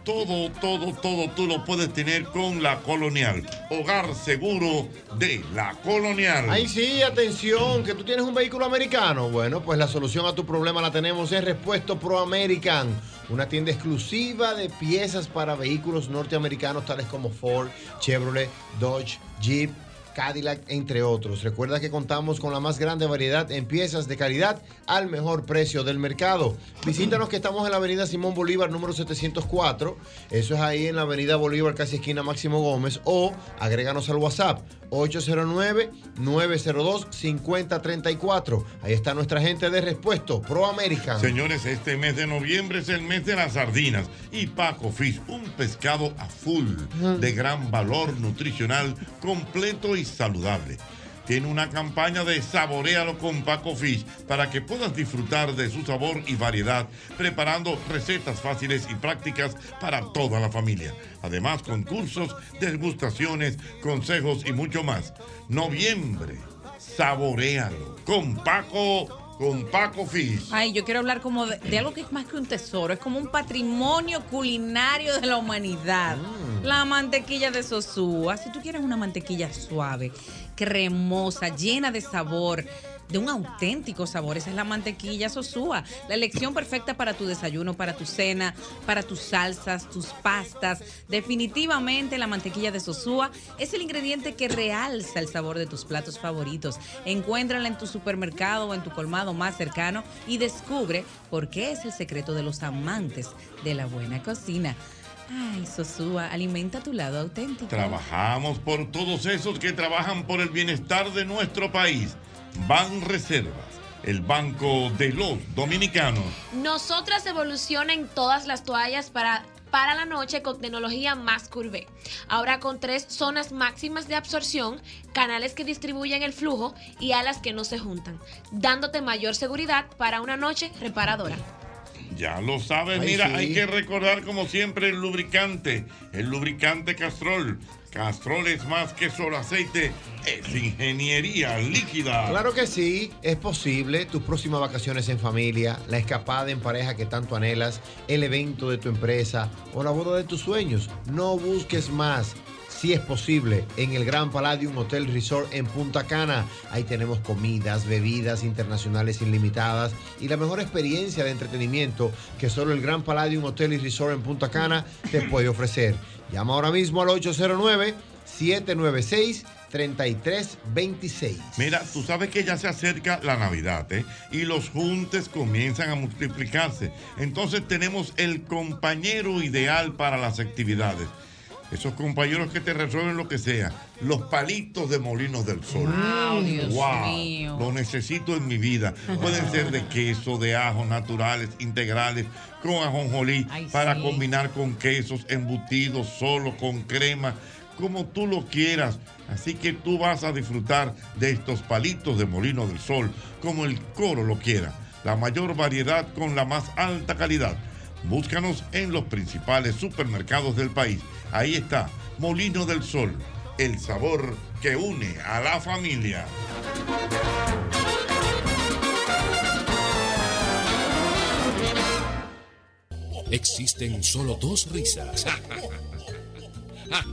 Speaker 2: todo, todo, todo tú lo puedes tener con la colonial. Hogar seguro de la colonial.
Speaker 4: Ahí sí, atención, que tú tienes un vehículo americano. Bueno, pues la solución a tu problema la tenemos en Respuesto Pro American, una tienda exclusiva de piezas para vehículos norteamericanos tales como Ford, Chevrolet, Dodge, Jeep. Cadillac, entre otros. Recuerda que contamos con la más grande variedad en piezas de calidad al mejor precio del mercado. Visítanos que estamos en la avenida Simón Bolívar, número 704. Eso es ahí en la avenida Bolívar, casi esquina Máximo Gómez. O agréganos al WhatsApp 809-902-5034. Ahí está nuestra gente de respuesto, Pro American.
Speaker 2: Señores, este mes de noviembre es el mes de las sardinas y Paco Fish, un pescado a full de gran valor nutricional, completo y saludable. Tiene una campaña de saborealo con Paco Fish para que puedas disfrutar de su sabor y variedad, preparando recetas fáciles y prácticas para toda la familia. Además, concursos, degustaciones, consejos y mucho más. Noviembre, saborealo con Paco, con Paco Fish.
Speaker 3: Ay, yo quiero hablar como de, de algo que es más que un tesoro, es como un patrimonio culinario de la humanidad.
Speaker 4: Ah.
Speaker 3: La mantequilla de Sosúa. Si tú quieres una mantequilla suave, cremosa, llena de sabor, de un auténtico sabor, esa es la mantequilla Sosúa. La elección perfecta para tu desayuno, para tu cena, para tus salsas, tus pastas. Definitivamente la mantequilla de Sosúa es el ingrediente que realza el sabor de tus platos favoritos. Encuéntrala en tu supermercado o en tu colmado más cercano y descubre por qué es el secreto de los amantes de la buena cocina. Ay, Sosúa, alimenta tu lado auténtico.
Speaker 2: Trabajamos por todos esos que trabajan por el bienestar de nuestro país. Ban Reservas, el banco de los dominicanos.
Speaker 10: Nosotras evolucionan todas las toallas para para la noche con tecnología más curvé. Ahora con tres zonas máximas de absorción, canales que distribuyen el flujo y alas que no se juntan, dándote mayor seguridad para una noche reparadora.
Speaker 2: Ya lo sabes,
Speaker 28: Ay,
Speaker 2: mira,
Speaker 28: sí.
Speaker 2: hay que recordar como siempre el lubricante, el lubricante Castrol. Castrol es más que solo aceite, es ingeniería líquida.
Speaker 4: Claro que sí, es posible. Tus próximas vacaciones en familia, la escapada en pareja que tanto anhelas, el evento de tu empresa o la boda de tus sueños. No busques más. Si es posible, en el Gran Palladium Hotel Resort en Punta Cana. Ahí tenemos comidas, bebidas internacionales ilimitadas y la mejor experiencia de entretenimiento que solo el Gran Palladium Hotel y Resort en Punta Cana te puede ofrecer. Llama ahora mismo al 809-796-3326.
Speaker 2: Mira, tú sabes que ya se acerca la Navidad, ¿eh? Y los juntes comienzan a multiplicarse. Entonces tenemos el compañero ideal para las actividades. Esos compañeros que te resuelven lo que sea. Los palitos de molinos del sol.
Speaker 33: Wow, Dios
Speaker 2: Wow,
Speaker 33: mío.
Speaker 2: Lo necesito en mi vida. Pueden ser de queso, de ajos naturales, integrales, con ajonjolí,
Speaker 33: Ay,
Speaker 2: para
Speaker 33: sí.
Speaker 2: combinar con quesos, embutidos, solo, con crema, como tú lo quieras. Así que tú vas a disfrutar de estos palitos de Molino del Sol, como el coro lo quiera. La mayor variedad con la más alta calidad. Búscanos en los principales supermercados del país. Ahí está, Molino del Sol, el sabor que une a la familia.
Speaker 29: Existen solo dos risas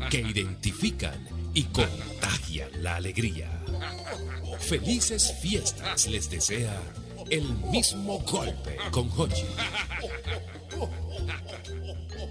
Speaker 29: que identifican y contagian la alegría. Felices fiestas les desea el mismo golpe con Hochi.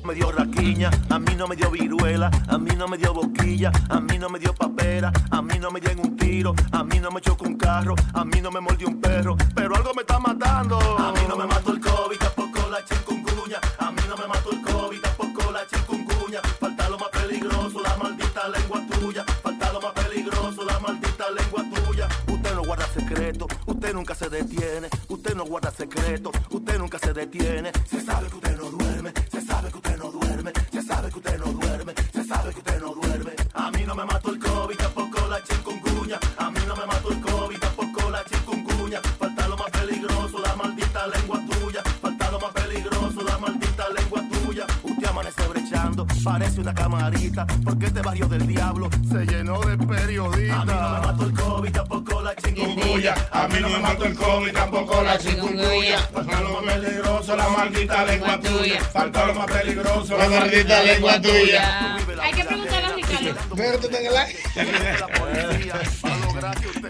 Speaker 1: Me dio raquiña, a mí no me dio viruela, a mí no me dio boquilla, a mí no me dio papera, a mí no me dio un tiro, a mí no me chocó un carro, a mí no me mordió un perro, pero algo me está matando. A mí no me mató el COVID, tampoco la chikungunya, a mí no me mató el COVID, tampoco la chikungunya, falta lo más peligroso, la maldita lengua tuya, falta lo más peligroso, la maldita lengua tuya. Usted no guarda secretos, usted nunca se detiene, usted no guarda secretos, usted nunca se detiene, se sabe que usted no duerme, se sabe que usted no duerme, se sabe que usted no duerme, se sabe que usted no duerme. A mí no me mató el COVID, tampoco la chikungunya, a mí no me mató el COVID, tampoco la chikungunya, falta lo más peligroso, la maldita lengua tuya, falta lo más peligroso, la maldita lengua tuya. Usted amanece brechando, parece una camarita, porque este barrio del diablo se llenó de periodistas. A mí no me mató el COVID, tampoco la chikungunya, a mí no me mató el COVID, tampoco la chikungunya, falta lo más peligroso, la maldita lengua tuya, falta lo más peligroso, la maldita lengua tuya.
Speaker 10: Hay que preguntarle a Ricardo.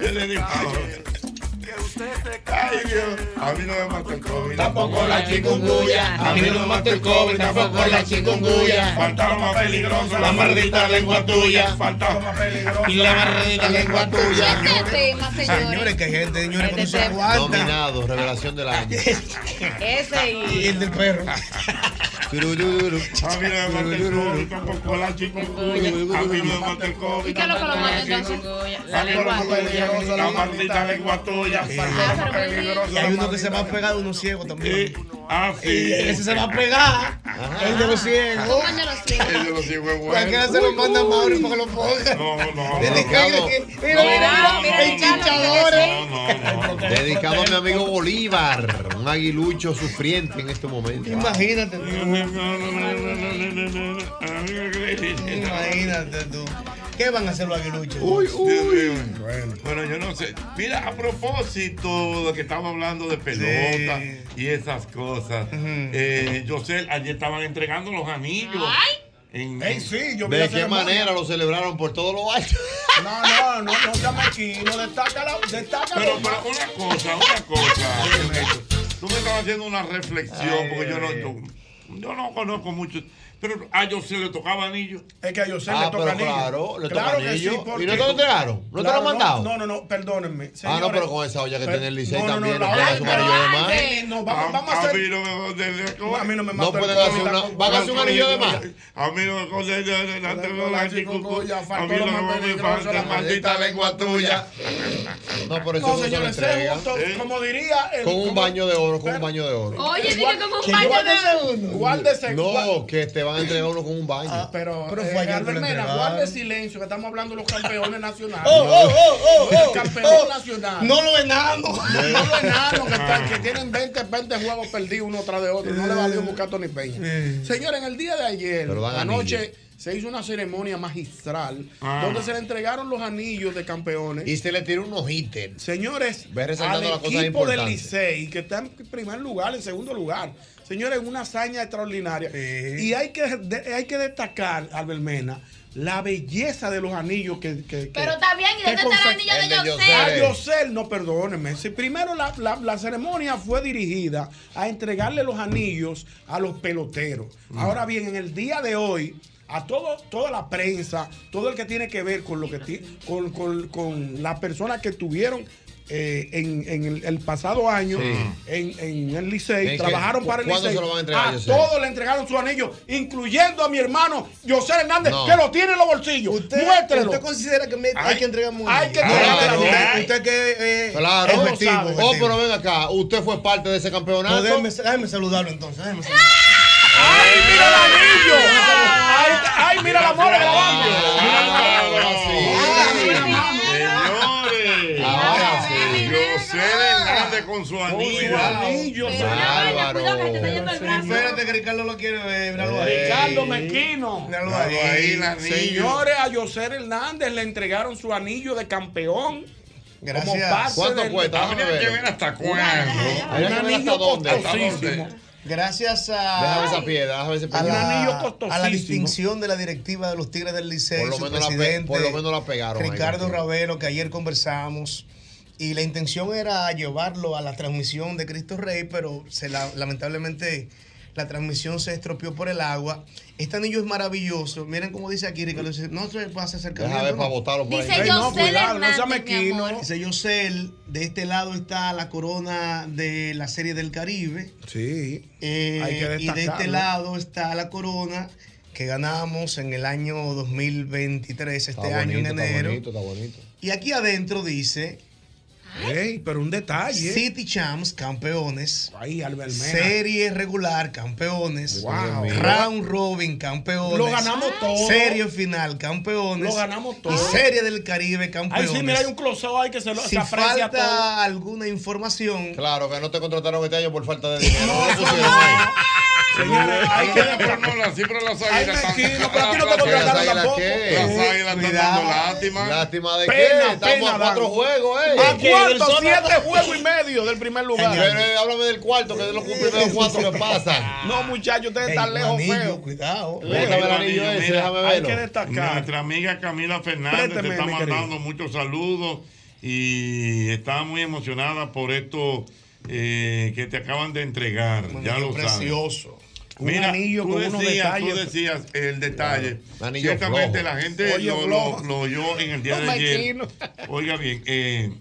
Speaker 2: Yo le digo, Ay, Dios, a mí no me mató el COVID. Tampoco la chikungunya. A mí no me mató el COVID. Tampoco la chikungunya. Faltaba más peligroso la maldita lengua tuya. Faltaba más peligroso la maldita lengua tuya. Este
Speaker 10: Este tema, señores.
Speaker 4: que hay gente, señores, que no se aguanta. Dominado, revelación del año.
Speaker 10: Ese y.
Speaker 4: el del perro.
Speaker 2: A mí no me mató el COVID. Tampoco la chikungunya. A mí no me mató el COVID.
Speaker 10: ¿Y qué es lo que lo mata entonces?
Speaker 2: La lengua tuya. La maldita lengua tuya. Faltaba más
Speaker 20: Y
Speaker 2: peligroso.
Speaker 20: hay uno que se va a pegar de unos ciegos también.
Speaker 2: Ah,
Speaker 20: Y
Speaker 2: sí.
Speaker 20: ese se va a pegar. El de los ciegos.
Speaker 10: Coño, los cielos.
Speaker 2: El de los ciegos es bueno.
Speaker 20: Cualquiera se lo manda a Mauro para que lo ponga.
Speaker 2: No, no.
Speaker 20: Dedicado. Mira, mira, mira, el chinchador, eh.
Speaker 4: Dedicado a mi amigo Bolívar, un aguilucho sufriente en este momento.
Speaker 20: Imagínate.
Speaker 2: Imagínate
Speaker 20: tú. ¿Qué van a hacer los aguiluchos?
Speaker 2: Bueno. Bueno, yo no sé. Mira, a propósito de que estamos hablando de pelota y esas cosas, eh, José, ayer estaban entregando los anillos. En,
Speaker 5: sí, yo vi la
Speaker 4: ¿De qué
Speaker 5: ceremonia.
Speaker 4: manera lo Ah, celebraron por todos los años?
Speaker 5: No, no, no, no llame aquí, no destaca la. Destaca
Speaker 2: Pero pa- una cosa, una cosa. óyeme esto. Tú me estabas haciendo una reflexión, porque yo no, yo, yo no conozco mucho. Pero a José le tocaba anillo.
Speaker 5: Es que a José
Speaker 4: Ah,
Speaker 5: le toca
Speaker 4: pero
Speaker 5: anillo.
Speaker 4: claro, le toca
Speaker 5: Claro que
Speaker 4: anillo.
Speaker 5: sí,
Speaker 4: ¿Y
Speaker 5: porque-
Speaker 4: no te lo entregaron? ¿No te lo han mandado?
Speaker 5: No, no, no, perdónenme.
Speaker 4: Ah, no,
Speaker 5: señores.
Speaker 4: pero con esa olla que
Speaker 5: Pe-
Speaker 4: tiene el Licey
Speaker 5: no, no, no,
Speaker 4: también, no
Speaker 5: la
Speaker 4: puede
Speaker 5: olla-
Speaker 4: hacer un anillo de más.
Speaker 5: Ay, No, vamos, vamos a
Speaker 2: A
Speaker 5: hacer.
Speaker 2: mí no me
Speaker 5: A mí no
Speaker 4: No
Speaker 5: me mató el
Speaker 4: pueden
Speaker 5: COVID,
Speaker 4: hacer una.
Speaker 5: tampoco.
Speaker 4: ¿Van a hacer un anillo de más?
Speaker 2: A mí no me condena la
Speaker 5: la
Speaker 2: chicucuya,
Speaker 5: faltó
Speaker 2: a mí
Speaker 5: lo
Speaker 2: no
Speaker 5: más
Speaker 2: me
Speaker 5: peligroso,
Speaker 2: falta
Speaker 5: la
Speaker 2: la maldita lengua tuya.
Speaker 4: No, por eso
Speaker 5: No,
Speaker 4: no se lo
Speaker 5: señores, Eh, ese es
Speaker 4: entregan.
Speaker 5: justo, como diría el.
Speaker 4: Con un
Speaker 5: como-
Speaker 4: baño de oro, con un baño de oro.
Speaker 10: Oye, dije
Speaker 5: Guar-
Speaker 10: como un
Speaker 5: que
Speaker 10: baño
Speaker 5: guárdese
Speaker 10: de-
Speaker 5: uno, Guárdese.
Speaker 4: No, que te van a entregar uno con un baño.
Speaker 5: pero
Speaker 4: Pero fue
Speaker 5: eh,
Speaker 4: ayer que
Speaker 5: Albert
Speaker 4: lo
Speaker 5: Mena,
Speaker 4: entregaron.
Speaker 5: guarde silencio, que estamos hablando de los campeones nacionales.
Speaker 4: Oh, oh,
Speaker 20: oh, oh, oh,
Speaker 5: campeón
Speaker 20: oh.
Speaker 5: nacional.
Speaker 20: No lo enanos.
Speaker 5: No, lo enanos, que, están-
Speaker 4: Ah.
Speaker 5: que tienen 20, 20 juegos perdidos uno tras de otro. No le valió buscar a Tony Peña. Señores, en el día de ayer,
Speaker 4: Pero van
Speaker 5: anoche, se hizo una ceremonia magistral
Speaker 4: Ah.
Speaker 5: donde se le entregaron los anillos de campeones.
Speaker 4: Y se le tiró unos ítems.
Speaker 5: Señores,
Speaker 4: Ve
Speaker 5: al
Speaker 4: resaltando las cosas
Speaker 5: equipo del
Speaker 4: importantes.
Speaker 5: Licey, que está en primer lugar, en segundo lugar. Señores, una hazaña extraordinaria. Y hay que, de- hay que destacar, Albert Mena, la belleza de los anillos que... que- que-
Speaker 10: Pero está bien, ¿y
Speaker 5: que
Speaker 10: dónde está el
Speaker 5: conse-
Speaker 10: anillo de El de Yosel?
Speaker 5: Ah, Yosel, no, perdónenme. Si primero la, la- la ceremonia fue dirigida a entregarle los anillos a los peloteros.
Speaker 4: Mm.
Speaker 5: Ahora bien, en el día de hoy, a todo, toda la prensa, todo el que tiene que ver con lo que ti- con, con- con las personas que tuvieron. eh, en, en el, el pasado año
Speaker 4: Sí.
Speaker 5: en, en el Licey,
Speaker 4: Es que,
Speaker 5: trabajaron
Speaker 4: ¿cu-
Speaker 5: para el
Speaker 4: cuándo
Speaker 5: Licey
Speaker 4: se lo van a entregar,
Speaker 5: a
Speaker 4: Yosel?
Speaker 5: todos le entregaron su anillo incluyendo a mi hermano José Hernández
Speaker 4: No.
Speaker 5: que lo tiene en los bolsillos muéstrelo
Speaker 20: ¿Usted considera que me- hay que entregar mujeres?
Speaker 5: hay que
Speaker 4: entregar
Speaker 20: Usted,
Speaker 4: mujeres.
Speaker 20: usted que eh,
Speaker 4: Claro,
Speaker 20: es
Speaker 4: objetivo,
Speaker 20: objetivo,
Speaker 4: Oh,
Speaker 20: objetivo.
Speaker 4: pero ven acá, usted fue parte de ese campeonato.
Speaker 20: No, déjeme, déjeme saludarlo entonces. Déjeme
Speaker 5: ¡Ay, mira la mole grabando!
Speaker 2: Señores, ahora sí. José Hernández con su anillo.
Speaker 20: Espérate que Ricardo lo quiere ver. míralo ahí.
Speaker 5: Ricardo Mequino.
Speaker 20: Míralo ahí, el anillo.
Speaker 5: Señores, a José Hernández le entregaron su anillo de campeón.
Speaker 20: Gracias.
Speaker 5: Como pase
Speaker 20: ¿Cuánto
Speaker 5: del-
Speaker 20: cuesta? Vamos a
Speaker 2: Habría que ver hasta cuándo.
Speaker 5: Un anillo costosísimo.
Speaker 20: Gracias a.
Speaker 4: Déjame esa piedra, déjame esa
Speaker 20: A
Speaker 4: piedra.
Speaker 20: la, a la distinción de la directiva de los Tigres del Liceo,
Speaker 4: Por lo
Speaker 20: su
Speaker 4: menos la pe-
Speaker 20: presidente,
Speaker 4: por lo menos la pegaron ahí.
Speaker 20: Ricardo Ravelo, que ayer conversamos. Y la intención era llevarlo a la transmisión de Cristo Rey, pero se la- lamentablemente la transmisión se estropeó por el agua. Este anillo es maravilloso. Miren cómo dice aquí Ricardo. dice, No se pase cerca.
Speaker 4: Deja ver para botarlo por
Speaker 20: Dice
Speaker 4: ahí.
Speaker 20: Yosel
Speaker 5: no sea Hernández, mi mequino. amor.
Speaker 20: ¿eh?" Dice Yosel, de este lado está la corona de la Serie del Caribe.
Speaker 5: Sí.
Speaker 20: Eh,
Speaker 5: Hay que
Speaker 20: y de este
Speaker 5: destacarlo.
Speaker 20: lado está la corona que ganamos en el año 2023, este
Speaker 4: Está
Speaker 20: año
Speaker 4: bonito,
Speaker 20: en
Speaker 4: está
Speaker 20: enero.
Speaker 4: bonito, está bonito.
Speaker 20: Y aquí adentro dice.
Speaker 5: pero un detalle.
Speaker 20: City Champs, campeones.
Speaker 5: Ahí, Albert Mena.
Speaker 20: Serie regular, campeones.
Speaker 5: Wow.
Speaker 20: Round Robin, campeones.
Speaker 5: Lo ganamos todo.
Speaker 20: Serie final, campeones.
Speaker 5: Lo ganamos todo.
Speaker 20: Y Serie del Caribe, campeones.
Speaker 5: Ay, sí, mira, hay un close ahí que se, lo,
Speaker 20: Si
Speaker 5: se aprecia
Speaker 20: falta
Speaker 5: todo.
Speaker 20: alguna información.
Speaker 4: Claro, que no te contrataron este año por falta de dinero. No, lo pusieron
Speaker 5: Señores,
Speaker 2: hay que las siempre las águilas están- Las águilas qué? Las águilas están dando lástima.
Speaker 4: Lástima de
Speaker 5: Pena,
Speaker 4: qué? Estamos
Speaker 5: pena,
Speaker 4: a cuatro
Speaker 5: Dan.
Speaker 4: juegos, eh.
Speaker 5: ¿A cuarto, siete juegos y medio del primer lugar.
Speaker 4: Pero, eh, háblame del cuarto, que de los primeros cuatro que pasan.
Speaker 5: No, muchachos, ustedes están lejos, feo.
Speaker 20: Cuidado.
Speaker 4: Déjame el anillo ese, déjame verlo.
Speaker 2: Nuestra amiga Camila Fernández
Speaker 4: Présteme,
Speaker 2: te está
Speaker 4: mi querido.
Speaker 2: mandando muchos saludos y está muy emocionada por esto eh, que te acaban de entregar. ya lo sabes.
Speaker 20: precioso.
Speaker 5: Un
Speaker 2: Mira,
Speaker 5: anillo
Speaker 2: tú
Speaker 5: con
Speaker 2: decías,
Speaker 5: unos detalles.
Speaker 2: tú decías el detalle.
Speaker 5: Un anillo
Speaker 2: Ciertamente
Speaker 5: flojo.
Speaker 2: la gente
Speaker 5: Oye,
Speaker 2: lo,
Speaker 5: flojo.
Speaker 2: lo- lo oyó en el día
Speaker 5: No
Speaker 2: de
Speaker 5: me
Speaker 2: ayer.
Speaker 5: quino.
Speaker 2: Oiga bien, eh,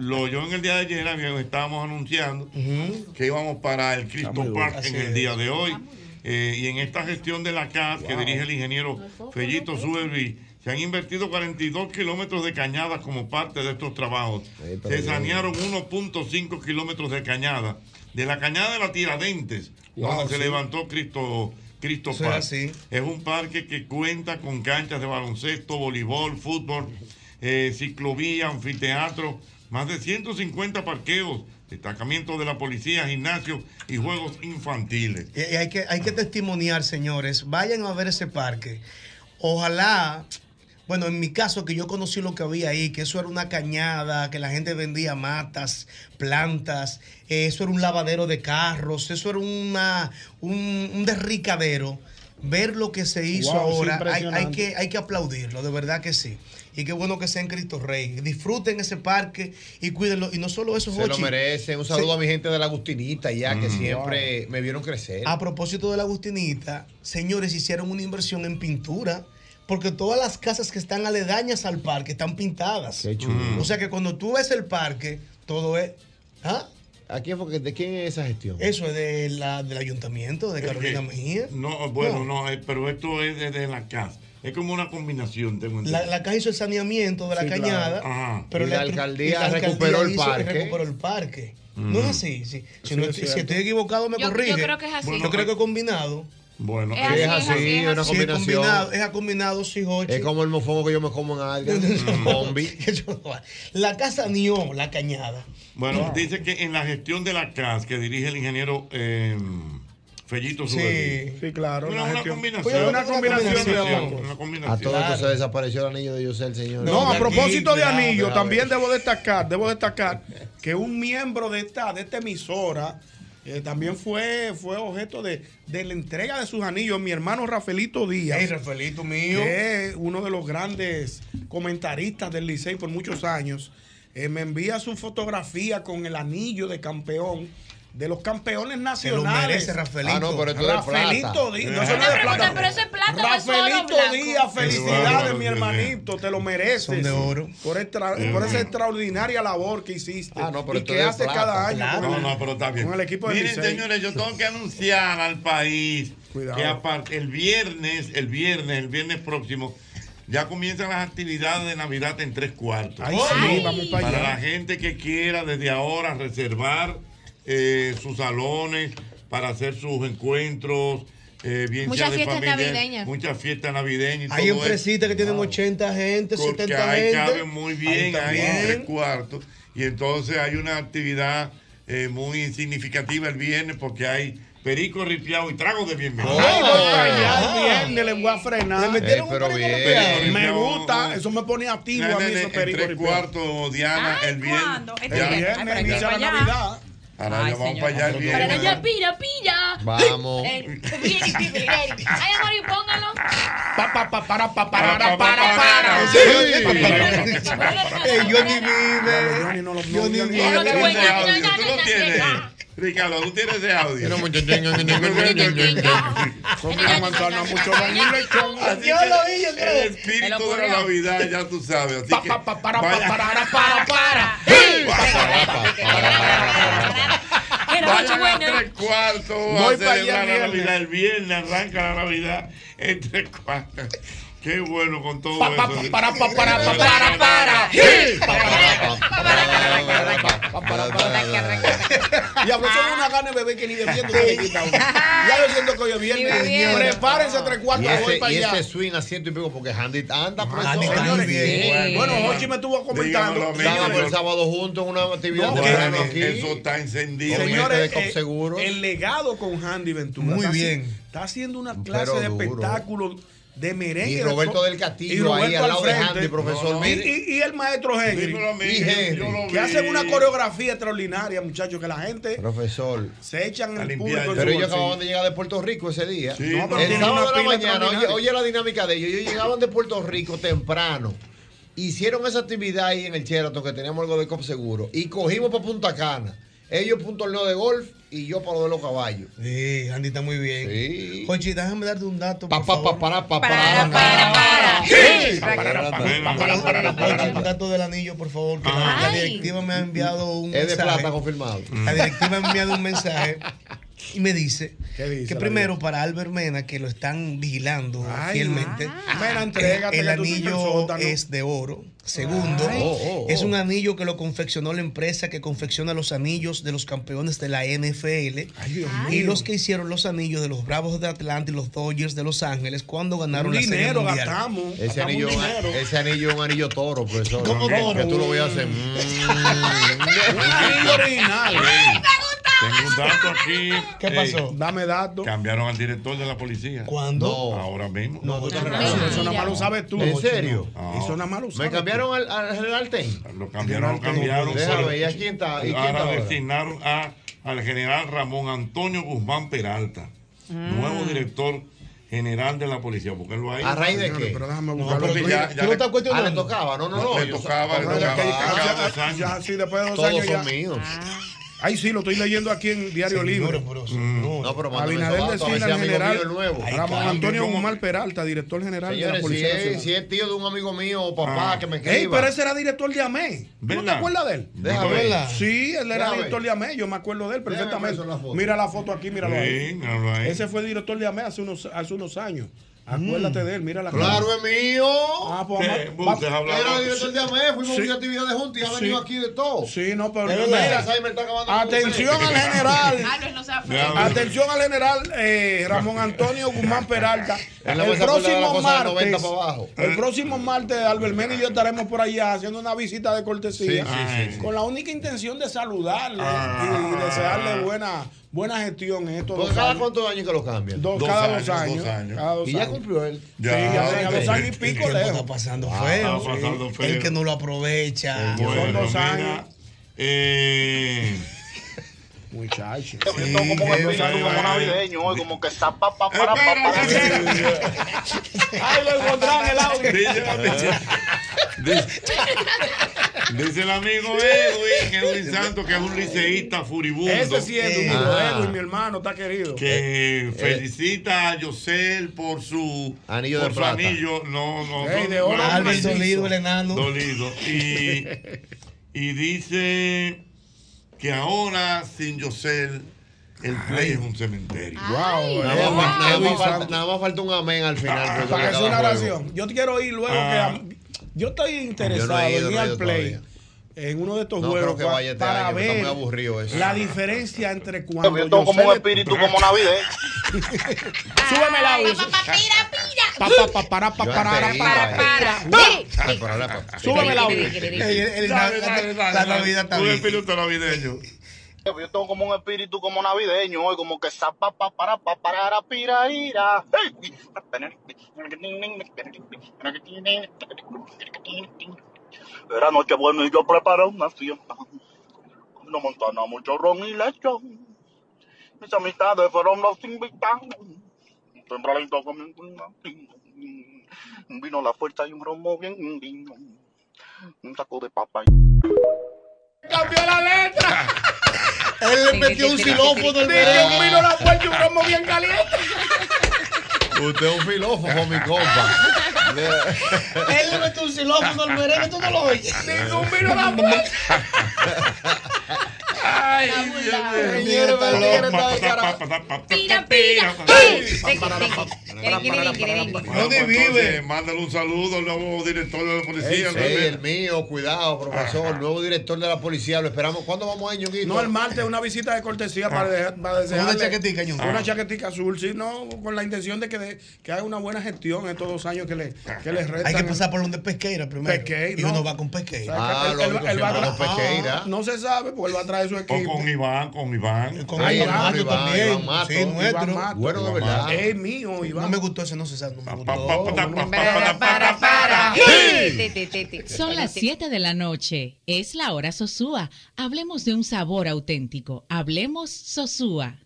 Speaker 2: lo oyó en el día de ayer, amigo, estábamos anunciando que íbamos para el Cristo Park en
Speaker 5: Así
Speaker 2: el
Speaker 5: es.
Speaker 2: día de hoy. Eh, y en esta gestión de la CAS que dirige el ingeniero Fellito Suberbi, se han invertido 42 kilómetros de cañadas como parte de estos trabajos.
Speaker 4: pero
Speaker 2: Se
Speaker 4: yo-
Speaker 2: sanearon 1.5 kilómetros de cañada. De la cañada de la Tiradentes,
Speaker 4: Wow,
Speaker 2: cuando se
Speaker 4: sí.
Speaker 2: levantó Cristo, Cristo
Speaker 4: Eso es
Speaker 2: Park.
Speaker 4: así.
Speaker 2: Es un parque que cuenta con canchas de baloncesto, voleibol, fútbol, eh, ciclovía, anfiteatro, más de 150 parqueos, destacamentos de la policía, gimnasios y juegos infantiles.
Speaker 20: Y y hay que, hay que testimoniar, señores. Vayan a ver ese parque. Ojalá, bueno, en mi caso, que yo conocí lo que había ahí, que eso era una cañada, que la gente vendía matas, plantas, eh, eso era un lavadero de carros, eso era una, un, un derricadero. Ver lo que se hizo
Speaker 5: Wow, es
Speaker 20: ahora, hay, hay
Speaker 5: impresionante.
Speaker 20: que, hay que aplaudirlo, de verdad que sí. Y qué bueno que sea en Cristo Rey. Disfruten ese parque y cuídenlo. Y no solo eso,
Speaker 4: Se lo
Speaker 20: Jochi.
Speaker 4: merecen. Un
Speaker 20: Se-
Speaker 4: saludo a mi gente de la Agustinita ya, que
Speaker 20: Mm.
Speaker 4: siempre me vieron crecer.
Speaker 20: A propósito de la Agustinita, señores, hicieron una inversión en pintura. Porque todas las casas que están aledañas al parque están pintadas.
Speaker 4: chulo.
Speaker 20: O sea que cuando tú ves el parque, todo es. ¿Ah?
Speaker 4: ¿A quién fue que- ¿De quién es esa gestión?
Speaker 20: Eso es de la, del ayuntamiento de Carolina
Speaker 2: Es que-
Speaker 20: Mejía.
Speaker 2: No, bueno, no, eh, pero esto es de, de la casa. Es como una combinación, tengo
Speaker 20: La,
Speaker 2: entendido.
Speaker 20: la caja hizo el saneamiento de la
Speaker 2: Sí, claro.
Speaker 20: cañada.
Speaker 2: Ajá.
Speaker 20: Pero
Speaker 2: Y la
Speaker 20: estru-
Speaker 2: alcaldía
Speaker 20: y la
Speaker 2: recuperó el parque.
Speaker 20: recuperó el parque.
Speaker 2: Mm.
Speaker 20: No es así. Si, si
Speaker 2: Sí,
Speaker 20: no
Speaker 2: es
Speaker 20: estoy- si
Speaker 2: cierto.
Speaker 20: estoy equivocado, me
Speaker 10: Yo- yo
Speaker 20: corrige.
Speaker 10: creo que es así.
Speaker 20: Yo creo que combinado.
Speaker 2: Bueno,
Speaker 20: Eh.
Speaker 2: eh,
Speaker 4: Es es así, así, es es así. una
Speaker 20: Sí,
Speaker 4: combinación.
Speaker 20: combinado, es a combinado, sí, Jochi.
Speaker 4: Es como el mofongo que yo me como en alga. Bombi.
Speaker 20: La casa Nió, la cañada.
Speaker 2: Bueno, dice que en la gestión de la CAS que dirige el ingeniero eh, Fellito Subeldía.
Speaker 5: Sí, sí, claro.
Speaker 2: Una-
Speaker 5: la
Speaker 2: una
Speaker 5: gestión.
Speaker 2: combinación.
Speaker 5: Fue una combinación.
Speaker 2: Una combinación.
Speaker 4: A todo
Speaker 5: Claro.
Speaker 4: esto se desapareció el anillo de José el señor.
Speaker 5: No, a propósito de
Speaker 4: Bravo,
Speaker 5: anillo,
Speaker 4: bravo.
Speaker 5: también debo destacar, debo destacar que un miembro de esta, de esta emisora eh, también fue, fue objeto de, de la entrega de sus anillos. Mi hermano Rafaelito Díaz.
Speaker 20: Ey, Rafaelito mío.
Speaker 5: Que es uno de los grandes comentaristas del Licey por muchos años. eh, me envía su fotografía con el anillo de campeón. De los campeones nacionales.
Speaker 20: merece, Rafaelito. Ah, no, pero esto es de plata.
Speaker 5: Rafaelito Díaz. No, eso no es de
Speaker 10: Una pregunta,
Speaker 5: plata.
Speaker 10: pero eso es plata o es oro
Speaker 5: Rafaelito
Speaker 10: blanco.
Speaker 5: Díaz, felicidades, mi hermanito. Te lo mereces.
Speaker 20: Son de oro.
Speaker 5: Por, extra- por esa extraordinaria labor que hiciste.
Speaker 20: Ah,
Speaker 2: pero
Speaker 5: y
Speaker 2: esto
Speaker 5: que
Speaker 2: es
Speaker 5: hace
Speaker 2: plata.
Speaker 5: cada año.
Speaker 2: Claro.
Speaker 5: con el-
Speaker 2: No, no, pero está bien.
Speaker 5: Con el equipo de
Speaker 2: Miren, señores, yo tengo que anunciar al país que aparte el viernes, el viernes, el viernes próximo, ya comienzan las actividades de Navidad en tres cuartos.
Speaker 5: Ay, sí, vamos para allá.
Speaker 2: la gente que quiera desde ahora reservar eh, sus salones para hacer sus encuentros. eh, bien
Speaker 20: Muchas
Speaker 2: sea de
Speaker 20: fiestas
Speaker 2: familia,
Speaker 20: navideñas.
Speaker 2: Muchas fiestas navideñas. y
Speaker 20: Hay
Speaker 2: todo eso.
Speaker 20: empresitas que tienen 80 gente,
Speaker 2: Porque
Speaker 20: 70
Speaker 2: ahí
Speaker 20: gente.
Speaker 2: caben muy bien, ahí,
Speaker 20: también.
Speaker 2: en tres cuartos. Y entonces hay una actividad eh, muy significativa el viernes porque hay perico ripiado y trago de bienvenida.
Speaker 5: Ay, voy para allá el viernes, le voy a frenar.
Speaker 2: Le metieron Eh, pero un perico bien. ripiado.
Speaker 5: Me
Speaker 2: Ripiado,
Speaker 5: gusta, eso me pone activo a mí,
Speaker 2: Nene,
Speaker 5: esos
Speaker 2: en
Speaker 5: pericos
Speaker 2: tres
Speaker 5: ripiados.
Speaker 2: cuartos, Diana, el viernes.
Speaker 5: ¿Cuándo? Este
Speaker 2: ya-
Speaker 5: viernes. Ay, para que
Speaker 2: inicia
Speaker 5: vaya.
Speaker 2: Ahora ya vamos para allá el
Speaker 10: Para
Speaker 2: viernes.
Speaker 10: allá, pilla, pilla.
Speaker 2: Vamos.
Speaker 10: Eh, pilla, pilla, pilla. Ay, amor, y póngalo.
Speaker 5: Pa, pa, pa, para, pa, para, para,
Speaker 20: Sí. Ey, Johnny vive.
Speaker 5: Johnny no lo
Speaker 20: Johnny vive.
Speaker 2: Tú tienes ese audio, tú lo tienes. Ricardo, tú tienes ese audio.
Speaker 5: Come una manzana, mucho daño, un lechón.
Speaker 2: Así que
Speaker 5: Yo lo vi, yo creo.
Speaker 2: El
Speaker 5: Me
Speaker 2: espíritu
Speaker 5: lo
Speaker 2: de la
Speaker 5: ocurrió.
Speaker 2: Navidad, ya tú sabes. Así que.
Speaker 5: Para, para,
Speaker 2: vaya-
Speaker 5: para, para, para.
Speaker 2: Vayan a tres cuartos
Speaker 5: Voy
Speaker 2: a
Speaker 5: para
Speaker 2: celebrar
Speaker 5: allá
Speaker 2: la
Speaker 5: el viernes.
Speaker 2: Navidad. El viernes arranca la Navidad en tres cuartos. Qué bueno con todo
Speaker 5: Pa, pa,
Speaker 2: eso.
Speaker 5: pa, pa, para, pa, para, para. Y habló sobre una gana de bebé que ni bebiendo se le quita uno. Ya lo siento que hoy es viernes.
Speaker 4: Ni bebiendo.
Speaker 5: Prepárense a tres
Speaker 4: Y
Speaker 5: cuartos, voy
Speaker 4: ese,
Speaker 5: para
Speaker 4: y
Speaker 5: allá. Ah,
Speaker 4: ese swing a ciento y pico, porque Handy anda por
Speaker 5: Handy está muy bien. Bueno, Hochi me estuvo comentando.
Speaker 4: Estábamos el sábado juntos en una actividad.
Speaker 5: No,
Speaker 4: de
Speaker 5: que-
Speaker 4: verano aquí.
Speaker 2: Eso está encendido.
Speaker 5: Señores,
Speaker 2: Con
Speaker 5: eh,
Speaker 2: este Cop
Speaker 5: el legado con Handy Ventura.
Speaker 2: Muy
Speaker 5: Está
Speaker 2: bien.
Speaker 5: haci- Está haciendo una
Speaker 2: Pero
Speaker 5: clase de
Speaker 2: duro.
Speaker 5: espectáculo de merengue.
Speaker 4: Y
Speaker 5: de
Speaker 4: Roberto
Speaker 5: so-
Speaker 4: del Castillo ahí al lado de
Speaker 5: frente.
Speaker 4: Handy, profesor,
Speaker 5: No, no. Y,
Speaker 4: mire.
Speaker 5: y- y el maestro Henry.
Speaker 4: Dímelo a mí, Y yo- Henry. yo lo
Speaker 5: que hacen
Speaker 4: vi.
Speaker 5: una coreografía extraordinaria, muchachos, que la gente
Speaker 4: Profesor.
Speaker 5: se echan
Speaker 4: Está
Speaker 5: el
Speaker 4: limpiando.
Speaker 5: público. en
Speaker 4: Pero
Speaker 5: su
Speaker 4: ellos
Speaker 5: bolsillo.
Speaker 4: acababan de llegar de Puerto Rico ese día.
Speaker 5: Sí, no, pero
Speaker 4: el
Speaker 5: tienen
Speaker 4: sábado
Speaker 5: una
Speaker 4: de la
Speaker 5: pila
Speaker 4: mañana, oye,
Speaker 5: extraordinaria.
Speaker 4: oye la dinámica de ellos. Ellos llegaban de Puerto Rico temprano. Hicieron esa actividad ahí en el Sheraton que teníamos algo de Cop Seguro. Y cogimos para Punta Cana. Ellos para un torneo de golf y yo para lo de los caballos.
Speaker 20: Sí, Andy está muy bien.
Speaker 4: Sí.
Speaker 20: Conchi, déjame darte un dato.
Speaker 4: Pa, pa, pa, para, pa, para,
Speaker 20: Sí.
Speaker 4: Pa, para, pa, pa, para, para.
Speaker 20: Conchi, un dato del anillo, por favor. Que la, la directiva me ha enviado un
Speaker 4: Es de
Speaker 20: mensaje.
Speaker 4: plata confirmado. Mm.
Speaker 20: La
Speaker 5: Mm.
Speaker 20: directiva me ha enviado un mensaje y me dice, que
Speaker 4: la
Speaker 20: primero para Albert Mena, que lo están vigilando fielmente,
Speaker 5: ah. Mena, entrégate,
Speaker 20: el
Speaker 5: ya tú estás en el
Speaker 20: anillo
Speaker 5: sótano.
Speaker 20: es de oro. Segundo,
Speaker 5: Ay. Oh, oh, oh.
Speaker 20: es un anillo que lo confeccionó la empresa que confecciona los anillos de los campeones de la NFL y
Speaker 5: mío.
Speaker 20: los que hicieron los anillos de los Bravos de Atlanta y los Dodgers de Los Ángeles cuando ganaron
Speaker 5: Un
Speaker 20: la Serie
Speaker 5: dinero
Speaker 20: Mundial.
Speaker 5: gastamos.
Speaker 4: Ese anillo, ese anillo es un anillo toro, profesor.
Speaker 20: ¿Cómo
Speaker 4: Que
Speaker 20: toro?
Speaker 4: tú lo voy a hacer.
Speaker 5: anillo original.
Speaker 2: Tengo un dato aquí.
Speaker 5: ¿Qué pasó? Dame datos.
Speaker 2: Cambiaron al director de la policía.
Speaker 20: ¿Cuándo?
Speaker 2: No. Ahora mismo.
Speaker 5: No, tú te relajas. Eso nada más lo sabes tú.
Speaker 2: ¿En
Speaker 5: Jochi,
Speaker 2: serio?
Speaker 5: no. Eso nada más lo sabes
Speaker 4: Me
Speaker 5: tú.
Speaker 4: cambiaron al, al general Ten.
Speaker 2: Lo cambiaron, lo cambiaron.
Speaker 4: Déjame
Speaker 2: pero
Speaker 4: ver, ¿y a quién está- y quién
Speaker 2: ahora
Speaker 4: está ahora?
Speaker 2: designaron a, al general Ramón Antonio Guzmán Peralta, nuevo director general de la policía. Búsquenlo ahí.
Speaker 4: ¿A raíz de qué?
Speaker 5: Pero déjame
Speaker 2: No,
Speaker 5: buscarlo.
Speaker 2: porque ya- ya le-
Speaker 4: Ah, le tocaba. No, no,
Speaker 2: No,
Speaker 4: no.
Speaker 2: le
Speaker 4: yo-
Speaker 2: tocaba, le
Speaker 4: Ah,
Speaker 2: tocaba.
Speaker 4: que-
Speaker 2: Ah,
Speaker 4: que-
Speaker 2: dos años.
Speaker 5: Ya, sí, después de dos
Speaker 4: Todos
Speaker 5: años.
Speaker 4: son
Speaker 5: ya.
Speaker 4: míos.
Speaker 5: Ay, sí, lo estoy leyendo aquí en Diario Libre.
Speaker 4: Mm. No, pero mándame
Speaker 5: Abinader
Speaker 4: ese dato, a ver
Speaker 5: designa
Speaker 4: si
Speaker 5: al
Speaker 4: amigo
Speaker 5: general
Speaker 4: mío es nuevo. Ay,
Speaker 5: Ramón
Speaker 4: caramba.
Speaker 5: Antonio
Speaker 4: ¿Cómo?
Speaker 5: Guzmán Peralta, director general de la
Speaker 4: Señores, si
Speaker 5: Policía Nacional. Ah.
Speaker 4: es, si es tío de un amigo mío o papá que me escriba.
Speaker 5: Ey, pero ese era director de AME. ¿No te
Speaker 4: ¿Verdad?
Speaker 5: acuerdas de él?
Speaker 4: Déjame ver. ¿Verdad?
Speaker 5: Sí, él era
Speaker 4: Déjame
Speaker 5: director de AME. Yo me acuerdo de él perfectamente.
Speaker 4: ver la foto.
Speaker 5: Mira la foto aquí, míralo
Speaker 2: Sí,
Speaker 5: ahí.
Speaker 2: míralo ahí.
Speaker 5: Ese fue director de AME hace unos, hace unos años. Acuérdate de él, mira la
Speaker 4: Claro,
Speaker 5: cara.
Speaker 4: es mío.
Speaker 5: Ah, pues,
Speaker 4: Eh,
Speaker 5: vamos-
Speaker 4: Buses
Speaker 5: va-
Speaker 4: hablaba. Era director de AME, fuimos a
Speaker 5: Sí.
Speaker 4: muchas actividades juntos y ha venido
Speaker 5: Sí.
Speaker 4: aquí de todo.
Speaker 5: Sí, no, pero
Speaker 4: Es verdad.
Speaker 5: mira,
Speaker 4: Alzheimer está acabando con
Speaker 5: Atención
Speaker 4: usted.
Speaker 5: al general.
Speaker 10: Albert Ah, no se va a
Speaker 5: Atención al general eh, Ramón Antonio Guzmán Peralta.
Speaker 4: Él
Speaker 5: El
Speaker 4: le va a sacar la
Speaker 5: próximo
Speaker 4: cosa de 90
Speaker 5: martes,
Speaker 4: para abajo.
Speaker 5: el próximo martes, Albert Mena y yo estaremos por allá haciendo una visita de cortesía
Speaker 4: Sí, sí, Ah. sí, sí.
Speaker 5: con la única intención de saludarle y, y desearle buena, buena gestión en estos
Speaker 4: Porque
Speaker 5: dos
Speaker 4: cada
Speaker 5: años.
Speaker 4: cuántos años que lo cambian.
Speaker 5: Dos, cada dos años, cada dos
Speaker 4: y ya
Speaker 5: años.
Speaker 4: cumplió él.
Speaker 5: Sí, ya tenía dos años y pico,
Speaker 20: tiempo
Speaker 5: Leo.
Speaker 20: está pasando
Speaker 5: Ah,
Speaker 20: feo.
Speaker 5: está pasando
Speaker 20: sí.
Speaker 5: feo.
Speaker 20: El que no lo aprovecha.
Speaker 5: Bueno, Son dos mira. años.
Speaker 2: Eh.
Speaker 5: Muchachos.
Speaker 28: como que estoy como navideño, hoy, como que está pa, pa, para, pa, para.
Speaker 5: Ahí lo encontrarán el audio.
Speaker 2: Dice, dice el amigo Edwin, Edwin Santos, eh, que es un liceísta furibundo.
Speaker 5: Ese sí es
Speaker 2: Eh,
Speaker 5: duro,
Speaker 2: ajá,
Speaker 5: Edwin, mi hermano, está querido.
Speaker 4: Eh,
Speaker 2: Que felicita a Yosel por su
Speaker 4: Anillo
Speaker 2: por
Speaker 4: de
Speaker 2: su
Speaker 4: plata.
Speaker 2: anillo. No, no,
Speaker 20: Ey,
Speaker 2: no,
Speaker 20: de oro,
Speaker 2: no,
Speaker 20: Alvin
Speaker 2: no,
Speaker 20: Dolido, el enano.
Speaker 2: Dolido. Y, y dice que ahora sin Yosel el play es un cementerio.
Speaker 5: eh.
Speaker 4: Wow, eh. nada,
Speaker 2: Edwin
Speaker 4: más, nada, más
Speaker 2: Santos.
Speaker 4: falta, nada más falta un amén al final. porque
Speaker 5: Para que
Speaker 4: cada
Speaker 5: sea una
Speaker 4: juego.
Speaker 5: oración. Yo te quiero ir luego
Speaker 4: Ah.
Speaker 5: que. Yo estoy interesado
Speaker 4: Yo no he ido,
Speaker 5: en ir
Speaker 4: no he
Speaker 5: al
Speaker 4: ido
Speaker 5: play
Speaker 4: todavía.
Speaker 5: en uno de estos
Speaker 4: No
Speaker 5: juegos
Speaker 4: creo que vaya este
Speaker 5: para
Speaker 4: año, que
Speaker 5: ver
Speaker 4: está muy aburrido eso.
Speaker 5: la diferencia entre cuando.
Speaker 28: Yo tengo como
Speaker 5: Yosel
Speaker 28: un
Speaker 5: le-
Speaker 28: espíritu como Navidad.
Speaker 5: Súbeme la audio. Pa, pa, pa, para, pa,
Speaker 4: Yo
Speaker 5: para,
Speaker 4: antes
Speaker 5: para,
Speaker 4: iba,
Speaker 5: para,
Speaker 4: eh.
Speaker 5: para.
Speaker 4: Ay, por ahora, por-
Speaker 5: Súbeme el audio.
Speaker 28: Dale, dale, dale, dale.
Speaker 2: Un espíritu navideño.
Speaker 28: Yo tengo como un espíritu como navideño hoy, como que está pa pa para pa para pira ira. ¡Hey! Era noche buena y yo preparé una fiesta. Una montana, mucho ron y lechón. Mis amistades fueron los invitados. Tempranito comiendo un matito. Vino la fuerza y un romo bien lindo. Un saco de papá.
Speaker 5: Cambió la letra.
Speaker 28: Él le metió un xilófono al
Speaker 5: Dije un vino a la puerta y un romo bien caliente.
Speaker 4: Usted es un filósofo, mi compa.
Speaker 20: Él le mete un xilófono al merengue, tú no lo oyes.
Speaker 5: Ningún vino a la puerta.
Speaker 2: Ay,
Speaker 5: Señores, señores,
Speaker 3: Pira, pira.
Speaker 2: ¿Dónde vive? pues, Mándale un saludo al nuevo director de la
Speaker 4: Ey,
Speaker 2: policía.
Speaker 4: sí,
Speaker 2: Albert.
Speaker 4: el mío, cuidado, profesor, nuevo director de la policía. Lo esperamos. ¿Cuándo vamos a ir, Ñonguito? Ah.
Speaker 5: No, el martes una visita de cortesía para, dejar- para desearle
Speaker 20: Ah. Una chaquetica, Ñongo.
Speaker 5: Una chaquetica azul, sí, no, con la intención de que, de- que haga una buena gestión estos dos años que le, que le restan.
Speaker 20: Hay que pasar por donde es pesqueira primero.
Speaker 5: Pesqueira,
Speaker 20: y
Speaker 5: no.
Speaker 20: uno va con pesqueira.
Speaker 5: Ah,
Speaker 4: El- el- lógico, el- el- siempre el- con Pesqueira.
Speaker 5: no se sabe, porque él va a traer su equipo.
Speaker 2: Con Iván, con Iván.
Speaker 20: Con
Speaker 4: Ay,
Speaker 20: Iván
Speaker 4: Iván
Speaker 20: Mato
Speaker 4: Iván,
Speaker 20: también.
Speaker 4: Iván Mato.
Speaker 20: Sí,
Speaker 4: Iván
Speaker 20: nuestro.
Speaker 4: Mato. Bueno, de Iván verdad. Mato.
Speaker 5: Es mío, Iván.
Speaker 20: No me gustó ese, no se sabe. No me gustó.
Speaker 29: Son las 7 de la noche. Es la hora Sosúa. Hablemos de un sabor auténtico. Hablemos Sosúa.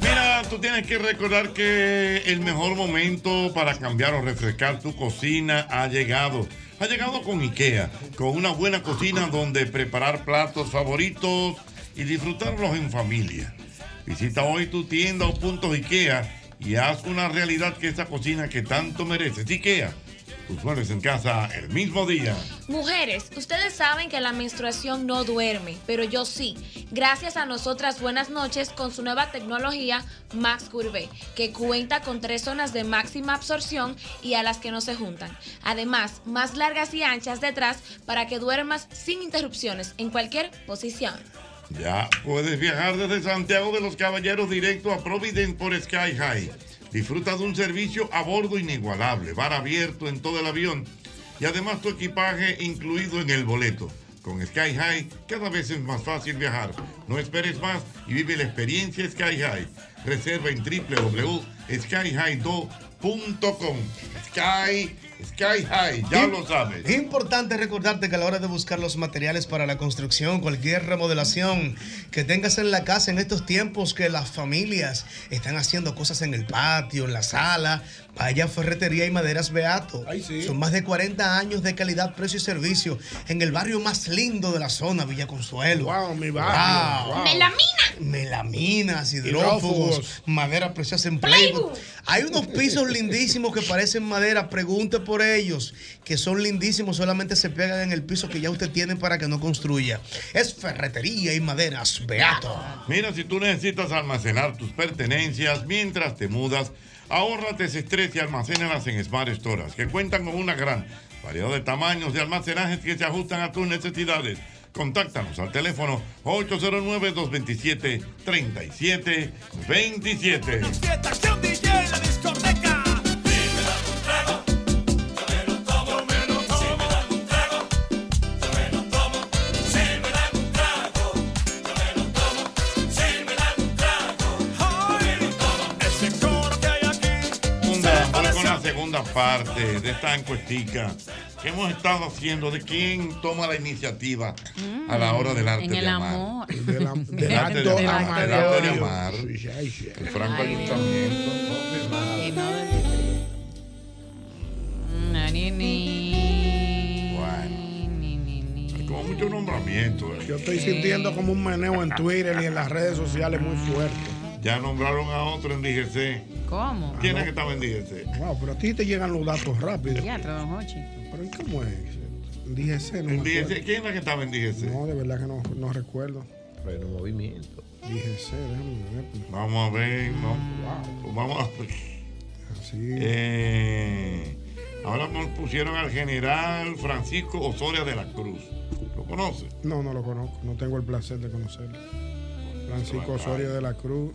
Speaker 2: Mira, tú tienes que recordar que el mejor momento para cambiar o refrescar tu cocina ha llegado. Ha llegado con IKEA, con una buena cocina donde preparar platos favoritos y disfrutarlos en familia. Visita hoy tu tienda o puntos IKEA y haz una realidad que esa cocina que tanto mereces. IKEA, tus muebles en casa el mismo día.
Speaker 10: Mujeres, ustedes saben que la menstruación no duerme, pero yo sí. Gracias a nosotras Buenas Noches con su nueva tecnología Max Curve, que cuenta con tres zonas de máxima absorción y a las que no se juntan. Además, más largas y anchas detrás para que duermas sin interrupciones en cualquier posición.
Speaker 2: Ya puedes viajar desde Santiago de los Caballeros directo a Providence por Sky High. Disfruta de un servicio a bordo inigualable, bar abierto en todo el avión y además tu equipaje incluido en el boleto. Con Sky High cada vez es más fácil viajar. No esperes más y vive la experiencia Sky High. Reserva en www.skyhigh2.com. Sky, Sky High, ya lo sabes.
Speaker 20: Es importante recordarte que a la hora de buscar los materiales para la construcción, cualquier remodelación que tengas en la casa en estos tiempos que las familias están haciendo cosas en el patio, en la sala, vaya a Ferretería y Maderas Beato. Son más de 40 años de calidad, precio y servicio en el barrio más lindo de la zona, Villa Consuelo.
Speaker 5: Wow, mi barrio. Wow.
Speaker 10: Melamina.
Speaker 20: Melaminas,
Speaker 5: Hidrófugos.
Speaker 20: hidrófugos, madera preciosa en playbook. Hay unos pisos lindísimos que parecen madera, pregunte por ellos, que son lindísimos, solamente se pegan en el piso que ya usted tiene para que no construya. Es ferretería y maderas, Beato.
Speaker 2: Mira, si tú necesitas almacenar tus pertenencias mientras te mudas, ahórrate ese estrés y almacénalas en Smart Storage, que cuentan con una gran variedad de tamaños de almacenajes que se ajustan a tus necesidades. Contáctanos al teléfono 809-227-3727. Segunda, vamos con la segunda parte de esta encuestica que hemos estado haciendo de quién toma la iniciativa a la hora del arte
Speaker 3: Mm, En
Speaker 2: de
Speaker 3: el
Speaker 2: amar.
Speaker 3: amor.
Speaker 2: Del arte de
Speaker 5: acto
Speaker 2: amar. Del
Speaker 5: amatorio.
Speaker 2: arte de amar. El franco ayuntamiento.
Speaker 3: Na, ni, ni.
Speaker 2: Como ¿eh? mucho nombramiento.
Speaker 5: Yo estoy sintiendo como un meneo en Twitter y en las redes sociales muy fuerte.
Speaker 2: Ya nombraron a otro en DGC.
Speaker 3: ¿Cómo?
Speaker 5: Ah,
Speaker 2: ¿Quién es que estaba en DGC?
Speaker 5: Wow, pero a ti te llegan los datos rápido.
Speaker 3: Ya, don Hochi.
Speaker 5: Pero ¿y ¿cómo es? El DGC, no me
Speaker 2: En DGC,
Speaker 5: acuerdo.
Speaker 2: ¿Quién es la que estaba en DGC?
Speaker 5: No, de verdad que no, no recuerdo.
Speaker 7: Bueno, movimiento.
Speaker 5: DGC, déjame ver. pues.
Speaker 2: Vamos a ver, no. Pues Vamos a ver. Eh, ahora nos pusieron al general Francisco Osoria de la Cruz. ¿Lo conoce?
Speaker 5: No, no lo conozco. No tengo el placer de conocerlo. Francisco Osorio de la Cruz,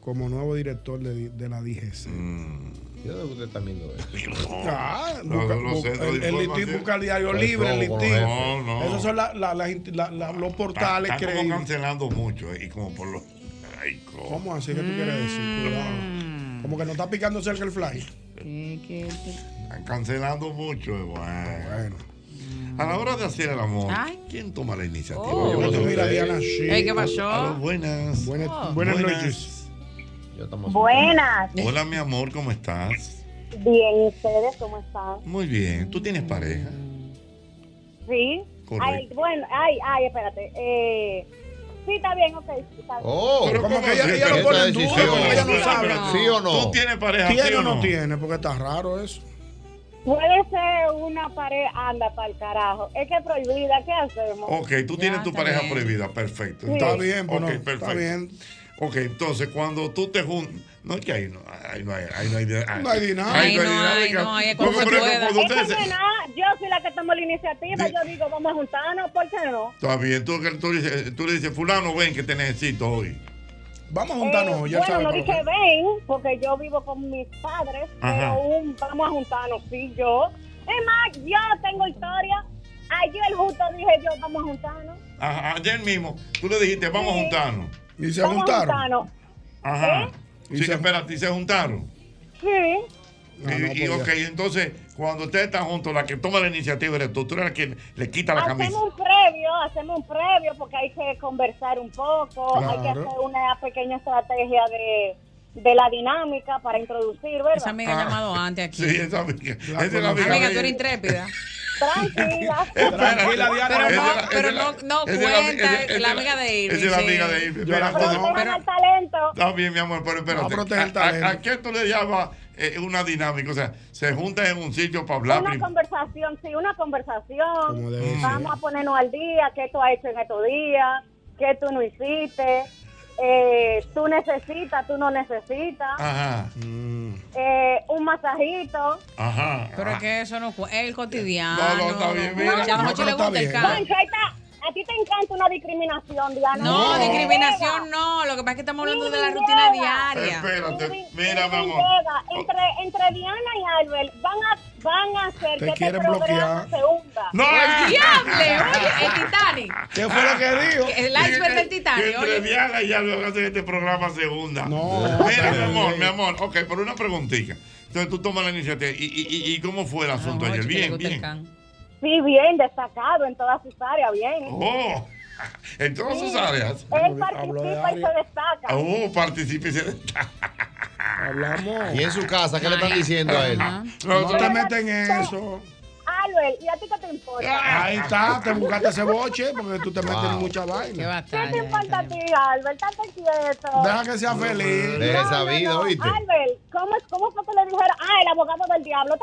Speaker 5: como nuevo director de, de la DGC.
Speaker 7: Yo debo que usted está viendo eso.
Speaker 5: Ah,
Speaker 7: Lo-
Speaker 5: busca-
Speaker 7: lo sé,
Speaker 5: busca-
Speaker 7: lo
Speaker 5: el, el
Speaker 7: informo
Speaker 5: listín
Speaker 7: así.
Speaker 5: busca el diario
Speaker 7: Pues
Speaker 5: libre, el
Speaker 7: no,
Speaker 5: listín.
Speaker 2: no, no.
Speaker 5: Esos son la- la- la gente- la- la- los
Speaker 2: Está,
Speaker 5: portales
Speaker 2: está como
Speaker 5: creídos.
Speaker 2: cancelando mucho eh, y como por los. Ay, co-
Speaker 5: ¿Cómo así que tú quieres decir? Cuidado. Como que no está picando cerca el fly.
Speaker 2: Están cancelando mucho. eh, Bueno. A la hora de hacer el amor,
Speaker 5: Ay.
Speaker 2: ¿quién toma la iniciativa?
Speaker 5: Oh. Yo voto, mira, Diana, sí. Ey, ¿qué pasó? Oh.
Speaker 2: Aló, buenas. Buenas,
Speaker 5: buenas
Speaker 2: noches.
Speaker 8: Buenas.
Speaker 2: Hola, mi amor, ¿cómo estás?
Speaker 8: Bien, ¿y ustedes cómo están?
Speaker 2: Muy bien. ¿Tú tienes pareja?
Speaker 8: Sí.
Speaker 2: Correcto.
Speaker 8: Ay, bueno, ay, ay, espérate. Eh, sí, está bien, ok. sí, está bien.
Speaker 5: Pero como Oh, que ella,
Speaker 7: así?
Speaker 5: ella lo
Speaker 7: Esta
Speaker 5: pone en duda,
Speaker 7: decisión.
Speaker 5: como que ella no
Speaker 7: Pero,
Speaker 5: sabe.
Speaker 7: pero, Oh. ¿sí o no? ¿Tú tienes pareja,
Speaker 5: ¿Tiene
Speaker 7: sí
Speaker 5: o
Speaker 7: o
Speaker 5: no,
Speaker 7: no?
Speaker 5: tiene? Porque está raro eso.
Speaker 8: Puede ser una pared, anda para el carajo. Es que es prohibida, ¿qué hacemos?
Speaker 2: Ok, tú tienes tu pareja prohibida, perfecto.
Speaker 8: Sí.
Speaker 2: Entonces,
Speaker 5: Está bien, pues
Speaker 2: ok,
Speaker 5: no, está bien.
Speaker 2: Ok, entonces cuando tú te juntas. No es que ahí no, ahí no hay, ahí no hay, ahí-
Speaker 5: No hay dinámica.
Speaker 2: ahí no hay
Speaker 5: Ahí no hay,
Speaker 2: dinámica.
Speaker 5: no hay, es
Speaker 2: Porque,
Speaker 5: como
Speaker 2: por ejemplo,
Speaker 5: pueda.
Speaker 2: cuando
Speaker 8: Es que
Speaker 2: ustedes se-
Speaker 8: no es nada, yo soy la que tomo la iniciativa, yo digo, vamos a juntarnos, ¿por qué no?
Speaker 2: Está bien, tú, tú le dices, tú le dices, Fulano, ven que te necesito hoy.
Speaker 5: Vamos
Speaker 8: Eh, bueno, no dije ven, porque yo vivo con mis padres,
Speaker 2: Ajá.
Speaker 8: pero aún vamos a juntarnos, sí, yo. Es más, yo tengo historia. Ayer justo dije yo, vamos a juntarnos.
Speaker 2: Ajá, ayer mismo, tú le dijiste, vamos a juntarnos.
Speaker 5: Y
Speaker 8: vamos a juntarnos. ¿Eh?
Speaker 2: Ajá. Sí, que espérate, y se juntaron.
Speaker 8: Sí.
Speaker 2: y, y, ok, entonces, cuando ustedes están juntos, la que toma la iniciativa eres tú, tú eres la que le quita la camisa.
Speaker 8: Hacemos un previo, hacemos un previo porque hay que conversar un poco,
Speaker 2: Claro.
Speaker 8: hay que hacer una pequeña estrategia de, de la dinámica para introducir, ¿verdad?
Speaker 3: Esa amiga ha llamado antes aquí.
Speaker 2: Ah. Sí, esa amiga. Esa es la amiga.
Speaker 3: Amiga, tú
Speaker 2: mía.
Speaker 3: eres intrépida.
Speaker 8: Tranquila.
Speaker 3: Tranquila,
Speaker 2: Diana.
Speaker 3: Pero no,
Speaker 2: Esa es la-
Speaker 3: pero
Speaker 2: esa
Speaker 3: no,
Speaker 2: es la-
Speaker 3: no
Speaker 2: esa es la-
Speaker 3: cuenta,
Speaker 2: esa-
Speaker 3: es
Speaker 2: esa
Speaker 3: la amiga de
Speaker 2: Esa
Speaker 3: Irving.
Speaker 2: es la
Speaker 3: sí.
Speaker 2: amiga de Irving. Espérate, no.
Speaker 8: Protejan al talento.
Speaker 2: Está bien, mi amor, pero espérate.
Speaker 5: protege el
Speaker 2: ¿A- a-
Speaker 5: talento.
Speaker 2: ¿A, qué tú le llamas eh, una dinámica? O sea, se juntan en un sitio para hablar
Speaker 8: Una
Speaker 2: primero.
Speaker 8: conversación, sí, una
Speaker 2: Como
Speaker 8: conversación.
Speaker 2: debe ser.
Speaker 8: Vamos a ponernos al día, qué tú has hecho en estos días, qué tú no hiciste, eh, tú necesitas, tú no necesitas,
Speaker 2: Ajá.
Speaker 5: Mm.
Speaker 8: eh, un masajito.
Speaker 2: Ajá.
Speaker 3: Pero es que eso no cu- Pues es el cotidiano.
Speaker 2: No, no, está bien, mira.
Speaker 3: Ya a
Speaker 2: No,
Speaker 3: Jochi
Speaker 2: pero
Speaker 3: le
Speaker 2: está
Speaker 3: gusta el
Speaker 2: bien.
Speaker 3: carro.
Speaker 8: Concha, ahí está. a ti te encanta una discriminación, Diana.
Speaker 3: No,
Speaker 8: Ni
Speaker 3: discriminación no. Lo que pasa es que estamos hablando de la rutina diaria.
Speaker 2: Espérate,
Speaker 8: llega,
Speaker 2: mira,
Speaker 8: ni
Speaker 2: mi amor.
Speaker 8: llega. Entre, entre Diana y Albert van a, van a hacer que
Speaker 2: Te
Speaker 8: este
Speaker 2: quieren
Speaker 8: programa
Speaker 2: bloquear.
Speaker 8: se hunda.
Speaker 2: No. eh.
Speaker 3: ¡El diable! Oye, el Titanic.
Speaker 5: ¿Qué fue lo que dijo?
Speaker 3: El iceberg del
Speaker 2: Que
Speaker 3: Titanic.
Speaker 2: entre
Speaker 3: Oye.
Speaker 2: Diana y Álvaro hacen este programa segunda. No. Mira, mi amor, mi amor. Ok, pero una preguntita. Entonces tú tomas la iniciativa. ¿Y, y, y- y cómo
Speaker 3: Ah,
Speaker 2: fue el asunto ayer? Bien, bien.
Speaker 8: Sí, bien, destacado en todas sus áreas, bien.
Speaker 2: Oh, en todas sus
Speaker 8: Sí.
Speaker 3: Eh,
Speaker 2: áreas.
Speaker 8: Él participa y se
Speaker 3: Ah,
Speaker 8: destaca.
Speaker 2: Oh, participe.
Speaker 5: Hablamos.
Speaker 7: ¿Y en su casa qué le están diciendo a
Speaker 3: Ah,
Speaker 7: él?
Speaker 5: No, te meten en eso.
Speaker 8: Albert, ¿y a ti qué te importa?
Speaker 5: Ahí está, te buscaste ese boche porque tú te metes en
Speaker 7: Wow.
Speaker 5: mucha vaina.
Speaker 8: ¿Qué te importa a ti, Albert? Estate quieto.
Speaker 5: Deja que sea feliz.
Speaker 7: Deja esa vida, ¿oíste?
Speaker 8: Albert, ¿cómo, ¿cómo fue que le dijeron? Ah, el abogado del diablo,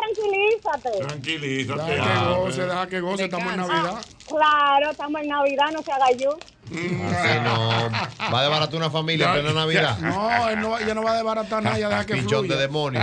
Speaker 8: tranquilízate.
Speaker 2: Tranquilízate.
Speaker 5: Deja que
Speaker 2: Álvaro.
Speaker 3: Ah,
Speaker 5: goce, deja que goce, estamos en Navidad.
Speaker 8: Claro, estamos en Navidad, no se haga yo.
Speaker 4: Así no. Va a desbaratar una familia en plena Navidad.
Speaker 5: No, él no, ella no va a desbaratar nada, ella deja que
Speaker 4: Pichón de
Speaker 5: fluya.
Speaker 4: demonio.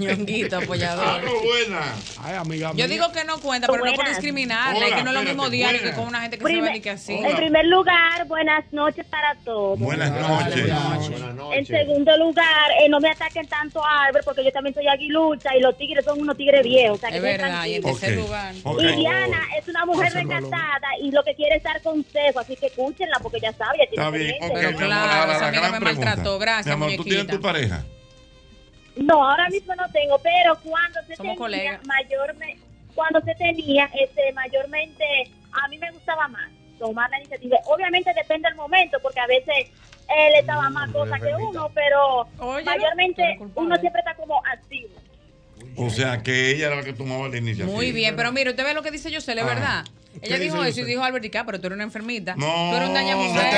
Speaker 3: Ñonguito, apoyador.
Speaker 2: buena.
Speaker 5: Ay, amiga
Speaker 3: Yo
Speaker 5: mía.
Speaker 3: digo que no cuenta, pero no por
Speaker 8: Buenas.
Speaker 3: discriminar,
Speaker 8: Hola,
Speaker 3: es que no es lo
Speaker 8: espérate,
Speaker 3: mismo diario que
Speaker 8: buenas.
Speaker 3: con una gente que se va
Speaker 8: Primer-
Speaker 3: a que así.
Speaker 8: en primer lugar, buenas noches para todos.
Speaker 2: Buenas noches. Buenas
Speaker 8: En segundo lugar, eh, no me ataquen tanto árbol porque yo también soy aguilucha y los tigres son unos tigres viejos. O sea, que
Speaker 3: Es
Speaker 8: sean
Speaker 3: verdad, y en
Speaker 8: tranquilos.
Speaker 3: tercer lugar.
Speaker 8: Y Diana es una mujer
Speaker 2: Hacerlo a Oh. lo-
Speaker 8: recatada y lo que quiere es dar consejo, así que escúchenla porque ya sabe, ya tiene
Speaker 2: Está bien, ok.
Speaker 8: experiencia.
Speaker 2: mi amor, ahora la gran pregunta. Mi amor, ¿tú
Speaker 8: muñequita.
Speaker 2: tienes tu pareja?
Speaker 8: No, ahora mismo no tengo, pero cuando se
Speaker 3: Somos
Speaker 8: tenía
Speaker 3: colegas.
Speaker 8: mayormente, cuando se tenía, este, mayormente, a mí me gustaba más tomar la iniciativa. Obviamente depende del momento, porque a veces él
Speaker 2: Mm,
Speaker 8: estaba más cosa que uno, pero mayormente uno siempre está como activo.
Speaker 2: O sea, que ella era la que tomaba la iniciativa.
Speaker 3: Muy bien, pero mire, usted ve lo que dice Yosel, es
Speaker 2: Ajá.
Speaker 3: verdad. Ella
Speaker 2: Ah, dice
Speaker 3: dijo eso y
Speaker 2: Yosel?
Speaker 3: dijo Albert, "Ah, pero tú eres una enfermita.
Speaker 2: No,
Speaker 3: tú eres un
Speaker 2: se te fa-
Speaker 3: dañamujer,
Speaker 2: se
Speaker 3: ninguna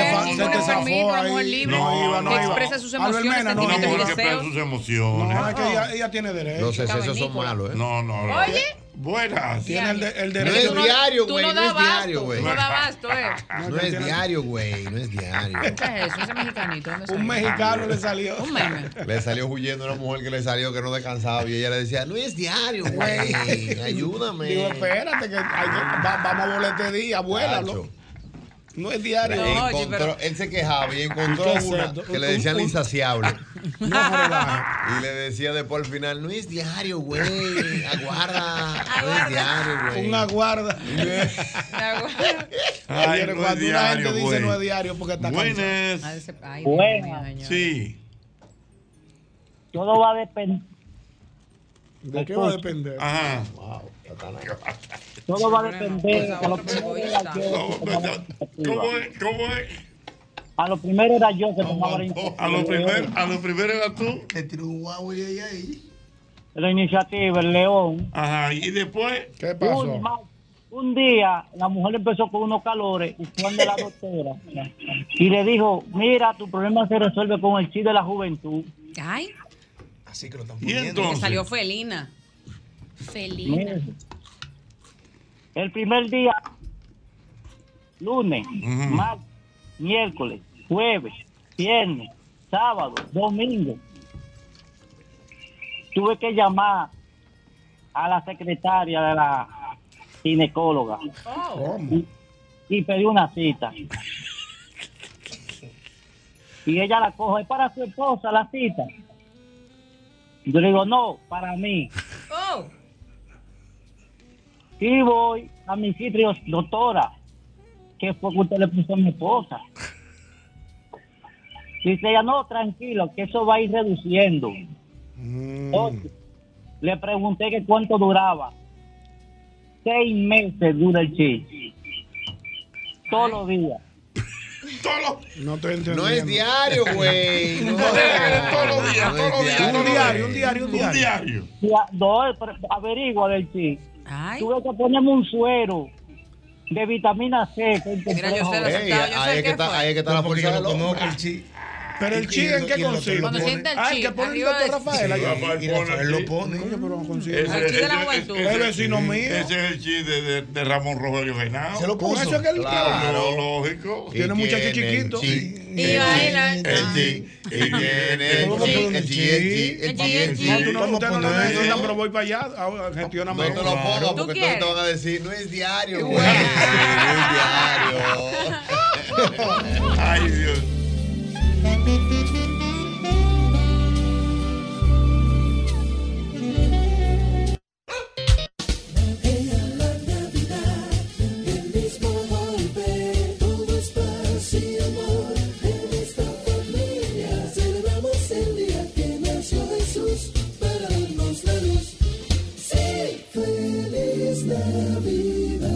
Speaker 2: te
Speaker 3: enfermita,
Speaker 2: zafó
Speaker 3: una mujer
Speaker 2: ahí.
Speaker 3: libre
Speaker 2: No, no
Speaker 3: que
Speaker 2: iba.
Speaker 3: expresa sus
Speaker 2: Albert
Speaker 3: emociones,
Speaker 2: Mena, no,
Speaker 3: sentimientos
Speaker 2: no,
Speaker 3: y
Speaker 2: porque expresa
Speaker 3: deseos.
Speaker 2: sus emociones.
Speaker 5: No, es que ella, ella tiene derecho.
Speaker 4: Los excesos son malos, ¿eh?
Speaker 2: No, no, no.
Speaker 3: Oye.
Speaker 2: Buenas.
Speaker 5: Tiene el, de- el
Speaker 4: No
Speaker 5: derecho.
Speaker 4: es diario,
Speaker 3: tú
Speaker 4: güey.
Speaker 3: no
Speaker 4: No es
Speaker 3: dabas
Speaker 4: diario,
Speaker 3: tú,
Speaker 4: güey.
Speaker 3: tú no dabas tú, eh.
Speaker 4: No es diario, güey. No es diario.
Speaker 3: ¿Qué es eso? Ese mexicanito. ¿dónde salió?
Speaker 5: Un mexicano le salió.
Speaker 3: Un meme.
Speaker 4: Le salió huyendo una mujer que le salió que no descansaba y ella le decía, no es diario, güey, ayúdame.
Speaker 5: Digo, espérate, que, hay que- va- vamos a volar este día, abuélalo. No es diario.
Speaker 4: Le encontró- Él se quejaba y encontró
Speaker 5: ¿Y qué
Speaker 4: una
Speaker 5: hacer?
Speaker 4: que le decían la
Speaker 5: Un-
Speaker 4: insaciable. y le decía después al final, no es diario, güey, aguarda, no es diario, güey.
Speaker 5: Un aguarda.
Speaker 2: Ay,
Speaker 5: Pero
Speaker 2: no es
Speaker 5: cuando una gente
Speaker 2: diario,
Speaker 5: dice
Speaker 2: güey.
Speaker 5: no es diario porque está
Speaker 2: Buenas.
Speaker 3: Ay, Dios mío,
Speaker 2: Buenas.
Speaker 3: señor.
Speaker 2: Sí.
Speaker 17: Todo va a depender.
Speaker 5: ¿De qué va a depender?
Speaker 2: Ajá.
Speaker 17: Todo va a
Speaker 3: pues,
Speaker 17: depender. A lo primero era yo que
Speaker 2: ¿Cómo es? ¿Cómo es?
Speaker 17: tomaba la iniciativa. A lo primero era yo que tomaba la iniciativa.
Speaker 2: A lo primero, a lo primero era tú.
Speaker 5: Te tiró un guau y ella ahí.
Speaker 17: La iniciativa, el león.
Speaker 2: Ajá. Y después.
Speaker 5: ¿Qué
Speaker 17: Un, ma- un día la mujer empezó con unos calores y fue de la doctora y le dijo, mira, tu problema se resuelve con el chi de la juventud.
Speaker 3: Ay,
Speaker 5: Así que lo están
Speaker 17: poniendo.
Speaker 3: que salió felina.
Speaker 17: Mira. El primer día, lunes, martes, miércoles, jueves, viernes, sábado, domingo, tuve que llamar a la secretaria de la ginecóloga y, y pedí una cita. Y ella la coge, es para su esposa la cita. Yo le digo, no, para mí.
Speaker 3: Oh,
Speaker 17: Y voy a mi sitio, doctora, que fue que usted le puso a mi esposa. Dice ella, no, tranquilo, que eso va a ir reduciendo. Entonces, le pregunté que cuánto duraba. Seis meses dura el chi. Todos los días.
Speaker 5: No te
Speaker 4: No es diario, güey. No,
Speaker 17: Todos los días,
Speaker 4: todos los días,
Speaker 5: Un diario, un diario, un diario.
Speaker 17: Ya, No, pero averigua del chi. Tuve que ponerme un suero de vitamina C. que complejo.
Speaker 4: Ey, ahí, es que está, ahí es que está la fuerza del hombre.
Speaker 5: Pero el chi, ¿en qué consiste?
Speaker 4: Cuando
Speaker 3: sienta el
Speaker 5: Ah,
Speaker 3: chi,
Speaker 5: que pone el
Speaker 3: arriba
Speaker 5: doctor
Speaker 3: de-
Speaker 5: Rafael.
Speaker 2: Sí,
Speaker 5: ahí.
Speaker 2: Rafael
Speaker 5: Y
Speaker 2: pone
Speaker 5: Rafael
Speaker 2: el
Speaker 5: lo
Speaker 2: chi.
Speaker 5: pone, niño, pero no consigue.
Speaker 2: Ese-
Speaker 5: El chi de la
Speaker 2: ese-
Speaker 5: juventud.
Speaker 2: ese-
Speaker 5: El vecino mío.
Speaker 2: Ese es el chi de, de- de Ramón Rogelio Reinao.
Speaker 5: Se lo Con puso. eso es que él
Speaker 2: claro,
Speaker 5: trabaja.
Speaker 2: lógico.
Speaker 5: Tiene muchachos chiquitos.
Speaker 3: y baila.
Speaker 4: El chi, el chi, el chi.
Speaker 5: No, tú no, usted no lo necesita, pero voy para allá. Ahora gestiona
Speaker 4: No te lo pongo porque entonces te van a decir, no es
Speaker 3: Este,
Speaker 4: diario, güey.
Speaker 2: Ay, Dios.
Speaker 15: Celebramos el día que nació Jesús para darnos la luz. Sí, feliz
Speaker 2: La
Speaker 15: Navidad.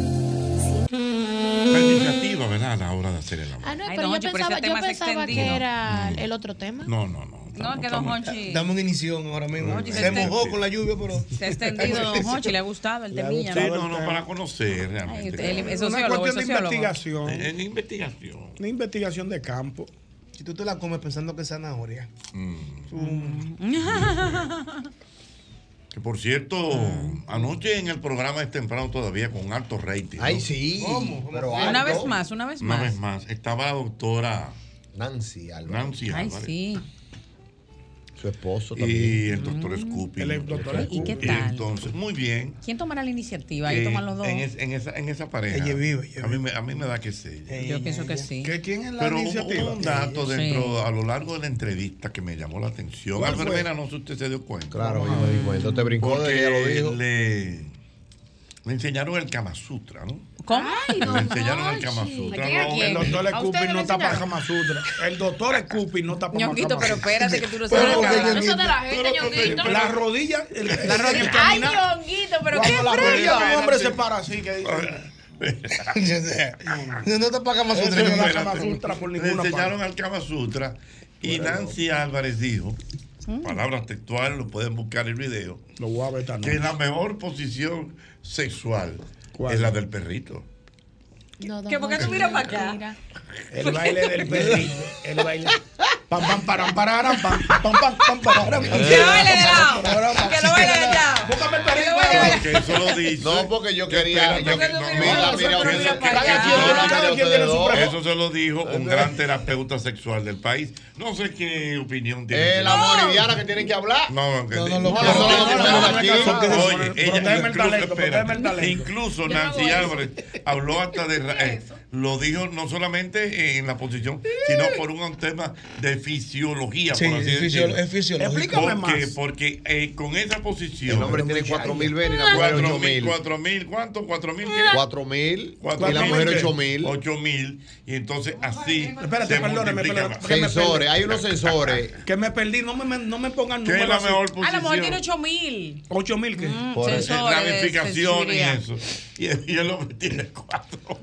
Speaker 2: iniciativa, ¿verdad? A la hora de hacer el amor.
Speaker 10: Ah, no,
Speaker 3: Ay,
Speaker 10: pero
Speaker 3: don
Speaker 10: yo
Speaker 3: Hochi, pero ese
Speaker 10: pensaba, yo
Speaker 3: tema se
Speaker 10: pensaba que
Speaker 3: extendió.
Speaker 10: era el otro tema.
Speaker 2: No, no, no.
Speaker 3: No, que don Honchi
Speaker 20: Dame una inición ahora mismo.
Speaker 3: Oye,
Speaker 20: Se
Speaker 3: se te-
Speaker 20: mojó con la lluvia, pero.
Speaker 3: se ha extendido, don Honchi, le ha gustado el
Speaker 2: Sí,
Speaker 3: temilla.
Speaker 2: no, no, para conocer
Speaker 3: Ay,
Speaker 2: realmente.
Speaker 3: usted, el- el
Speaker 5: Una
Speaker 3: sociólogo, el
Speaker 5: cuestión de
Speaker 3: sociólogo.
Speaker 5: investigación.
Speaker 2: En investigación.
Speaker 5: Una investigación de campo.
Speaker 20: Si tú te la comes pensando que es zanahoria.
Speaker 5: Mm.
Speaker 2: Que por cierto, anoche en el programa es temprano todavía con alto rating.
Speaker 4: Ay, sí.
Speaker 2: ¿Cómo?
Speaker 4: Pero
Speaker 3: Una
Speaker 4: alto.
Speaker 3: vez más, una vez
Speaker 2: Una
Speaker 3: más.
Speaker 2: vez más, estaba la doctora
Speaker 4: Nancy Álvarez.
Speaker 2: Nancy
Speaker 3: Ay,
Speaker 2: Álvarez.
Speaker 3: sí.
Speaker 4: Su esposo
Speaker 2: también. Y el doctor Scoopy. El doctor
Speaker 3: ¿Y qué tal?
Speaker 2: Entonces, muy bien.
Speaker 3: ¿Quién tomará la iniciativa? Ahí
Speaker 2: Eh,
Speaker 3: toman los dos.
Speaker 2: En, es- en esa, en esa pareja.
Speaker 3: Ella vive,
Speaker 2: a, mí, me- a mí me da que sí.
Speaker 3: Yo pienso que sí.
Speaker 5: ¿Quién es
Speaker 2: Pero hubo un dato
Speaker 3: Sí.
Speaker 2: dentro, a lo largo de la entrevista que me llamó la atención.
Speaker 4: ¿Cuál
Speaker 2: Albert
Speaker 4: fue?
Speaker 2: Mena, no sé si usted se dio cuenta.
Speaker 4: Claro, yo me di cuenta. Te brincó de
Speaker 2: Porque
Speaker 4: que ella lo dijo.
Speaker 2: Le, le enseñaron el Kama Sutra, ¿no?
Speaker 3: ¿Cómo?
Speaker 2: le enseñaron el Kama Sutra.
Speaker 3: quién, a quién?
Speaker 5: el doctor
Speaker 3: ¿A ustedes
Speaker 5: Scoopy
Speaker 3: le
Speaker 5: no está para
Speaker 3: enseñaron?
Speaker 5: Kama Sutra. El doctor Scoopy no está para Kama
Speaker 3: Ñonguito, pero espérate que tú no sabes
Speaker 5: Pero,
Speaker 3: nada.
Speaker 5: Ñonguito,
Speaker 3: No se de la gente,
Speaker 5: pero,
Speaker 3: Ñonguito.
Speaker 5: pero, La rodilla. el-
Speaker 3: La rodilla.
Speaker 5: el
Speaker 3: Ay,
Speaker 5: caminar.
Speaker 3: Ñonguito, pero qué
Speaker 5: Cuando la rodilla de
Speaker 3: frío.
Speaker 5: un hombre se para así, que dice.
Speaker 20: No te paga más otra.
Speaker 2: Espérate,
Speaker 20: no la Kama Sutra por
Speaker 2: le
Speaker 20: ninguna
Speaker 2: enseñaron al Kama Sutra y Nancy Álvarez dijo, palabras textuales, lo pueden buscar en el video, que la mejor posición sexual es la del perrito.
Speaker 3: ¿Que por qué tú miras para acá?
Speaker 5: El baile del perrito. El baile. Pam, pam, param, pararam, pam, pam, pam, pam, pararam. Que
Speaker 3: lo baile de lado. Que lo baile de lado.
Speaker 5: Búscame el perrito.
Speaker 2: Que eso lo dice.
Speaker 4: No, porque yo quería. yo-
Speaker 2: Espérate,
Speaker 4: no,
Speaker 2: que-
Speaker 4: mira,
Speaker 2: no,
Speaker 4: mira,
Speaker 2: eso-
Speaker 4: mira,
Speaker 2: eso-
Speaker 4: mira,
Speaker 2: cada
Speaker 4: mira,
Speaker 2: quien-
Speaker 4: mira,
Speaker 2: cada
Speaker 4: mira,
Speaker 2: quien tiene su
Speaker 4: ustedes
Speaker 2: preferencia.
Speaker 4: dos.
Speaker 2: Eso se lo dijo
Speaker 4: Eh,
Speaker 2: un gran terapeuta sexual del país. No sé qué opinión tiene.
Speaker 4: El amor y Diana que tienen que hablar.
Speaker 2: No, no, que-
Speaker 4: No, no,
Speaker 2: no,
Speaker 4: no,
Speaker 2: no,
Speaker 4: no, no,
Speaker 2: no, no,
Speaker 4: no,
Speaker 2: no,
Speaker 4: aquí.
Speaker 2: no, no,
Speaker 4: Protege
Speaker 2: no,
Speaker 4: el
Speaker 2: Oye, ella incluso,
Speaker 4: talento, protege el
Speaker 2: espérate,
Speaker 4: talento.
Speaker 2: incluso
Speaker 4: Yo no
Speaker 2: Nancy
Speaker 4: hago eso.
Speaker 2: Álvarez habló hasta de ra- eh, lo dijo no solamente en la posición, sino por un tema de fisiología,
Speaker 20: Sí,
Speaker 2: por así
Speaker 20: es
Speaker 2: decirlo.
Speaker 20: fisiolo- es fisiológico. Explícame
Speaker 2: porque,
Speaker 20: más.
Speaker 2: Porque eh, con esa posición.
Speaker 4: El hombre tiene 4.000 venas y la mujer
Speaker 2: 4.000,
Speaker 4: 8.000.
Speaker 2: 4.000, ¿cuánto? 4.000
Speaker 4: 4.000 y la mujer
Speaker 2: 8.000. 8.000. Y entonces así.
Speaker 5: Espérate,
Speaker 2: se
Speaker 5: perdóneme,
Speaker 2: multiplica
Speaker 5: perdóneme.
Speaker 2: más.
Speaker 5: que me perdí. Que me perdí, no me, no me pongan números. así.
Speaker 3: Ah, la mujer tiene 8 mil. Mm,
Speaker 5: 8 mil que
Speaker 2: Por eso,
Speaker 3: sensores de
Speaker 2: ramificaciones y
Speaker 3: sensibilidad.
Speaker 2: eso. Y el, y el hombre tiene cuatro.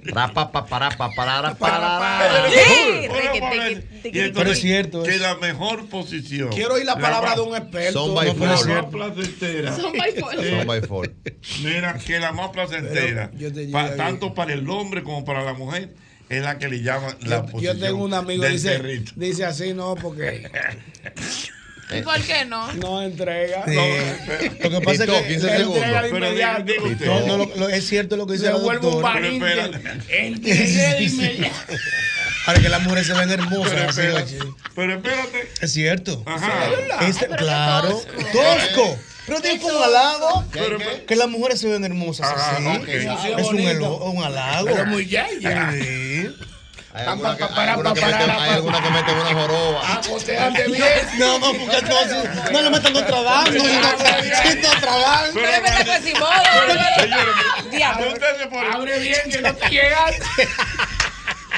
Speaker 3: Sí,
Speaker 2: Una
Speaker 3: requete,
Speaker 2: mujer.
Speaker 3: requete,
Speaker 2: Y entonces,
Speaker 20: Pero es cierto,
Speaker 2: Que la mejor posición.
Speaker 5: Quiero oír la palabra
Speaker 2: más-
Speaker 5: de un experto.
Speaker 4: Son by
Speaker 2: No, pero
Speaker 4: four.
Speaker 2: la más placentera.
Speaker 5: Son by four.
Speaker 2: Eh,
Speaker 4: Son by four.
Speaker 2: Mira, que la más placentera, pa- tanto para el hombre como para la mujer, es la que le llaman la posición
Speaker 5: Yo tengo un amigo que
Speaker 2: del
Speaker 5: dice,
Speaker 2: perrito.
Speaker 5: dice así, no, porque
Speaker 3: ¿Por qué no?
Speaker 5: no entrega.
Speaker 20: Sí. Lo que pasa es que
Speaker 5: Entrega de
Speaker 20: Pero
Speaker 5: inmediato.
Speaker 20: diga- diga usted. No, no, lo- lo- es cierto lo que dice
Speaker 5: Se
Speaker 20: la
Speaker 5: vuelve un
Speaker 20: doctora.
Speaker 5: barril
Speaker 20: Pero
Speaker 5: de-
Speaker 20: Sí,
Speaker 5: Entrega de
Speaker 20: sí, sí.
Speaker 5: inmediato.
Speaker 20: Para que las mujeres se ven hermosas.
Speaker 5: Pero
Speaker 20: así,
Speaker 5: espérate,
Speaker 20: oye.
Speaker 2: Pero espérate.
Speaker 20: Es cierto.
Speaker 2: Ajá.
Speaker 20: Es- claro. Tosco. Pero tiene como un halago.
Speaker 2: Pero-
Speaker 20: Que las mujeres se ven hermosas. así.
Speaker 2: ok.
Speaker 20: Es un, halo- un halago.
Speaker 5: Pero muy yaya.
Speaker 20: Sí.
Speaker 4: Hay alguna que, hay alguna que mete- hay alguna que mete una
Speaker 5: Ah,
Speaker 4: joroba.
Speaker 5: Acoteate pues bien.
Speaker 20: No, no, porque entonces no le metan contrabando, sino sino contrabando.
Speaker 3: No le metas cuasimodo. Diablo.
Speaker 5: Abre bien que no te llegas.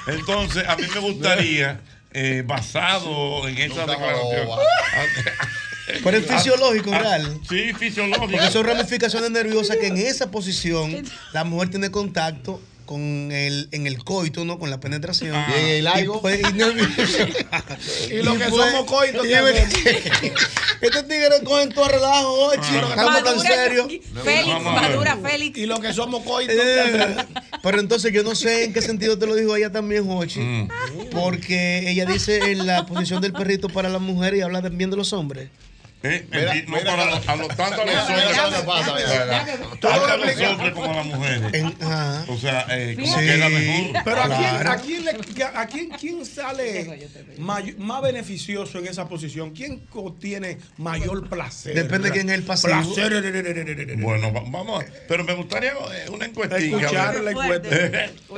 Speaker 2: Entonces, a mí me gustaría, eh, basado en esa declaración.
Speaker 20: Pero es fisiológico,
Speaker 2: Ah,
Speaker 20: real.
Speaker 2: Sí, fisiológico.
Speaker 20: Porque son ramificaciones nerviosas que en esa posición la mujer tiene contacto con el, en el coito, ¿no? Con la penetración.
Speaker 4: Y en el algo.
Speaker 20: Y, puede- y no-
Speaker 5: Y lo que somos coitos
Speaker 20: y- Este
Speaker 5: también.
Speaker 20: Estos tigres cogen todo a relajo, oye,
Speaker 5: Ah.
Speaker 20: chicos, estamos tan
Speaker 5: Madura,
Speaker 20: serios.
Speaker 3: Félix, madura, Félix.
Speaker 5: Y lo que somos coitos.
Speaker 20: Eh, Pero entonces yo no sé en qué sentido te lo dijo ella también, Jochi. Porque ella dice en la posición del perrito para la mujer y habla también de los hombres.
Speaker 2: Eh, eh, no, para los- a los tanto a los
Speaker 20: mira,
Speaker 2: hombres.
Speaker 20: mira lo que pasa, mira.
Speaker 2: ¿verdad?
Speaker 20: Tú lo
Speaker 2: Tanto a los
Speaker 20: explicas.
Speaker 2: hombres como a las mujeres.
Speaker 20: Ajá.
Speaker 2: O sea, eh, como
Speaker 20: Sí.
Speaker 2: que es la mejor.
Speaker 5: ah, Pero ¿a quién,
Speaker 20: Claro.
Speaker 5: a quién, le- a quién- quién sale may- más beneficioso en esa posición? ¿Quién co- tiene mayor placer?
Speaker 20: Depende de quién es el pasivo.
Speaker 5: Placer.
Speaker 2: Bueno, va- vamos. a- Pero me gustaría eh, una encuestilla.
Speaker 5: Escuchar la encuesta.
Speaker 20: Pues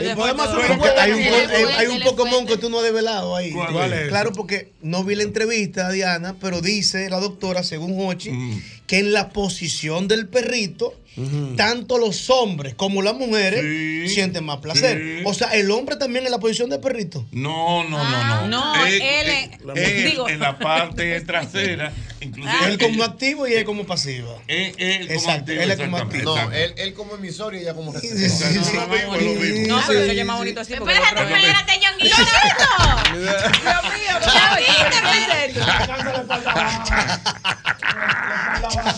Speaker 20: Eh,
Speaker 5: Podemos hacer
Speaker 20: porque
Speaker 5: una encuesta.
Speaker 20: hay un,
Speaker 5: aquí.
Speaker 20: hay- hay un Pokémon que tú no has develado ahí.
Speaker 5: ¿Cuál ¿Cuál es? es?
Speaker 20: Claro, porque no vi la entrevista, Diana, pero dice la doctora, según Hochi,
Speaker 5: Mm.
Speaker 20: que en la posición del perrito, tanto los hombres como las mujeres sienten más placer. O sea, el hombre también en la posición del perrito.
Speaker 2: No, no, no, no.
Speaker 3: Ah, no,
Speaker 2: Eh,
Speaker 3: él
Speaker 2: eh,
Speaker 3: es-
Speaker 2: la-
Speaker 20: eh,
Speaker 2: él
Speaker 20: digo.
Speaker 2: en la parte trasera, incluso
Speaker 5: Ah.
Speaker 3: Ah.
Speaker 20: Él como activo y él como pasiva.
Speaker 2: eh,
Speaker 20: Exacto, él es como activo.
Speaker 4: No, él, él como emisorio y ella como receptor.
Speaker 3: No, pero eso ya es más bonito así. porque
Speaker 4: Espérate,
Speaker 3: otro-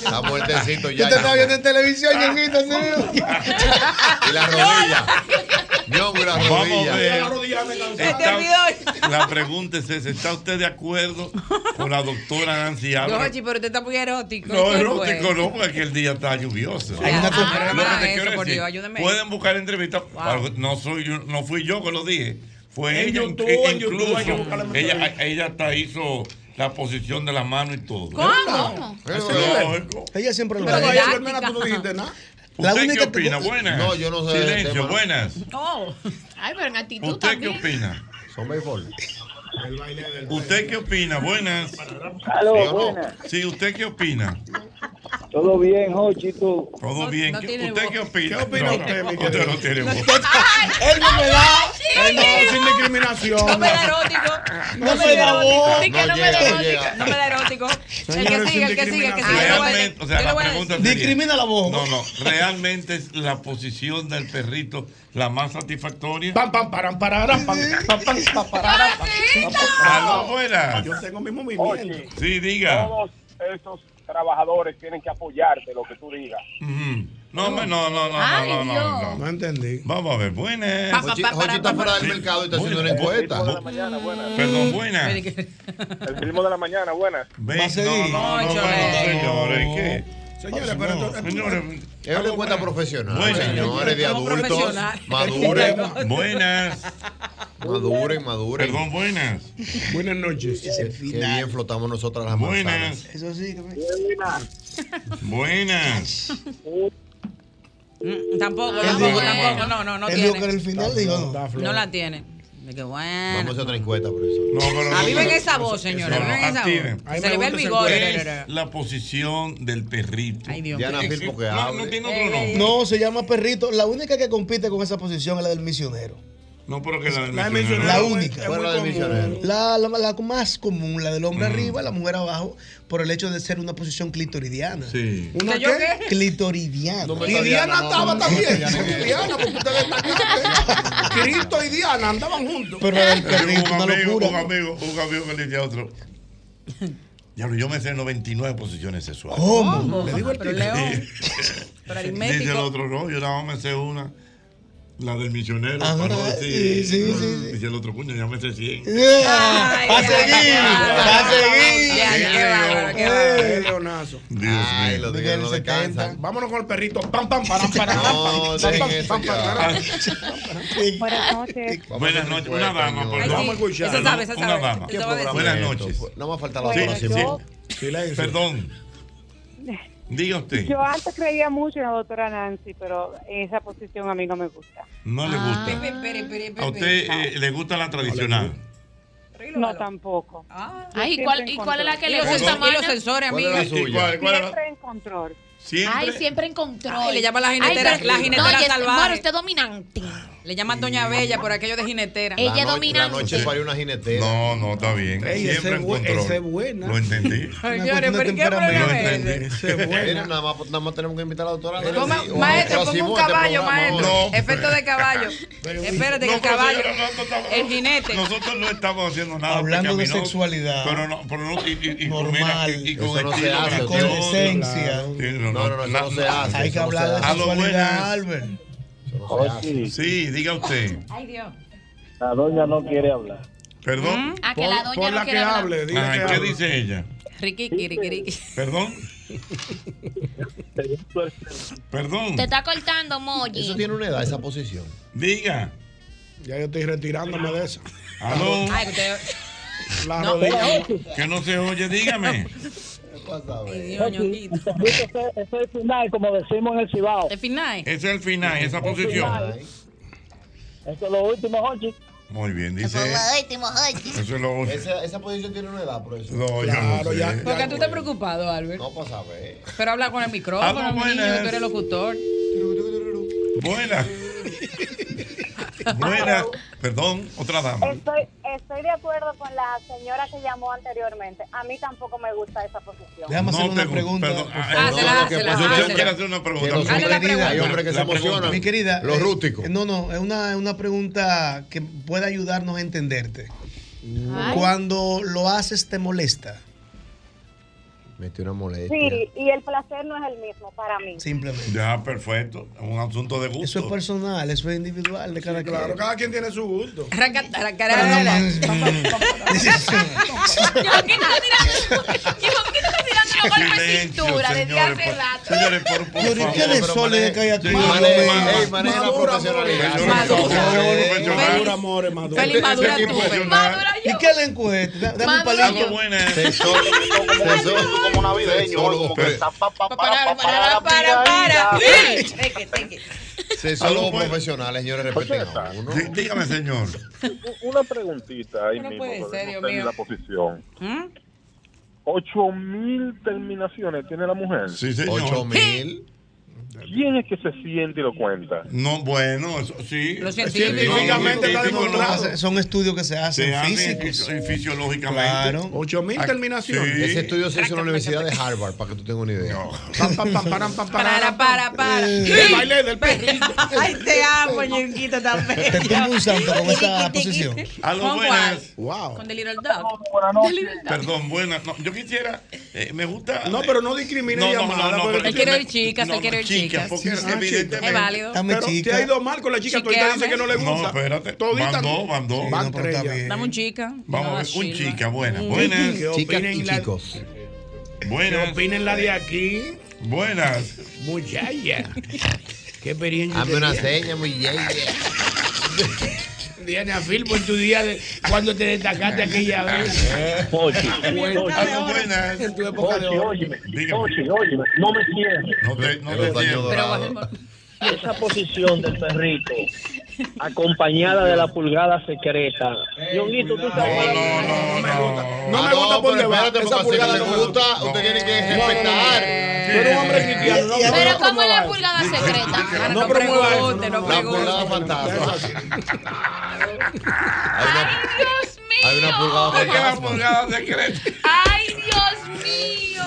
Speaker 4: Está muertecito ya.
Speaker 20: Yo te
Speaker 4: ya. Ah.
Speaker 20: estaba viendo en televisión, ñonguito, ¿sí?
Speaker 4: Y la rodilla. Ñongo y la
Speaker 2: Vamos a ver.
Speaker 5: La rodilla me cansó.
Speaker 2: Está- La pregunta es esa, ¿está usted de acuerdo con la doctora Nancy Álvarez?
Speaker 3: Jochi, pero te está muy erótico.
Speaker 2: No,
Speaker 3: ¿Qué
Speaker 2: erótico
Speaker 3: fue?
Speaker 2: no, porque aquel día está lluvioso.
Speaker 3: Hay una
Speaker 2: Lo que
Speaker 3: Ah,
Speaker 2: te quiero
Speaker 3: eso, por
Speaker 2: decir,
Speaker 3: Dios, ayúdame.
Speaker 2: Pueden buscar entrevistas.
Speaker 3: Wow.
Speaker 2: Claro, No, soy yo- no fui yo que lo dije. Fue
Speaker 5: En
Speaker 2: ella.
Speaker 5: YouTube,
Speaker 2: inc-
Speaker 5: en YouTube, hay que
Speaker 2: incluso,
Speaker 5: buscar la
Speaker 2: ella,
Speaker 5: entrevista.
Speaker 2: ella hasta hizo la posición de la mano y todo.
Speaker 5: ¿Cómo?
Speaker 2: Eso es.
Speaker 20: Ella siempre lo
Speaker 5: Pero
Speaker 20: hace.
Speaker 5: ahí, hermana, tú no dijiste nada.
Speaker 20: La
Speaker 2: ¿Usted
Speaker 20: única
Speaker 2: qué
Speaker 20: que-
Speaker 2: opina? Buenas.
Speaker 4: No, yo no sé de
Speaker 2: Silencio,
Speaker 4: tema, ¿no?
Speaker 2: buenas.
Speaker 15: Oh. Ay, pero en actitud
Speaker 2: ¿Usted qué
Speaker 15: también.
Speaker 2: opina?
Speaker 4: Son béisbol.
Speaker 2: ¿Usted qué opina? Buenas.
Speaker 17: Aló,
Speaker 2: ¿Sí o no?
Speaker 17: buenas.
Speaker 2: Sí, ¿usted qué opina?
Speaker 17: Todo bien, Jochi, tú.
Speaker 2: Todo bien.
Speaker 17: no
Speaker 2: ¿Qué-
Speaker 17: tiene
Speaker 2: ¿Usted
Speaker 17: voz.
Speaker 2: qué opina?
Speaker 17: ¿Qué opina
Speaker 2: No,
Speaker 17: usted, mi
Speaker 2: usted
Speaker 17: querido?
Speaker 2: no tiene voz.
Speaker 5: Él no me da. Él Eh, no, sin discriminación.
Speaker 3: No me da erótico. No,
Speaker 5: No
Speaker 3: me
Speaker 5: soy
Speaker 3: da erótico.
Speaker 5: babón.
Speaker 3: Di que no,
Speaker 5: No
Speaker 3: me da
Speaker 5: llega, no
Speaker 3: erótico.
Speaker 5: llega.
Speaker 3: No me da erótico. El que
Speaker 2: Señores,
Speaker 3: sigue, el que
Speaker 2: sin
Speaker 3: sigue, el que sigue. Ah, Yo le voy a decir-
Speaker 2: Realmente, o sea,
Speaker 3: yo le
Speaker 2: la
Speaker 3: voy a
Speaker 2: pregunta
Speaker 3: decir-
Speaker 2: Discrimina
Speaker 5: la voz.
Speaker 2: No, no. Realmente es la posición del perrito la más satisfactoria.
Speaker 5: Pam, pam, param, pararam, pam, pam, pam, pam, pararam, pam, pam, pam.
Speaker 2: Aló, buenas.
Speaker 5: Yo tengo mi movimiento.
Speaker 2: Sí, diga.
Speaker 14: Todos esos trabajadores tienen que apoyarte lo que tú digas.
Speaker 2: Ujú. No, hombre, no, no, no,
Speaker 14: Ay,
Speaker 2: no, no, no, no.
Speaker 5: No entendí.
Speaker 2: Vamos a ver, buenas.
Speaker 4: Pa, pa, pa, Jochi- Jochi está para, fuera del mercado y está haciendo una encuesta.
Speaker 14: de la mañana, buenas.
Speaker 2: Perdón, buenas.
Speaker 14: El ritmo de la mañana, buenas.
Speaker 2: Ve, No, no, no, bueno, señores, ¿qué?
Speaker 4: Señores, pero eh, Es una encuesta profesional.
Speaker 2: Buenas.
Speaker 4: Señores de
Speaker 2: Somos
Speaker 4: adultos.
Speaker 2: profesionales.
Speaker 4: Maduren.
Speaker 2: Buenas.
Speaker 4: Maduren, maduren.
Speaker 2: Perdón, buenas.
Speaker 5: Buenas noches.
Speaker 4: Qué bien flotamos nosotras las manzanas.
Speaker 20: Eso sí, que
Speaker 2: Buenas.
Speaker 3: Mm, Tampoco,
Speaker 20: Él
Speaker 3: tampoco,
Speaker 20: dijo-
Speaker 3: tampoco. No, no, no
Speaker 20: Él dijo que
Speaker 3: tiene.
Speaker 20: era el final, dijo no.
Speaker 3: No la tiene. De que bueno.
Speaker 4: Vamos a hacer otra encuesta, profesor.
Speaker 2: No, pero no,
Speaker 3: Aviven
Speaker 2: no,
Speaker 3: esa
Speaker 2: no,
Speaker 3: voz,
Speaker 2: no,
Speaker 3: señores,
Speaker 2: no,
Speaker 3: aviven esa voz.
Speaker 2: activen.
Speaker 3: Se Ahí me le ve el gusta esa vigor. encuesta.
Speaker 2: Es la posición del perrito. Ay,
Speaker 3: Dios
Speaker 4: Diana mío. Firpo que
Speaker 2: no,
Speaker 4: hable.
Speaker 2: no tiene otro nombre.
Speaker 20: No, se llama Perrito. La única que compite con esa posición es la del misionero.
Speaker 2: No, pero que la del
Speaker 20: La
Speaker 2: misionero.
Speaker 20: única. La, la- la más común, la del hombre arriba, la mujer abajo, por el hecho de ser una posición clitoridiana.
Speaker 2: Sí.
Speaker 20: ¿Una
Speaker 5: ¿Que yo
Speaker 20: qué? Clitoridiana.
Speaker 5: Y Diana estaba también. Con Diana, porque ustedes están Cristo y Diana andaban juntos.
Speaker 20: Pero el
Speaker 2: Yo tengo un amigo, un amigo, un amigo que le dice a otro. Diablo, yo me sé 99 posiciones sexuales.
Speaker 3: ¿Cómo?
Speaker 2: Le digo al
Speaker 3: Pero
Speaker 2: tipo.
Speaker 3: León, pero
Speaker 2: Dice el
Speaker 3: aritmético.
Speaker 2: otro, no, yo nada más me sé una. La del misionero.
Speaker 20: Ajá,
Speaker 2: para no decir.
Speaker 20: sí, sí, sí,
Speaker 2: Dice el otro, cuño, ya me sé 100.
Speaker 20: Yeah. Va a seguir, va a seguir.
Speaker 5: Ay, Leonazo.
Speaker 2: Dios mío.
Speaker 4: Los tigres no descansan.
Speaker 5: Vámonos con el perrito. Pam, pam, param, param,
Speaker 4: No,
Speaker 5: pam,
Speaker 4: dejen
Speaker 5: pam,
Speaker 4: eso
Speaker 5: pam,
Speaker 4: ya.
Speaker 5: param.
Speaker 12: Buenas noches.
Speaker 2: Buenas noches. Una dama, por
Speaker 4: Ay, sí,
Speaker 2: favor.
Speaker 4: esa
Speaker 2: Una-
Speaker 4: sabe, esa
Speaker 2: Una
Speaker 4: sabe.
Speaker 2: dama.
Speaker 4: ¿Qué programa
Speaker 2: Buenas
Speaker 4: es esto?
Speaker 2: noches.
Speaker 4: No más falta la
Speaker 12: Bueno,
Speaker 4: próxima.
Speaker 12: yo-
Speaker 2: Perdón. Diga usted.
Speaker 12: Yo antes creía mucho en la doctora Nancy, pero esa posición a mí no me gusta.
Speaker 2: No le gusta.
Speaker 3: Pepe, pere, pere, pere.
Speaker 2: A usted eh, le gusta la tradicional.
Speaker 12: No tampoco.
Speaker 10: Ay, ¿y cuál- y cuál es la que le gusta
Speaker 3: más?
Speaker 10: más?
Speaker 3: Ah. Y los sensores,
Speaker 2: ¿Cuál
Speaker 3: amigo.
Speaker 2: es la suya? ¿Y cuál- cuál es la-
Speaker 12: en control.
Speaker 2: Siempre.
Speaker 10: Ay, siempre en control.
Speaker 3: Ay, le llama la jinetera-
Speaker 10: pero-
Speaker 3: la jinetera
Speaker 10: no, y es-
Speaker 3: salvaje.
Speaker 10: Bueno, usted dominante.
Speaker 3: Le llaman Doña Bella por aquello de jinetera.
Speaker 10: Ella
Speaker 4: La no-
Speaker 10: dominante.
Speaker 4: La noche parió una jinetera.
Speaker 2: No, no, está bien.
Speaker 4: Ey,
Speaker 2: Siempre
Speaker 4: ese
Speaker 2: en
Speaker 4: bu-
Speaker 2: control.
Speaker 4: ese es
Speaker 5: buena.
Speaker 2: Lo entendí.
Speaker 3: Señores, ¿pero qué
Speaker 2: Lo
Speaker 3: programa es?
Speaker 2: entendí.
Speaker 4: Mira, nada más, nada más tenemos que invitar a la doctora.
Speaker 3: Toma,
Speaker 4: Nancy, o a
Speaker 3: maestro,
Speaker 4: Rosy
Speaker 3: como un
Speaker 4: Mo, este
Speaker 3: caballo,
Speaker 4: programa,
Speaker 3: maestro.
Speaker 4: o-
Speaker 3: Efecto de caballo. Espérate, que
Speaker 2: No,
Speaker 3: el caballo.
Speaker 2: pero no, no, no, no.
Speaker 3: El jinete.
Speaker 2: Nosotros no estamos haciendo nada.
Speaker 20: Hablando de
Speaker 2: pecaminoso,
Speaker 20: sexualidad.
Speaker 2: Ah, Pero no, pero no, y, y, y con,
Speaker 20: Normal.
Speaker 2: y- y
Speaker 20: Eso
Speaker 2: con
Speaker 20: no se
Speaker 2: estilo
Speaker 20: hace,
Speaker 2: gracioso.
Speaker 20: con esencia.
Speaker 2: Sí, No, no, no,
Speaker 4: eso no se hace,
Speaker 20: Hay que hablar de
Speaker 2: A lo
Speaker 20: sexualidad,
Speaker 2: buenas.
Speaker 20: Albert.
Speaker 2: Sí, diga usted.
Speaker 3: Ay, Dios.
Speaker 14: La doña no quiere hablar.
Speaker 2: Perdón.
Speaker 3: Ah, que la Por- doña por no la quiere que hablar. hable,
Speaker 5: dile
Speaker 2: Ah,
Speaker 5: que
Speaker 2: ¿Qué
Speaker 5: hable.
Speaker 2: dice ella?
Speaker 3: Riqui, riqui, riqui.
Speaker 2: Perdón. Perdón.
Speaker 10: Te está cortando, Moji.
Speaker 4: Eso tiene una edad, esa posición.
Speaker 2: Diga.
Speaker 5: Ya yo estoy retirándome de esa.
Speaker 2: Aló.
Speaker 3: Ay, que usted.
Speaker 5: La
Speaker 3: No,
Speaker 5: rodilla.
Speaker 2: Que no se oye, dígame.
Speaker 17: Ese es el final, como decimos en el Cibao.
Speaker 3: El final.
Speaker 2: Ese es el final, esa
Speaker 17: El
Speaker 2: posición.
Speaker 17: final. Eso es lo último, Jochi.
Speaker 2: Muy bien, dice. Eso es
Speaker 3: Eh,
Speaker 2: lo otro.
Speaker 4: Esa, esa posición tiene una edad, profesor.
Speaker 2: No, yo no sé.
Speaker 3: Porque tú estás preocupado, Albert.
Speaker 4: No pasa, ver.
Speaker 3: Pero habla con el micrófono,
Speaker 4: Ah,
Speaker 3: mi niño,
Speaker 4: buenas.
Speaker 3: tú eres locutor.
Speaker 2: Buena. Buena. Perdón, otra dama.
Speaker 12: Estoy, estoy de acuerdo con la señora que llamó anteriormente. A mí tampoco me gusta esa posición.
Speaker 20: Déjame hacer una pregunta.
Speaker 2: Perdón,
Speaker 20: por
Speaker 2: ah,
Speaker 20: favor.
Speaker 2: no, lo que pasa- Yo tengo que hacer una pregunta.
Speaker 4: Que los Hazle la hombres- pregunta. hay hombres que se
Speaker 2: La pregunta.
Speaker 4: emocionan.
Speaker 20: Mi querida.
Speaker 4: Los
Speaker 20: eh,
Speaker 4: rústicos.
Speaker 20: No, no, es una, es una pregunta que puede ayudarnos a entenderte.
Speaker 4: Ay.
Speaker 20: Cuando lo haces, te molesta.
Speaker 4: Metió una molestia.
Speaker 8: Sí, y el placer no es el mismo para mí.
Speaker 20: Simplemente.
Speaker 2: Ya, perfecto. Es un asunto de gusto.
Speaker 20: Eso es personal, eso es individual de cada
Speaker 1: Claro, cada quien tiene su gusto.
Speaker 10: Cintura, desde hace rato.
Speaker 2: Señores, por, por
Speaker 20: Yo ahorita de sol le cae a tu Madura, amores, madura.
Speaker 10: Feliz madura tú,
Speaker 20: Madura yo. ¿Y qué le encuesta? Dame un palito.
Speaker 3: Eh.
Speaker 34: como navideño, como que está pa, pa, para, para, para, para.
Speaker 4: Se son profesionales, señores, respeten a uno.
Speaker 2: Dígame, señor.
Speaker 11: Una preguntita ahí
Speaker 3: No
Speaker 11: mismo,
Speaker 3: puede
Speaker 11: para
Speaker 3: ser, Dios
Speaker 11: conocer
Speaker 3: mío.
Speaker 11: la posición.
Speaker 2: ¿Mm?
Speaker 11: 8 mil terminaciones tiene la mujer.
Speaker 2: Sí, señor.
Speaker 11: Ocho
Speaker 2: ¿Ocho
Speaker 11: mil. ¿Quién es que se siente y lo cuenta?
Speaker 2: No, bueno, eso sí.
Speaker 11: Los
Speaker 1: Científicamente está demostrado.
Speaker 20: Son estudios que se hacen
Speaker 2: Se hacen
Speaker 20: físicos.
Speaker 2: fisi- fisiológicamente.
Speaker 20: Claro.
Speaker 3: Ah,
Speaker 1: 8000 terminaciones.
Speaker 4: Ese estudio se hizo en la Universidad de Harvard, para que tú tengas una idea.
Speaker 3: Para, para, para.
Speaker 1: El baile del perrito.
Speaker 3: Ay, te amo, ñonguito, tan bello.
Speaker 20: Te tumbo un santo con esa posición.
Speaker 2: Algo
Speaker 3: Con
Speaker 2: buenas.
Speaker 3: Con The Little Dog. The Little Dog.
Speaker 2: Perdón, buenas. No, yo quisiera, eh, me gusta.
Speaker 1: No, pero no discrimine llamada, porque-
Speaker 3: Él quiere oír chicas, él quiere oír chicas.
Speaker 2: Porque
Speaker 3: Sí, sí,
Speaker 2: evidentemente.
Speaker 3: Es válido. Dame
Speaker 1: Pero
Speaker 3: chica.
Speaker 1: te ha ido mal con la chica. Todita dice que no le
Speaker 2: No,
Speaker 1: gusta.
Speaker 2: espérate.
Speaker 1: Todita-
Speaker 2: Van dos, van dos.
Speaker 1: Van tres ya.
Speaker 2: eh,
Speaker 3: Dame un chica.
Speaker 2: Vamos
Speaker 3: No,
Speaker 2: a ver, un
Speaker 3: Silva.
Speaker 2: chica, buenas.
Speaker 3: Mm.
Speaker 2: Buenas.
Speaker 1: ¿Qué opinen la-
Speaker 2: Buenas.
Speaker 1: ¿Qué opinen la de aquí?
Speaker 2: Buenas.
Speaker 1: Muchacha. Qué experiencia.
Speaker 4: Hazme una
Speaker 1: tenía.
Speaker 4: seña, muy bien.
Speaker 1: Diana Filpo, en tu día de, cuando te destacaste aquella vez.
Speaker 11: Oye,
Speaker 1: Cuéntame ahora, en tu época de oro.
Speaker 11: oye, oye, oye, no me cierres.
Speaker 2: No te, no te
Speaker 11: Esa posición del perrito, acompañada de la pulgada secreta. Dionguito, tú sabes.
Speaker 1: No me gusta por debajo. Esa pulgada no me gusta.
Speaker 4: Usted tiene que respetar.
Speaker 1: Pero un hombre cristiano. no,
Speaker 10: Pero
Speaker 1: no,
Speaker 10: ¿cómo es la
Speaker 1: no,
Speaker 10: pulgada secreta?
Speaker 1: No promueva eso.
Speaker 4: La pulgada fantasma.
Speaker 10: Dios mío.
Speaker 4: Hay una pulgada
Speaker 10: ¿Por qué la
Speaker 4: fantasma.
Speaker 2: pulgada secreta?
Speaker 10: Ay, Dios mío.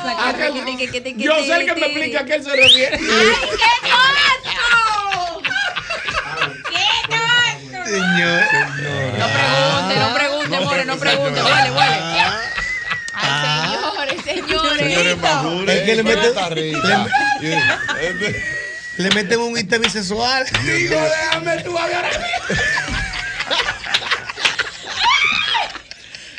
Speaker 1: Yo sé el que me explica a qué él se refiere.
Speaker 10: ¡Ay, qué asco! ¡Qué asco!
Speaker 20: Señor.
Speaker 3: No pregunte, no pregunte, more, no pregunte. Huele, huele.
Speaker 10: Señores, señores.
Speaker 20: Es que le meten,
Speaker 4: le,
Speaker 20: le meten un ítem bisexual.
Speaker 1: Digo, déjame tú hablar a mí.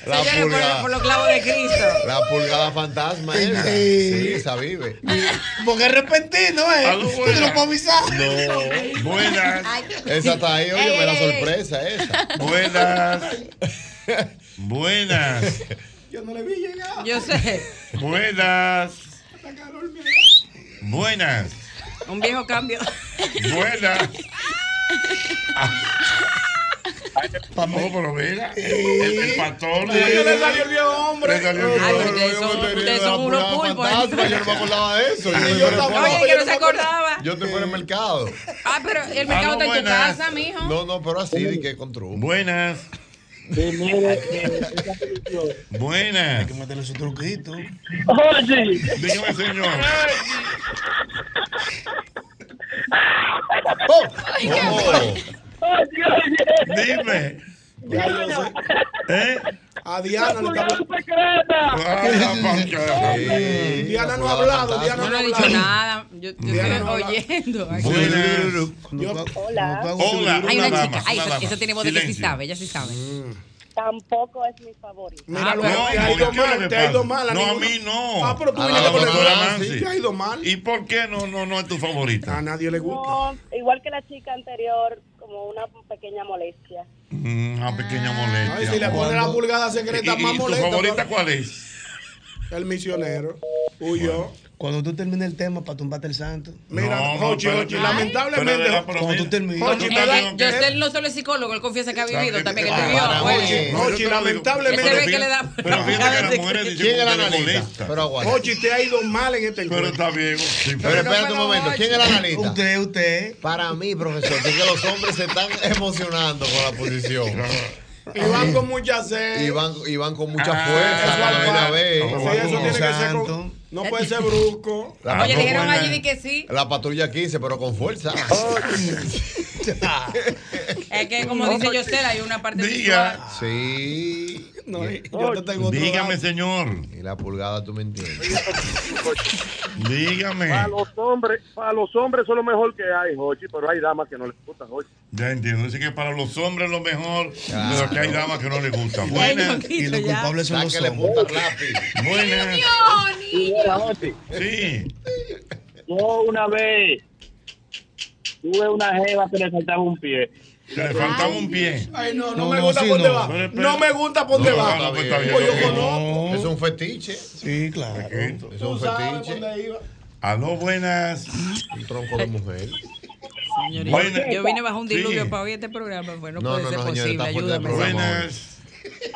Speaker 4: La
Speaker 3: Señores, por, por
Speaker 4: pulgada.
Speaker 3: los clavos de Cristo.
Speaker 4: La pulgada fantasma. esa. Sí, esa vive.
Speaker 20: Porque es repentino, ¿eh?
Speaker 4: Algo
Speaker 20: Tú te lo puedes avisar.
Speaker 4: No.
Speaker 2: Buenas.
Speaker 4: Esa está ahí, oye, me la
Speaker 20: Ey, ey, ey.
Speaker 4: sorpresa esa.
Speaker 2: Buenas. Buenas.
Speaker 1: Yo no le vi llegar.
Speaker 3: Yo sé.
Speaker 2: Buenas. Buenas.
Speaker 3: Un viejo cambio.
Speaker 2: Buenas. Oh, pero mira, el, el- el pastor
Speaker 1: Coño, le salió el viejo hombre.
Speaker 2: Le salió el viejo hombre.
Speaker 4: Fantasma, yo no me acordaba de eso.
Speaker 3: Oye,
Speaker 4: Yo no me acordaba.
Speaker 3: que no se acordaba.
Speaker 4: Yo te fui al mercado.
Speaker 3: Ah, pero el mercado está en tu
Speaker 4: buenas.
Speaker 3: casa, mijo.
Speaker 4: No, no, pero así de que con truco.
Speaker 2: Buenas. Buenas. Hay que
Speaker 20: meterle su truquito.
Speaker 11: Oye.
Speaker 2: Dígame, señor. Oh, Dime. ¿Eh?
Speaker 1: A Diana le está Diana no ha hablado,
Speaker 3: Yo
Speaker 1: Diana no
Speaker 3: no
Speaker 1: ha
Speaker 3: he dicho
Speaker 1: hablado.
Speaker 3: nada. Yo, yo estoy oyendo. aquí.
Speaker 4: Hola.
Speaker 2: Hola,
Speaker 3: Hay una,
Speaker 2: dama,
Speaker 3: chica. Ay,
Speaker 2: una
Speaker 3: esa,
Speaker 2: dama.
Speaker 3: esa tiene voz de que sí
Speaker 2: Silencio.
Speaker 3: sabe, ella sí sabe.
Speaker 8: Tampoco es mi favorito.
Speaker 1: Mira, lo
Speaker 2: No,
Speaker 1: que te ha ido
Speaker 2: ¿por qué?
Speaker 1: mal, te ha ido
Speaker 2: ¿Qué
Speaker 1: mal.
Speaker 2: le pasa? No, a
Speaker 1: ninguno.
Speaker 2: mí no.
Speaker 1: Ah, pero tú
Speaker 2: A
Speaker 1: viniste
Speaker 2: la
Speaker 1: con el
Speaker 2: doctora
Speaker 1: mal,
Speaker 2: Nancy.
Speaker 1: sí, te ha ido mal.
Speaker 2: ¿Y por qué no, no, no es tu favorita?
Speaker 1: A nadie le
Speaker 8: No, igual que la chica anterior, como una pequeña molestia.
Speaker 2: Mm, una pequeña molestia.
Speaker 1: Ay, si le pone la pulgada secreta
Speaker 2: ¿Y- y
Speaker 1: más molesta.
Speaker 2: ¿Tu favorita cuál es?
Speaker 1: El misionero. Huyó.
Speaker 20: Cuando tú termines el tema para tumbarte el santo.
Speaker 1: Mira, Jochi, Jochi, lamentablemente.
Speaker 20: Cuando tú termines.
Speaker 1: Jochi,
Speaker 3: Él-
Speaker 1: perdón,
Speaker 3: él- yo él no solo es psicólogo, él confiesa que ha vivido también, que
Speaker 1: Ah,
Speaker 3: te vio.
Speaker 1: para,
Speaker 3: Oye,
Speaker 1: Jochi, Jochi, lamentablemente.
Speaker 3: Ese ve que le da.
Speaker 2: Pero fíjate que las mujeres dicen
Speaker 4: ¿Quién
Speaker 2: que
Speaker 4: era
Speaker 2: usted le
Speaker 4: analista?
Speaker 2: molesta.
Speaker 4: Pero aguanta.
Speaker 1: Jochi, te ha ido mal en este
Speaker 2: Pero
Speaker 1: encuentro.
Speaker 2: está bien. sí,
Speaker 4: Pero espérate un momento, ¿quién es el analista?
Speaker 20: Usted, usted.
Speaker 4: Para mí, profesor, es que los hombres se están emocionando con la posición.
Speaker 1: Y van con mucha sed.
Speaker 4: Y van, y van con mucha
Speaker 1: Ah,
Speaker 4: fuerza.
Speaker 1: eso
Speaker 4: para
Speaker 1: al
Speaker 4: ver la
Speaker 1: par.
Speaker 4: vez.
Speaker 1: Sí, eso tiene que ser con- No puede ser brusco.
Speaker 4: La
Speaker 3: Oye,
Speaker 4: patrulla-
Speaker 3: le dijeron allí di que sí.
Speaker 4: La patrulla 15, pero con fuerza.
Speaker 3: Es que, como dice Yosel, hay una parte
Speaker 4: Diga. Sí.
Speaker 5: No, yo te tengo otro
Speaker 2: Dígame,
Speaker 5: lado.
Speaker 2: señor.
Speaker 4: Y la pulgada, tú me entiendes.
Speaker 2: Dígame.
Speaker 11: Para los hombres, para los hombres eso es lo mejor que hay, Jochi, pero hay damas que no les gustan, Jochi.
Speaker 2: Ya entiendo. Dice que para los hombres lo mejor, pero que hay damas que no les gustan.
Speaker 11: Ay,
Speaker 2: Buenas.
Speaker 11: Diosito, Y los ya. culpables son los
Speaker 2: Sáquele
Speaker 11: hombres.
Speaker 2: punta al lápiz. Buenas. Sí.
Speaker 17: Yo una vez tuve una jeva que le faltaba un pie.
Speaker 2: Le faltaba un pie.
Speaker 5: Ay, no, no,
Speaker 17: No,
Speaker 5: me
Speaker 17: no,
Speaker 5: gusta
Speaker 17: sí,
Speaker 5: por
Speaker 17: no.
Speaker 5: dónde va.
Speaker 17: Pero, pero-
Speaker 5: No me gusta por dónde
Speaker 4: No,
Speaker 5: va.
Speaker 4: no, no, pues está bien,
Speaker 5: Pues yo
Speaker 4: está bien.
Speaker 5: conozco.
Speaker 4: Eso es un fetiche.
Speaker 5: Sí, claro.
Speaker 4: Eso es un
Speaker 5: Tú sabes
Speaker 4: fetiche.
Speaker 5: dónde iba.
Speaker 2: Aló, buenas.
Speaker 4: Un tronco de mujer.
Speaker 3: Señorita, yo vine bajo un diluvio para hoy este programa. Bueno,
Speaker 4: No,
Speaker 3: puede
Speaker 4: no,
Speaker 3: ser
Speaker 4: no, señores,
Speaker 3: posible.
Speaker 4: está fuerte el
Speaker 3: Ayúdame.
Speaker 4: programa.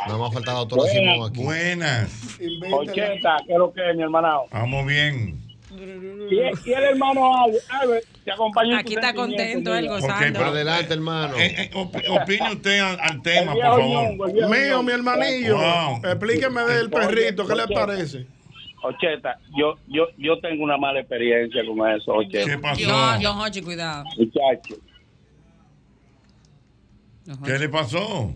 Speaker 4: No me ha faltado doctora Simón aquí.
Speaker 2: Buenas.
Speaker 11: Ocheta, ¿qué es lo que es, mi hermanao?
Speaker 2: Vamos bien.
Speaker 11: Y el, y el hermano Albert, Albert, te acompaña. en tu
Speaker 3: Aquí está
Speaker 11: sentimiento,
Speaker 3: contento
Speaker 11: mira.
Speaker 3: él
Speaker 2: Ok,
Speaker 3: gozando.
Speaker 2: pero- Eh,
Speaker 4: Adelante, hermano.
Speaker 2: opine usted al, al tema, por
Speaker 5: viejo
Speaker 2: favor.
Speaker 5: ñongo, el viejo Mío, ñongo. mi hermanillo. Explíqueme del perrito, ¿qué le
Speaker 11: Oye.
Speaker 5: parece?
Speaker 11: Ocheta, yo, yo, yo tengo una mala experiencia con eso, Ocheta. ¿Qué
Speaker 3: Dios, Don Hochi, cuidado.
Speaker 11: Muchacho.
Speaker 2: ¿Qué le pasó?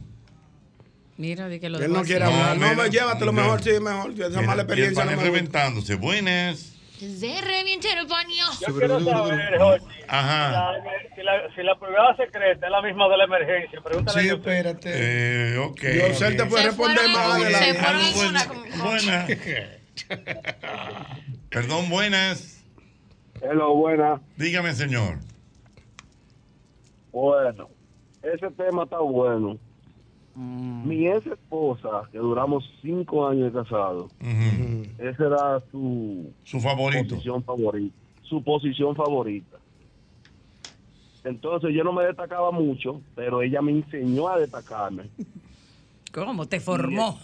Speaker 3: Mira, di que lo
Speaker 5: Él
Speaker 3: dejó
Speaker 5: no
Speaker 3: así.
Speaker 5: quiere hablar. No, me llévatelo
Speaker 2: no.
Speaker 5: mejor, sí, mejor. Esa mala experiencia
Speaker 2: Están
Speaker 5: no me gusta.
Speaker 2: reventándose. Buenas.
Speaker 10: Se revienta el paño.
Speaker 11: Yo quiero saber, Jorge,
Speaker 2: Ajá.
Speaker 11: la- si la, si la privada secreta es la misma de la emergencia, pregúntale.
Speaker 5: Sí,
Speaker 11: a ellos.
Speaker 5: espérate.
Speaker 2: Eh, ok.
Speaker 5: Yo él te puede responder más adelante.
Speaker 2: Buenas. Perdón, buenas.
Speaker 11: Hello, buenas.
Speaker 2: Dígame, señor.
Speaker 11: Bueno, ese tema está bueno.
Speaker 2: Mm.
Speaker 11: Mi ex esposa, que duramos cinco años de casado, esa era su,
Speaker 2: su favorito.
Speaker 11: posición favorita. Su posición favorita. Entonces yo no me destacaba mucho, pero ella me enseñó a destacarme.
Speaker 3: ¿Cómo te formó?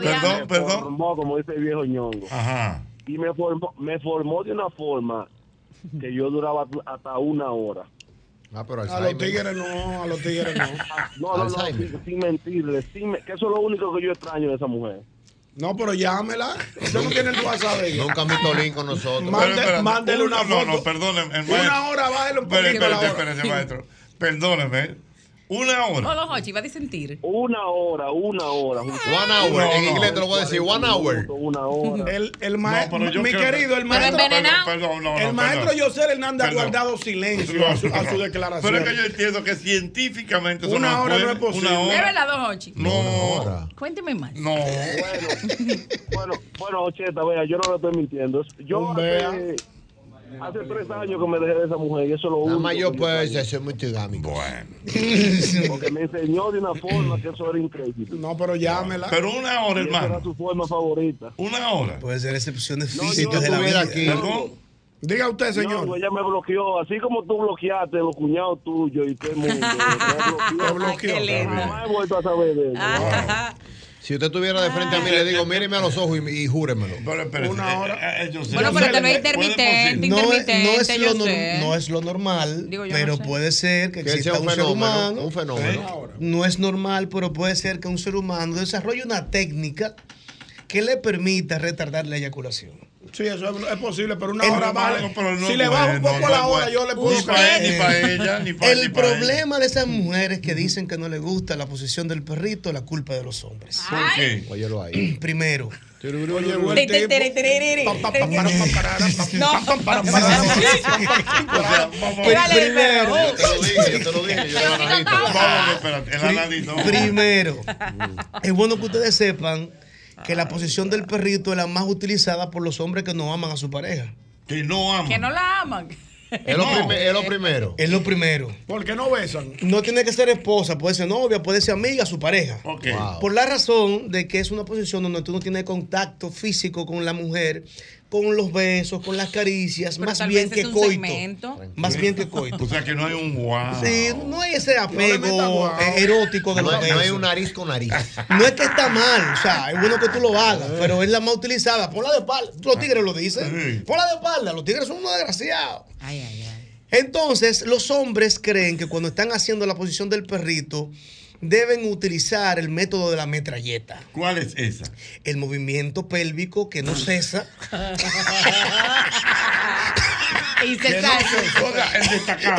Speaker 11: me Formó, como dice el viejo ñongo.
Speaker 2: Ajá.
Speaker 11: Y me formó, me formó de una forma que yo duraba hasta una hora.
Speaker 4: Ah, pero
Speaker 5: A los tigres no, a los tigres no.
Speaker 11: No, no, no, sin, sin mentirle, sin me- que eso es lo único que yo extraño de esa mujer.
Speaker 5: No, pero llámela. Usted no tiene el WhatsApp de ella.
Speaker 4: Nunca me tolín con nosotros.
Speaker 5: Mande- mándele una
Speaker 2: no,
Speaker 5: foto.
Speaker 2: No, perdóneme. el
Speaker 5: Una
Speaker 2: maestro.
Speaker 5: hora, bájale un
Speaker 2: Pero
Speaker 5: poquito
Speaker 2: Espérate,
Speaker 5: la hora.
Speaker 2: espérate, maestro. Perdóneme. Una
Speaker 3: No,
Speaker 2: hora.
Speaker 3: Don Hochi, va a disentir.
Speaker 11: Una hora, una hora. One
Speaker 4: hour, en inglés te lo voy a decir, one hour.
Speaker 11: Una hora.
Speaker 5: El, el maestro,
Speaker 11: pero yo
Speaker 5: mi
Speaker 11: creo-
Speaker 5: querido, el
Speaker 11: Pero
Speaker 5: maestro.
Speaker 11: envenenado. Perdón,
Speaker 2: no, no,
Speaker 5: el maestro
Speaker 2: perdón.
Speaker 5: José Hernández ha
Speaker 2: Perdón.
Speaker 5: guardado silencio a su, a su declaración.
Speaker 2: Pero es que yo entiendo que científicamente eso
Speaker 5: Una hora
Speaker 2: puede.
Speaker 5: no es posible.
Speaker 2: Una
Speaker 3: De
Speaker 2: hora.
Speaker 3: verdad, Don Hochi.
Speaker 2: No.
Speaker 3: Cuénteme más.
Speaker 2: No.
Speaker 11: Bueno, bueno, Ocheta, vea, yo no lo estoy mintiendo. Yo
Speaker 4: Vea.
Speaker 11: hace, hace tres años que me dejé de esa mujer y eso es lo
Speaker 4: Nada
Speaker 11: único.
Speaker 4: más
Speaker 11: que
Speaker 4: yo
Speaker 11: yo
Speaker 4: pues soy muy tigámico.
Speaker 2: Bueno.
Speaker 11: extraño. Porque me enseñó de una forma que eso era increíble.
Speaker 5: No, pero llámela.
Speaker 11: Pero una hora, hermano. Esa era su forma favorita.
Speaker 2: Una hora.
Speaker 20: Puede ser excepciones
Speaker 11: No, yo
Speaker 20: físicas de la vida.
Speaker 11: estuviera aquí. Perdón.
Speaker 5: Diga usted,
Speaker 11: señor. ella me bloqueó, así como tú bloqueaste los cuñados tuyos y todo el mundo. Me bloqueó.
Speaker 4: Qué lindo.
Speaker 11: Jamás he vuelto a saber de ella.
Speaker 9: Ah.
Speaker 4: Si usted estuviera de frente a mí, le digo, míreme a los ojos y, y júremelo.
Speaker 2: Una hora.
Speaker 3: Bueno, pero te lo es
Speaker 20: No,
Speaker 3: intermitente,
Speaker 20: es-
Speaker 3: intermitente,
Speaker 20: no es
Speaker 3: yo
Speaker 20: lo,
Speaker 3: sé.
Speaker 20: nor- no es lo normal,
Speaker 3: Digo, yo
Speaker 20: pero
Speaker 3: no sé.
Speaker 20: puede ser que,
Speaker 4: Que
Speaker 20: exista
Speaker 4: sea un
Speaker 20: un, ser
Speaker 4: fenómeno,
Speaker 20: humano.
Speaker 4: un fenómeno.
Speaker 20: No es normal, pero puede ser que un ser humano desarrolle una técnica que le permita retardar la eyaculación.
Speaker 5: Sí, eso es, es posible, pero una
Speaker 20: El-
Speaker 5: hora vale.
Speaker 20: No, pero no
Speaker 5: si le
Speaker 20: puede,
Speaker 5: bajo un
Speaker 20: no,
Speaker 5: poco
Speaker 20: no
Speaker 5: la
Speaker 20: puede.
Speaker 5: hora, yo le
Speaker 20: Ni
Speaker 5: puedo
Speaker 20: pa'
Speaker 5: creer.
Speaker 20: él, ni pa' ella, El problema de esas mujeres que dicen que no les gusta la posición del perrito, la culpa de los hombres.
Speaker 4: ¿Por qué? Óyelo ahí.
Speaker 20: Primero.
Speaker 3: Te- te- te- te- te- No.
Speaker 20: Pues Primero.
Speaker 2: Yo te lo dije, yo te lo dije. Yo era naranjito. Vamos, espérate. El Mm. anadito.
Speaker 20: Primero, es bueno que ustedes sepan que la posición del perrito es la más utilizada por los hombres que no aman a su pareja.
Speaker 2: Que no
Speaker 3: Que no la aman.
Speaker 20: Eh,
Speaker 4: primero.
Speaker 20: Es lo primero.
Speaker 5: ¿Por qué no besan?
Speaker 20: No tiene que ser esposa, puede ser novia, puede ser amiga, su pareja.
Speaker 5: Wow.
Speaker 20: Por la razón de que es una posición donde tú no tienes contacto físico con la mujer, con los besos, con las caricias,
Speaker 3: Pero
Speaker 20: más
Speaker 3: tal
Speaker 20: bien
Speaker 3: vez
Speaker 20: que
Speaker 3: es un
Speaker 20: coito.
Speaker 3: segmento.
Speaker 20: Más bien que coito.
Speaker 2: O sea que no hay un guau.
Speaker 20: Sí, no hay ese apego
Speaker 4: guau.
Speaker 20: eh, erótico de
Speaker 4: No, hay-
Speaker 20: los
Speaker 4: no
Speaker 20: besos.
Speaker 4: hay un nariz con nariz.
Speaker 20: No es que está mal, o sea, es bueno que tú lo
Speaker 2: Eh.
Speaker 20: hagas, pero es la más utilizada. Por la de espalda,
Speaker 2: Ah.
Speaker 20: los tigres lo dicen. Por la de espalda, los tigres son unos desgraciados. Entonces, los hombres creen que cuando están haciendo la posición del perrito, deben utilizar el método de la metralleta.
Speaker 2: ¿Cuál es esa?
Speaker 20: El movimiento pélvico que no cesa. Y
Speaker 3: se sale.
Speaker 20: el El destacar,
Speaker 2: destacar.
Speaker 20: sí.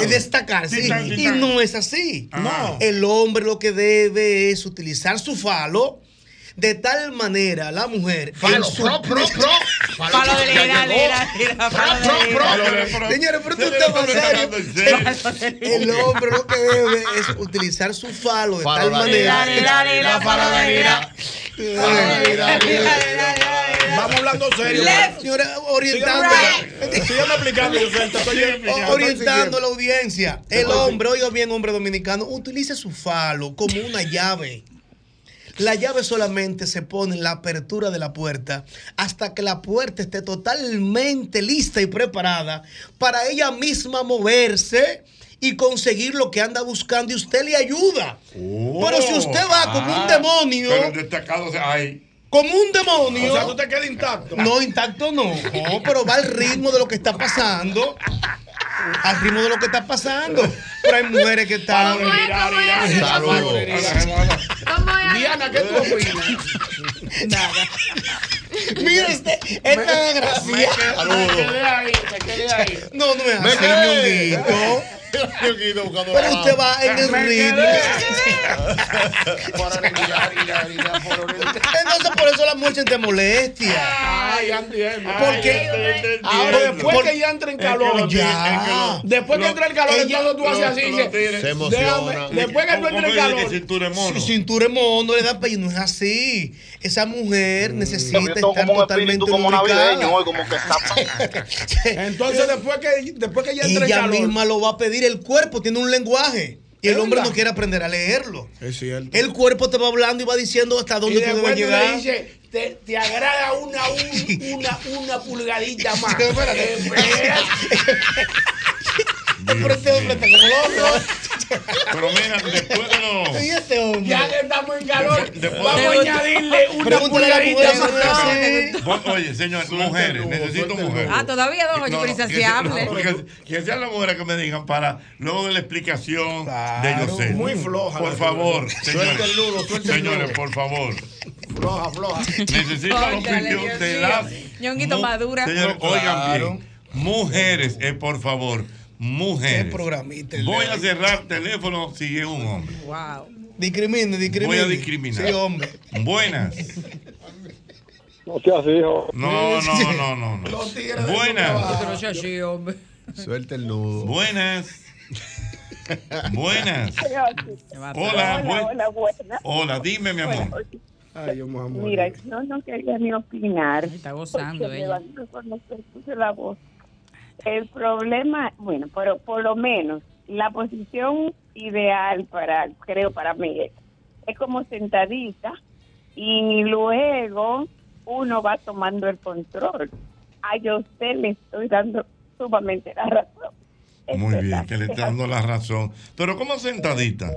Speaker 1: Destacar,
Speaker 20: Y
Speaker 1: destacar.
Speaker 20: no es así.
Speaker 1: Ajá.
Speaker 20: No. El hombre lo que debe es utilizar su falo de tal manera la mujer.
Speaker 35: Falo,
Speaker 20: en su-
Speaker 35: pro, pro, pro. Falo, Falo de ya lera, llegó. lera, lera,
Speaker 20: Pro,
Speaker 35: falo de
Speaker 20: pro,
Speaker 35: lera.
Speaker 20: pro.
Speaker 35: Falo de lera.
Speaker 20: Señores, pero
Speaker 35: Señores,
Speaker 20: tú estás
Speaker 35: estamos hablando
Speaker 20: más
Speaker 35: en
Speaker 20: serio. El hombre lo que debe es utilizar su falo de tal manera. Vamos hablando
Speaker 1: serio.
Speaker 20: Señora, orientando.
Speaker 1: Sígueme explicando, Yosel, te estoy
Speaker 20: Sigue
Speaker 1: explicando.
Speaker 20: Orientando a la audiencia. El hombre, oiga bien, hombre dominicano, utilice su falo como una llave. La llave solamente se pone en la apertura de la puerta hasta que la puerta esté totalmente lista y preparada para ella misma moverse y conseguir lo que anda buscando y usted le ayuda. Pero si usted va como un
Speaker 2: Ah,
Speaker 20: demonio,
Speaker 2: Pero el destacado se. Ay.
Speaker 20: como un demonio.
Speaker 2: O sea, tú
Speaker 20: te quedas intacto. No, intacto no. No, pero va al ritmo de lo que está pasando. Al ritmo de lo que está pasando. Pero hay mujeres que están.
Speaker 17: ¿Cómo es? ¿Cómo es? Saludos.
Speaker 20: Diana, ¿qué tú opinas? Nada. Mira, este, esta desgracia. No, no es
Speaker 35: Me
Speaker 20: así,
Speaker 35: quedé.
Speaker 20: ñonguito. Pero usted va en el ritmo. Entonces, por eso la mucha te molestia.
Speaker 1: Ay, Andy Herman.
Speaker 20: Porque
Speaker 1: Ahora, después
Speaker 20: Por-
Speaker 1: que ya entra en
Speaker 20: es que
Speaker 1: calor,
Speaker 20: lo tiene, es que lo-
Speaker 1: después
Speaker 20: lo-
Speaker 1: que entra el calor,
Speaker 20: ella-
Speaker 1: entonces tú haces
Speaker 20: lo-
Speaker 1: así.
Speaker 20: lo
Speaker 1: dices,
Speaker 20: tiene. Se
Speaker 1: "Déjame".
Speaker 20: emociona.
Speaker 1: Después que tú
Speaker 20: ¿Cómo
Speaker 1: entra el
Speaker 20: dice que
Speaker 1: calor,
Speaker 2: Cintura de mono.
Speaker 20: Su cintura es mono, le da pellizco. No es así. Esa mujer necesita
Speaker 11: Yo
Speaker 20: estar
Speaker 11: tengo como un
Speaker 20: totalmente
Speaker 11: espíritu como navideño
Speaker 20: lubricada.
Speaker 11: hoy, como que está.
Speaker 20: Entonces, después que, después que
Speaker 1: ella entre en
Speaker 20: ella
Speaker 1: calor-
Speaker 20: misma lo va a pedir. El cuerpo tiene un lenguaje. Y el
Speaker 1: Es
Speaker 20: hombre
Speaker 1: verdad.
Speaker 20: no quiere aprender a leerlo.
Speaker 1: Es cierto.
Speaker 20: El cuerpo te va hablando y va diciendo hasta
Speaker 1: Y
Speaker 20: dónde tú
Speaker 1: después
Speaker 20: debes
Speaker 1: tú le
Speaker 20: llegar.
Speaker 1: dices, te, te agrada una, un- una, una pulgadita más. Eh, pues.
Speaker 20: Espérate. Pero este hombre está como loco.
Speaker 2: Pero mira, después de los.
Speaker 20: Y este hombre.
Speaker 1: Ya que estamos en calor,
Speaker 2: Después-
Speaker 1: vamos a añadirle una
Speaker 2: Pregúntale a la
Speaker 1: pulgadita
Speaker 2: mujer,
Speaker 1: más.
Speaker 2: Vos- Oye, señores, mujeres, necesito mujeres.
Speaker 3: Ah, todavía, don Jorge, pero
Speaker 2: que, sea-
Speaker 3: insaciable.
Speaker 2: no, porque- que sean las mujeres que me digan para luego de la explicación de Yosel.
Speaker 1: muy floja
Speaker 2: Por
Speaker 1: la
Speaker 2: favor,
Speaker 1: señora.
Speaker 2: señores.
Speaker 1: Suelta el nudo, suelta el nudo.
Speaker 2: Señores, por favor.
Speaker 1: Floja, floja.
Speaker 2: Necesito la opinión de las
Speaker 3: Ñonguito madura.
Speaker 2: Señores, oigan bien. Mujeres, eh, por favor, mujeres. Voy a cerrar teléfono si es un hombre.
Speaker 3: Wow.
Speaker 20: Discrimine, discrimine.
Speaker 2: Voy a discriminar.
Speaker 20: Sí, hombre.
Speaker 2: Buenas.
Speaker 4: No seas hijo.
Speaker 2: No, no, no, no. no. Buenas.
Speaker 3: Pero no sea así, hombre.
Speaker 2: Suelta el nudo. Buenas. Buenas. Hola,
Speaker 17: Hola,
Speaker 2: pues.
Speaker 8: Hola,
Speaker 2: buen-
Speaker 8: hola, buena.
Speaker 2: Hola, dime, mi amor.
Speaker 8: Mira, yo no quería ni opinar. Está
Speaker 3: gozando
Speaker 8: porque me
Speaker 3: ella.
Speaker 8: levantó cuando se puso la voz. El problema, bueno, pero por lo menos la posición ideal para, creo, para mí es, es como sentadita y luego uno va tomando el control. A yo usted le estoy dando sumamente la razón. este,
Speaker 2: Muy bien, que le está dando la razón. Pero ¿cómo sentadita?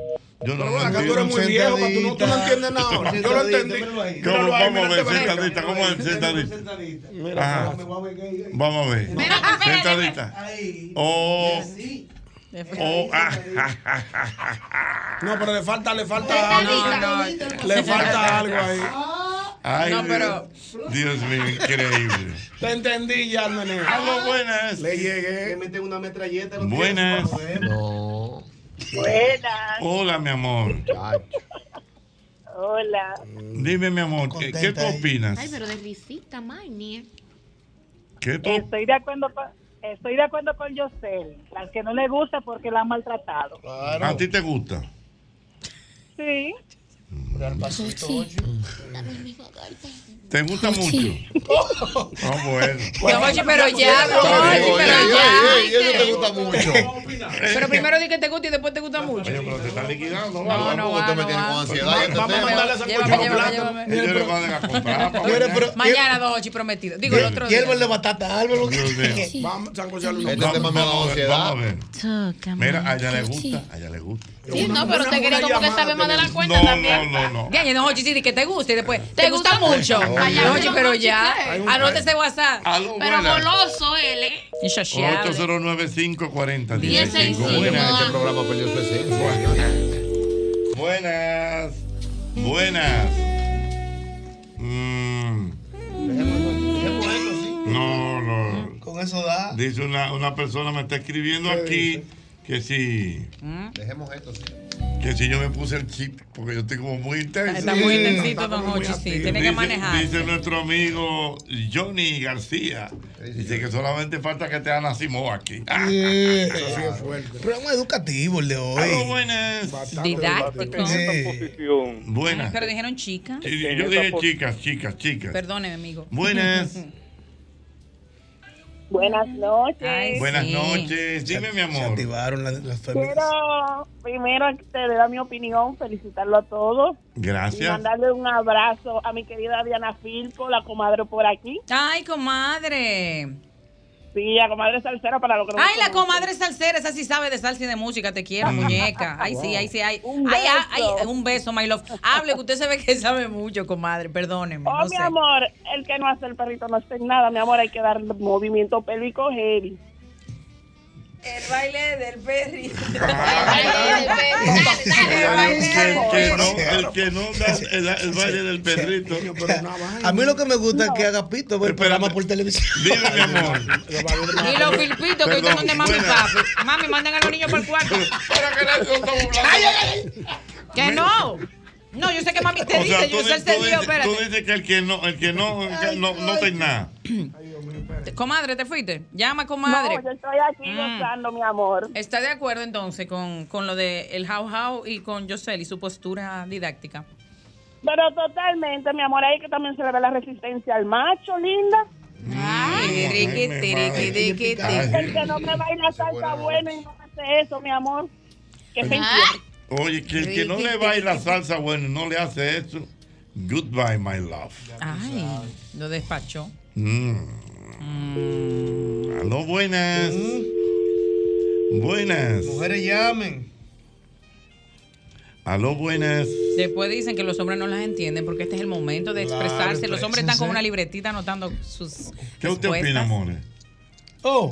Speaker 2: Yo no
Speaker 1: Pero
Speaker 2: lo
Speaker 1: acá tú eres
Speaker 2: entiendo.
Speaker 1: muy viejo, pa, tú no, tú no entiendes nada. ahora. Yo lo entendí.
Speaker 2: ¿Cómo?
Speaker 1: Míralo
Speaker 2: vamos
Speaker 1: ahí,
Speaker 2: a ver,
Speaker 1: mírate para acá.
Speaker 2: sentadita, ¿cómo es sentadita? Ajá. Vamos a ver. Sentadita. Oh, oh, ah, ah, ah, ah, ah.
Speaker 1: No, pero le falta, le falta.
Speaker 17: Sentadita.
Speaker 1: No, no, Le falta algo ahí.
Speaker 2: Ay,
Speaker 1: No, pero-
Speaker 2: Dios, Dios mío, increíble.
Speaker 1: Te entendí ya, nene.
Speaker 2: Algo buenas.
Speaker 1: Le llegué.
Speaker 20: Le meten una metralleta.
Speaker 2: Buenas. No.
Speaker 8: Buenas.
Speaker 2: Hola, mi amor.
Speaker 8: Hola.
Speaker 2: Dime, mi amor, ¿qué, Eh, qué tú opinas?
Speaker 8: Ay, pero de risita, Maynie.
Speaker 2: ¿Qué tú
Speaker 8: Estoy de acuerdo con, estoy de acuerdo con Yosel, las que no le gusta porque la han maltratado.
Speaker 2: ¿A ti te gusta?
Speaker 8: Sí.
Speaker 2: ¿Te gusta mucho? Ah, bueno.
Speaker 3: Don Jorge, pero ya, don
Speaker 2: Está
Speaker 3: Jorge,
Speaker 2: bien,
Speaker 3: pero
Speaker 2: oye,
Speaker 3: ya.
Speaker 2: oye, oye, eso te gusta mucho.
Speaker 3: Pero primero di que te gusta y después te gusta mucho.
Speaker 2: Te está liquidando.
Speaker 3: No, no va,
Speaker 35: Usted me
Speaker 3: no
Speaker 35: tiene
Speaker 3: va.
Speaker 35: con ansiedad.
Speaker 2: este
Speaker 35: ya te
Speaker 3: Vamos a
Speaker 35: tengo.
Speaker 3: mandarle esa Llévame, colchón llévame, plátano. llévame.
Speaker 2: Ellos le van a dejar comprar. para mañana.
Speaker 3: Mañana, don Jorge, prometido. Digo, el otro día.
Speaker 20: Hierve de batata, árbol.
Speaker 1: Vamos, San José Luis.
Speaker 2: Vamos, vamos a ver, vamos a ver.
Speaker 3: Tócame.
Speaker 2: Mira, a ella le gusta, a ella le gusta.
Speaker 3: Sí,
Speaker 8: no, pero usted quiere como que sabe más de la cuenta
Speaker 2: No, no,
Speaker 8: también.
Speaker 2: no, no.
Speaker 3: Ya, ya, don Jorge, sí, di que te gusta y después. Te, gusta, mucho.
Speaker 2: mucho.
Speaker 3: Ay, don Jorge,
Speaker 8: Ay,
Speaker 3: pero
Speaker 8: don
Speaker 3: ya.
Speaker 8: Jorge, ¿qué?
Speaker 3: Anote ese WhatsApp.
Speaker 2: Aló, buenas.
Speaker 8: él, ¿eh?
Speaker 2: 809-540-1065.
Speaker 8: Dieciséis.
Speaker 2: Buenas.
Speaker 8: Este
Speaker 2: programa perdió su esencia. Buenas. Buenas. Mm. No, no. Con
Speaker 20: eso da.
Speaker 2: Dice una, una persona, me está escribiendo
Speaker 20: ¿Qué
Speaker 2: aquí que si,
Speaker 3: ¿Mm?
Speaker 4: Dejemos esto. sí.
Speaker 2: que si yo me puse el chip, porque yo estoy como muy intenso.
Speaker 3: Está muy intensito, don Hochi, sí. Tiene que
Speaker 2: Dice-
Speaker 3: manejar.
Speaker 2: Dice nuestro amigo Johnny García. Dice que solamente falta que te hagan así moa aquí. Ah,
Speaker 20: Eso sí es fuerte. Programa educativo el de hoy.
Speaker 2: Aló, buenas.
Speaker 3: Didáctico.
Speaker 2: Buenas.
Speaker 3: Pero dijeron chica.
Speaker 2: Sí, Yo dije chicas, chicas, chicas.
Speaker 3: Perdóneme, amigo.
Speaker 2: Buenas.
Speaker 8: Buenas noches.
Speaker 2: Buenas noches. Dime, mi amor.
Speaker 20: activaron las,
Speaker 8: Quiero primero te dar mi opinión, felicitarlo a todos y
Speaker 2: Gracias.
Speaker 8: mandarle un abrazo a mi querida Diana Filpo, la comadre por aquí.
Speaker 3: Ay, comadre.
Speaker 8: Sí, la comadre salsera para lo que no
Speaker 3: Ay,
Speaker 8: me
Speaker 3: la
Speaker 8: conocen.
Speaker 3: comadre salsera, esa sí sabe de salsa y de música, te
Speaker 2: Mm.
Speaker 3: quiero, muñeca. Ay, sí, ay, sí, ay. Ay, ay, ay, un beso, my love. Hable, que usted se ve que sabe mucho, comadre, perdóneme.
Speaker 8: Oh,
Speaker 3: no
Speaker 8: mi
Speaker 3: sé.
Speaker 8: amor, el que no hace el perrito no hace nada, mi amor, hay que dar movimiento pélvico heavy.
Speaker 3: El baile del perri.
Speaker 2: Que no, el que no da el, el baile del perrito.
Speaker 20: A mí lo que me gusta es que haga pito ver programa por televisión.
Speaker 2: Dime, mi amor.
Speaker 3: Y los filpitos que ahorita son de mami y papi. Mami, manden a los niños por el cuarto. Ay, ay, ay. Que no. No, yo sé que mami te
Speaker 2: O sea,
Speaker 3: dice,
Speaker 2: tú,
Speaker 3: yo sé el
Speaker 2: dices- tú
Speaker 3: sentido,
Speaker 2: dices, tú
Speaker 3: espérate.
Speaker 2: dices que el que no, el que no, el que no, no te nada.
Speaker 3: Comadre, ¿te fuiste? Llama, comadre. Mm.
Speaker 8: No, yo estoy aquí gozando, mi amor.
Speaker 3: ¿Está de acuerdo entonces con, con lo de el How How y con Yosel y su postura didáctica?
Speaker 8: Pero totalmente, mi amor, ahí que también se le ve la resistencia al macho, linda.
Speaker 3: Tiriqui, tiriqui, tiriqui,
Speaker 8: El que
Speaker 3: tiriqui.
Speaker 8: no me baila salsa buena y no me hace eso, mi amor. Que se
Speaker 2: Oye, que el que no le baila salsa, bueno, no le hace eso. Goodbye, my love.
Speaker 3: Ay, lo despachó.
Speaker 2: Mm. Aló, buenas. Buenas.
Speaker 20: Mujeres llamen.
Speaker 2: Aló, buenas.
Speaker 3: Después dicen que los hombres no las entienden porque este es el momento de
Speaker 2: Claro,
Speaker 3: expresarse. Los hombres están
Speaker 2: expresense.
Speaker 3: con una libretita anotando sus
Speaker 2: ¿Qué
Speaker 3: respuestas.
Speaker 2: usted opina, amores?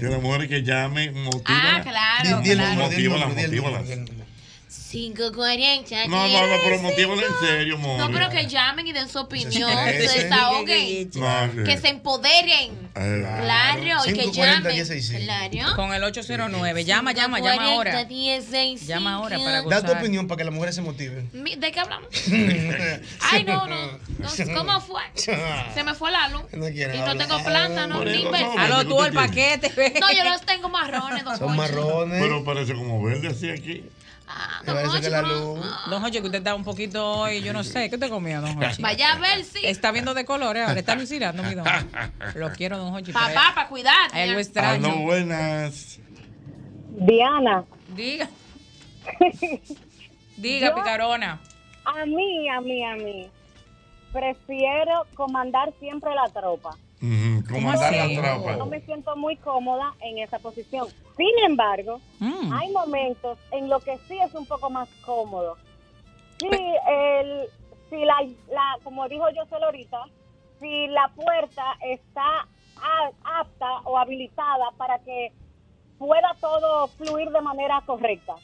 Speaker 2: Que las mujeres que llamen, motivan.
Speaker 10: Ah, claro,
Speaker 2: Motivan,
Speaker 10: claro.
Speaker 2: motivan, motivan.
Speaker 10: 540.
Speaker 2: No, no, no, pero
Speaker 10: sí.
Speaker 2: motívala en serio,
Speaker 10: No,
Speaker 2: amor.
Speaker 10: pero que llamen y den su opinión,
Speaker 2: expresen.
Speaker 10: se desahoguen,
Speaker 2: No, eh,
Speaker 20: Eh.
Speaker 10: que se empoderen.
Speaker 20: Ah,
Speaker 10: Claro, y que
Speaker 3: 540,
Speaker 10: llamen.
Speaker 3: 165.
Speaker 10: Claro.
Speaker 3: Con el 809. Llama, llama, llama
Speaker 10: 540,
Speaker 3: ahora.
Speaker 10: 165.
Speaker 3: Llama ahora para
Speaker 20: Da tu
Speaker 3: gozar.
Speaker 20: opinión para que las mujeres se motiven.
Speaker 10: Mi- ¿De qué hablamos? Ay, no, no. No, ¿Cómo fue? Se me fue la luz.
Speaker 20: No quieren
Speaker 10: y no
Speaker 20: hablar.
Speaker 10: tengo plátano, ni
Speaker 2: eso
Speaker 10: ver-
Speaker 2: no, Aló, tú, el
Speaker 3: paquete.
Speaker 10: No, yo los tengo marrones, don Jorge.
Speaker 20: marrones.
Speaker 2: Pero parece como verde así aquí.
Speaker 3: Parece que la luz. Don Jorge, que usted está un poquito hoy, yo no sé, ¿qué te comió, don Jorge?
Speaker 10: Vaya a ver si.
Speaker 3: Está viendo de colores ahora, está lucirando mi don. Lo quiero, don Jorge. pero
Speaker 10: Papá, para cuidar.
Speaker 3: hay Algo
Speaker 2: Aló,
Speaker 3: extraño.
Speaker 2: buenas.
Speaker 8: Diana.
Speaker 3: Diga. Diga,
Speaker 8: Yo-
Speaker 3: picarona.
Speaker 8: A mí, a mí, a mí. Prefiero comandar siempre la tropa.
Speaker 2: Ujú, ¿Cómo andar la
Speaker 8: No
Speaker 2: trampa?
Speaker 8: me siento muy cómoda en esa posición. Sin embargo,
Speaker 2: Mm.
Speaker 8: hay momentos en los que sí es un poco más cómodo. Sí, el, si la, la, como dijo yo ahorita, si la puerta está a- apta o habilitada para que pueda todo fluir de manera correcta.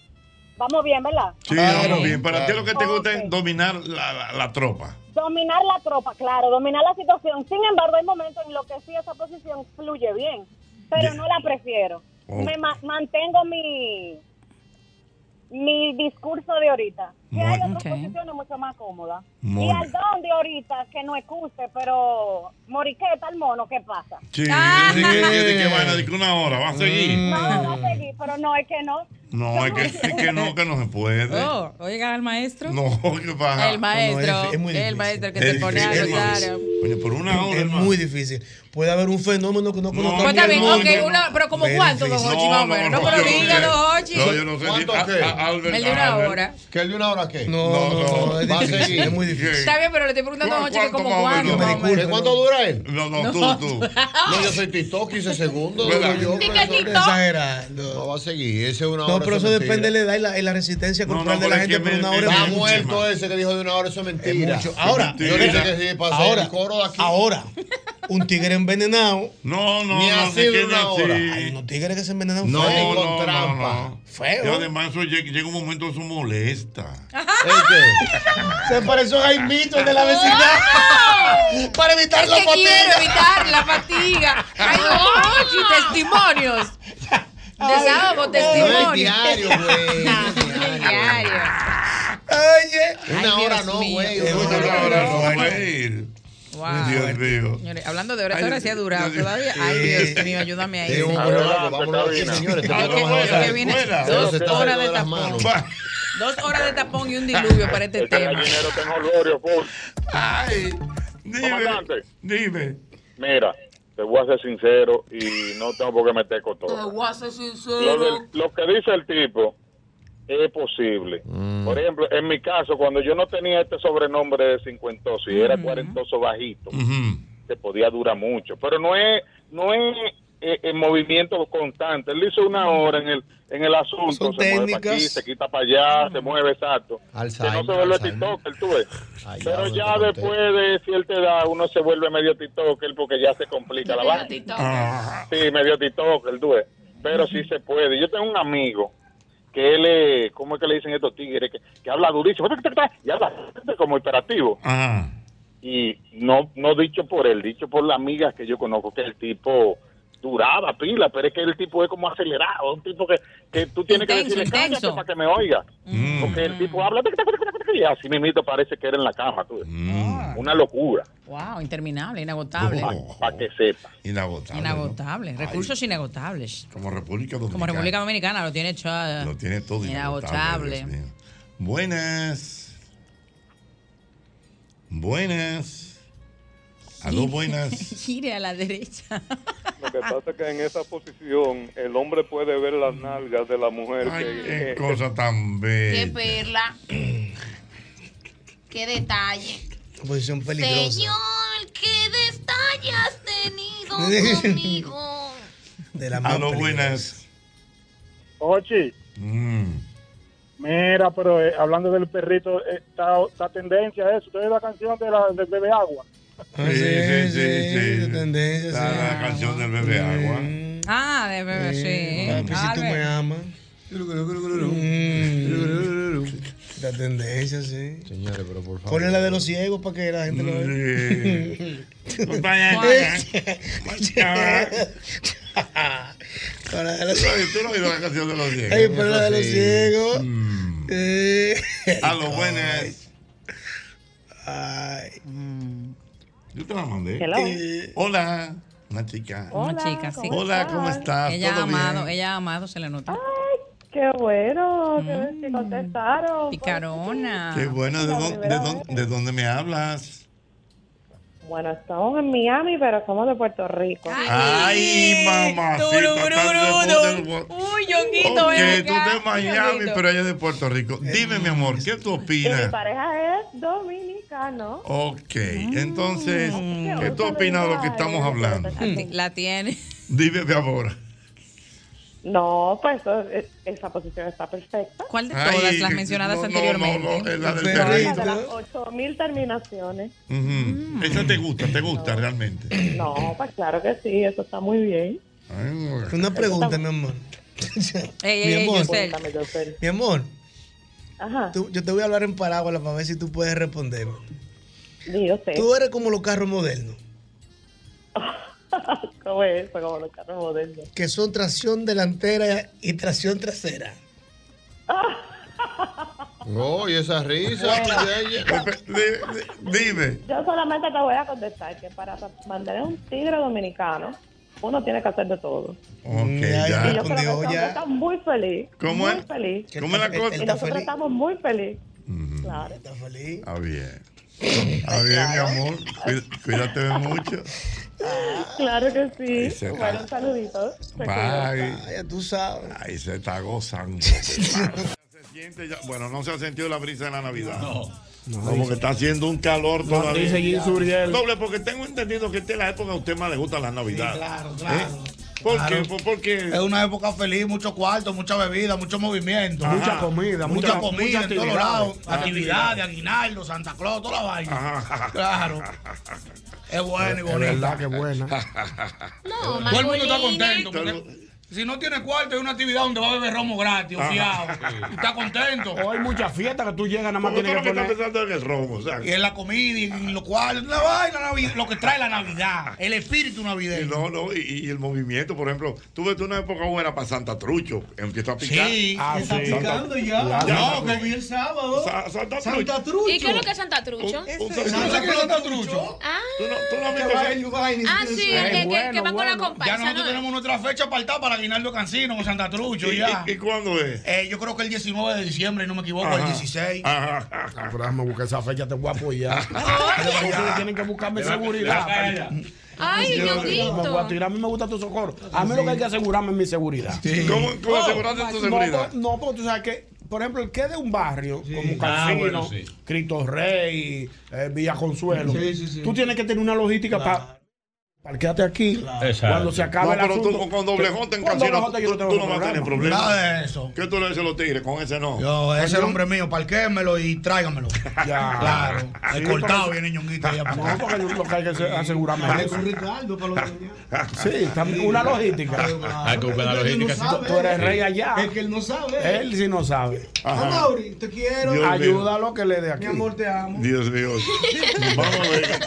Speaker 8: Vamos bien, ¿verdad?
Speaker 2: Sí, vamos bien. ¿Para ti lo que te gusta es dominar la, la- la tropa?
Speaker 8: Dominar la tropa, claro, dominar la situación. Sin embargo, hay momentos en los que sí esa posición fluye bien, pero no la prefiero.
Speaker 2: Oh.
Speaker 8: Me ma- mantengo mi mi discurso de ahorita. Que hay
Speaker 2: Muy-
Speaker 8: otras
Speaker 2: Ok.
Speaker 8: posiciones mucho más cómodas.
Speaker 2: Muy
Speaker 8: Y al don de ahorita, que no excuse, pero moriqueta al mono, ¿qué pasa?
Speaker 2: Sí, de que, de que- de que van a de que una hora, va a seguir.
Speaker 20: Mm.
Speaker 8: No, va a seguir, pero no, es que no.
Speaker 2: No, es que, es que no, que no se puede.
Speaker 3: Oh, oiga al maestro.
Speaker 2: No, ¿qué pasa?
Speaker 3: El maestro. el maestro que se
Speaker 2: Es
Speaker 3: pone a
Speaker 2: difícil, es
Speaker 3: gozar.
Speaker 2: difícil. Coño, por una hora,
Speaker 20: Es muy difícil. Puede haber un fenómeno que no conozcamos.
Speaker 3: Pues está bien,
Speaker 20: No,
Speaker 3: ok,
Speaker 20: no,
Speaker 3: una-
Speaker 20: no.
Speaker 3: pero como
Speaker 20: Very
Speaker 3: cuánto, don
Speaker 20: difícil.
Speaker 3: Hochi, más o menos. No, pero diga, don Hochi.
Speaker 2: No, yo no sé.
Speaker 4: ¿Cuánto
Speaker 2: A-
Speaker 4: qué?
Speaker 2: a- Albert,
Speaker 3: El de una
Speaker 2: Albert.
Speaker 3: hora.
Speaker 4: ¿Que el de una hora qué?
Speaker 20: No,
Speaker 2: No, no,
Speaker 20: es
Speaker 4: Va a
Speaker 20: difícil,
Speaker 4: seguir.
Speaker 20: es muy difícil.
Speaker 3: Está bien, pero le estoy preguntando a don Hochi que como cuánto. más o menos.
Speaker 4: ¿Que ¿Cuánto dura él?
Speaker 2: No,
Speaker 3: no, tú, tú.
Speaker 4: No, yo soy TikTok, 15 segundos.
Speaker 20: ¿Verdad?
Speaker 4: digo yo,
Speaker 20: Ni que
Speaker 4: profesor.
Speaker 20: TikTok. Exagerando.
Speaker 4: No va a seguir, ese es una
Speaker 20: No,
Speaker 4: hora,
Speaker 20: pero
Speaker 4: eso
Speaker 20: eso
Speaker 4: es
Speaker 20: depende de
Speaker 4: mentira.
Speaker 20: la edad y la, y la resistencia cultural de la gente por una hora.
Speaker 4: Está
Speaker 20: es mucho.
Speaker 4: muerto ese que dijo de una hora, eso es mentira.
Speaker 20: mucho. Ahora,
Speaker 4: yo
Speaker 20: Lorena,
Speaker 4: dije que sí, para hacer
Speaker 20: ahora,
Speaker 4: el coro de aquí.
Speaker 20: ahora, un tigre envenenado.
Speaker 2: No, no,
Speaker 20: ni
Speaker 2: no,
Speaker 20: así
Speaker 2: ni
Speaker 20: de
Speaker 2: que ni
Speaker 20: una hora.
Speaker 2: así.
Speaker 20: Hay unos tigres que se envenenan
Speaker 2: No,
Speaker 20: feo.
Speaker 2: no, no, no.
Speaker 20: Feo.
Speaker 2: Y además eso llega, llega un momento eso molesta.
Speaker 20: Este. Se pareció a Jaimito, el de la vecindad. Para evitar
Speaker 3: Es
Speaker 20: la
Speaker 3: que quiero
Speaker 20: fatiga.
Speaker 3: evitar la fatiga. Ay, oye, testimonios.
Speaker 20: Ah,
Speaker 3: Desahogo,
Speaker 4: No es
Speaker 3: testimonios.
Speaker 4: diario, güey.
Speaker 3: Ay,
Speaker 4: Oye. Una
Speaker 3: Dios
Speaker 4: hora no,
Speaker 3: mío.
Speaker 4: güey.
Speaker 3: Es una
Speaker 2: hora no,
Speaker 4: güey.
Speaker 3: Wow.
Speaker 2: Dios mío.
Speaker 3: Señores, hablando de horas,
Speaker 2: Ay,
Speaker 3: ahora sí ha durado
Speaker 2: Dios.
Speaker 3: todavía. Ay, Dios mío, ayúdame ahí.
Speaker 4: Sí, un
Speaker 3: señor.
Speaker 4: programa, vámonos aquí, señores. Este
Speaker 3: Ay, que-
Speaker 4: programa se va a
Speaker 3: que viene
Speaker 4: fuera.
Speaker 3: dos
Speaker 4: Se nos está
Speaker 3: horas
Speaker 4: yendo
Speaker 3: de
Speaker 4: de las
Speaker 3: tapón.
Speaker 4: manos.
Speaker 3: Dos horas de tapón y un diluvio para este tema.
Speaker 2: Ay,
Speaker 36: Comandante,
Speaker 2: dime.
Speaker 36: mira, te voy a ser sincero y no tengo por qué meter con todo.
Speaker 3: voy a ser
Speaker 36: Lo, del- lo que dice el tipo es posible. Por ejemplo, en mi caso, cuando yo no tenía este sobrenombre de cincuentoso y era cuarentoso bajito, que podía durar mucho, pero no es no es eh, en movimiento constante. Él hizo una hora en el en el asunto,
Speaker 20: Son
Speaker 36: se mueve para aquí,
Speaker 20: técnicas.
Speaker 36: se quita para allá, se mueve exacto.
Speaker 4: Alzheimer,
Speaker 36: que no se vuelve
Speaker 4: Alzheimer.
Speaker 36: TikToker, tú ves.
Speaker 4: Ay,
Speaker 36: Pero
Speaker 4: ya,
Speaker 36: ya
Speaker 4: me
Speaker 36: después de cierta edad uno se vuelve medio TikToker porque ya se complica la vaina.
Speaker 2: Ah.
Speaker 36: Sí, medio TikToker, tú ves. Pero sí se puede. Yo tengo un amigo que él es, ¿cómo es que le dicen estos tigres? Que, que habla durísimo y habla como imperativo
Speaker 2: Ajá.
Speaker 36: y no no dicho por él, dicho por las amigas que yo conozco, que el tipo duraba pila, pero es que el tipo es como acelerado, un tipo que, que tú tienes
Speaker 3: Intenso,
Speaker 36: que decirle cállate
Speaker 3: intenso.
Speaker 36: para que me oiga.
Speaker 2: Mm.
Speaker 36: Porque el tipo habla tic, tic, tic, tic, tic, y así mismito parece que era en la cama. tú ves.
Speaker 2: Mm.
Speaker 36: Una locura,
Speaker 3: Wow, interminable, inagotable.
Speaker 2: Oh.
Speaker 36: para que sepa.
Speaker 2: Inagotable.
Speaker 3: Inagotable. Recursos inagotables.
Speaker 2: Como República Dominicana.
Speaker 3: Como República Dominicana lo tiene hecho.
Speaker 2: Lo tiene todo
Speaker 3: Inagotable.
Speaker 2: inagotable. Dios mío. Buenas. Buenas. Aló, buenas.
Speaker 3: Gire a la derecha.
Speaker 19: Lo que pasa es que en esa posición el hombre puede ver las nalgas de la mujer.
Speaker 2: Ay,
Speaker 19: que-
Speaker 2: qué
Speaker 19: que-
Speaker 2: cosa tan
Speaker 23: Qué
Speaker 2: bella.
Speaker 23: perla. Qué detalle.
Speaker 20: Posición peligrosa.
Speaker 23: Señor, qué detalle has tenido conmigo.
Speaker 20: De la
Speaker 2: Aló, buenas.
Speaker 24: Ochi,
Speaker 2: Mm.
Speaker 24: mira, pero eh, hablando del perrito, eh, está, está tendencia eso. ¿Tú oyes la canción de, la, del bebé agua?
Speaker 2: Sí, sí, sí, sí. Está la canción del bebé agua.
Speaker 3: Ah, de bebé, sí.
Speaker 20: Papi, si tú me
Speaker 3: Albert.
Speaker 20: amas. Mm. La tendencia, sí.
Speaker 4: Señores, pero por favor.
Speaker 20: Ponle la de los ciegos para que la gente lo vea.
Speaker 2: Mm. Vaya,
Speaker 20: Para la-
Speaker 2: Tú no oído la canción de los ciegos. Mm.
Speaker 20: Ay, pero la de los ciegos. Eh,
Speaker 2: A los buenas. Yo te la mandé.
Speaker 3: Hello.
Speaker 2: Eh, Hola, una chica.
Speaker 3: Una chica, sí.
Speaker 2: Hola, ¿cómo estás?
Speaker 3: Ella ha
Speaker 2: ¿Todo
Speaker 3: amado,
Speaker 2: bien?
Speaker 3: ella ha amado, se le nota.
Speaker 9: Qué bueno, qué bueno que contestaron.
Speaker 3: Picarona.
Speaker 2: Qué bueno, ¿de,
Speaker 9: La
Speaker 2: dónde-
Speaker 9: primera
Speaker 2: de dónde- de dónde me hablas?
Speaker 9: Bueno, estamos en Miami, pero somos de Puerto Rico.
Speaker 2: Ay, mamá.
Speaker 3: Uy,
Speaker 9: Yonguito,
Speaker 2: Que
Speaker 9: ven
Speaker 2: tú
Speaker 9: acá,
Speaker 2: de Miami,
Speaker 9: Yonguito.
Speaker 2: pero ella es de Puerto Rico.
Speaker 20: Eh,
Speaker 2: Dime, mi amor, ¿qué tú
Speaker 9: Y mi
Speaker 2: opinas?
Speaker 9: pareja es dominicano.
Speaker 2: Ok, entonces, Mm. ¿qué tú opinas de lo que estamos hablando?
Speaker 3: La tiene.
Speaker 2: Dime, mi amor.
Speaker 9: No, pues eso- e- esa posición está perfecta.
Speaker 3: ¿Cuál
Speaker 2: de Ay, todas las mencionadas no, no, anteriormente? no, no, es la del perrito.
Speaker 9: de las 8000 terminaciones.
Speaker 2: Ujú. Esa te gusta, te gusta realmente.
Speaker 9: No, pues claro que sí, eso está muy bien.
Speaker 20: Una pregunta, mi amor.
Speaker 9: ey, ey, Yosel.
Speaker 20: Mi amor,
Speaker 9: Ajá,
Speaker 20: tú- yo te voy a hablar en parábola para ver si tú puedes responder.
Speaker 9: digo, sé.
Speaker 20: Tú eres como los carros modernos,
Speaker 9: ¿Cómo es eso? Como los carros modernos.
Speaker 20: que son tracción delantera y tracción trasera.
Speaker 4: Oh, y esa risa.
Speaker 9: Bueno.
Speaker 4: de ella.
Speaker 2: Dime.
Speaker 9: Yo solamente te voy a contestar que para mantener un tigre dominicano, uno tiene que hacer de todo.
Speaker 2: Ok,
Speaker 9: y
Speaker 2: ya.
Speaker 9: yo creo que nosotros estamos muy feliz.
Speaker 2: ¿Cómo
Speaker 9: muy
Speaker 2: es?
Speaker 9: Feliz.
Speaker 2: ¿Cómo es la cosa?
Speaker 9: Y
Speaker 2: Está
Speaker 9: nosotros
Speaker 2: feliz.
Speaker 9: estamos muy feliz. Claro.
Speaker 2: Está bien. Está bien, mi amor. Cuí- Cuídate de mucho.
Speaker 9: Claro que sí.
Speaker 2: se va.
Speaker 9: Bueno, un saludito. Te
Speaker 2: Bye.
Speaker 9: cuidas.
Speaker 20: Ah, tú sabes.
Speaker 2: Ahí se está gozando. Se siente ya- Bueno, no se ha sentido la brisa de la Navidad. No, Como que está haciendo un calor
Speaker 4: No,
Speaker 2: todavía.
Speaker 4: dice Gil Suriel.
Speaker 2: Doble, porque tengo entendido que esta es la época a usted más le gusta la Navidad.
Speaker 22: claro,
Speaker 2: claro. ¿Por qué? ¿Por- por qué?
Speaker 22: Es una época feliz, mucho cuarto, mucha bebida, mucho movimiento.
Speaker 2: Ajá. Mucha comida,
Speaker 22: mucha,
Speaker 2: mucha-
Speaker 22: comida
Speaker 2: mucha
Speaker 22: en todos
Speaker 2: actividad.
Speaker 22: lados. Actividades, aguinaldo, Santa Claus, toda la vaina. Claro.
Speaker 20: Es buena y
Speaker 5: Es
Speaker 20: bonita.
Speaker 5: verdad que es buena.
Speaker 20: No,
Speaker 5: más
Speaker 20: Todo el mundo está
Speaker 5: bonita.
Speaker 20: contento. porque Si no tiene cuarto, hay una actividad donde va a beber romo gratis,
Speaker 5: Ah.
Speaker 20: fiado. Y Está contento.
Speaker 5: O hay muchas fiestas que tú llegas, nada más
Speaker 20: Porque
Speaker 5: tienes
Speaker 20: tú
Speaker 5: que
Speaker 20: lo que
Speaker 5: poner.
Speaker 20: estás
Speaker 2: pensando en el robo,
Speaker 20: Y en la comida, y en lo cual, la vaina, la vida- lo que trae la Navidad, Ah, el espíritu
Speaker 2: Y
Speaker 20: navideño.
Speaker 2: no, no, y, y el movimiento, por ejemplo, tuve una época buena para Santa Trucho, empieza a picar.
Speaker 20: Ah, Sí,
Speaker 5: Ah,
Speaker 20: No,
Speaker 2: Santa- Santa-
Speaker 20: que vi el sábado. Santa,
Speaker 2: Santa
Speaker 20: Trucho.
Speaker 10: ¿Y qué es lo que es Santa Trucho?
Speaker 20: ¿Sabes qué es Santa Trucho?
Speaker 10: Ah,
Speaker 20: Ah,
Speaker 10: Ah, sí, el que, que- que va con la comparsa.
Speaker 20: Ya nosotros
Speaker 10: ¿no?
Speaker 20: tenemos nuestra fecha apartada para Aguinaldo Cancino con Santa Trucho.
Speaker 2: ¿Y-
Speaker 20: ya.
Speaker 2: y- y cuándo es?
Speaker 20: Eh, yo creo que el 19 de diciembre, no me equivoco, el
Speaker 5: Ajá.
Speaker 20: 16.
Speaker 5: Ah, pero déjame buscar esa fecha, te voy a apoyar. Ustedes tienen que buscarme
Speaker 20: Ya, ya,
Speaker 5: seguridad.
Speaker 10: Ay,
Speaker 5: Yo-
Speaker 10: Ñonguito.
Speaker 5: me voy a tirar, a mí me gusta tu socorro. A mí lo que hay que asegurarme es mi seguridad.
Speaker 2: ¿Cómo- cómo aseguraste
Speaker 5: asegurarte
Speaker 2: tu seguridad?
Speaker 5: Oh, No, po- no, porque tú sabes que, por ejemplo, el que es de un barrio, como un
Speaker 20: Ah,
Speaker 5: casino,
Speaker 20: bueno, sí.
Speaker 5: Cristo Rey, eh, Villa Consuelo,
Speaker 20: Sí, sí, sí.
Speaker 5: tú tienes que tener una logística para. Parquéate aquí.
Speaker 2: Exacto.
Speaker 5: Cuando se acabe
Speaker 2: No,
Speaker 5: el
Speaker 2: pero tú
Speaker 5: asunto-
Speaker 2: con- con doblejón te
Speaker 5: Con
Speaker 2: encasinas,
Speaker 5: doblejón yo
Speaker 2: tú- tú no
Speaker 5: tengo
Speaker 2: vas a tener problema.
Speaker 20: Nada de eso.
Speaker 2: ¿Qué tú le dices a los tigres? Con ese no.
Speaker 20: Yo, ese es el
Speaker 2: Yo-
Speaker 20: hombre mío, parquémelo y tráigamelo.
Speaker 2: Ah.
Speaker 20: Claro.
Speaker 5: Sí,
Speaker 20: el cortado
Speaker 5: porque-
Speaker 20: viene ñonguito allá.
Speaker 5: No, porque yo- lo que hay que hacer- asegurarme es eso.
Speaker 20: Ricardo para los
Speaker 5: Sí, también una logística.
Speaker 24: Hay que buscar la logística.
Speaker 5: Tú, tú eres rey allá.
Speaker 20: eh. Es que él no sabe.
Speaker 5: Él sí no sabe.
Speaker 20: Ah, Mauri, te quiero.
Speaker 2: Dios mío.
Speaker 5: Ayúdalo que le dé
Speaker 20: Mi
Speaker 5: aquí.
Speaker 20: amor, te amo.
Speaker 2: Dios mío. Vamos a ver.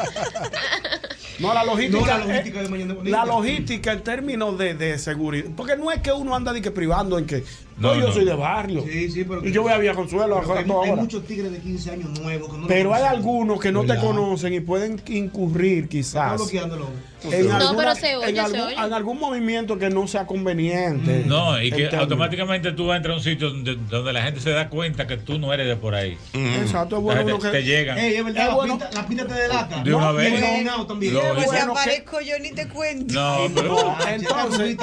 Speaker 5: No, la logística.
Speaker 20: No, la
Speaker 5: eh,
Speaker 20: logística de Mañana Bonita.
Speaker 5: la logística en términos de, de seguridad. Porque no es que uno anda de que privando en que. No,
Speaker 24: No,
Speaker 5: yo
Speaker 24: no.
Speaker 5: soy de barrio. y yo voy a Villa Consuelo a
Speaker 24: Pero
Speaker 5: todo
Speaker 24: hay-
Speaker 5: ahora.
Speaker 24: hay
Speaker 20: Muchos tigres de 15 años nuevos. que no
Speaker 5: Pero
Speaker 20: lo
Speaker 5: hay
Speaker 20: conocen.
Speaker 5: algunos que no te
Speaker 20: ¿Verdad?
Speaker 5: conocen y pueden incurrir
Speaker 20: Está
Speaker 5: quizás.
Speaker 20: bloqueando el hombre.
Speaker 5: En,
Speaker 20: No,
Speaker 5: alguna-
Speaker 20: pero se oye,
Speaker 5: en
Speaker 20: se
Speaker 5: algún,
Speaker 20: oye.
Speaker 5: en algún movimiento que no sea conveniente.
Speaker 24: Mm. No, y que
Speaker 5: En términos.
Speaker 24: automáticamente tú vas a entrar a un sitio donde, donde la gente se da cuenta que tú no eres de por ahí.
Speaker 5: Exacto, es bueno
Speaker 24: Entonces
Speaker 5: uno
Speaker 24: Mm. te,
Speaker 5: que-
Speaker 24: te llegan.
Speaker 5: Ey,
Speaker 20: es verdad,
Speaker 5: Es
Speaker 20: la
Speaker 5: bueno.
Speaker 20: pinta- la pinta te delata.
Speaker 24: De una
Speaker 20: No,
Speaker 24: vez.
Speaker 20: y el out también.
Speaker 24: Lo-
Speaker 9: Pues
Speaker 5: bueno que-
Speaker 9: aparezco yo ni te cuento.
Speaker 24: No, pero-
Speaker 5: entonces,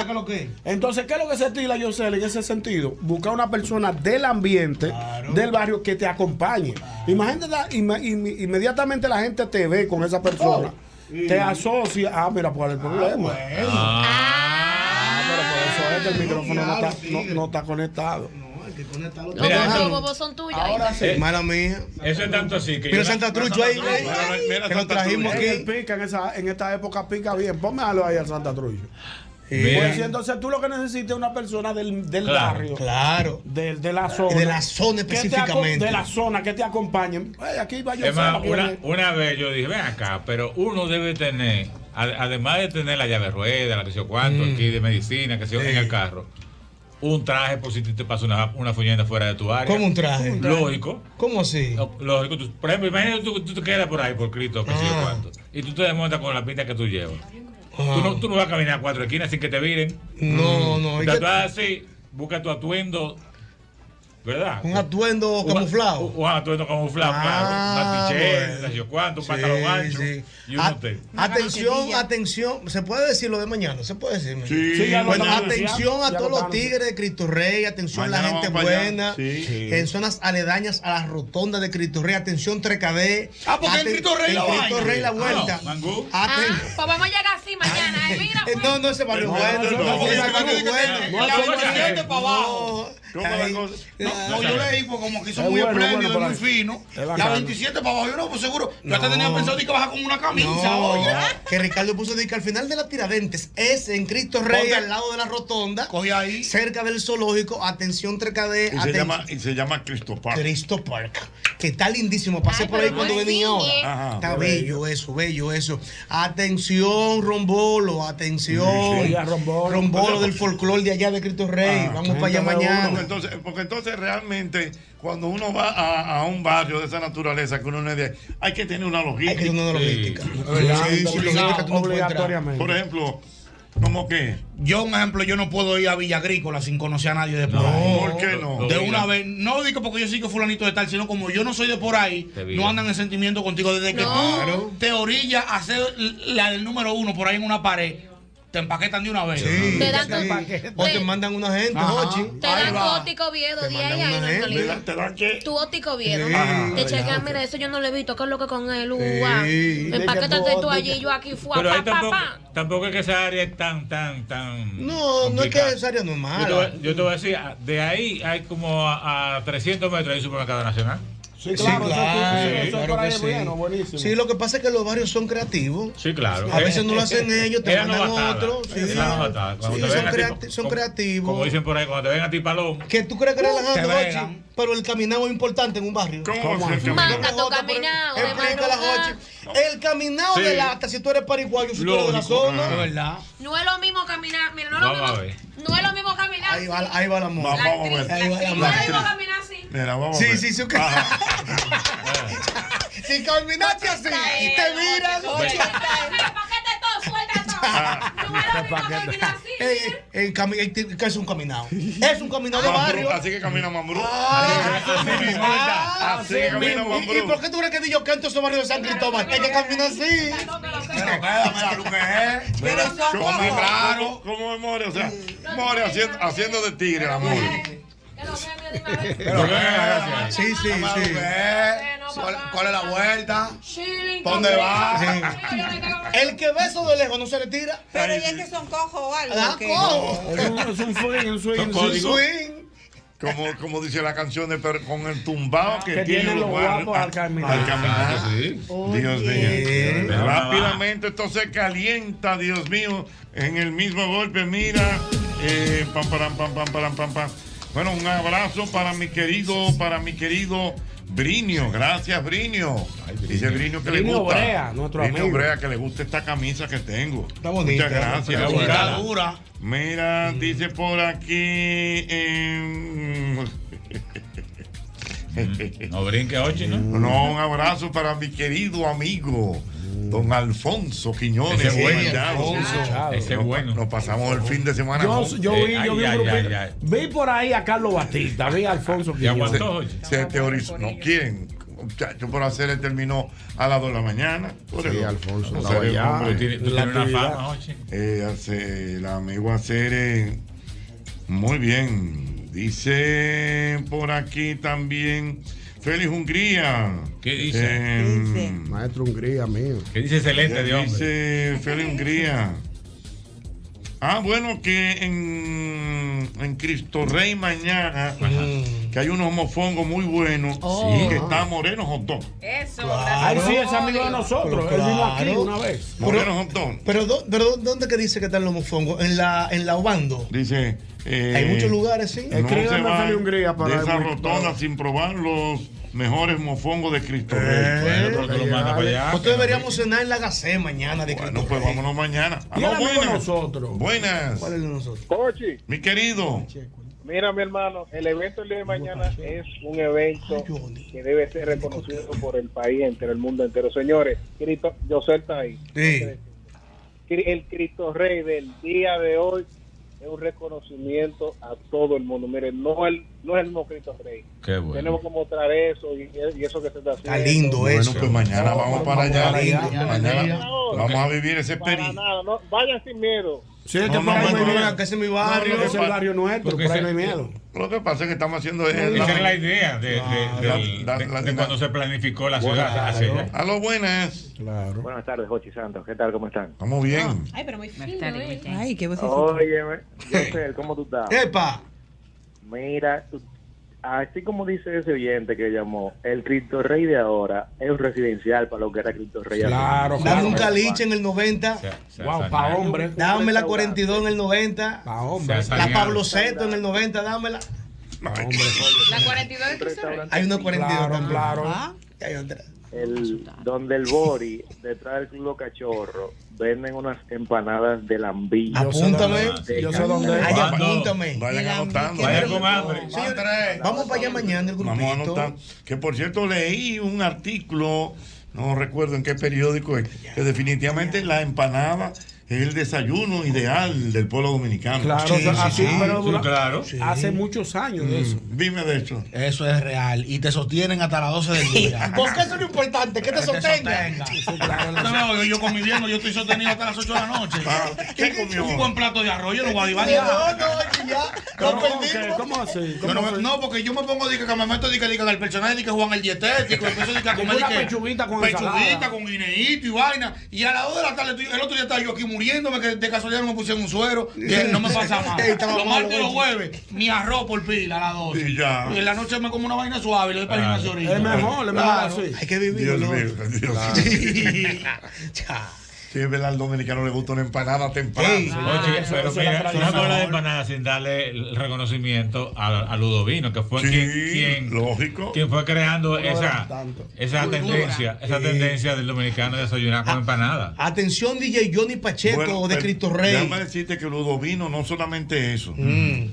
Speaker 5: entonces, ¿qué es lo que se tira, Yosel, en ese sentido? Buscar una persona del ambiente, del barrio, que te acompañe. Imagínate, la- inme- inme- inmediatamente la gente te ve con esa persona,
Speaker 1: Oh,
Speaker 5: te asocia. Ah, mira, pues el problema. Ah, pero por eso es que el micrófono no está, no- no está conectado.
Speaker 10: Los
Speaker 5: Mira,
Speaker 10: bobos- los
Speaker 5: eso-
Speaker 10: bobos son tuyos.
Speaker 5: Ahora sí.
Speaker 24: Eh,
Speaker 5: Mala mía.
Speaker 24: Eso es tanto así que.
Speaker 5: Mira
Speaker 24: yo-
Speaker 5: Santa Trucho ahí, ahí, ahí,
Speaker 24: Mira
Speaker 5: que lo
Speaker 24: Santa
Speaker 5: trajimos
Speaker 24: Trucho.
Speaker 5: aquí. pica, en, esa, en esta época pica bien. Pónmelo ahí al Santa Trucho.
Speaker 24: Mira.
Speaker 5: Pues, sí, entonces tú lo que necesitas es una persona del, del
Speaker 20: Claro,
Speaker 5: barrio.
Speaker 20: claro.
Speaker 5: De, de la zona.
Speaker 20: Y de la zona
Speaker 5: que te aco-
Speaker 20: específicamente.
Speaker 5: de la zona que te acompañen. Ey, aquí va yo.
Speaker 24: Es más,
Speaker 5: Santa, que
Speaker 24: una,
Speaker 5: viene.
Speaker 24: una vez yo dije, ven acá, pero uno debe tener, a- además de tener la llave rueda, la que sé yo cuánto,
Speaker 5: Mm.
Speaker 24: aquí de medicina, que sé yo, en el carro, un traje por si te te pasa una, una fuñenda fuera de tu área.
Speaker 20: ¿Cómo un traje?
Speaker 24: Lógico.
Speaker 20: ¿Cómo así?
Speaker 24: Lógico. Tú- por ejemplo, imagínate tú, tú te quedas por ahí, por Cristo, que sé
Speaker 20: Ah.
Speaker 24: yo cuánto, y tú te desmontas con la pinta que tú llevas. Tú, no, tú no vas a caminar cuatro esquinas sin que te viren.
Speaker 20: No, no,
Speaker 24: O
Speaker 20: es
Speaker 24: sea,
Speaker 20: que-
Speaker 24: tú vas así, busca tu atuendo, ¿verdad?
Speaker 20: Un atuendo
Speaker 24: Un-
Speaker 20: camuflado.
Speaker 24: Un atuendo camuflado,
Speaker 20: Ah,
Speaker 24: claro. Una tichera,
Speaker 20: bueno.
Speaker 24: no sé yo cuánto, un
Speaker 20: Sí, Ah,
Speaker 24: pantalón ancho
Speaker 20: sí.
Speaker 24: y un
Speaker 20: A-
Speaker 24: hotel.
Speaker 20: Atención, atención. ¿Se puede decir lo de mañana? ¿Se puede decir? mira?
Speaker 24: Sí. Sí, ya lo
Speaker 20: Bueno,
Speaker 24: están
Speaker 20: atención
Speaker 24: anunciando,
Speaker 20: a
Speaker 24: ya
Speaker 20: todos
Speaker 24: lo
Speaker 20: los
Speaker 24: están
Speaker 20: tigres de Cristo Rey. Atención a la
Speaker 24: Mañana
Speaker 20: gente
Speaker 24: vamos para allá.
Speaker 20: buena.
Speaker 24: Sí. Sí.
Speaker 20: En zonas aledañas a la rotonda de Cristo Rey. Atención, 3KD. Ah,
Speaker 24: porque en Cristo Rey la
Speaker 20: Cristo
Speaker 24: vaina.
Speaker 20: Rey la vuelta.
Speaker 24: Ah, Mangú.
Speaker 20: Aten-
Speaker 10: Pues vamos a llegar así mañana. eh, mira, pues.
Speaker 20: No, no, ese barrio
Speaker 24: No,
Speaker 20: bueno.
Speaker 24: no, no,
Speaker 20: no,
Speaker 24: no,
Speaker 20: ese
Speaker 24: no,
Speaker 20: barrio
Speaker 24: no,
Speaker 20: bueno.
Speaker 24: no, no,
Speaker 20: La
Speaker 24: no,
Speaker 20: Occidente
Speaker 24: no,
Speaker 20: para abajo. Ahí. No, no, no, yo yo leí, le pues, como que hizo hizo muy muy espléndido, espléndido, muy muy fino. La La 27 27 para abajo, yo no, pues seguro. Yo hasta tenía pensado de que baja con una camisa. No, oye.
Speaker 1: que Ricardo puso de que al final de la tiradentes
Speaker 20: es en Cristo Rey,
Speaker 1: Ponte-
Speaker 20: al lado de la rotonda, cerca del zoológico, atención 3KD,
Speaker 2: Y se,
Speaker 20: atención
Speaker 2: llama, y se llama Cristo Park.
Speaker 20: Cristo Park, que está lindísimo. Pasé
Speaker 2: Ay,
Speaker 20: por ahí
Speaker 2: Ah, pero
Speaker 20: cuando
Speaker 2: no es
Speaker 20: venía
Speaker 2: niña.
Speaker 20: ahora.
Speaker 2: Ajá,
Speaker 20: está
Speaker 2: qué
Speaker 20: bello eso, bello eso. Atención, Rombolo, atención.
Speaker 2: Sí, Ah, ya,
Speaker 20: Rombolo. del folclore de allá de Cristo Rey. Vamos para allá
Speaker 2: Porque
Speaker 20: mañana.
Speaker 2: entonces, porque entonces realmente cuando uno va a, a un barrio de esa naturaleza que uno no es de, hay que tener una logística. Hay que tener
Speaker 20: una logística.
Speaker 2: Sí,
Speaker 20: Sí, sí, logística tú no puedes entrar.
Speaker 2: Por ejemplo, ¿cómo qué?
Speaker 20: Yo, un ejemplo, yo no puedo ir a Villa Agrícola sin conocer a nadie de por
Speaker 2: No,
Speaker 20: ahí.
Speaker 2: ¿por qué no?
Speaker 20: De una vez, no digo porque yo sí que fulanito de tal, sino como yo no soy de por ahí,
Speaker 24: Te vi.
Speaker 20: no andan en sentimiento contigo. Desde que
Speaker 24: Claro.
Speaker 20: tú te orillas a hacer la del número uno por ahí en una pared, te empaquetan de una vez.
Speaker 24: Sí,
Speaker 20: te
Speaker 24: Te dan sí.
Speaker 20: O te mandan una gente,
Speaker 10: Te dan gótico Oviedo, 10 ahí no te libran.
Speaker 2: ¿Te dan qué?
Speaker 10: Tu gótico Oviedo.
Speaker 20: Sí.
Speaker 10: Te
Speaker 20: Ah,
Speaker 10: chequean,
Speaker 20: claro.
Speaker 10: mira, eso yo no lo he visto. ¿Qué es lo que con él?
Speaker 24: Sí.
Speaker 10: Uva.
Speaker 24: Dile que
Speaker 10: Empaquétate
Speaker 24: tú
Speaker 10: tú allí,
Speaker 24: gótico.
Speaker 10: yo aquí. Fua,
Speaker 24: Pero ahí
Speaker 10: pa, pa,
Speaker 24: tampoco,
Speaker 10: pa.
Speaker 24: tampoco es que esa área es tan, tan, tan.
Speaker 20: No, no es que
Speaker 24: complicada.
Speaker 20: esa área no es
Speaker 24: Yo te, voy, ah,
Speaker 20: mala.
Speaker 24: yo te voy a decir, de ahí hay como a, a 300 metros hay un supermercado nacional.
Speaker 5: Sí, claro, eso es- eso es por ahí,
Speaker 20: que sí.
Speaker 5: bueno, buenísimo.
Speaker 20: Sí, lo que pasa es que los barrios son creativos.
Speaker 24: Sí, claro. Eh,
Speaker 20: A veces no lo hacen ellos, te
Speaker 24: Era
Speaker 20: mandan
Speaker 24: novatada,
Speaker 20: otros. Sí,
Speaker 24: era novatada. Cuando
Speaker 20: Sí,
Speaker 24: te
Speaker 20: son,
Speaker 24: ven a ti,
Speaker 20: creati- son
Speaker 24: como-
Speaker 20: creativos.
Speaker 24: Como dicen por ahí, cuando te ven a ti, Palón.
Speaker 20: Que tú crees que
Speaker 24: Te
Speaker 20: relajando,
Speaker 24: velan.
Speaker 20: Jochi, pero el caminado es importante en un barrio.
Speaker 24: ¿Cómo es el caminado?
Speaker 20: Explícale, Jota, por-
Speaker 10: caminado de
Speaker 20: explícale,
Speaker 10: madrugada.
Speaker 20: Jochi. El caminado
Speaker 24: Sí.
Speaker 20: de lata, si tú eres pariguayo, si tú eres de la
Speaker 24: Lógico,
Speaker 2: Ah.
Speaker 20: zona.
Speaker 24: claro. Es
Speaker 20: verdad.
Speaker 10: No es lo mismo caminar. Mira, no es lo
Speaker 24: Vamos a
Speaker 10: mismo.
Speaker 24: ver.
Speaker 10: No es lo mismo caminar.
Speaker 20: Ahí va, ahí va la moda.
Speaker 10: La actriz, la
Speaker 20: Ahí va la
Speaker 10: actriz. No
Speaker 20: moda.
Speaker 10: es lo mismo caminar así.
Speaker 2: Mira, vamos
Speaker 20: Sí, sí, sí. ok. Si caminaste así, te miran.
Speaker 10: Oye, paquete todo, suelta todo.
Speaker 20: Ey, ey, el Ah. Eh, cami- el t- que es un caminado. Es un caminado de
Speaker 2: Mambrú,
Speaker 20: barrio.
Speaker 2: así que camina Mambrú.
Speaker 20: Ah,
Speaker 2: Así mismo,
Speaker 20: ah,
Speaker 2: así que camina
Speaker 20: mismo.
Speaker 2: Mambrú.
Speaker 20: ¿Y por qué tú crees que digo que estos son barrios de San Cristóbal? Es que camina así.
Speaker 2: Mira, ¿cómo, claro, cómo es More? O sea, More haciendo, haciendo de tigre, la More.
Speaker 20: Sí, sí, sí.
Speaker 1: ¿Cuál, cuál es la vuelta? ¿Para dónde
Speaker 20: ¿Dónde
Speaker 1: va?
Speaker 20: El que ve eso de lejos no se le tira.
Speaker 37: Pero ya es que son cojos o algo.
Speaker 20: Ah,
Speaker 37: que-
Speaker 20: cojo.
Speaker 5: Es un, es un swing, un swing,
Speaker 2: Son
Speaker 5: un
Speaker 2: códigos.
Speaker 5: swing.
Speaker 2: Como, como dice la canción de Per- con el tumbao Ah, que,
Speaker 5: que
Speaker 2: tienen
Speaker 5: tienen
Speaker 2: los
Speaker 5: los
Speaker 2: guapos
Speaker 5: guapos
Speaker 2: al, caminar. Al caminar, sí. Dios mío. Rápidamente esto se calienta, Dios mío. En el mismo golpe, mira. Eh, pam, param, pam, pam, param, pam, pam. Bueno, un abrazo para mi querido, para mi querido Brinio. Gracias, Brinio. Dice Brinio que le
Speaker 5: Brinio
Speaker 2: gusta.
Speaker 5: Brea, nuestro
Speaker 2: Brinio
Speaker 5: amigo.
Speaker 2: Brea, que le gusta esta camisa que tengo. Está
Speaker 5: bonita, ¿eh?
Speaker 2: Muchas gracias.
Speaker 5: está bonita. Está
Speaker 2: dura. Mira, dice por aquí. em,
Speaker 24: Mm. No brinque, Ochi, ¿no?
Speaker 2: no, un abrazo para mi querido amigo. Don Alfonso Quiñones,
Speaker 24: Ese es bueno.
Speaker 2: Guaynabo.
Speaker 24: Alfonso. Ese es
Speaker 2: Nos-
Speaker 24: bueno. Eh,
Speaker 2: Nos pasamos el fin de semana.
Speaker 5: Yo,
Speaker 2: juntos.
Speaker 5: yo vi, yo vi, un grupito- vi por ahí a Carlos Batista, vi a Alfonso Quiñones.
Speaker 2: Se teorizó. No, ¿quién? Muchacho, por hacer el terminó a las 2 de la mañana. Por
Speaker 22: Sí,
Speaker 2: el-
Speaker 22: Alfonso,
Speaker 2: por
Speaker 22: estaba
Speaker 2: ser el
Speaker 22: allá. eh,
Speaker 2: hombre.
Speaker 22: Tú tienes- tú
Speaker 2: La
Speaker 22: tienes una
Speaker 2: actividad.
Speaker 22: fama,
Speaker 2: Eh, hace- el amigo hacer. eh, muy bien. Dice por aquí también. Félix Hungría.
Speaker 24: ¿Qué
Speaker 5: dice?
Speaker 2: Eh,
Speaker 5: Maestro Hungría, mío.
Speaker 24: ¿Qué dice excelente de hombre?
Speaker 2: Dice Félix Hungría. Ah, bueno, que en, en Cristo Rey mañana, que hay unos mofongos muy buenos
Speaker 5: Oh.
Speaker 2: que está Moreno Hot Dog.
Speaker 38: Eso,
Speaker 5: Ay, Ah, sí, es amigo de nosotros.
Speaker 20: Pero
Speaker 5: Él vino aquí
Speaker 20: claro.
Speaker 5: una vez.
Speaker 2: Moreno
Speaker 20: Pero,
Speaker 2: Hot Dog.
Speaker 20: pero, do- pero ¿dónde que dice que están los mofongos? En la, en la Obando.
Speaker 2: Dice. eh,
Speaker 20: Hay muchos lugares, sí.
Speaker 2: no se van de esa rotonda sin probar los mejores mofongos de Cristo
Speaker 5: Eh,
Speaker 2: Rey.
Speaker 24: Bueno, pero tú lo mandas para allá.
Speaker 20: Nosotros deberíamos cenar en la Gacé mañana de
Speaker 2: Bueno, pues vámonos mañana.
Speaker 20: Y el amigo de
Speaker 2: nosotros. Buenas.
Speaker 20: ¿Cuál es de nosotros?
Speaker 11: Cochi,
Speaker 2: Mi querido.
Speaker 11: mira mi hermano, el evento el día de mañana es un evento que debe ser reconocido por el país entero, el mundo entero. Señores, Cristo, José está ahí. Cri- El Cristo Rey del día de hoy es un reconocimiento a todo el mundo. Miren, no, el, no es el mismo Cristo Rey.
Speaker 24: Qué bueno.
Speaker 11: Tenemos que mostrar eso y, y eso que se está haciendo.
Speaker 2: bueno, pues mañana vamos para allá. Mañana vamos a vivir ese
Speaker 11: Para
Speaker 2: experiencia.
Speaker 11: nada, no, vayan sin miedo.
Speaker 5: Sí, es que por ahí no hay miedo. No, no, es el barrio nuestro,
Speaker 2: Porque
Speaker 5: por ahí no hay
Speaker 2: ese-
Speaker 5: miedo.
Speaker 2: Lo que pasa es que estamos haciendo
Speaker 24: Esa es la idea
Speaker 2: Ah,
Speaker 24: de, de- del- de- de cuando se planificó la ciudad hacia allá.
Speaker 2: A lo buenas.
Speaker 5: Claro.
Speaker 14: Buenas tardes, Jochi Santos. ¿Qué tal? ¿Cómo están?
Speaker 2: Estamos bien.
Speaker 37: Ay, pero muy fino.
Speaker 38: tardes,
Speaker 37: ¿eh?
Speaker 38: muy tardes.
Speaker 37: Ay, qué vocecita.
Speaker 14: Oye, José, ¿cómo tú estás?
Speaker 20: ¡Epa!
Speaker 14: Mira, tú- así como dice ese oyente que llamó, el Cristo Rey de ahora es un residencial para lo que era Cristo Rey.
Speaker 5: Claro,
Speaker 14: antes.
Speaker 20: Dame un caliche en el 90.
Speaker 5: Wow, pa' hombre.
Speaker 20: Dame la 42 en el 90.
Speaker 5: hombre.
Speaker 20: La Pablo Seto en el 90, dámela.
Speaker 38: La 42 de Cristo Rey.
Speaker 20: Hay una 42 también.
Speaker 38: Ah,
Speaker 20: Y hay otra.
Speaker 14: El, donde el Bori, detrás del Club Cachorro, venden unas empanadas de lambilla.
Speaker 20: Apúntame.
Speaker 14: De
Speaker 20: Yo sé dónde es. Ay,
Speaker 14: Cuando-
Speaker 20: apúntame.
Speaker 2: Vayan anotando.
Speaker 14: Vayan con hambre.
Speaker 20: Señores, vamos para allá mañana el
Speaker 2: Vamos a
Speaker 20: grupito.
Speaker 2: anotar. Que por cierto, leí un artículo, no recuerdo en qué periódico es, que definitivamente la empanada es el desayuno ideal del pueblo dominicano.
Speaker 5: Claro, o sea, así, pero dura- hace
Speaker 2: mucho
Speaker 5: muchos años de eso.
Speaker 2: Dime de hecho.
Speaker 39: Eso es real. Y te sostienen hasta las 12 del día.
Speaker 20: ¿Por qué eso es lo importante? Que te sostenga.
Speaker 1: No, yo, yo con mi viernes, yo estoy sostenido hasta las 8 de la noche.
Speaker 20: Ah,
Speaker 2: ¿Qué comió?
Speaker 1: Un buen plato de arroz, yo no voy a divagar.
Speaker 20: No, no, oye, ya.
Speaker 1: Pero,
Speaker 20: Lo perdimos.
Speaker 5: ¿Cómo así?
Speaker 1: Yo no, me- no, porque yo me pongo de que me meto de que, de que el personaje de que Juan el dietético, empiezo de que a comer
Speaker 5: Una
Speaker 1: de que
Speaker 5: pechuguita con
Speaker 1: pechuguita
Speaker 5: ensalada.
Speaker 1: con guineíto y vaina. Y a las 2 de la tarde, estoy- el otro día estaba yo aquí muy muriéndome que de casualidad no me pusieron un suero. que no me pasa más.
Speaker 36: Ey, estaba
Speaker 1: los
Speaker 36: malo,
Speaker 1: martes y los
Speaker 36: oye.
Speaker 1: jueves, mi arroz por pila a las 12.
Speaker 2: Y ya.
Speaker 1: en la noche me como una vaina suave y le doy para el
Speaker 2: Ah,
Speaker 1: gimnasio ahorita.
Speaker 5: Es mejor, es mejor
Speaker 1: Claro.
Speaker 5: así.
Speaker 1: Hay que vivir.
Speaker 2: Dios
Speaker 1: ¿no?
Speaker 2: mío, Dios mío. Sí, es verdad, al dominicano le gusta una empanada temprano.
Speaker 24: Oye,
Speaker 20: Ah,
Speaker 24: pero mira, no habla de empanada sin darle el reconocimiento a, a Ludovino, que fue quien, quien- quien fue creando
Speaker 20: Uno de los
Speaker 24: Pues, esa,
Speaker 20: tantos.
Speaker 24: esa
Speaker 20: Cultura.
Speaker 24: tendencia, esa
Speaker 20: Sí.
Speaker 24: tendencia del dominicano de desayunar
Speaker 20: Ah,
Speaker 24: con empanada.
Speaker 20: Atención, DJ Johnny Pacheco
Speaker 2: Bueno,
Speaker 20: de
Speaker 2: pero
Speaker 20: Cristo Rey.
Speaker 2: Déjame decirte que Ludovino no solamente eso.
Speaker 5: Mm.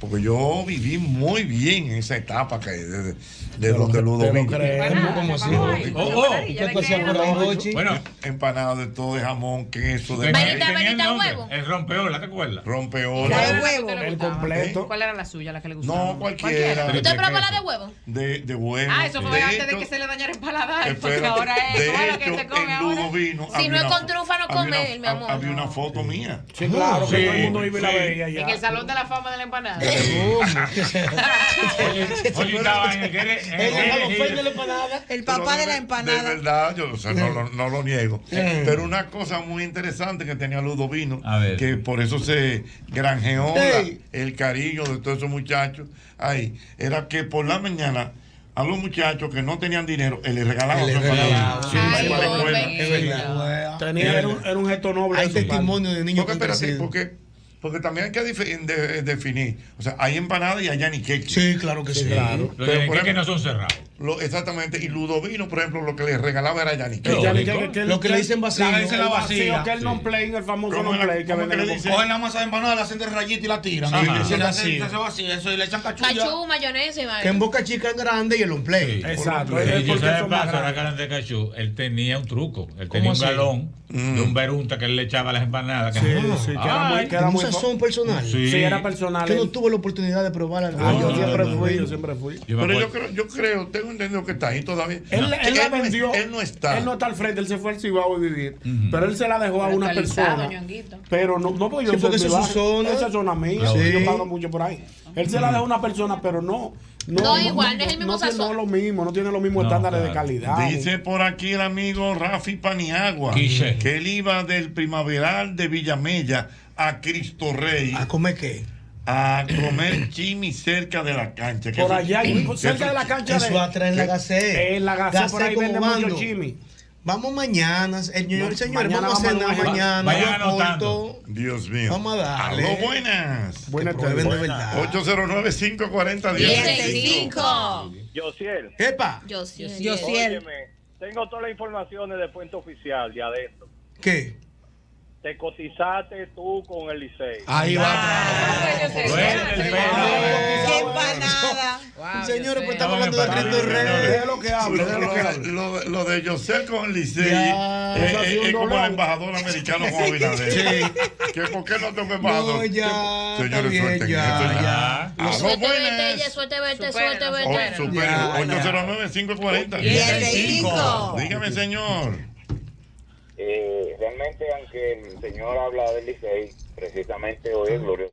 Speaker 2: Porque yo viví muy bien esa etapa que, de, de- de donde Ludovino.
Speaker 36: creemos, ¿cómo así? Oh, oh. ¿Qué tú hacías por ahí, Rochi?
Speaker 2: Bueno, empanada de todo, de jamón, queso, de
Speaker 24: Varita,
Speaker 2: maíz.
Speaker 24: varita,
Speaker 2: Tenía el nombre,
Speaker 10: Eh,
Speaker 24: huevo. El rompeola, ¿te acuerdas?
Speaker 2: Rompeola.
Speaker 3: El completo. ¿Cuál era la suya, la que le gustaba?
Speaker 2: No, cualquiera.
Speaker 10: ¿Usted probó la de huevo?
Speaker 2: De, de huevo.
Speaker 10: Ah, eso fue
Speaker 2: De
Speaker 10: antes de
Speaker 2: hecho,
Speaker 10: que se le dañara el paladar.
Speaker 2: Espérate,
Speaker 10: Porque ahora es.
Speaker 2: de
Speaker 10: ¿cómo es lo que
Speaker 2: hecho,
Speaker 10: se come
Speaker 2: en
Speaker 10: ahora?
Speaker 2: Ludovino
Speaker 10: Si
Speaker 2: había
Speaker 10: no es
Speaker 2: una-
Speaker 10: con trufa, no
Speaker 2: había una-
Speaker 10: come, mi amor.
Speaker 2: Había una foto mía.
Speaker 5: Sí, claro, que
Speaker 2: Sí,
Speaker 5: todo el mundo iba y la
Speaker 2: sí.
Speaker 5: veía
Speaker 10: En
Speaker 5: ya.
Speaker 10: el salón de la fama de la empanada.
Speaker 24: Oye, estaba en el que
Speaker 1: Eh,
Speaker 24: eres- en el que eres-
Speaker 40: El
Speaker 2: Pero
Speaker 40: papá de la
Speaker 2: ver-
Speaker 40: empanada.
Speaker 2: De verdad, yo o sea, no, lo- no lo niego. Pero una cosa muy interesante que tenía Ludovino, que por eso se granjeó la-
Speaker 36: Ey.
Speaker 2: el cariño de todos esos muchachos ahí, era que por la mañana a los muchachos que no tenían dinero, él les regalaba su
Speaker 5: Él les
Speaker 2: empanada.
Speaker 5: regalaba.
Speaker 2: Sí,
Speaker 5: Ay,
Speaker 2: para ir a la
Speaker 5: qué
Speaker 2: escuela.
Speaker 5: bueno.
Speaker 2: Es verdad.
Speaker 5: Tenía- era un- era gesto noble.
Speaker 2: Hay
Speaker 5: testimonio
Speaker 2: de niños porque, espérate, porque, porque también hay que dife- de- eh, definir. O sea, hay empanada y hay yaniqueque. Sí, claro
Speaker 20: ah,
Speaker 2: que
Speaker 24: sí. Los yaniqueques no son cerrados.
Speaker 2: exactamente. Y Ludovino, por ejemplo, lo que le regalaba era yaniqueque.
Speaker 5: El yaniqueque, que él-
Speaker 1: Lo que le dicen vacío.
Speaker 5: La dicen la
Speaker 1: El
Speaker 5: vacío,
Speaker 1: vacío,
Speaker 5: que el
Speaker 1: sí.
Speaker 5: non-play, el famoso
Speaker 1: ¿Cómo es la-
Speaker 5: non-play que
Speaker 1: cómo es que
Speaker 5: venden
Speaker 1: le
Speaker 5: en
Speaker 1: dicen?
Speaker 5: Coca-Cola.
Speaker 1: Cogen la masa de empanada, la hacen de rayita y la tiran.
Speaker 5: Ajá.
Speaker 1: Y se la
Speaker 5: Sí.
Speaker 1: hacen, se hace vacía, eso, y le echan cachucha.
Speaker 10: Cachú, mayonesa y
Speaker 20: Que en
Speaker 10: vaina.
Speaker 20: Boca Chica es grande y el on play.
Speaker 24: Sí, yo sé de paso, ahora que hablan de cachú, él tenía un truco. Él tenía un
Speaker 20: así?
Speaker 24: galón de un berunta que él le echaba a las empanadas. que-
Speaker 5: Mm. sí, que
Speaker 24: Ay,
Speaker 5: era muy- que era
Speaker 20: Un
Speaker 5: muy-
Speaker 20: sazón personal.
Speaker 24: Sí. Sí, era
Speaker 5: personal.
Speaker 20: Yo no tuve la oportunidad de probar algo.
Speaker 5: Ah, yo siempre fui, yo siempre fui.
Speaker 2: Pero yo creo, yo creo, tengo entendido que está ahí todavía.
Speaker 5: Él, él la
Speaker 2: no es-
Speaker 5: vendió.
Speaker 2: Él no está.
Speaker 5: Él no está al frente, él se fue al Cibao a vivir. Pero él se la dejó a una
Speaker 10: Actualizado,
Speaker 5: persona.
Speaker 10: ñonguito.
Speaker 5: Pero no, no porque yo
Speaker 10: Sí, porque
Speaker 5: soy
Speaker 10: esa
Speaker 5: de
Speaker 10: es su
Speaker 5: barrio,
Speaker 10: zona.
Speaker 5: Esa es zona mía.
Speaker 10: Sí.
Speaker 5: Yo pago mucho por ahí. Él se la dejó a una persona, pero no.
Speaker 10: No, igual, no es el mismo
Speaker 5: no, tiene-
Speaker 10: sazón.
Speaker 5: No es lo mismo, no tiene los mismos estándares de calidad.
Speaker 2: Dice por aquí el amigo Rafi Paniagua
Speaker 5: Quiche.
Speaker 2: que él iba del primaveral de Villamella a Cristo Rey. ¿A comer qué? A comer chimi cerca de la cancha. que
Speaker 5: Por
Speaker 2: eso-
Speaker 5: allá, y
Speaker 2: que
Speaker 5: cerca de la cancha
Speaker 20: Eso
Speaker 5: de-
Speaker 20: va a traer la
Speaker 5: que-
Speaker 20: gacé.
Speaker 5: Eh, la Gacé, por ahí venden mucho chimi.
Speaker 20: Vamos mañana, el señor,
Speaker 5: No,
Speaker 20: señor,
Speaker 5: mañana
Speaker 20: vamos a
Speaker 5: vamos a
Speaker 20: cenar mañana.
Speaker 5: mañana. Vayan
Speaker 20: yo
Speaker 5: anotando.
Speaker 20: corto.
Speaker 2: Dios mío.
Speaker 20: Vamos a darle.
Speaker 2: Aló, buenas.
Speaker 20: Buenas Que prueben tardes. de verdad.
Speaker 2: 809-540-1065.
Speaker 11: Yosiel.
Speaker 20: Epa.
Speaker 11: Yosiel.
Speaker 20: Yosiel.
Speaker 11: Óyeme, tengo todas las informaciones de fuente oficial de adentro.
Speaker 20: ¿Qué?
Speaker 11: Te cotizaste tú con el Licey.
Speaker 20: Ahí
Speaker 11: va.
Speaker 40: ¡Qué empanada!
Speaker 20: Señores, pues estamos hablando de Cristo Rey.
Speaker 2: Déjalo
Speaker 5: lo que
Speaker 2: hable, déjalo que hable. Lo, lo de José con Licey
Speaker 20: Ya.
Speaker 2: eh,
Speaker 20: Eso ha
Speaker 2: eh,
Speaker 20: sido
Speaker 2: es
Speaker 20: un
Speaker 2: como
Speaker 20: dolor.
Speaker 2: el embajador americano con Abinader. Que ¿Por qué no tengo embajador?
Speaker 20: No, ya,
Speaker 2: Que-
Speaker 20: está
Speaker 2: Señores,
Speaker 20: bien,
Speaker 2: suelten
Speaker 20: ya,
Speaker 2: esto
Speaker 20: ya.
Speaker 2: Ah, no,
Speaker 10: Suerte,
Speaker 2: buenas.
Speaker 10: vete, ella, suerte, vete, suerte,
Speaker 2: Oh,
Speaker 10: vete.
Speaker 2: super,
Speaker 10: Ya,
Speaker 2: 809-540.
Speaker 11: 1065.
Speaker 2: Dígame, señor.
Speaker 41: Eh, realmente, aunque el señor habla del Licey, precisamente hoy
Speaker 20: Ah.
Speaker 41: es glorioso.